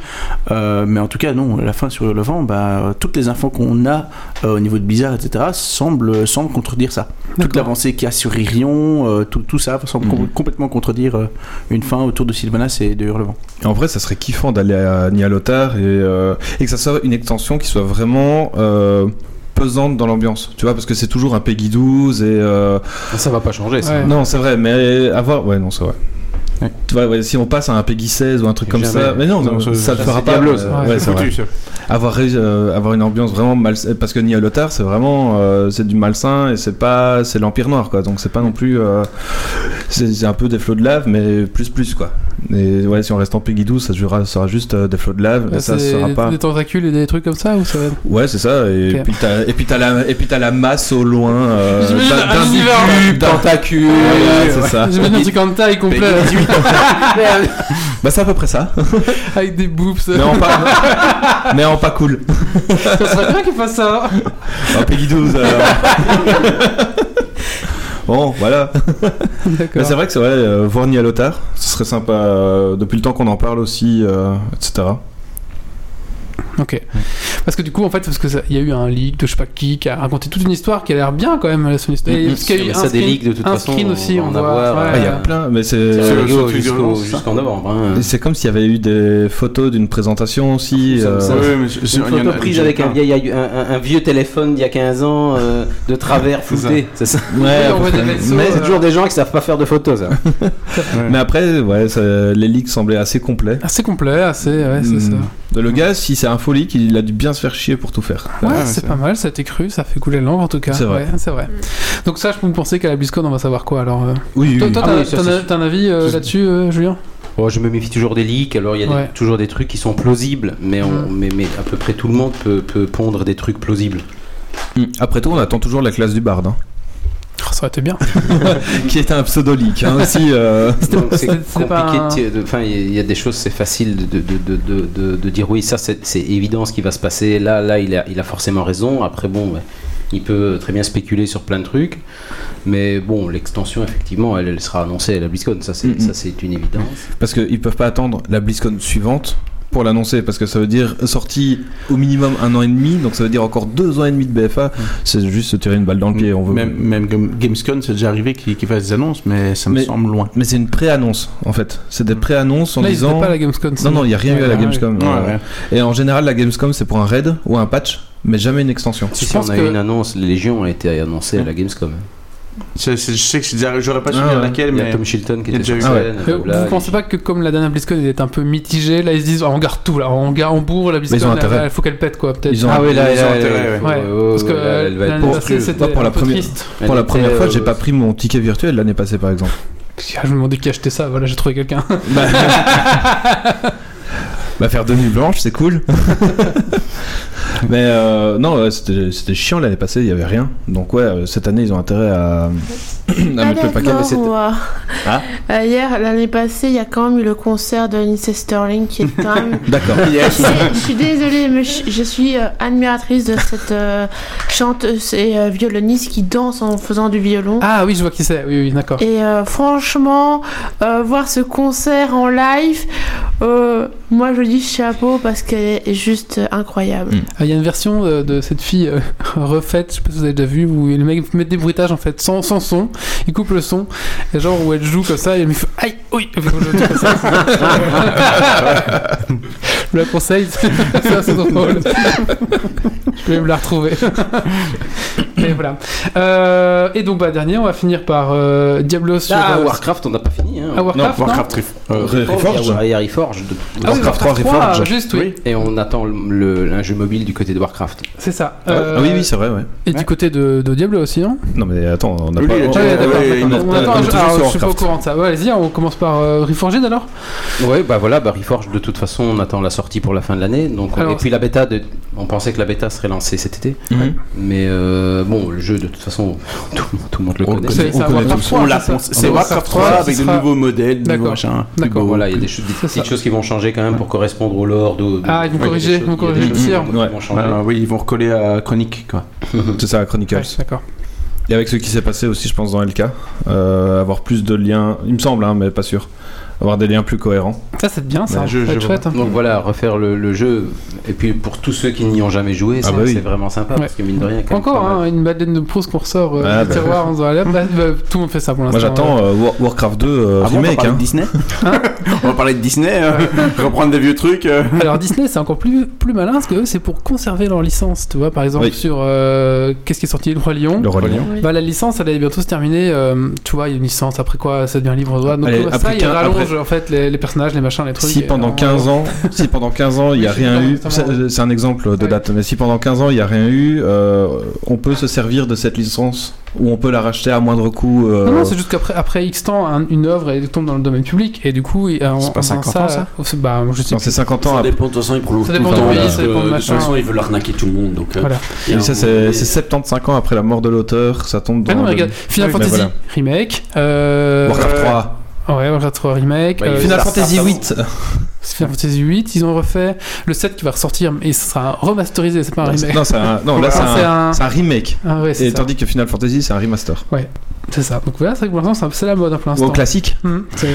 Speaker 4: Euh, mais en tout cas, non, la fin sur le vent, bah, euh, toutes les infos qu'on a euh, au niveau de Blizzard, etc., semblent, semblent contredire ça. Toute
Speaker 1: D'accord.
Speaker 4: l'avancée qu'il y a sur Irion, euh, tout, tout ça
Speaker 3: Mhm.
Speaker 4: semble com- complètement contredire euh, une fin autour de Sylvanas et de Hurlevent.
Speaker 3: En vrai, ça serait kiffant d'aller à Nialotar et, euh, et que ça soit une extension qui soit vraiment euh, pesante dans l'ambiance. Tu vois, parce que c'est toujours un Peggy 12 et. euh,
Speaker 7: Ah, Ça va pas changer, ça.
Speaker 1: Ouais.
Speaker 3: Non, c'est vrai, mais avoir. Ouais, non, c'est vrai.
Speaker 4: Ouais.
Speaker 3: Tu vois, ouais, si on passe à un Peggy 16 ou un truc comme
Speaker 4: Jamais.
Speaker 3: ça, mais non,
Speaker 4: Non,
Speaker 3: ça,
Speaker 4: ça-
Speaker 3: ne
Speaker 4: ça,
Speaker 3: fera
Speaker 4: c'est
Speaker 3: pas.
Speaker 4: Diablo,
Speaker 3: euh,
Speaker 4: ça.
Speaker 3: ouais, c'est vrai.
Speaker 4: Foutu, ça.
Speaker 3: avoir, ré- euh, avoir une ambiance vraiment mal parce que Nia Lothar c'est vraiment euh, c'est du malsain et c'est pas c'est l'empire noir quoi donc c'est pas non plus euh, c'est c'est un peu des flots de lave mais plus plus quoi et ouais si on reste en Peggy 12 ça sera, sera juste euh, des flots de lave et ça
Speaker 1: Bah, c'est
Speaker 3: sera
Speaker 1: des,
Speaker 3: pas
Speaker 1: des tentacules et des trucs comme ça ou ça va être-
Speaker 3: ouais c'est ça et
Speaker 1: Ok.
Speaker 3: puis t'as et puis t'as la et puis t'as la masse au loin euh,
Speaker 1: J'imagine
Speaker 3: d'un-
Speaker 1: un
Speaker 3: d'un
Speaker 1: univers-
Speaker 3: bicube, tentacule voilà, c'est ça
Speaker 1: J'imagine un truc en taille complet
Speaker 3: bah c'est à peu près ça
Speaker 1: avec des boobs.
Speaker 3: mais en pas mais en pas cool
Speaker 1: Ça serait bien qu'ils fassent ça.
Speaker 3: Ah, Peggy 12 euh. bon voilà Mais
Speaker 1: D'accord.
Speaker 3: c'est vrai que c'est vrai, euh, voir Nia Lothar, ce serait sympa euh, depuis le temps qu'on en parle aussi, euh, etc.
Speaker 1: Ok. Parce que du coup, en fait, parce que ça- il y a eu un leak de je sais pas qui qui a raconté toute une histoire qui a l'air bien quand même. Son histoire. Et
Speaker 7: Mhm.
Speaker 1: parce qu'il y a eu
Speaker 7: Mais
Speaker 1: un
Speaker 7: ça, des
Speaker 1: screen-
Speaker 7: leaks, de toute
Speaker 1: un
Speaker 7: façon,
Speaker 1: screen
Speaker 7: on
Speaker 1: aussi,
Speaker 7: va
Speaker 1: on
Speaker 7: en
Speaker 1: doit.
Speaker 7: avoir,
Speaker 1: ouais.
Speaker 3: Ah, Il y a plein, mais
Speaker 7: C'est
Speaker 3: c'est.
Speaker 4: Euh,
Speaker 7: rigolo,
Speaker 4: truc de
Speaker 7: jusqu'au
Speaker 4: violence,
Speaker 7: jusqu'en novembre. hein.
Speaker 3: C'est comme s'il y avait eu des photos d'une présentation aussi.
Speaker 7: Ça me
Speaker 3: euh,
Speaker 7: semble-
Speaker 4: Ouais, mais je- je-
Speaker 7: Une
Speaker 4: il y en a-
Speaker 7: photo prise
Speaker 4: j'en ai
Speaker 7: avec un
Speaker 4: plein.
Speaker 7: vieil, un, un- un vieux téléphone d'il y a 15 ans euh, de travers
Speaker 4: C'est ça.
Speaker 7: flouté, c'est ça.
Speaker 3: ouais,
Speaker 1: Oui, on
Speaker 3: à peu
Speaker 1: voit des
Speaker 3: près.
Speaker 1: vaisseaux,
Speaker 3: mais,
Speaker 1: euh,
Speaker 7: C'est toujours des gens qui savent pas faire de photos. Ça.
Speaker 3: mais après, ouais, ça- les leaks semblaient assez complets.
Speaker 1: Assez complet, assez. Ouais, c'est ça.
Speaker 3: Hmm. De le gars, si c'est un faux leak, il a dû bien se faire chier pour tout faire.
Speaker 1: Ouais,
Speaker 4: ouais,
Speaker 1: c'est
Speaker 4: c'est-
Speaker 1: pas mal, ça a été cru, ça fait couler l'ombre en tout cas.
Speaker 3: Ah, C'est vrai.
Speaker 1: Ouais, c'est vrai. Donc ça, je peux me penser qu'à la BlizzCon, on va savoir quoi alors. euh.
Speaker 3: Oui,
Speaker 1: Toi, toi,
Speaker 7: Ah
Speaker 1: t'as-
Speaker 7: oui, ça,
Speaker 1: t'as
Speaker 7: c'est
Speaker 1: un-
Speaker 7: sûr.
Speaker 1: t'as un avis euh,
Speaker 7: Ça, c'est-
Speaker 1: là-dessus, euh, Julien
Speaker 7: Bon, Oh, je me méfie toujours des leaks, alors il y a des-
Speaker 1: Ouais. Mm.
Speaker 7: toujours des trucs qui sont plausibles, mais, on, mais, mais à peu près tout le monde peut, peut pondre des trucs plausibles.
Speaker 3: Hmm. Après tout, on attend toujours la classe du barde, hein,
Speaker 1: Oh, Ça aurait été bien.
Speaker 3: qui est un pseudo leak hein, aussi. euh.
Speaker 7: Donc, C'est
Speaker 1: c'était- c'était
Speaker 7: compliqué.
Speaker 1: pas un-
Speaker 7: de tirer- de- Enfin, il y a- il y a des choses, c'est facile de, de, de, de, de- de dire oui, ça c'est c'est évident ce qui va se passer. Là, là, il a, il a forcément raison. Après, bon, ouais, il peut très bien spéculer sur plein de trucs, mais bon, l'extension effectivement, elle, elle sera annoncée à la BlizzCon. Ça, c'est
Speaker 3: Mhm.
Speaker 7: ça, c'est une évidence.
Speaker 3: Parce qu'ils peuvent pas attendre la BlizzCon suivante pour l'annoncer, parce que ça veut dire sortie au minimum un an et demi, donc ça veut dire encore deux ans et demi de BFA. C'est juste se tirer une balle dans le pied, on veut.
Speaker 4: Même, même Gam- Gamescom, c'est déjà arrivé qu'ils qu'ils fassent des annonces, mais ça me
Speaker 3: Mais-
Speaker 4: semble loin.
Speaker 3: Mais c'est une pré-annonce en fait. C'est des pré-annonces en
Speaker 1: Là, ils étaient
Speaker 3: disant.
Speaker 1: pas à la Gamescom.
Speaker 3: Non, non, il n'y a rien eu à la
Speaker 1: Ouais, ouais.
Speaker 3: Gamescom.
Speaker 4: Ouais,
Speaker 3: Euh,
Speaker 4: ouais.
Speaker 3: Et en général, la Gamescom c'est pour un raid ou un patch, mais jamais une extension.
Speaker 7: Si, si,
Speaker 1: pense
Speaker 7: on a
Speaker 1: que-
Speaker 7: eu une annonce, Légion a été annoncée à la Gamescom.
Speaker 4: C'est- c'est- Je sais que je suis déjà- j'aurais pas
Speaker 3: Ah,
Speaker 4: souvenir
Speaker 3: ouais.
Speaker 4: laquelle,
Speaker 7: Il y a
Speaker 4: mais.
Speaker 7: Tom Shilton qui
Speaker 4: il y a
Speaker 7: était sur
Speaker 3: déjà eu-
Speaker 7: scène.
Speaker 1: Mais
Speaker 7: euh, là,
Speaker 1: vous pensez pas que comme la dernière BlizzCon elle était un peu mitigée, là ils se disent Ah, on garde tout là, on, garde, on bourre la
Speaker 3: Mais ils ont
Speaker 1: BlizzCon, elle-
Speaker 3: intérêt.
Speaker 1: elle- faut qu'elle pète quoi peut-être.
Speaker 3: Ils ont-
Speaker 7: Ah oui, là,
Speaker 4: Ils ont
Speaker 7: là, là,
Speaker 4: intérêt,
Speaker 7: là,
Speaker 4: ouais.
Speaker 7: ouais,
Speaker 1: Ouais,
Speaker 7: ouais,
Speaker 1: parce que
Speaker 7: ouais, là,
Speaker 1: euh,
Speaker 7: elle va être
Speaker 1: l'année
Speaker 7: poursuivie.
Speaker 1: passée c'était
Speaker 3: Pas pour
Speaker 1: un
Speaker 3: la
Speaker 1: peu
Speaker 3: première-
Speaker 1: triste.
Speaker 7: Elle
Speaker 3: Pour la
Speaker 7: était,
Speaker 3: première fois,
Speaker 7: euh,
Speaker 3: j'ai pas pris mon ticket virtuel l'année passée par exemple.
Speaker 1: Ah, je me demandais qui achetait ça, voilà j'ai trouvé quelqu'un.
Speaker 3: bah... bah, faire demi blanche, c'est cool. Mais euh, non, ouais, c'était c'était chiant l'année passée, il y avait rien. Donc ouais, euh, cette année ils ont intérêt à, à mettre le paquet.
Speaker 2: d'accord,
Speaker 3: Mais c'est-
Speaker 2: on va-
Speaker 3: Ah.
Speaker 2: Euh, Hier, l'année passée, il y a quand même eu le concert de Lindsay Sterling qui est quand même.
Speaker 3: D'accord.
Speaker 2: je, suis, je suis désolée, mais je, je suis euh, admiratrice de cette euh, chanteuse et euh, violoniste qui danse en faisant du violon.
Speaker 1: Ah oui, je vois qui c'est, oui, oui, d'accord.
Speaker 2: Et euh, franchement, euh, voir ce concert en live, euh, moi je dis chapeau parce qu'elle est juste incroyable.
Speaker 3: Mm.
Speaker 1: Ah, Il y a une version euh, de cette fille euh, refaite, je sais pas si vous avez déjà vu, où le mec met des bruitages en fait sans, sans son, il coupe le son, et genre où elle joue comme ça, et elle me fait aïe, oui, Elle fait comme le- comme ça. je vous la conseille, c'est assez drôle. je vais me la retrouver. et voilà. Euh, et donc, bah, dernier, on va finir par euh, Diablo sur
Speaker 7: Ah,
Speaker 1: euh,
Speaker 7: Warcraft, on n'a pas fini. hein.
Speaker 1: ah, Warcraft. non
Speaker 4: Warcraft Rift. euh,
Speaker 3: Re- Reforged.
Speaker 7: Il y a Reforged. de-
Speaker 1: Ah oui,
Speaker 3: Warcraft
Speaker 1: Warcraft
Speaker 3: 3
Speaker 1: 3,
Speaker 3: Reforged.
Speaker 1: juste, oui,
Speaker 7: Et on attend le, le- un jeu mobile du côté de Warcraft.
Speaker 1: c'est ça.
Speaker 3: Ah
Speaker 1: Euh,
Speaker 3: oui, oui, c'est vrai, ouais.
Speaker 1: Et du côté de, de Diablo aussi, non
Speaker 3: Non mais attends, on n'a
Speaker 4: Lui,
Speaker 3: pas.
Speaker 4: il a
Speaker 3: on-
Speaker 4: déjà-
Speaker 1: Ouais,
Speaker 3: on-
Speaker 1: d'accord,
Speaker 4: ouais,
Speaker 3: on-
Speaker 4: il a-
Speaker 3: on-
Speaker 1: On
Speaker 3: on-
Speaker 1: attend
Speaker 3: on-
Speaker 1: un
Speaker 3: on-
Speaker 1: jeu-
Speaker 3: toujours
Speaker 1: ah,
Speaker 3: sur
Speaker 1: je suis pas au
Speaker 3: Warcraft.
Speaker 1: courant de ça. Ouais, vas-y, on commence par euh, Reforged alors
Speaker 7: Ouais, bah voilà, bah Reforged, de toute façon, on attend la sortie pour la fin de l'année. Donc, on-
Speaker 1: Alors,
Speaker 7: et puis la bêta, de, on pensait que la bêta serait lancée cet été.
Speaker 3: Mhm.
Speaker 7: Mais euh, bon, le jeu, de toute façon, tout, le monde- tout le monde le
Speaker 3: On le
Speaker 7: connaît.
Speaker 3: connaît.
Speaker 1: C'est- c'est un
Speaker 3: connaît
Speaker 1: Warcraft
Speaker 3: tous.
Speaker 4: on
Speaker 1: 3,
Speaker 4: l'a
Speaker 1: c'est ça.
Speaker 4: pensé- C'est
Speaker 1: Donc,
Speaker 4: Warcraft 3
Speaker 1: ce
Speaker 4: avec de
Speaker 1: sera-
Speaker 4: nouveaux modèles, de nouveaux
Speaker 1: D'accord.
Speaker 4: machins.
Speaker 3: Bah,
Speaker 1: D'accord.
Speaker 7: Bon, voilà, il y a des, cho- des
Speaker 1: C'est ça.
Speaker 7: petites choses qui vont changer quand même pour correspondre au lore. de- de-
Speaker 1: Ah, ils vont
Speaker 7: il y a des
Speaker 1: corriger,
Speaker 7: choses-
Speaker 1: ils vont
Speaker 7: il y a des
Speaker 1: corriger le
Speaker 7: choses qui
Speaker 1: tir.
Speaker 7: vont- qui vont changer.
Speaker 4: Ouais, oui, ils vont recoller à Chronique, quoi.
Speaker 3: C'est ça, Chronicles.
Speaker 1: Ouais, D'accord.
Speaker 3: Et avec ce qui s'est passé aussi, je pense, dans LK, euh, avoir plus de liens, il me semble, hein, mais pas sûr, avoir des liens plus cohérents.
Speaker 1: Ça, c'est bien, ça.
Speaker 3: Bah,
Speaker 4: Ouais, je-
Speaker 1: Ça va être
Speaker 4: je-
Speaker 1: chouette. hein.
Speaker 7: Donc voilà, refaire le, le jeu. Et puis pour tous ceux qui n'y ont jamais joué,
Speaker 3: Ah
Speaker 7: c'est
Speaker 3: bah oui.
Speaker 7: c'est vraiment sympa parce que mine de rien, quand même,
Speaker 1: Encore
Speaker 7: pas mal.
Speaker 1: hein, une madeleine de Proust qu'on ressort euh,
Speaker 3: Ah,
Speaker 1: du
Speaker 3: bah.
Speaker 1: tiroir. on se voit là. Bah, bah, tout le monde fait ça pour l'instant.
Speaker 3: Moi j'attends
Speaker 1: ouais.
Speaker 3: euh, War- Warcraft 2 euh,
Speaker 4: Ah bon, on va
Speaker 3: remake.
Speaker 4: parler
Speaker 3: hein.
Speaker 4: de Disney On va parler de Disney, euh, reprendre des vieux trucs. euh.
Speaker 1: Alors Disney, c'est encore plus, plus malin parce que eux, c'est pour conserver leur licence. Tu vois, par exemple,
Speaker 3: Oui.
Speaker 1: sur euh, qu'est-ce qui est sorti Le Roi Lion.
Speaker 3: Le Roi Lion.
Speaker 2: Oui.
Speaker 1: Bah, la licence, elle allait bientôt se terminer. euh, tu vois, il y a une licence, après quoi, ça devient un livre de droit. Donc,
Speaker 3: Allez,
Speaker 1: euh, ça,
Speaker 3: après,
Speaker 1: il y aura
Speaker 3: 15, après
Speaker 1: mélange en fait les, les personnages, les machins, les trucs.
Speaker 3: Si
Speaker 1: et
Speaker 3: pendant
Speaker 1: on-
Speaker 3: 15 ans, si pendant 15 ans il n'y a
Speaker 1: euh, Oui, c'est
Speaker 3: rien
Speaker 1: ça,
Speaker 3: eu,
Speaker 1: exactement.
Speaker 3: c'est c'est un exemple de
Speaker 1: Ouais.
Speaker 3: date, mais si pendant 15 ans il n'y a rien eu, euh, on peut se servir de cette licence ou on peut la racheter à moindre coût. euh,
Speaker 1: Non, non, c'est juste qu'après après X temps, un- une œuvre elle tombe dans le domaine public et euh, du coup, il- en-
Speaker 4: C'est pas
Speaker 1: en faisant
Speaker 4: 50 ans, ça
Speaker 1: oh, c'est- Bah, je sais
Speaker 3: dans
Speaker 1: plus.
Speaker 3: ces 50 ans
Speaker 4: Ah,
Speaker 5: Ça
Speaker 3: après.
Speaker 5: dépend de toute façon, ils prolongent
Speaker 1: Ça
Speaker 5: tout
Speaker 1: dépend
Speaker 5: le
Speaker 3: du
Speaker 5: temps,
Speaker 3: pays,
Speaker 5: là,
Speaker 1: ça
Speaker 5: de-
Speaker 1: dépend du
Speaker 5: de toute
Speaker 1: machin.
Speaker 5: façon, ils veulent arnaquer tout le monde. Donc, euh,
Speaker 1: Voilà.
Speaker 5: il y a
Speaker 3: Et
Speaker 5: un
Speaker 3: ça,
Speaker 5: moment
Speaker 3: c'est
Speaker 5: donné-
Speaker 3: c'est 75 ans après la mort de l'auteur, ça tombe dans.
Speaker 1: Ah non, mais
Speaker 3: le-
Speaker 1: regarde, Final
Speaker 3: Oui,
Speaker 1: Fantasy
Speaker 3: mais voilà.
Speaker 1: Remake. Euh...
Speaker 3: Warcraft 3.
Speaker 1: Ouais, Warcraft 3 Remake.
Speaker 7: Bah, il
Speaker 1: euh,
Speaker 7: fait
Speaker 3: Final
Speaker 7: ça
Speaker 3: Fantasy
Speaker 7: repart
Speaker 3: 8.
Speaker 1: Final Fantasy 8, ils ont refait le 7 qui va ressortir et ce sera remasterisé, c'est pas Ah, un remake.
Speaker 3: Non, c'est un- non, là
Speaker 1: Voilà,
Speaker 3: c'est
Speaker 1: c'est
Speaker 3: un,
Speaker 1: un-
Speaker 3: c'est un remake.
Speaker 1: Ah ouais,
Speaker 3: Et
Speaker 1: c'est ça.
Speaker 3: tandis que Final Fantasy c'est un remaster.
Speaker 1: C'est ça. Donc voilà, c'est vrai que pour l'instant, c'est un peu- c'est la mode hein, pour
Speaker 3: Ou
Speaker 1: l'instant.
Speaker 3: au classique.
Speaker 1: Hmm, c'est-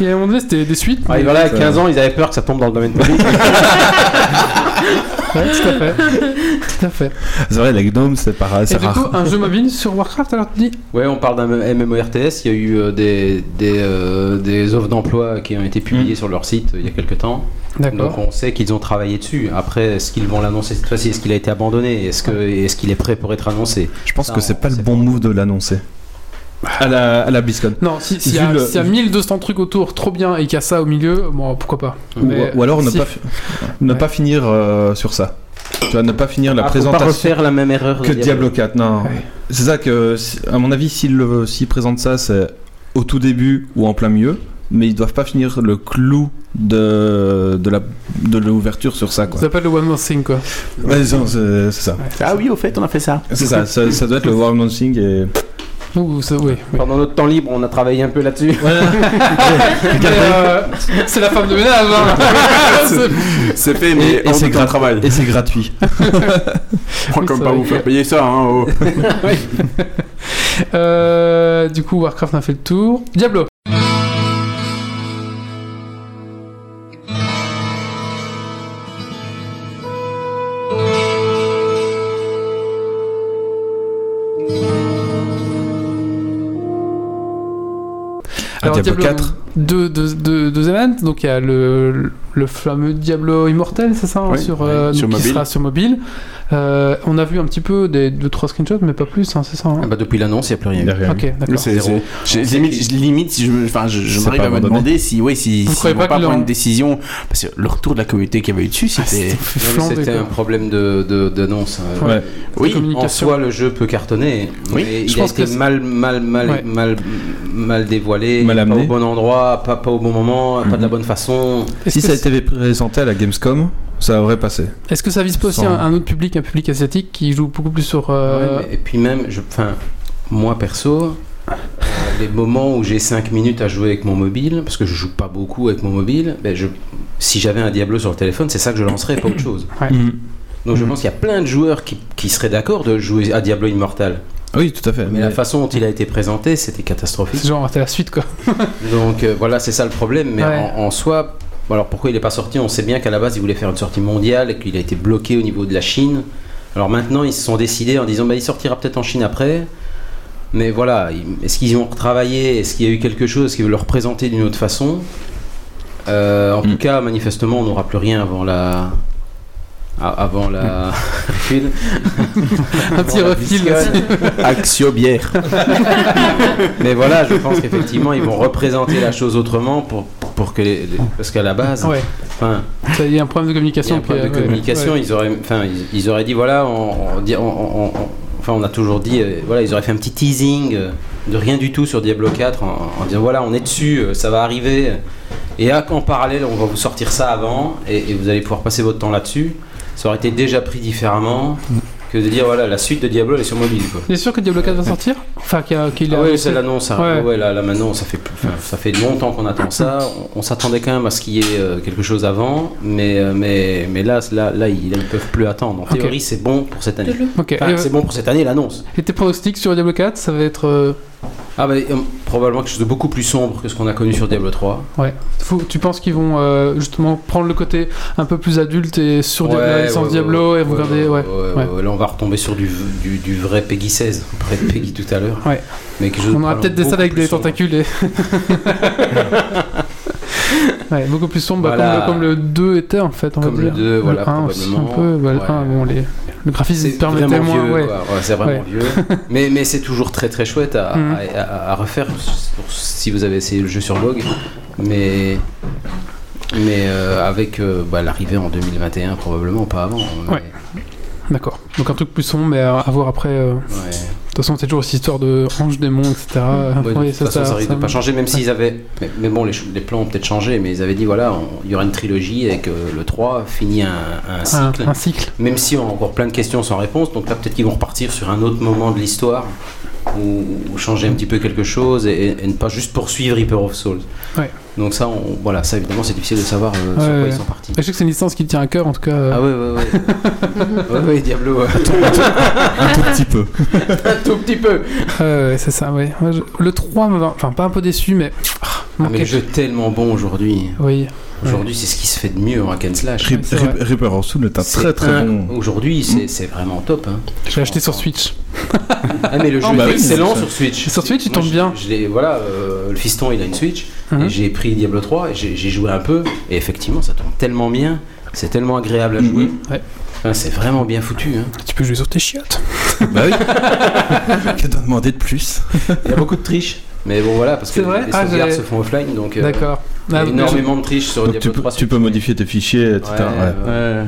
Speaker 1: Il y a un moment donné, c'était des suites.
Speaker 7: Ah,
Speaker 1: mais-
Speaker 7: et voilà, à
Speaker 3: ça-
Speaker 7: 15 ans, ils avaient peur que ça tombe dans le domaine public.
Speaker 1: Ouais, tout à fait. tout à fait.
Speaker 3: C'est vrai, les gnomes c'est pas- c'est
Speaker 1: Et du
Speaker 3: rare.
Speaker 1: coup, un jeu mobile sur Warcraft, alors tu dis
Speaker 7: Ouais, on parle d'un MMORTS. Il y a eu euh, des, des, euh, des offres d'emploi qui ont été publiées sur leur site euh, il y a quelques temps. Donc
Speaker 1: D'accord.
Speaker 7: on sait qu'ils ont travaillé dessus. Après, est-ce qu'ils vont l'annoncer cette fois-ci Est-ce qu'il a été abandonné Est-ce qu'il est, qu'il est prêt pour être annoncé
Speaker 3: Je pense
Speaker 7: Ça,
Speaker 3: que c'est
Speaker 7: on
Speaker 3: pas le
Speaker 7: sait
Speaker 3: bon
Speaker 7: pas.
Speaker 3: move de l'annoncer. À la, à la BlizzCon.
Speaker 1: Non, si- s'il y, a-
Speaker 3: Vu le-
Speaker 1: s'il y a 1200 trucs autour, trop bien, et qu'il y a ça au milieu, bon, pourquoi pas.
Speaker 3: Ou,
Speaker 1: Mais
Speaker 3: ou alors ne,
Speaker 1: si-
Speaker 3: pas, fi- ne
Speaker 1: Ouais.
Speaker 3: pas finir euh, sur ça. Tu vois, ne pas finir la
Speaker 7: Ah, faut pas
Speaker 3: présentation
Speaker 7: refaire la même erreur
Speaker 3: que
Speaker 7: de
Speaker 3: Diablo 4. Non.
Speaker 1: Ouais.
Speaker 3: C'est ça que, si- à mon avis, s'ils le- s'ils présentent ça, c'est au tout début ou en plein milieu. Mais ils doivent pas finir le clou de, de la de l'ouverture sur ça.
Speaker 1: Ça
Speaker 3: Quoi.
Speaker 1: s'appelle le One More Thing, quoi.
Speaker 3: Ouais, c'est c'est- c'est ça.
Speaker 4: Ah oui, au fait, on a fait ça.
Speaker 3: C'est ça, ça, ça doit être le War Thing et...
Speaker 1: Ou ça, oui. oui.
Speaker 7: Pendant notre temps libre, on a travaillé un peu là-dessus.
Speaker 1: Mais, euh, c'est la femme de ménage, hein. C'est-
Speaker 4: C'est fait, mais
Speaker 3: Et- et
Speaker 4: on
Speaker 3: c'est
Speaker 4: dit qu'on
Speaker 3: grat-
Speaker 4: travaille.
Speaker 3: et c'est gratuit.
Speaker 4: On
Speaker 1: Oui,
Speaker 4: comme
Speaker 1: c'est
Speaker 4: pas
Speaker 1: vrai
Speaker 4: vous faire payer ça, hein. oh.
Speaker 1: Euh, du coup, Warcraft on a fait le tour. Diablo. Alors,
Speaker 3: Diablo
Speaker 1: Diablo
Speaker 3: 4.
Speaker 1: Deux, deux, deux, deux events. Donc, il y a le, le fameux Diablo Immortel, c'est ça hein,
Speaker 4: Oui,
Speaker 1: sur, euh,
Speaker 4: oui, sur
Speaker 1: donc, qui
Speaker 4: mobile.
Speaker 1: sera sur mobile. Euh, on a vu un petit peu des 2-3 screenshots, mais pas plus, hein, c'est ça hein
Speaker 7: Ah bah, depuis l'annonce, il n'y a plus rien.
Speaker 3: Il y a rien.
Speaker 1: Ok,
Speaker 4: Mais
Speaker 1: d'accord.
Speaker 4: c'est-
Speaker 7: zéro.
Speaker 4: c'est- j'ai- limite, je- limite, si je me- enfin, je, je
Speaker 3: C'est
Speaker 4: m'arrive
Speaker 3: pas
Speaker 4: à me
Speaker 3: abandonné.
Speaker 4: demander si, oui, si,
Speaker 1: Vous
Speaker 4: si
Speaker 1: croyez
Speaker 4: ils
Speaker 1: pas
Speaker 4: vont pas
Speaker 1: que
Speaker 4: prendre
Speaker 1: le-
Speaker 4: une décision, parce que le retour de la communauté qu'il y avait eu dessus,
Speaker 1: Ah,
Speaker 3: Ah,
Speaker 4: c'était.
Speaker 1: Fait
Speaker 7: Non, mais
Speaker 1: flander,
Speaker 7: C'était
Speaker 1: quoi.
Speaker 7: un problème de- de- d'annonce. euh, De,
Speaker 1: Ouais.
Speaker 4: Oui,
Speaker 7: En
Speaker 1: communication.
Speaker 7: soi, le jeu peut cartonner,
Speaker 4: Oui,
Speaker 7: mais
Speaker 1: je
Speaker 7: il a
Speaker 1: pense
Speaker 7: été
Speaker 1: que c'est-
Speaker 7: mal, mal, mal,
Speaker 1: Ouais.
Speaker 7: mal, mal dévoilé,
Speaker 3: Mal
Speaker 7: pas
Speaker 3: amené. Mhm.
Speaker 7: au bon endroit, pas, pas au bon moment, pas de la bonne façon.
Speaker 1: Est-ce
Speaker 3: Si
Speaker 1: que
Speaker 3: ça a été présenté à la Gamescom, ça aurait passé.
Speaker 1: Est-ce que ça vise pas aussi
Speaker 3: Sans-
Speaker 1: un, un autre public, un public asiatique qui joue beaucoup plus sur. euh,
Speaker 7: Ouais, mais- et puis même, je, enfin, moi perso, euh, les moments où j'ai 5 minutes à jouer avec mon mobile, parce que je joue pas beaucoup avec mon mobile, ben je, si j'avais un Diablo sur le téléphone, c'est ça que je lancerais, pas autre chose.
Speaker 3: Mhm.
Speaker 7: Donc je pense qu'il y a plein de joueurs qui, qui seraient d'accord de jouer à Diablo Immortal.
Speaker 3: Oui, tout à fait.
Speaker 7: Mais la façon dont il a été présenté, c'était catastrophique.
Speaker 1: C'est genre, t'as la suite quoi.
Speaker 7: Donc euh, voilà, c'est ça le problème. Mais
Speaker 1: Ouais.
Speaker 7: en, en soi, bon, alors pourquoi il n'est pas sorti On sait bien qu'à la base, il voulait faire une sortie mondiale et qu'il a été bloqué au niveau de la Chine. Alors maintenant, ils se sont décidés en disant bah, il sortira peut-être en Chine après. Mais voilà, il- est-ce qu'ils y ont retravaillé Est-ce qu'il y a eu quelque chose qu'ils veulent leur présenter d'une autre façon Euh, En
Speaker 3: Mm.
Speaker 7: tout cas, manifestement, on n'aura plus rien avant la. a- Avant la. refil.
Speaker 1: un petit
Speaker 7: Voilà,
Speaker 1: refil.
Speaker 7: Biscone.
Speaker 4: Axio bière.
Speaker 7: Mais voilà, je pense qu'effectivement, ils vont représenter la chose autrement pour, pour que les- les- parce qu'à la base,
Speaker 1: Ouais,
Speaker 7: enfin,
Speaker 1: ça y est, un problème de
Speaker 7: Il y a
Speaker 1: communication.
Speaker 7: un problème
Speaker 1: qui-
Speaker 7: de
Speaker 1: ouais,
Speaker 7: communication.
Speaker 1: ouais.
Speaker 7: Ils auraient, enfin, ils, ils auraient dit voilà, on, on dit- on- on- on- enfin, on a toujours dit, euh, voilà, ils auraient fait un petit teasing euh, de rien du tout sur Diablo 4 en, en disant voilà, on est dessus, euh, ça va arriver. Et à- en parallèle, on va vous sortir ça avant et, et vous allez pouvoir passer votre temps là-dessus. Ça aurait été déjà pris différemment
Speaker 1: Mm.
Speaker 7: que de dire voilà, la suite de Diablo elle est sur mobile. Quoi.
Speaker 1: Il est sûr que Diablo
Speaker 7: Euh,
Speaker 1: 4 va sortir Enfin, qu'il a- qu'il a.
Speaker 7: Ah oui, c'est l'annonce. hein.
Speaker 1: Ouais.
Speaker 7: Ouais. là, là, maintenant, ça fait, plus- enfin, ça fait longtemps qu'on attend ça. On, on s'attendait quand même à ce qu'il y ait euh, quelque chose avant, mais, euh, mais, mais là, là, là, ils ne peuvent plus attendre. En
Speaker 1: Ok.
Speaker 7: théorie, c'est bon pour cette année.
Speaker 1: Ok,
Speaker 7: Enfin,
Speaker 1: et,
Speaker 7: c'est bon pour cette année, l'annonce.
Speaker 1: et tes pronostics sur Diablo 4, ça va être. euh,
Speaker 7: Ah, bah, euh, probablement quelque chose de beaucoup plus sombre que ce qu'on a connu sur Diablo 3.
Speaker 1: ouais. Faut- tu penses qu'ils vont euh, justement prendre le côté un peu plus adulte et sur Diablo, la licence Diablo et regarder. Ouais. ouais.
Speaker 7: Là, on va retomber sur du, du, du vrai Peggy 16. On parlait de Peggy tout à l'heure.
Speaker 1: Ouais.
Speaker 7: Mais quelque chose de
Speaker 1: On aura
Speaker 7: probablement
Speaker 1: peut-être des salles avec
Speaker 7: beaucoup
Speaker 1: des
Speaker 7: plus sombre.
Speaker 1: tentacules et. ouais, beaucoup plus sombre, bah,
Speaker 7: Voilà.
Speaker 1: comme, le, comme le 2 était en fait, on
Speaker 7: Comme
Speaker 1: va
Speaker 7: le
Speaker 1: dire.
Speaker 7: 2, voilà,
Speaker 1: un aussi, un
Speaker 7: probablement.
Speaker 1: peu. bah, le
Speaker 7: Ouais.
Speaker 1: 1, bon, les, le graphisme
Speaker 7: C'est
Speaker 1: permettait
Speaker 7: vraiment
Speaker 1: moins.
Speaker 7: vieux,
Speaker 1: ouais.
Speaker 7: quoi. Ouais, c'est vraiment
Speaker 1: Ouais.
Speaker 7: vieux. Mais, mais c'est toujours très très chouette à,
Speaker 1: Mhm.
Speaker 7: à- à- à refaire pour- si vous avez essayé le jeu sur GOG. Mais, mais euh, avec euh, bah, l'arrivée en 2021, probablement pas avant. mais-
Speaker 1: Ouais. D'accord. Donc un truc plus sombre, mais à, à voir après. euh. De
Speaker 7: ouais.
Speaker 1: toute façon, c'est toujours cette histoire de ange, démon, etc.
Speaker 7: Ouais, de
Speaker 1: Oui,
Speaker 7: toute façon, ça risque de
Speaker 1: me-
Speaker 7: pas changer, même s'ils avaient. Mais, mais bon, les, cho- les plans ont peut-être changé, mais ils avaient dit voilà, on- il y aura une trilogie et que le 3 finit un, un
Speaker 1: Un,
Speaker 7: cycle.
Speaker 1: Ah, un cycle.
Speaker 7: Même si on a encore plein de questions sans réponse, donc là, peut-être qu'ils vont repartir sur un autre moment de l'histoire ou, ou changer un petit peu quelque chose et, et ne pas juste poursuivre Reaper of Souls.
Speaker 1: Ouais.
Speaker 7: Donc, ça, on- voilà, ça évidemment, c'est difficile de savoir euh, sur
Speaker 1: Ouais,
Speaker 7: quoi
Speaker 1: ouais.
Speaker 7: ils sont partis.
Speaker 1: Je sais que c'est une licence qui me tient à cœur, en tout cas. euh,
Speaker 7: Ah ouais, ouais, ouais. ouais, ouais, Diablo, euh,
Speaker 3: Un tout petit peu.
Speaker 7: un tout petit peu.
Speaker 1: Ouais, ouais, c'est ça, ouais. Moi, je- Le 3 me va. Enfin, pas un peu déçu, mais. Ah,
Speaker 7: Ah, mais
Speaker 1: manquait-
Speaker 7: le jeu est tellement bon aujourd'hui.
Speaker 1: Oui.
Speaker 7: Aujourd'hui, c'est ce qui se fait de mieux en hack and slash.
Speaker 1: Ouais, c'est vrai.
Speaker 3: Reaper of Soul est un
Speaker 7: C'est
Speaker 3: très très
Speaker 7: un-
Speaker 3: bon.
Speaker 7: Aujourd'hui, c'est c'est vraiment top. hein.
Speaker 1: J'ai acheté sur Switch.
Speaker 7: Ah, mais le jeu
Speaker 3: Ah, bah
Speaker 7: est
Speaker 3: oui,
Speaker 7: excellent
Speaker 3: c'est-
Speaker 7: sur Switch.
Speaker 1: Sur Switch, il
Speaker 7: Moi,
Speaker 1: tombe
Speaker 7: je-
Speaker 1: bien.
Speaker 7: je l'ai- voilà, euh, le fiston, il a une Switch.
Speaker 1: Mhm.
Speaker 7: Et j'ai pris Diablo 3 et j'ai j'ai joué un peu. Et effectivement, ça tombe tellement bien. C'est tellement agréable à jouer.
Speaker 1: Ouais.
Speaker 7: Ah, c'est vraiment bien foutu. hein.
Speaker 1: Tu peux jouer sur tes chiottes.
Speaker 3: bah oui. Que t'en demander de plus
Speaker 7: Il y a beaucoup de triche. Mais bon, voilà, parce que
Speaker 1: C'est vrai
Speaker 7: les
Speaker 1: Ah,
Speaker 7: sauvegardes
Speaker 1: j'ai-
Speaker 7: se font offline. Donc, euh,
Speaker 1: D'accord.
Speaker 7: il y a
Speaker 1: Ah,
Speaker 7: énormément de triche sur
Speaker 3: Donc tu
Speaker 7: Diablo
Speaker 3: peux,
Speaker 7: 3.
Speaker 3: tu peux modifier tes fichiers, etc. Ouais.
Speaker 4: Ouais.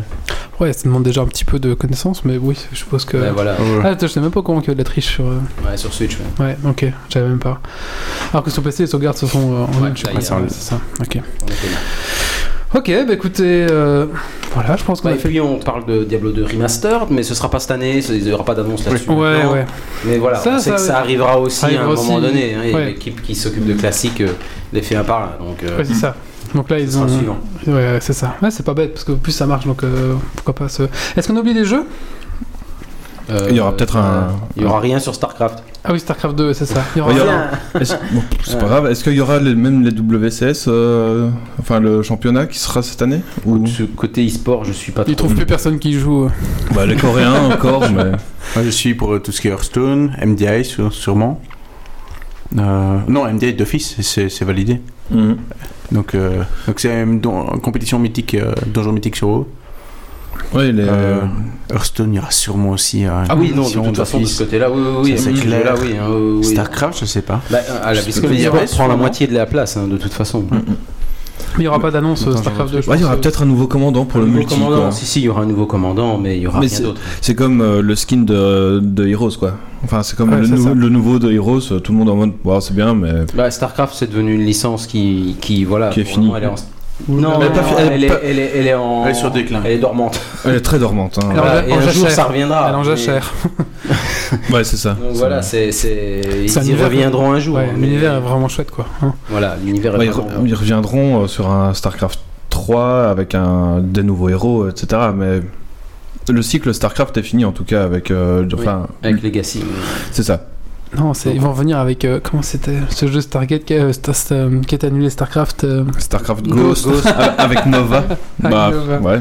Speaker 1: Ouais, ça demande déjà un petit peu de connaissances, mais oui, je suppose que.
Speaker 7: Ouais, voilà,
Speaker 1: Ah, attends, je sais même pas comment qu'il y a de la triche sur. euh,
Speaker 7: Ouais, sur Switch. ouais.
Speaker 1: Ouais, ok, j'avais même pas. Alors que sur PC, les sauvegardes se font euh, en ligne, je
Speaker 7: là,
Speaker 1: crois,
Speaker 7: il y a-
Speaker 1: ouais, c'est ça. Ok.
Speaker 7: On est peinard.
Speaker 1: Ok, bah écoutez, euh, voilà, je pense qu'on
Speaker 7: Ouais,
Speaker 1: a
Speaker 7: et
Speaker 1: fait.
Speaker 7: puis on parle de Diablo 2 Remastered, mais ce sera pas cette année, ça- il n'y aura pas d'annonce là-dessus.
Speaker 1: Ouais,
Speaker 7: maintenant.
Speaker 1: ouais.
Speaker 7: Mais voilà,
Speaker 1: Ça,
Speaker 7: on
Speaker 1: ça,
Speaker 7: sait que
Speaker 1: ouais.
Speaker 7: ça arrivera aussi
Speaker 1: Ça
Speaker 7: à un
Speaker 1: arrivera
Speaker 7: moment
Speaker 1: aussi,
Speaker 7: donné. hein, et
Speaker 1: ouais.
Speaker 7: L'équipe qui s'occupe de classique euh, les fait un par là. Donc, euh,
Speaker 1: Ouais, c'est ça. Donc là,
Speaker 7: ce
Speaker 1: ils
Speaker 7: sera
Speaker 1: ont.
Speaker 7: le suivant.
Speaker 1: Ouais, ouais, c'est ça. Ouais, c'est pas bête, parce que plus ça marche, donc euh, pourquoi pas ce. Est-ce qu'on a oublié des jeux
Speaker 7: Euh,
Speaker 3: Il y aura peut-être un-
Speaker 7: Il y aura rien sur StarCraft.
Speaker 1: Ah oui, StarCraft 2, c'est ça. Il y aura
Speaker 3: Ouais, il y aura-
Speaker 1: un-
Speaker 3: Est-ce- bon, c'est pas grave. Est-ce qu'il y aura les- même les WCS, euh, enfin le championnat qui sera cette année Ou...
Speaker 7: De ce côté e-sport, je suis pas
Speaker 1: Ils
Speaker 7: trop.
Speaker 1: trouvent plus personne qui joue.
Speaker 3: bah, Les Coréens encore, mais.
Speaker 4: Moi, je suis pour euh, tout ce qui est Hearthstone, MDI sû- sûrement. Euh, non, MDI d'office, c'est c'est validé.
Speaker 3: Mhm.
Speaker 4: Donc, euh, donc c'est une don- une compétition mythique, euh, donjon mythique sur WoW.
Speaker 3: Ouais, les.
Speaker 4: Euh, Hearthstone, il y aura sûrement aussi. euh, une
Speaker 7: Ah oui, non, de
Speaker 4: compétition
Speaker 7: toute façon, de
Speaker 4: d'office.
Speaker 7: ce côté-là, oui, oui, oui.
Speaker 4: Ça, c'est
Speaker 7: à ce
Speaker 4: clair.
Speaker 7: niveau-là, oui, hein, oui, oui.
Speaker 4: Starcraft, je sais pas.
Speaker 7: Bah, à la BlizzCon,
Speaker 4: Il y
Speaker 7: ils
Speaker 4: avait
Speaker 7: vont prendre la
Speaker 4: sûrement.
Speaker 7: moitié de la place, hein, de toute façon.
Speaker 1: Mais il n'y aura pas d'annonce euh,
Speaker 3: Attends,
Speaker 1: StarCraft 2. je
Speaker 3: Ouais, il y
Speaker 1: pense,
Speaker 3: aura
Speaker 1: euh,
Speaker 3: peut-être un nouveau commandant pour
Speaker 7: Un
Speaker 3: le
Speaker 7: nouveau
Speaker 3: multi.
Speaker 7: commandant.
Speaker 3: quoi.
Speaker 7: Si, si, il y aura un nouveau commandant, mais il y aura
Speaker 3: Mais
Speaker 7: rien
Speaker 3: c'est-
Speaker 7: d'autre.
Speaker 3: C'est comme euh, le skin de, de Heroes, quoi. Enfin, c'est comme
Speaker 1: Ouais,
Speaker 3: le,
Speaker 1: c'est
Speaker 3: nou-
Speaker 1: ça.
Speaker 3: le nouveau de Heroes, euh, tout le monde en mode, Ouah, c'est bien, mais.
Speaker 7: Bah, Starcraft, c'est devenu une licence qui, qui voilà,
Speaker 3: Qui est
Speaker 7: pour
Speaker 3: finie.
Speaker 7: moi, elle est en...
Speaker 1: ou-
Speaker 7: Non,
Speaker 3: Elle est
Speaker 7: non,
Speaker 3: pas fi- elle est
Speaker 7: elle, est,
Speaker 3: pas-
Speaker 7: elle est- elle est en...
Speaker 4: Elle est sur déclin.
Speaker 7: Elle est dormante.
Speaker 3: Elle est très dormante. hein.
Speaker 1: Alors,
Speaker 7: Voilà,
Speaker 1: en
Speaker 7: et un
Speaker 1: jachère.
Speaker 7: jour, ça reviendra.
Speaker 1: Elle en
Speaker 7: mais-
Speaker 1: jachère.
Speaker 3: Ouais, c'est ça.
Speaker 7: Donc
Speaker 3: C'est-
Speaker 7: voilà, c'est, c'est...
Speaker 1: C'est un
Speaker 7: ils y
Speaker 1: univers-
Speaker 7: reviendront un jour. hein,
Speaker 1: Ouais,
Speaker 7: mais-
Speaker 1: l'univers est vraiment chouette, quoi. hein.
Speaker 7: Voilà, l'univers
Speaker 3: Ouais,
Speaker 7: est
Speaker 3: ils,
Speaker 7: vraiment...
Speaker 3: re- ils reviendront euh, sur un StarCraft 3 avec un, des nouveaux héros, etc. Mais le cycle StarCraft est fini en tout cas avec. euh, de-
Speaker 7: Oui.
Speaker 3: Enfin,
Speaker 7: Avec Legacy.
Speaker 3: c'est ça.
Speaker 1: Non, c'est- ils vont revenir avec. euh, comment c'était Ce jeu Stargate qui, euh, Star- Star- qui est annulé, StarCraft. euh,
Speaker 3: StarCraft
Speaker 1: Ghost.
Speaker 3: Ghost, avec- avec Nova. bah,
Speaker 1: Nova.
Speaker 3: ouais.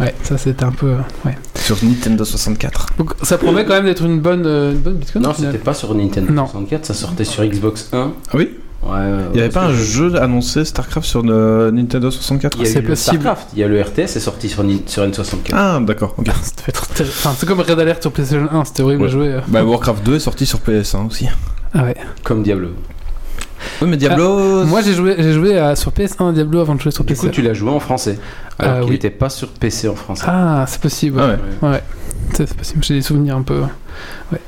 Speaker 1: ouais, ça c'était un peu. euh, ouais.
Speaker 3: Sur Nintendo 64.
Speaker 1: Donc ça promet quand même d'être une bonne, euh, une bonne BlizzCon,
Speaker 7: Non,
Speaker 1: au final.
Speaker 7: c'était pas sur Nintendo
Speaker 1: Non.
Speaker 7: 64, ça sortait sur Xbox 1.
Speaker 3: Ah oui
Speaker 7: Ouais, ouais,
Speaker 3: Il n'y avait
Speaker 7: parce
Speaker 3: pas un
Speaker 7: que-
Speaker 3: jeu annoncé StarCraft sur le Nintendo 64
Speaker 7: Il y a
Speaker 1: C'est
Speaker 7: eu le
Speaker 1: possible.
Speaker 7: Starcraft, il y a le RTS, c'est sorti sur, Ni- sur N64.
Speaker 3: Ah, d'accord, ok.
Speaker 1: Ça devait être terrible. Enfin, c'est comme Red Alert sur PlayStation 1, c'était horrible à
Speaker 3: Ouais.
Speaker 1: jouer. euh.
Speaker 3: Bah, Warcraft 2 est sorti sur PS1 aussi.
Speaker 1: Ah ouais.
Speaker 7: Comme Diablo.
Speaker 3: Oui, mais Diablo.
Speaker 1: Moi j'ai joué, j'ai joué à- sur PS1 Diablo avant de jouer sur
Speaker 7: Du
Speaker 1: PC.
Speaker 7: coup, tu l'as joué en français. Alors
Speaker 1: Euh,
Speaker 7: qu'il
Speaker 1: oui.
Speaker 7: n'était pas sur PC en français.
Speaker 1: Ah, c'est possible.
Speaker 3: Ah ouais.
Speaker 1: Ça, C'est possible, j'ai des souvenirs un peu. Ouais.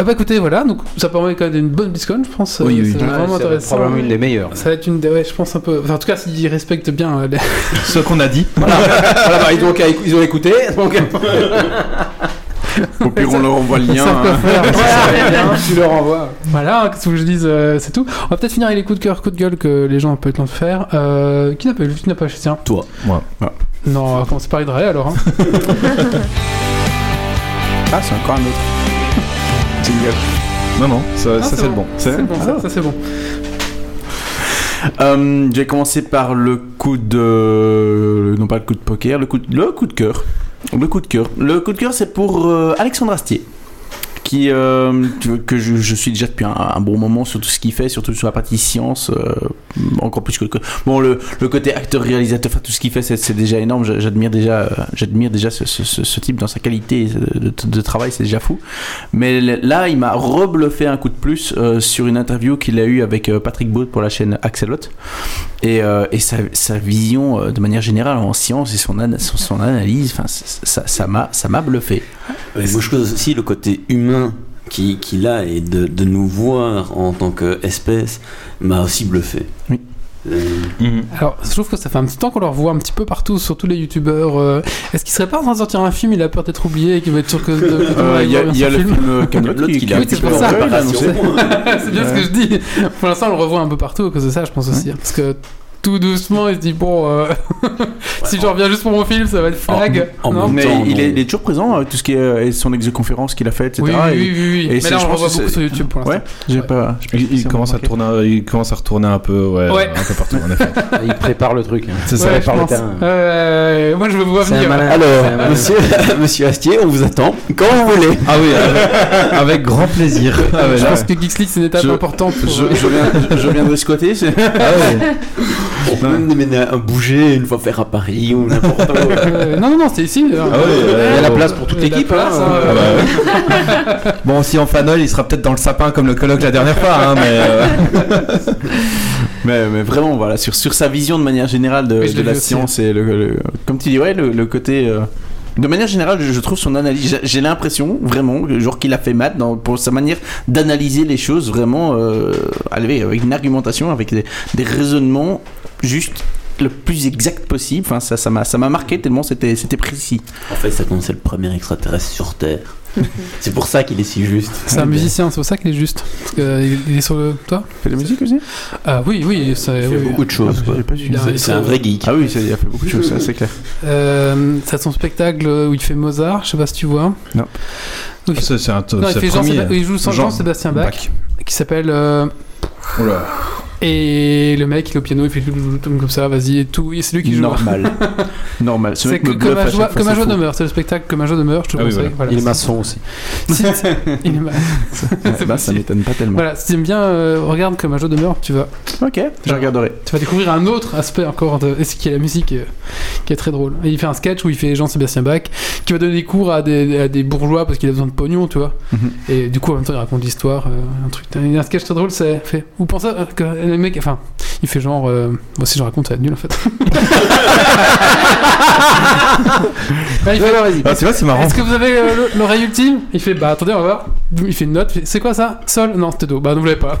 Speaker 1: Euh, bah écoutez, voilà, donc ça permet quand même une bonne BlizzCon, je pense.
Speaker 3: Oui,
Speaker 1: euh,
Speaker 3: oui.
Speaker 1: C'est
Speaker 7: Ouais,
Speaker 1: vraiment
Speaker 7: c'est
Speaker 1: intéressant.
Speaker 7: probablement une des meilleures.
Speaker 1: Ça va être une des. Ouais, je pense un peu. Enfin, en tout cas, s'ils respectent bien. euh, les-
Speaker 3: Ce qu'on a dit.
Speaker 7: Voilà, voilà, bah, ils, ont, ils ont écouté. Donc...
Speaker 4: Au pire, on leur envoie le lien.
Speaker 1: savent quoi
Speaker 4: hein.
Speaker 1: faire.
Speaker 7: tu leur envoies.
Speaker 1: Voilà, qu'est-ce que je dise, euh, c'est tout. On va peut-être finir avec les coups de cœur, coups de gueule que les gens ont pas eu le temps de faire. Euh, qui n'a pas eu, qui n'a pas acheté tiens.
Speaker 3: Toi. Moi.
Speaker 1: Non, on va commencer par Idré alors. hein.
Speaker 4: Ah, c'est encore un autre. Jingle.
Speaker 3: Non, non, ça,
Speaker 1: Ah,
Speaker 3: ça, c'est le bon.
Speaker 4: C'est
Speaker 1: C'est bon, ça, ça, c'est bon.
Speaker 4: Euh, J'ai commencé par le coup de. Non, pas le coup de poker, le coup de, le coup de cœur. Le coup de cœur. Le coup de cœur, c'est pour euh, Alexandre Astier. qui euh, tu- que je, je suis déjà depuis un, un bon moment sur tout ce qu'il fait, surtout sur la partie science, euh, encore plus que, que- bon le, le côté acteur réalisateur, enfin, tout ce qu'il fait c'est c'est déjà énorme. J'a- J'admire déjà euh, j'admire déjà ce, ce- ce- ce type dans sa qualité de, de- de travail, c'est déjà fou. Mais l- là il m'a rebluffé un coup de plus euh, sur une interview qu'il a eue avec euh, Patrick Baud pour la chaîne Axelot et, euh, et sa, sa vision euh, de manière générale en science et son, ana- son, son analyse, enfin, c- ça ça m'a ça m'a bluffé.
Speaker 5: Mais moi, je trouve aussi le côté humain qui- qu'il a et de, de nous voir en tant qu'espèce m'a aussi bluffé.
Speaker 4: Oui.
Speaker 5: Euh,
Speaker 3: Mhm.
Speaker 1: Alors, je trouve que ça fait un petit temps qu'on le revoit un petit peu partout, sur tous les youtubeurs. euh, Est-ce qu'il serait pas en train de sortir un film Il a peur d'être oublié et qu'il va être sûr que. que tout le monde
Speaker 4: Euh,
Speaker 1: aille
Speaker 4: Il y a,
Speaker 1: voir
Speaker 4: il y a
Speaker 1: ce
Speaker 4: le film Camelot
Speaker 5: Kaamelott
Speaker 4: qui,
Speaker 5: qui
Speaker 4: qui a
Speaker 1: Oui,
Speaker 4: un petit
Speaker 1: c'est
Speaker 4: peu
Speaker 1: pour ça.
Speaker 4: en retard,
Speaker 5: préparation. hein.
Speaker 4: annoncé.
Speaker 1: c'est bien ce que je dis. Pour l'instant, on le revoit un peu partout à cause de ça, je pense aussi. hein. Parce que tout doucement, il se dit bon, euh, si je reviens juste pour mon film, ça va être
Speaker 4: Oh,
Speaker 1: flag.
Speaker 5: En- en
Speaker 1: non
Speaker 5: même
Speaker 4: Mais
Speaker 5: temps,
Speaker 4: il
Speaker 5: non.
Speaker 4: est, il est toujours présent, euh, tout ce qui est euh, et son exoconférence qu'il a fait, etc.
Speaker 1: oui, oui,
Speaker 4: Et-
Speaker 1: oui, oui, oui.
Speaker 4: et
Speaker 1: Mais
Speaker 4: c'est-
Speaker 1: là, on
Speaker 4: je
Speaker 1: le
Speaker 4: pense
Speaker 1: revoit
Speaker 4: que
Speaker 1: beaucoup
Speaker 4: c'est-
Speaker 1: sur YouTube pour l'instant.
Speaker 4: Ouais, j'ai
Speaker 1: Ouais.
Speaker 4: pas. je-
Speaker 3: Il, il
Speaker 4: ça
Speaker 3: commence à
Speaker 4: m'a manqué.
Speaker 3: tourner, il commence à retourner un peu, ouais,
Speaker 1: Ouais.
Speaker 3: un peu partout en effet.
Speaker 7: Il prépare Ah, le truc. hein.
Speaker 3: C'est ça.
Speaker 7: va
Speaker 1: Ouais,
Speaker 7: par
Speaker 1: je
Speaker 7: le
Speaker 1: pense.
Speaker 7: terrain.
Speaker 1: Euh, moi, je veux voir
Speaker 7: C'est un
Speaker 1: venir.
Speaker 7: malin. C'est un
Speaker 5: Alors,
Speaker 7: malin.
Speaker 5: monsieur, monsieur Astier, on vous attend quand vous voulez.
Speaker 3: Ah oui, avec, avec grand plaisir. Ah ouais,
Speaker 1: je
Speaker 3: là,
Speaker 1: pense que Geeks League, c'est une étape
Speaker 4: Je-
Speaker 1: importante. Pour, euh,
Speaker 4: Je, je viens, je- je viens de ce côté. c'est-
Speaker 5: Ah On peut même déménager, bouger une fois faire à Paris ou n'importe où.
Speaker 1: Euh, non, non, non, c'est ici.
Speaker 3: Ah ouais, euh,
Speaker 7: Il y a la
Speaker 3: bon.
Speaker 7: place pour toute
Speaker 1: Il y a de la
Speaker 7: l'équipe.
Speaker 1: place,
Speaker 7: hein.
Speaker 1: hein.
Speaker 3: Ah bah ouais. bon, si on fanole, il sera peut-être dans le sapin comme le colloque la dernière fois, hein, mais. euh,
Speaker 4: mais, mais vraiment, voilà, sur, sur sa vision de manière générale de,
Speaker 1: Oui, je
Speaker 4: de
Speaker 1: l'ai
Speaker 4: la
Speaker 1: vu aussi.
Speaker 4: science et le, le- comme tu dis, ouais, le, le côté. euh, de manière générale, je je trouve son analyse. j'ai- J'ai l'impression, vraiment, que- genre qu'il a fait maths dans, pour sa manière d'analyser les choses, vraiment, euh, allez, avec une argumentation, avec des, des raisonnements juste le plus exact possible. Enfin, ça, ça m'a, ça m'a marqué tellement c'était, c'était précis.
Speaker 5: En fait, ça compte, c'est le premier extraterrestre sur Terre. c'est pour ça qu'il est si juste.
Speaker 1: C'est un musicien, c'est pour ça qu'il est juste. Parce que, euh, il il est sur le toit
Speaker 4: Fait de la musique aussi
Speaker 1: Ah oui, oui,
Speaker 5: Il
Speaker 1: c'est.
Speaker 5: fait
Speaker 1: oui.
Speaker 5: beaucoup de choses. quoi.
Speaker 1: Il a- il
Speaker 5: C'est- C'est un vrai geek.
Speaker 4: Ah oui, c'est- il a fait beaucoup de choses, ça, c'est clair.
Speaker 1: Euh, ça son spectacle où il fait Mozart, je sais pas si tu vois.
Speaker 4: Non.
Speaker 1: Oui.
Speaker 3: c'est c'est un,
Speaker 1: Non, il,
Speaker 3: Euh, c'est
Speaker 1: fait
Speaker 3: le
Speaker 1: Jean
Speaker 3: premier.
Speaker 1: Séba- il joue sans
Speaker 3: Jean-
Speaker 1: Jean-Sébastien Bach,
Speaker 3: Bach.
Speaker 1: qui s'appelle. euh,
Speaker 3: Oula.
Speaker 1: et le mec, il est au piano, il fait tout- tout- tout comme ça, vas-y, et tout. Et c'est lui qui joue.
Speaker 4: Normal. Normal. Ce
Speaker 1: C'est
Speaker 4: mec
Speaker 1: que-
Speaker 4: me
Speaker 1: comme
Speaker 4: bluffe à
Speaker 1: un
Speaker 4: chaque
Speaker 1: joie,
Speaker 4: fois,
Speaker 1: comme un
Speaker 4: c'est
Speaker 1: joie
Speaker 4: fou.
Speaker 1: demeure, c'est le spectacle comme un joie demeure, je te
Speaker 3: Ah oui,
Speaker 1: conseille.
Speaker 3: voilà.
Speaker 1: voilà.
Speaker 7: Il est maçon aussi.
Speaker 1: Si- il est ma-
Speaker 4: Eh
Speaker 1: C'est
Speaker 4: ben, ça
Speaker 1: possible.
Speaker 4: m'étonne pas tellement.
Speaker 1: Voilà, si t'aimes bien, euh, regarde comme un jeu demeure, tu vas,
Speaker 4: Ok, je regarderai.
Speaker 1: tu vas découvrir un autre aspect encore de et ce qui est la musique, euh, qui est très drôle. Et il fait un sketch où il fait Jean-Sébastien Bach, qui va donner des cours à des, à des bourgeois parce qu'il a besoin de pognon, tu vois.
Speaker 4: Mhm.
Speaker 1: Et du coup, en même temps, il raconte l'histoire, euh, un truc. Il y a un sketch très drôle, c'est fait. Vous pensez euh, que le mec, enfin, il fait genre, euh, bon, si je raconte, ça va être nul en fait. Là, il fait-
Speaker 3: Ah, tu vois, c'est marrant.
Speaker 1: Est-ce que vous avez euh, le- l'oreille ultime Il fait bah attendez on va voir. Il fait une note. il fait, C'est quoi ça Sol Non c'était do. Bah ne vous l'avez pas.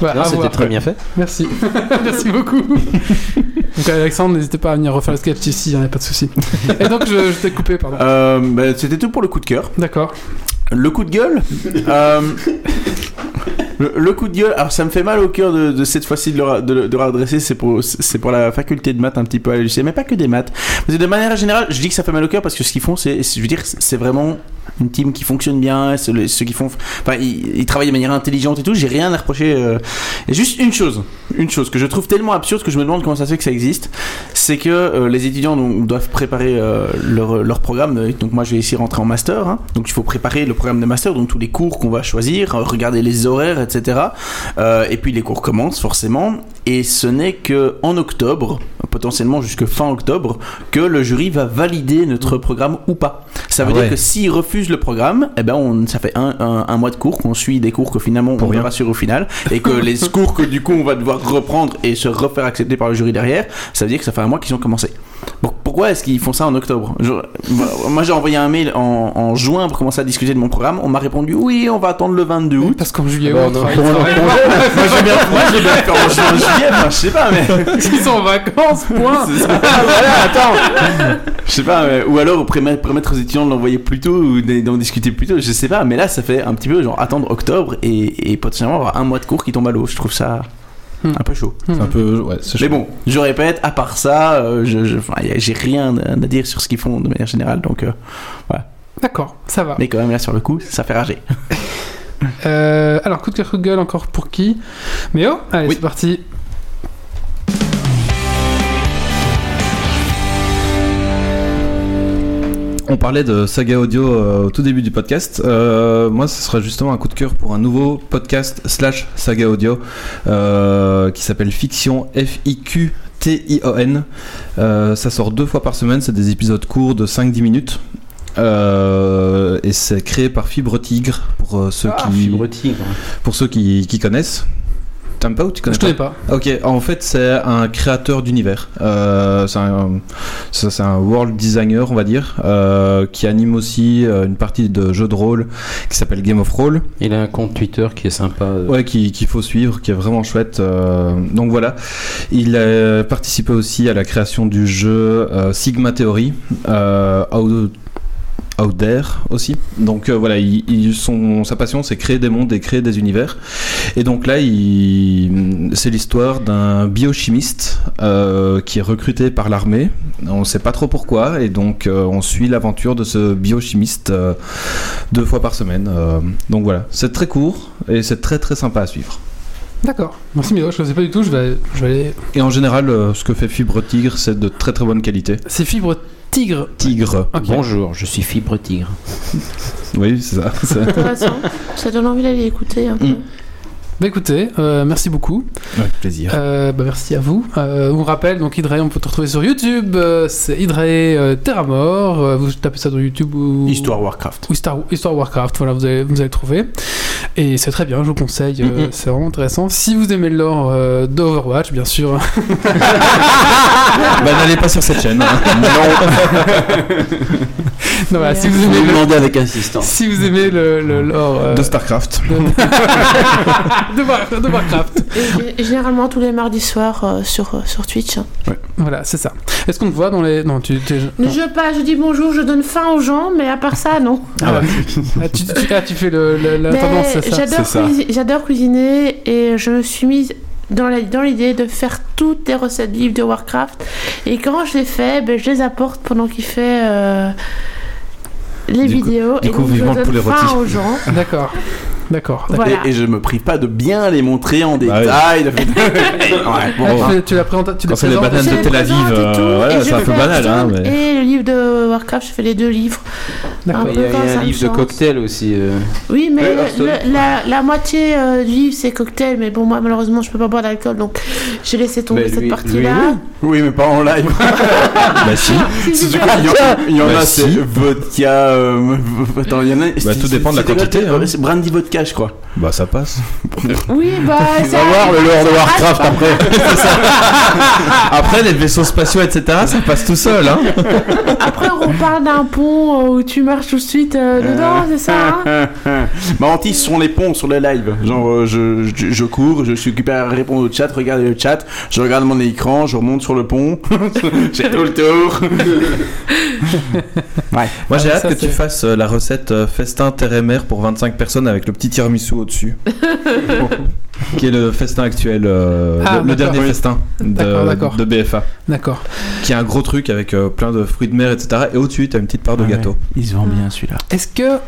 Speaker 1: Voilà,
Speaker 7: Non,
Speaker 1: Bah, à
Speaker 7: c'était
Speaker 1: voir.
Speaker 7: très bien fait.
Speaker 1: Merci. Merci beaucoup. donc Alexandre n'hésitez pas à venir refaire le sketch ici, il n'y en a pas de souci. Et donc je, je t'ai coupé pardon.
Speaker 4: Euh, bah, C'était tout pour le coup de cœur.
Speaker 1: D'accord.
Speaker 4: Le coup de gueule euh, le, le coup de gueule, alors ça me fait mal au cœur de, de cette fois-ci de le, ra- de, le- de le redresser, c'est pour, c'est pour la faculté de maths un petit peu à l'UCM, mais pas que des maths. Parce que de manière générale, je dis que ça fait mal au cœur parce que ce qu'ils font, c'est, je veux dire, c'est vraiment une team qui fonctionne bien, c'est les- ceux qui font, enfin, ils, ils travaillent de manière intelligente et tout, j'ai rien à reprocher. euh. Et juste une chose, une chose que je trouve tellement absurde que je me demande comment ça se fait que ça existe, c'est que euh, les étudiants donc, doivent préparer euh, leur, leur programme. Donc moi, je vais ici rentrer en master. hein. Donc il faut préparer le programme de master, donc tous les cours qu'on va choisir, euh, regarder les horaires, etc. Euh, et puis les cours commencent forcément. Et ce n'est que en octobre, potentiellement jusque fin octobre, que le jury va valider notre programme ou pas. Ça veut
Speaker 3: Ah
Speaker 4: dire
Speaker 3: ouais.
Speaker 4: que s'il refuse le programme, eh ben on, ça fait un, un- un mois de cours qu'on suit des cours que finalement
Speaker 3: Pour
Speaker 4: on ne
Speaker 3: rien.
Speaker 4: pas sûr au final et que les cours que du coup on va devoir reprendre et se refaire accepter par le jury derrière, ça veut dire que ça fait un mois qu'ils ont commencé. Pour- Pourquoi est-ce qu'ils font ça en octobre Je- voilà, Moi j'ai envoyé un mail en, en juin pour commencer à discuter de mon programme. On m'a répondu oui, on va attendre le 22 août.
Speaker 1: Parce qu'en juillet,
Speaker 7: Ah bah,
Speaker 1: on
Speaker 7: non.
Speaker 1: travaille.
Speaker 7: Pour-
Speaker 4: moi j'ai bien, moi, j'ai bien fait en juin, juillet, enfin, je sais pas, mais.
Speaker 1: Ils sont en vacances. Point.
Speaker 4: C'est ça. voilà, attends. Je sais pas, mais- ou alors pré- permettre aux étudiants de l'envoyer plus tôt ou d'en d'en discuter plus tôt, je sais pas, mais là ça fait un petit peu genre attendre octobre et, et potentiellement avoir un mois de cours qui tombe à l'eau, je trouve ça
Speaker 1: Hmm.
Speaker 4: un peu chaud.
Speaker 3: C'est un peu. Ouais, c'est
Speaker 4: Mais bon, je répète, à part ça, euh, je- je- enfin, y a- j'ai rien à dire sur ce qu'ils font de manière générale, donc euh,
Speaker 1: D'accord, ça
Speaker 3: Ah.
Speaker 1: va.
Speaker 4: mais quand même là sur le coup, ça fait rager.
Speaker 1: Euh, alors coup de cœur, coup de gueule encore pour qui Mais oh, allez
Speaker 4: Oui.
Speaker 1: c'est parti.
Speaker 3: On parlait de Saga Audio euh, au tout début du podcast. Euh, moi, ce sera justement un coup de cœur pour un nouveau podcast slash Saga Audio euh, qui s'appelle Fiction F-I-Q. T-I-O-N. Euh, ça sort deux fois par semaine, c'est des épisodes courts de 5-10 minutes. Euh, et c'est créé par Fibre Tigre pour euh, ceux
Speaker 7: Ah,
Speaker 3: qui
Speaker 7: fibre tigre.
Speaker 3: pour ceux qui, qui connaissent. T'aimes pas ou tu connais
Speaker 1: Je connais pas.
Speaker 3: pas Ok, en fait c'est un créateur d'univers. Euh, c'est un, ça, c'est un world designer, on va dire, euh, qui anime aussi euh, une partie de jeu de rôle qui s'appelle Game of Roll.
Speaker 7: Il a un compte Twitter qui est sympa. euh,
Speaker 3: Ouais, qui- qu'il faut suivre, qui est vraiment chouette. euh, donc voilà, il a participé aussi à la création du jeu euh, Sigma Theory, euh, Out, Out There aussi. Donc euh, voilà, il- il- son, sa passion c'est créer des mondes et créer des univers. Et donc là, il- c'est l'histoire d'un biochimiste euh, qui est recruté par l'armée. On ne sait pas trop pourquoi, et donc euh, on suit l'aventure de ce biochimiste. euh, deux fois par semaine. euh, donc voilà, c'est très court et c'est très très sympa à suivre.
Speaker 1: D'accord. Merci, mais je ne sais pas du tout. Je vais, je vais aller.
Speaker 3: Et en général, euh, ce que fait Fibre Tigre, c'est de très très bonne qualité.
Speaker 1: C'est Fibre Tigre.
Speaker 3: Tigre,
Speaker 1: Ok.
Speaker 7: Bonjour, je suis fibre tigre.
Speaker 3: oui, c'est ça. c'est-
Speaker 2: Intéressant. ça donne envie d'aller écouter un peu.
Speaker 3: Mm.
Speaker 1: Bah écoutez, euh, merci beaucoup.
Speaker 3: Avec plaisir.
Speaker 1: Euh, bah, merci à vous. Euh, on vous rappelle, donc Hydrae, on peut te retrouver sur YouTube. euh, c'est Hydrae euh, Terra Mort. euh, vous tapez ça dans YouTube ou.
Speaker 4: Histoire Warcraft.
Speaker 1: ou Star- Histoire Warcraft, voilà, vous allez, vous allez le trouver. Et c'est très bien, je vous conseille, euh, c'est vraiment intéressant. Si vous aimez le lore euh, d'Overwatch, bien sûr,
Speaker 3: bah n'allez pas sur cette chaîne. hein.
Speaker 1: Non, voilà,
Speaker 2: Et,
Speaker 1: si
Speaker 2: euh,
Speaker 1: vous
Speaker 5: Je
Speaker 1: aimez
Speaker 5: vais
Speaker 1: le,
Speaker 5: demander avec insistance.
Speaker 1: si vous aimez le, le lore euh,
Speaker 3: De StarCraft.
Speaker 1: de, War- de Warcraft,
Speaker 2: Et- et Généralement tous les mardis soirs euh, sur, euh, sur Twitch.
Speaker 1: voilà, c'est ça. Est-ce qu'on te voit dans les. Non, tu. t'es-
Speaker 2: Ne
Speaker 1: non.
Speaker 2: je pas, je dis bonjour, je donne faim aux gens, mais à part ça, non.
Speaker 1: Ah, ah, tu, tu- ah, tu fais le, le- la
Speaker 2: Mais
Speaker 1: tendance, c'est ça.
Speaker 2: j'adore
Speaker 4: C'est ça.
Speaker 2: cuisi- J'adore cuisiner et je me suis mise dans la- dans l'idée de faire toutes les recettes livres de Warcraft. Et quand je les fais, ben, je les apporte pendant qu'il fait euh, les
Speaker 3: Du coup-
Speaker 2: vidéos.
Speaker 3: du
Speaker 2: et
Speaker 3: coup,
Speaker 2: donc, je
Speaker 3: vivement le
Speaker 2: donne
Speaker 3: poulet
Speaker 2: faim
Speaker 3: rôti.
Speaker 2: aux gens.
Speaker 1: D'accord, d'accord.
Speaker 2: Voilà.
Speaker 4: Et, et je me prie pas de bien les montrer en
Speaker 3: Bah
Speaker 4: détail. Ouais, bon,
Speaker 1: Ah, tu
Speaker 4: hein.
Speaker 1: fais- tu la présentes, tu la
Speaker 3: Quand c'est les
Speaker 1: présentes-
Speaker 3: bananes
Speaker 2: Je
Speaker 3: de
Speaker 2: les
Speaker 3: Tel Aviv,
Speaker 2: présente et
Speaker 3: euh,
Speaker 2: tout,
Speaker 3: voilà,
Speaker 2: et je
Speaker 3: c'est un
Speaker 2: fais
Speaker 3: peu banal. Hein,
Speaker 2: Hearthstone
Speaker 3: mais...
Speaker 2: Et le livre de Warcraft, je fais les deux livres.
Speaker 1: D'accord.
Speaker 2: Un
Speaker 7: Il y
Speaker 2: peu
Speaker 7: a, il y a
Speaker 2: comme ça,
Speaker 7: un
Speaker 2: me
Speaker 7: livre de
Speaker 2: change.
Speaker 7: cocktail aussi. euh.
Speaker 2: Oui,
Speaker 7: Le
Speaker 2: mais
Speaker 7: Hearthstone.
Speaker 2: le- la, la moitié euh, du livre, c'est cocktail. Mais bon, moi, malheureusement, je peux pas boire d'alcool, donc j'ai laissé tomber
Speaker 7: Mais
Speaker 2: cette
Speaker 7: lui-
Speaker 2: partie-là.
Speaker 4: Oui, mais pas en live.
Speaker 3: Bah si.
Speaker 2: Si, si, si.
Speaker 4: Il y en- Il y en
Speaker 3: Bah,
Speaker 4: a,
Speaker 3: si.
Speaker 4: c'est vodka. euh, Attends, il y en a.
Speaker 3: Bah, tout dépend de la
Speaker 4: c'était
Speaker 3: quantité,
Speaker 4: quoi,
Speaker 3: hein.
Speaker 4: c'est Brandy vodka, je crois.
Speaker 3: Bah ça passe.
Speaker 2: Oui, bah, ça-
Speaker 3: lore de
Speaker 2: Warcraft,
Speaker 3: après. Après les vaisseaux spatiaux, etc. Ça passe tout seul. Hein.
Speaker 2: Après, on parle d'un pont euh, où tu marches tout de suite euh, dedans, c'est ça hein
Speaker 4: Ma hantise sont les ponts sur les lives. Genre, euh, je, je, je cours, je suis occupé à répondre au chat, regarder le chat, je regarde mon écran, je remonte sur le pont, j'ai tout le tour.
Speaker 3: Moi
Speaker 1: Ah,
Speaker 3: j'ai
Speaker 1: mais
Speaker 3: hâte
Speaker 1: ça,
Speaker 3: que
Speaker 1: c'est-
Speaker 3: tu fasses euh, la recette euh, festin terre et mer pour 25 personnes avec le petit tiramisu au-dessus. qui est le festin actuel, euh,
Speaker 1: Ah,
Speaker 3: le- le,
Speaker 1: d'accord.
Speaker 3: dernier
Speaker 1: Oui.
Speaker 3: festin
Speaker 1: D'accord, d'accord.
Speaker 3: de, de BFA,
Speaker 1: D'accord.
Speaker 3: qui est un gros truc avec euh, plein de fruits de mer, etc. Et au-dessus, t'as une petite part de
Speaker 4: Ah ouais.
Speaker 3: gâteau.
Speaker 4: Il se vend bien celui-là.
Speaker 1: Est-ce que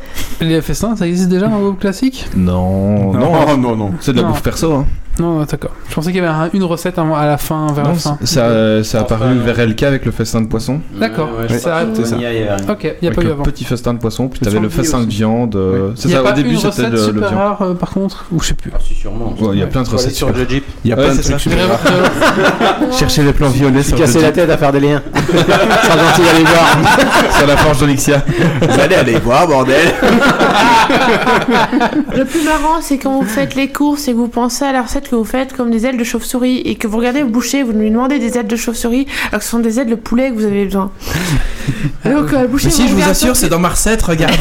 Speaker 1: les FS1, ça existe déjà dans vos classiques
Speaker 3: Non, non, hein.
Speaker 4: Non, non, non.
Speaker 3: c'est de la
Speaker 1: Non.
Speaker 3: bouffe perso. Hein.
Speaker 1: Non, d'accord. Je pensais qu'il y avait un- une recette avant- à la fin, vers
Speaker 3: Non,
Speaker 1: la fin.
Speaker 3: c'est- ça, euh, ça a
Speaker 7: Enfin,
Speaker 3: apparu
Speaker 7: non.
Speaker 3: vers LK avec le festin de poisson.
Speaker 1: D'accord,
Speaker 7: Ouais, ouais, je
Speaker 1: ça
Speaker 7: crois
Speaker 1: arrive,
Speaker 7: que
Speaker 1: c'est
Speaker 7: Tony, il y hein. avait-
Speaker 1: Ok, il n'y a
Speaker 3: avec
Speaker 1: pas eu
Speaker 3: le
Speaker 1: avant.
Speaker 3: petit festin de poisson, puis
Speaker 7: Le
Speaker 3: t'avais le
Speaker 7: sanglier
Speaker 3: festin de
Speaker 7: aussi.
Speaker 3: viande. euh,
Speaker 1: Il
Speaker 3: C'est
Speaker 1: n'y a
Speaker 3: ça, au
Speaker 1: pas
Speaker 3: début
Speaker 1: une
Speaker 3: c'était
Speaker 1: recette
Speaker 3: le, le
Speaker 1: super
Speaker 3: viande.
Speaker 1: rare, euh, par contre Ou je sais plus.
Speaker 7: Ah, si, sûrement.
Speaker 3: Ouais, il y a plein de
Speaker 7: Faut aller
Speaker 3: recettes.
Speaker 7: sur le Jeep.
Speaker 4: Il y a
Speaker 3: Ouais,
Speaker 4: plein de
Speaker 3: c'est
Speaker 4: trucs
Speaker 3: ça.
Speaker 4: super rares.
Speaker 3: Chercher les plans violets sur, le-
Speaker 7: tête à faire des liens. Pas gentil d'aller voir.
Speaker 3: sur la forge d'Onyxia.
Speaker 4: Vous allez aller voir, bordel.
Speaker 2: Le plus marrant, c'est quand vous faites les courses et que vous pensez à la recette que vous faites comme des ailes de chauve-souris et que vous regardez le boucher, vous lui demandez des ailes de chauve-souris alors que ce sont des ailes de poulet que vous avez besoin. Donc, euh, le boucher.
Speaker 3: Ah, Mais si, je vous
Speaker 2: regarde-
Speaker 3: assure, c'est dans ma recette, regardez.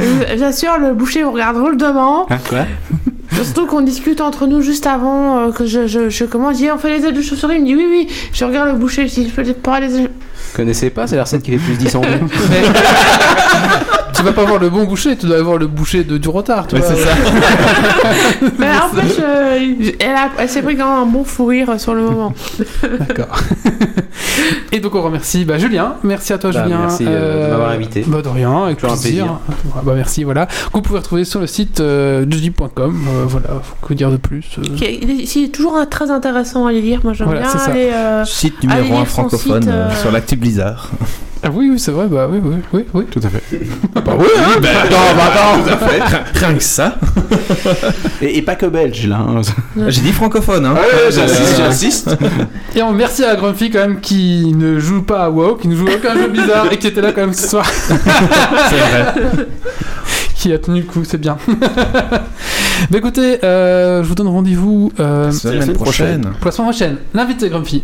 Speaker 2: Euh, J'assure, le boucher vous regarde drôlement.
Speaker 4: quoi
Speaker 2: Surtout qu'on discute entre nous juste avant euh, que je, je, je commande. Je dis, on fait les ailes de chauve-souris. Il me dit, oui, oui. Je regarde le boucher. Je dis, je peux peut-être pas les ailes.
Speaker 7: Vous connaissez pas, c'est la recette qui fait plus 10 en deux.
Speaker 1: Mais- tu vas pas voir le bon boucher, tu dois avoir le boucher de, du retard. Tu
Speaker 3: Ouais,
Speaker 1: vois.
Speaker 3: c'est ça.
Speaker 2: Mais en fait, je- elle, a- elle s'est pris quand même un bon fou rire sur le moment.
Speaker 1: D'accord. Et donc on remercie bah, Julien. Merci à toi
Speaker 7: Bah,
Speaker 1: Julien.
Speaker 7: merci, euh, de m'avoir invité.
Speaker 1: Bah, de rien, avec
Speaker 7: Toujours un
Speaker 1: plaisir. Ouais, Bah, merci, voilà. Que vous pouvez retrouver sur le site euh, judgy.com. Euh, voilà, faut que dire de plus. euh.
Speaker 2: Qui est- il est- C'est toujours un- très intéressant à les lire. Moi, j'aime
Speaker 1: Voilà, c'est
Speaker 2: bien
Speaker 1: ça.
Speaker 2: aller. euh,
Speaker 3: Site
Speaker 2: Allez
Speaker 3: numéro 1
Speaker 2: lire son
Speaker 3: francophone
Speaker 2: site,
Speaker 3: euh,
Speaker 2: euh,
Speaker 3: sur l'actu Blizzard.
Speaker 1: Ah oui, oui, c'est vrai, bah oui, oui, oui, oui.
Speaker 4: Tout à fait.
Speaker 3: Bah oui, hein Attends, bah attends Rien que ça
Speaker 4: Et, et pas que belge, là. hein.
Speaker 3: J'ai dit francophone, hein
Speaker 4: Ouais, j'insiste, j'insiste.
Speaker 1: Et on merci à la grumpy quand même qui ne joue pas à WoW, qui ne joue à aucun jeu bizarre et qui était là quand même ce soir.
Speaker 3: C'est vrai.
Speaker 1: qui a tenu le coup, c'est bien. Mais écoutez, euh, je vous donne rendez-vous euh,
Speaker 3: La semaine prochaine.
Speaker 1: pour la semaine prochaine. L'invité Grumpy,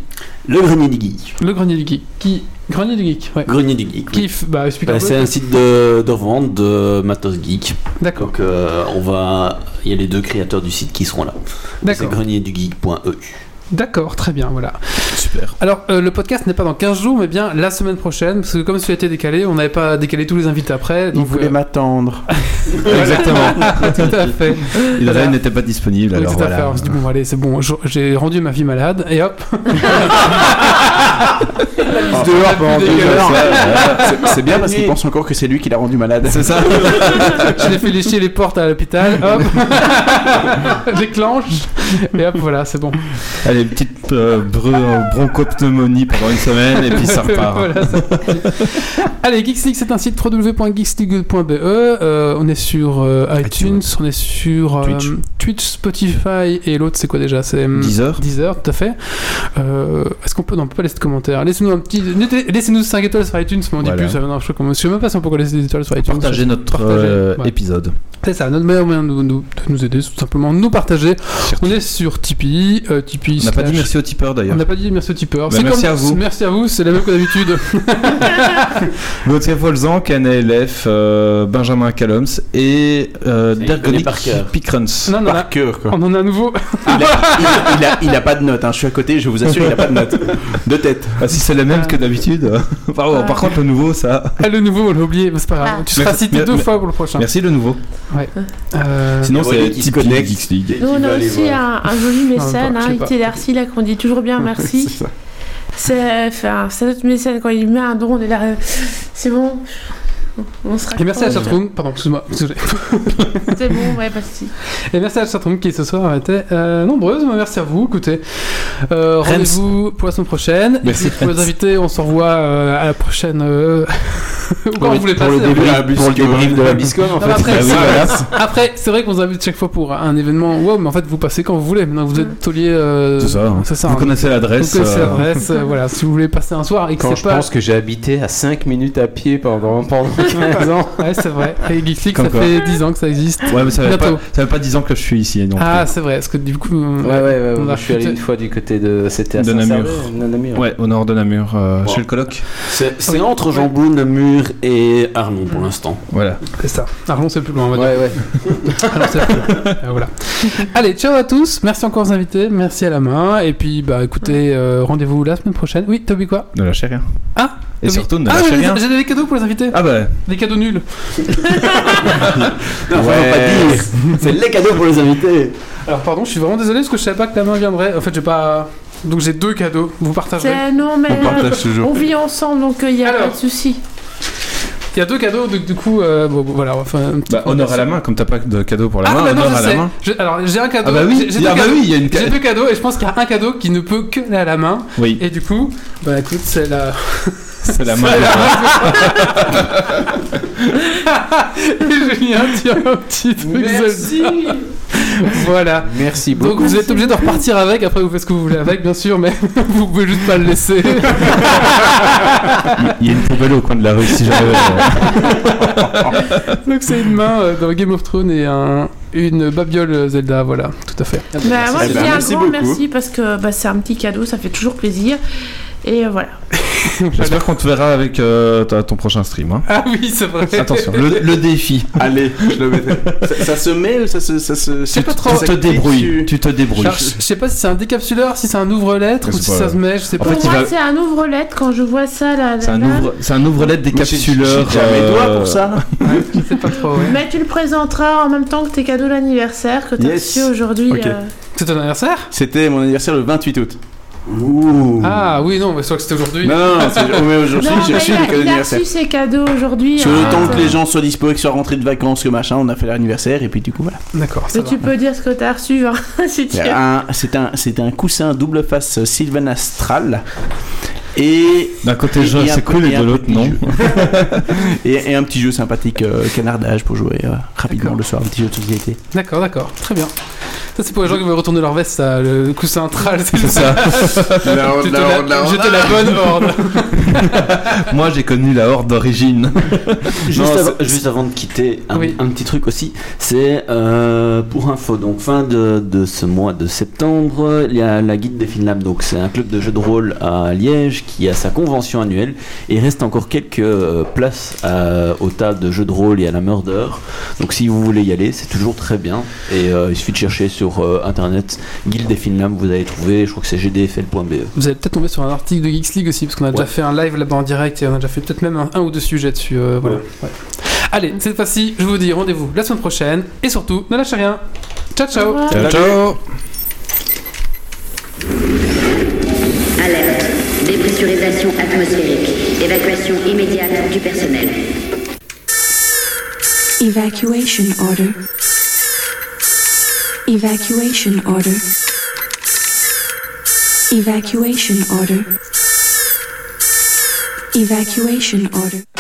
Speaker 5: Le grenier du geek.
Speaker 1: le grenier du geek, qui grenier du geek, ouais.
Speaker 5: Grenier du geek. oui.
Speaker 1: Kiff, bah explique un
Speaker 5: Bah,
Speaker 1: peu.
Speaker 5: c'est un site de, de revente de matos geek.
Speaker 1: D'accord,
Speaker 5: Donc euh, on va, il y a les deux créateurs du site qui seront là. C'est E
Speaker 1: d'accord,
Speaker 5: grenierdugeek.eu.
Speaker 1: d'accord, très bien, voilà.
Speaker 3: Super.
Speaker 1: Alors euh, le podcast n'est pas dans 15 jours, mais bien la semaine prochaine, parce que comme celui a été décalé, on n'avait pas décalé tous les invités après.
Speaker 4: Il
Speaker 1: Donc
Speaker 4: voulait
Speaker 1: euh,
Speaker 4: m'attendre.
Speaker 3: Exactement.
Speaker 1: tout à fait.
Speaker 3: Il
Speaker 1: Voilà.
Speaker 3: n'était pas disponible,
Speaker 1: Oui,
Speaker 3: alors
Speaker 1: tout à fait.
Speaker 3: voilà.
Speaker 1: On se dit, bon, allez, c'est bon, je- j'ai rendu ma vie malade, et hop.
Speaker 4: Dehors pendant
Speaker 1: plus
Speaker 4: deux
Speaker 1: dégueulasse.
Speaker 4: heures. C'est- C'est bien parce qu'il pense encore que c'est lui qui l'a rendu malade.
Speaker 3: C'est ça
Speaker 1: Je l'ai fait lécher les portes à l'hôpital, hop. Déclenche, et hop, voilà, c'est bon.
Speaker 3: Allez, petite euh, bre- bronchopneumonie pendant une semaine, et puis ça repart.
Speaker 1: Voilà, ça repart. Allez, Geeks League, c'est un site www.geeksleague.be. Euh, on est sur euh, iTunes,
Speaker 3: iTunes.
Speaker 1: on est sur euh,
Speaker 3: Twitch.
Speaker 1: Twitch, Spotify et l'autre, c'est quoi déjà C'est hum,
Speaker 3: Deezer.
Speaker 1: Deezer, tout à fait. Euh, Est-ce qu'on peut non, on peut pas laisser de commentaires Laissez-nous un petit, laissez-nous 5 étoiles sur iTunes, mais on dit
Speaker 3: Voilà.
Speaker 1: plus. Ça, maintenant, je, ne sais même pas si on peut laisser des étoiles sur iTunes.
Speaker 3: Partagez notre
Speaker 1: Partagez,
Speaker 3: euh,
Speaker 1: ouais.
Speaker 3: épisode.
Speaker 1: C'est ça, notre meilleur moyen de nous, nous- de nous aider, c'est tout simplement nous partager. On est sur Tipeee. euh, Tipeee
Speaker 3: On n'a pas
Speaker 1: slash-
Speaker 3: dit merci aux tipeurs
Speaker 1: On
Speaker 3: d'ailleurs.
Speaker 1: n'a pas dit merci aux tipeurs.
Speaker 3: Bah,
Speaker 1: C'est
Speaker 3: merci
Speaker 1: comme-
Speaker 3: à vous.
Speaker 1: Merci à vous, c'est la même que d'habitude.
Speaker 3: Gauthier Volzan, Canet LF, euh, Benjamin Callums et euh,
Speaker 5: C'est
Speaker 3: Dergonic
Speaker 5: Denis Parker.
Speaker 3: Pickrens.
Speaker 1: non, non, non.
Speaker 4: Par cœur, quoi.
Speaker 1: On en a un nouveau.
Speaker 4: Il a, il a- il a- il a pas de note, hein. je suis à côté, je vous assure, il a pas de note. De tête.
Speaker 3: Ah, si c'est la même que d'habitude. par, par contre, le nouveau, ça.
Speaker 1: Ah, le nouveau, on l'a oublié, mais c'est pas grave.
Speaker 2: Ah.
Speaker 1: Tu seras
Speaker 3: Merci-
Speaker 1: cité
Speaker 3: mer-
Speaker 1: deux
Speaker 3: mer-
Speaker 1: fois pour le prochain.
Speaker 3: Merci le nouveau.
Speaker 1: Euh,
Speaker 3: Sinon,
Speaker 5: Voilà,
Speaker 3: c'est
Speaker 5: qui se
Speaker 3: Tipeee
Speaker 5: connecte.
Speaker 3: Geeks League.
Speaker 2: Nous, on a aussi un, un joli mécène,
Speaker 1: pas, je
Speaker 2: hein,
Speaker 1: sais pas.
Speaker 2: IT Darcy, là, qu'on dit toujours bien merci.
Speaker 4: C'est ça.
Speaker 2: C'est enfin, c'est notre mécène, quand il met un don, on est là. euh, C'est bon. On sera
Speaker 1: Et merci à
Speaker 2: content.
Speaker 1: Chatroom, pardon, excuse-moi. désolé.
Speaker 2: C'est bon, ouais, bah, pas de souci.
Speaker 1: Et merci à Chatroom qui ce soir était euh, nombreuse. mais Merci à vous, écoutez. Euh,
Speaker 3: Rems.
Speaker 1: Rendez-vous pour la semaine prochaine.
Speaker 3: Merci,
Speaker 1: Et puis, pour les
Speaker 3: Rems.
Speaker 1: invités, on se revoit euh, à la prochaine. euh, Ou quand vous voulez
Speaker 4: Pour le
Speaker 1: passer, euh,
Speaker 4: débrief-
Speaker 1: d'ailleurs.
Speaker 4: pour le débrief de la biscone, en
Speaker 1: Non,
Speaker 4: fait.
Speaker 1: mais après,
Speaker 3: Ah oui,
Speaker 1: c'est-
Speaker 3: voilà.
Speaker 1: Après, c'est vrai qu'on vous invite chaque fois pour un événement wow, mais en fait, vous passez quand vous voulez. Maintenant, vous êtes taulier. euh,
Speaker 3: C'est ça. hein.
Speaker 1: C'est ça.
Speaker 3: Vous
Speaker 1: hein.
Speaker 3: connaissez
Speaker 1: Vous
Speaker 3: l'adresse.
Speaker 1: connaissez
Speaker 3: euh,
Speaker 1: l'adresse, euh, voilà, si vous voulez passer un soir et que
Speaker 7: Quand
Speaker 1: c'est
Speaker 7: je
Speaker 1: pas.
Speaker 7: pense que j'ai habité à 5 minutes à pied pendant, pendant 15 ans.
Speaker 1: Ouais, c'est vrai. Et Geeks League,
Speaker 3: Comme
Speaker 1: ça
Speaker 3: quoi.
Speaker 1: fait 10 ans que ça existe.
Speaker 3: Ouais, mais ça fait,
Speaker 1: Bientôt.
Speaker 3: pas, ça fait pas 10 ans que je suis ici. donc, euh,
Speaker 1: Ah, c'est vrai, parce que du coup. euh,
Speaker 7: Ouais, ouais, ouais.
Speaker 1: On a
Speaker 7: je suis allé
Speaker 1: recruté-
Speaker 7: une fois du côté de. C'était à
Speaker 3: De Namur.
Speaker 7: Saint-Cervais, Namur.
Speaker 3: euh, ouais, au nord de Namur, euh,
Speaker 5: Bon.
Speaker 3: chez le coloc.
Speaker 5: C'est c'est entre Jambon, Namur et Arlon pour l'instant.
Speaker 3: Voilà.
Speaker 1: C'est ça. Arlon, c'est plus loin, on va
Speaker 7: Ouais, ouais.
Speaker 1: dire. Arlon, c'est plus loin. Euh, voilà. Allez, ciao à tous. Merci encore aux invités. Merci à la main. Et puis, bah, écoutez, euh, rendez-vous la semaine prochaine. Oui, Toby, quoi
Speaker 3: Ne lâchez rien.
Speaker 1: Ah,
Speaker 3: Et
Speaker 1: Toby.
Speaker 3: surtout, ne
Speaker 1: Ah,
Speaker 3: lâchez
Speaker 1: j'ai-
Speaker 3: rien.
Speaker 1: j'ai des cadeaux pour les invités.
Speaker 3: Ah bah,
Speaker 1: Des cadeaux nuls.
Speaker 5: Non,
Speaker 4: Ouais.
Speaker 5: pas dire. C'est les cadeaux pour les invités.
Speaker 1: Alors, pardon, je suis vraiment désolé parce que je savais pas que la main viendrait. En fait, j'ai pas. Donc, j'ai deux cadeaux. Vous partagerez.
Speaker 2: C'est non, mais
Speaker 4: On partage toujours.
Speaker 2: on vit ensemble, donc euh, il n'y a
Speaker 1: Ah, Alors.
Speaker 2: pas de souci.
Speaker 1: Il y a deux cadeaux, donc du coup, euh, bon, bon, voilà, enfin.
Speaker 3: bah, honneur à la main, comme t'as pas de cadeau pour la
Speaker 1: Ah,
Speaker 3: main,
Speaker 1: bah non,
Speaker 3: honneur
Speaker 1: je
Speaker 3: à la
Speaker 1: sais.
Speaker 3: main.
Speaker 1: Je- alors, j'ai un cadeau.
Speaker 3: Ah bah oui,
Speaker 1: j'ai- j'ai
Speaker 3: il y
Speaker 1: deux
Speaker 3: a- ah bah
Speaker 1: cadeaux.
Speaker 3: oui, il y a une
Speaker 1: J'ai
Speaker 3: ca-
Speaker 1: deux cadeaux et je pense qu'il y a un cadeau qui ne peut que aller à la main.
Speaker 3: Oui,
Speaker 1: Et du coup, bah écoute, c'est la.
Speaker 3: c'est la main.
Speaker 1: Et Julien tire un petit truc. Merci Voilà.
Speaker 7: Merci beaucoup.
Speaker 1: Donc vous êtes obligé de repartir avec, après vous faites ce que vous voulez avec, bien sûr, mais vous pouvez juste pas le laisser.
Speaker 3: Il y a une poubelle au coin de la rue, si jamais. euh,
Speaker 1: Donc c'est une main euh, dans Game of Thrones et un, une babiole euh, Zelda, voilà, tout à fait.
Speaker 2: Bah, moi,
Speaker 4: Eh
Speaker 2: je dis
Speaker 4: ben,
Speaker 2: un
Speaker 4: merci
Speaker 2: grand
Speaker 4: beaucoup.
Speaker 2: merci parce que bah, c'est un petit cadeau, ça fait toujours plaisir. Et euh, voilà.
Speaker 3: J'espère qu'on te verra avec euh, ta- ton prochain stream. hein.
Speaker 1: Ah oui, c'est vrai.
Speaker 3: Attention, le, le défi.
Speaker 4: Allez, je le mettrai. Ça, ça se met ou ça se. Ça se
Speaker 1: sais pas trop.
Speaker 3: Tu
Speaker 1: Ça
Speaker 3: te débrouilles.
Speaker 4: Tu-
Speaker 3: Tu te débrouilles.
Speaker 1: Alors, je je sais pas si c'est un décapsuleur, si c'est un ouvre-lettre
Speaker 3: Je
Speaker 1: ou
Speaker 3: sais
Speaker 1: si
Speaker 3: pas,
Speaker 1: ça
Speaker 3: ouais.
Speaker 1: se met, je sais pas.
Speaker 3: fait,
Speaker 2: Pour
Speaker 3: il
Speaker 2: moi,
Speaker 3: va-
Speaker 2: c'est un ouvre-lettre quand je vois ça là. là,
Speaker 3: C'est un
Speaker 2: là.
Speaker 3: ouvre, c'est un ouvre-lettre décapsuleur.
Speaker 4: J'ai jamais
Speaker 3: euh,
Speaker 4: doigts pour ça.
Speaker 1: Ouais, je sais pas trop, ouais.
Speaker 2: Mais tu le présenteras en même temps que tes cadeaux d'anniversaire que tu as
Speaker 4: Yes.
Speaker 2: reçus aujourd'hui.
Speaker 4: Ok.
Speaker 2: euh.
Speaker 1: C'est ton anniversaire
Speaker 4: C'était mon anniversaire le 28 août.
Speaker 5: Ouh.
Speaker 1: Ah oui, non, mais soit que c'était aujourd'hui.
Speaker 3: Bah.
Speaker 4: Non, non, non, c'est- mais aujourd'hui,
Speaker 2: Non,
Speaker 4: j'ai
Speaker 2: mais
Speaker 4: reçu
Speaker 2: il a-
Speaker 4: les cadeaux
Speaker 2: il a
Speaker 4: d'anniversaire.
Speaker 2: reçu ses cadeaux aujourd'hui.
Speaker 4: Sur
Speaker 2: en
Speaker 4: le
Speaker 2: fait,
Speaker 4: temps que
Speaker 2: euh,
Speaker 4: les gens soient dispo et que soient rentrés de vacances, que machin, on a fait l'anniversaire et puis du coup voilà.
Speaker 1: D'accord, ça
Speaker 2: Mais
Speaker 1: va.
Speaker 2: tu peux dire ce que tu as reçu hein, si tu
Speaker 4: Il y a un- C'est un, c'est un coussin double face Sylvan Astral. Et
Speaker 3: D'un côté,
Speaker 4: Et-
Speaker 3: je-
Speaker 4: et un
Speaker 3: c'est
Speaker 4: peu-
Speaker 3: cool,
Speaker 4: et
Speaker 3: et
Speaker 4: un
Speaker 3: de l'autre,
Speaker 4: petit
Speaker 3: non.
Speaker 4: jeu. et, et un petit jeu sympathique, euh, canardage pour jouer euh, rapidement
Speaker 1: D'accord.
Speaker 4: le soir, un petit jeu de société.
Speaker 1: D'accord, d'accord. Très bien. Ça, c'est pour les gens qui veulent retourner leur veste, ça, le coussin tral. C'est
Speaker 3: ça.
Speaker 1: J'étais
Speaker 3: honte, la honte, la
Speaker 1: la,
Speaker 3: honte.
Speaker 1: j'étais la bonne horde.
Speaker 3: Moi, j'ai connu la horde d'origine.
Speaker 5: Juste,
Speaker 4: Non,
Speaker 5: avant, juste avant de quitter, un,
Speaker 1: Oui.
Speaker 5: un petit truc aussi, c'est euh, pour info, donc fin de, de ce mois de septembre, il y a la guide des Finlab, donc c'est un club de jeux de rôle à Liège qui a sa convention annuelle et il reste encore quelques euh, places à- au tas de jeux de rôle et à la murder. Donc si vous voulez y aller, c'est toujours très bien et euh, il suffit de chercher sur euh, internet guilde des Finlab, vous allez trouver, je crois que c'est gdfl.be.
Speaker 1: Vous allez peut-être tomber sur un article de Geeks League aussi, parce qu'on a déjà fait un live là-bas en direct et on a déjà fait peut-être même un, un ou deux sujets dessus. euh, voilà. Ouais. Allez, cette fois-ci, je vous dis rendez-vous la semaine prochaine et surtout, ne lâchez rien. Ciao, ciao.
Speaker 3: Ciao, ciao.
Speaker 9: Alerte. Dépressurisation atmosphérique. Évacuation immédiate du personnel.
Speaker 10: Evacuation order. Evacuation order. Evacuation order. Evacuation order.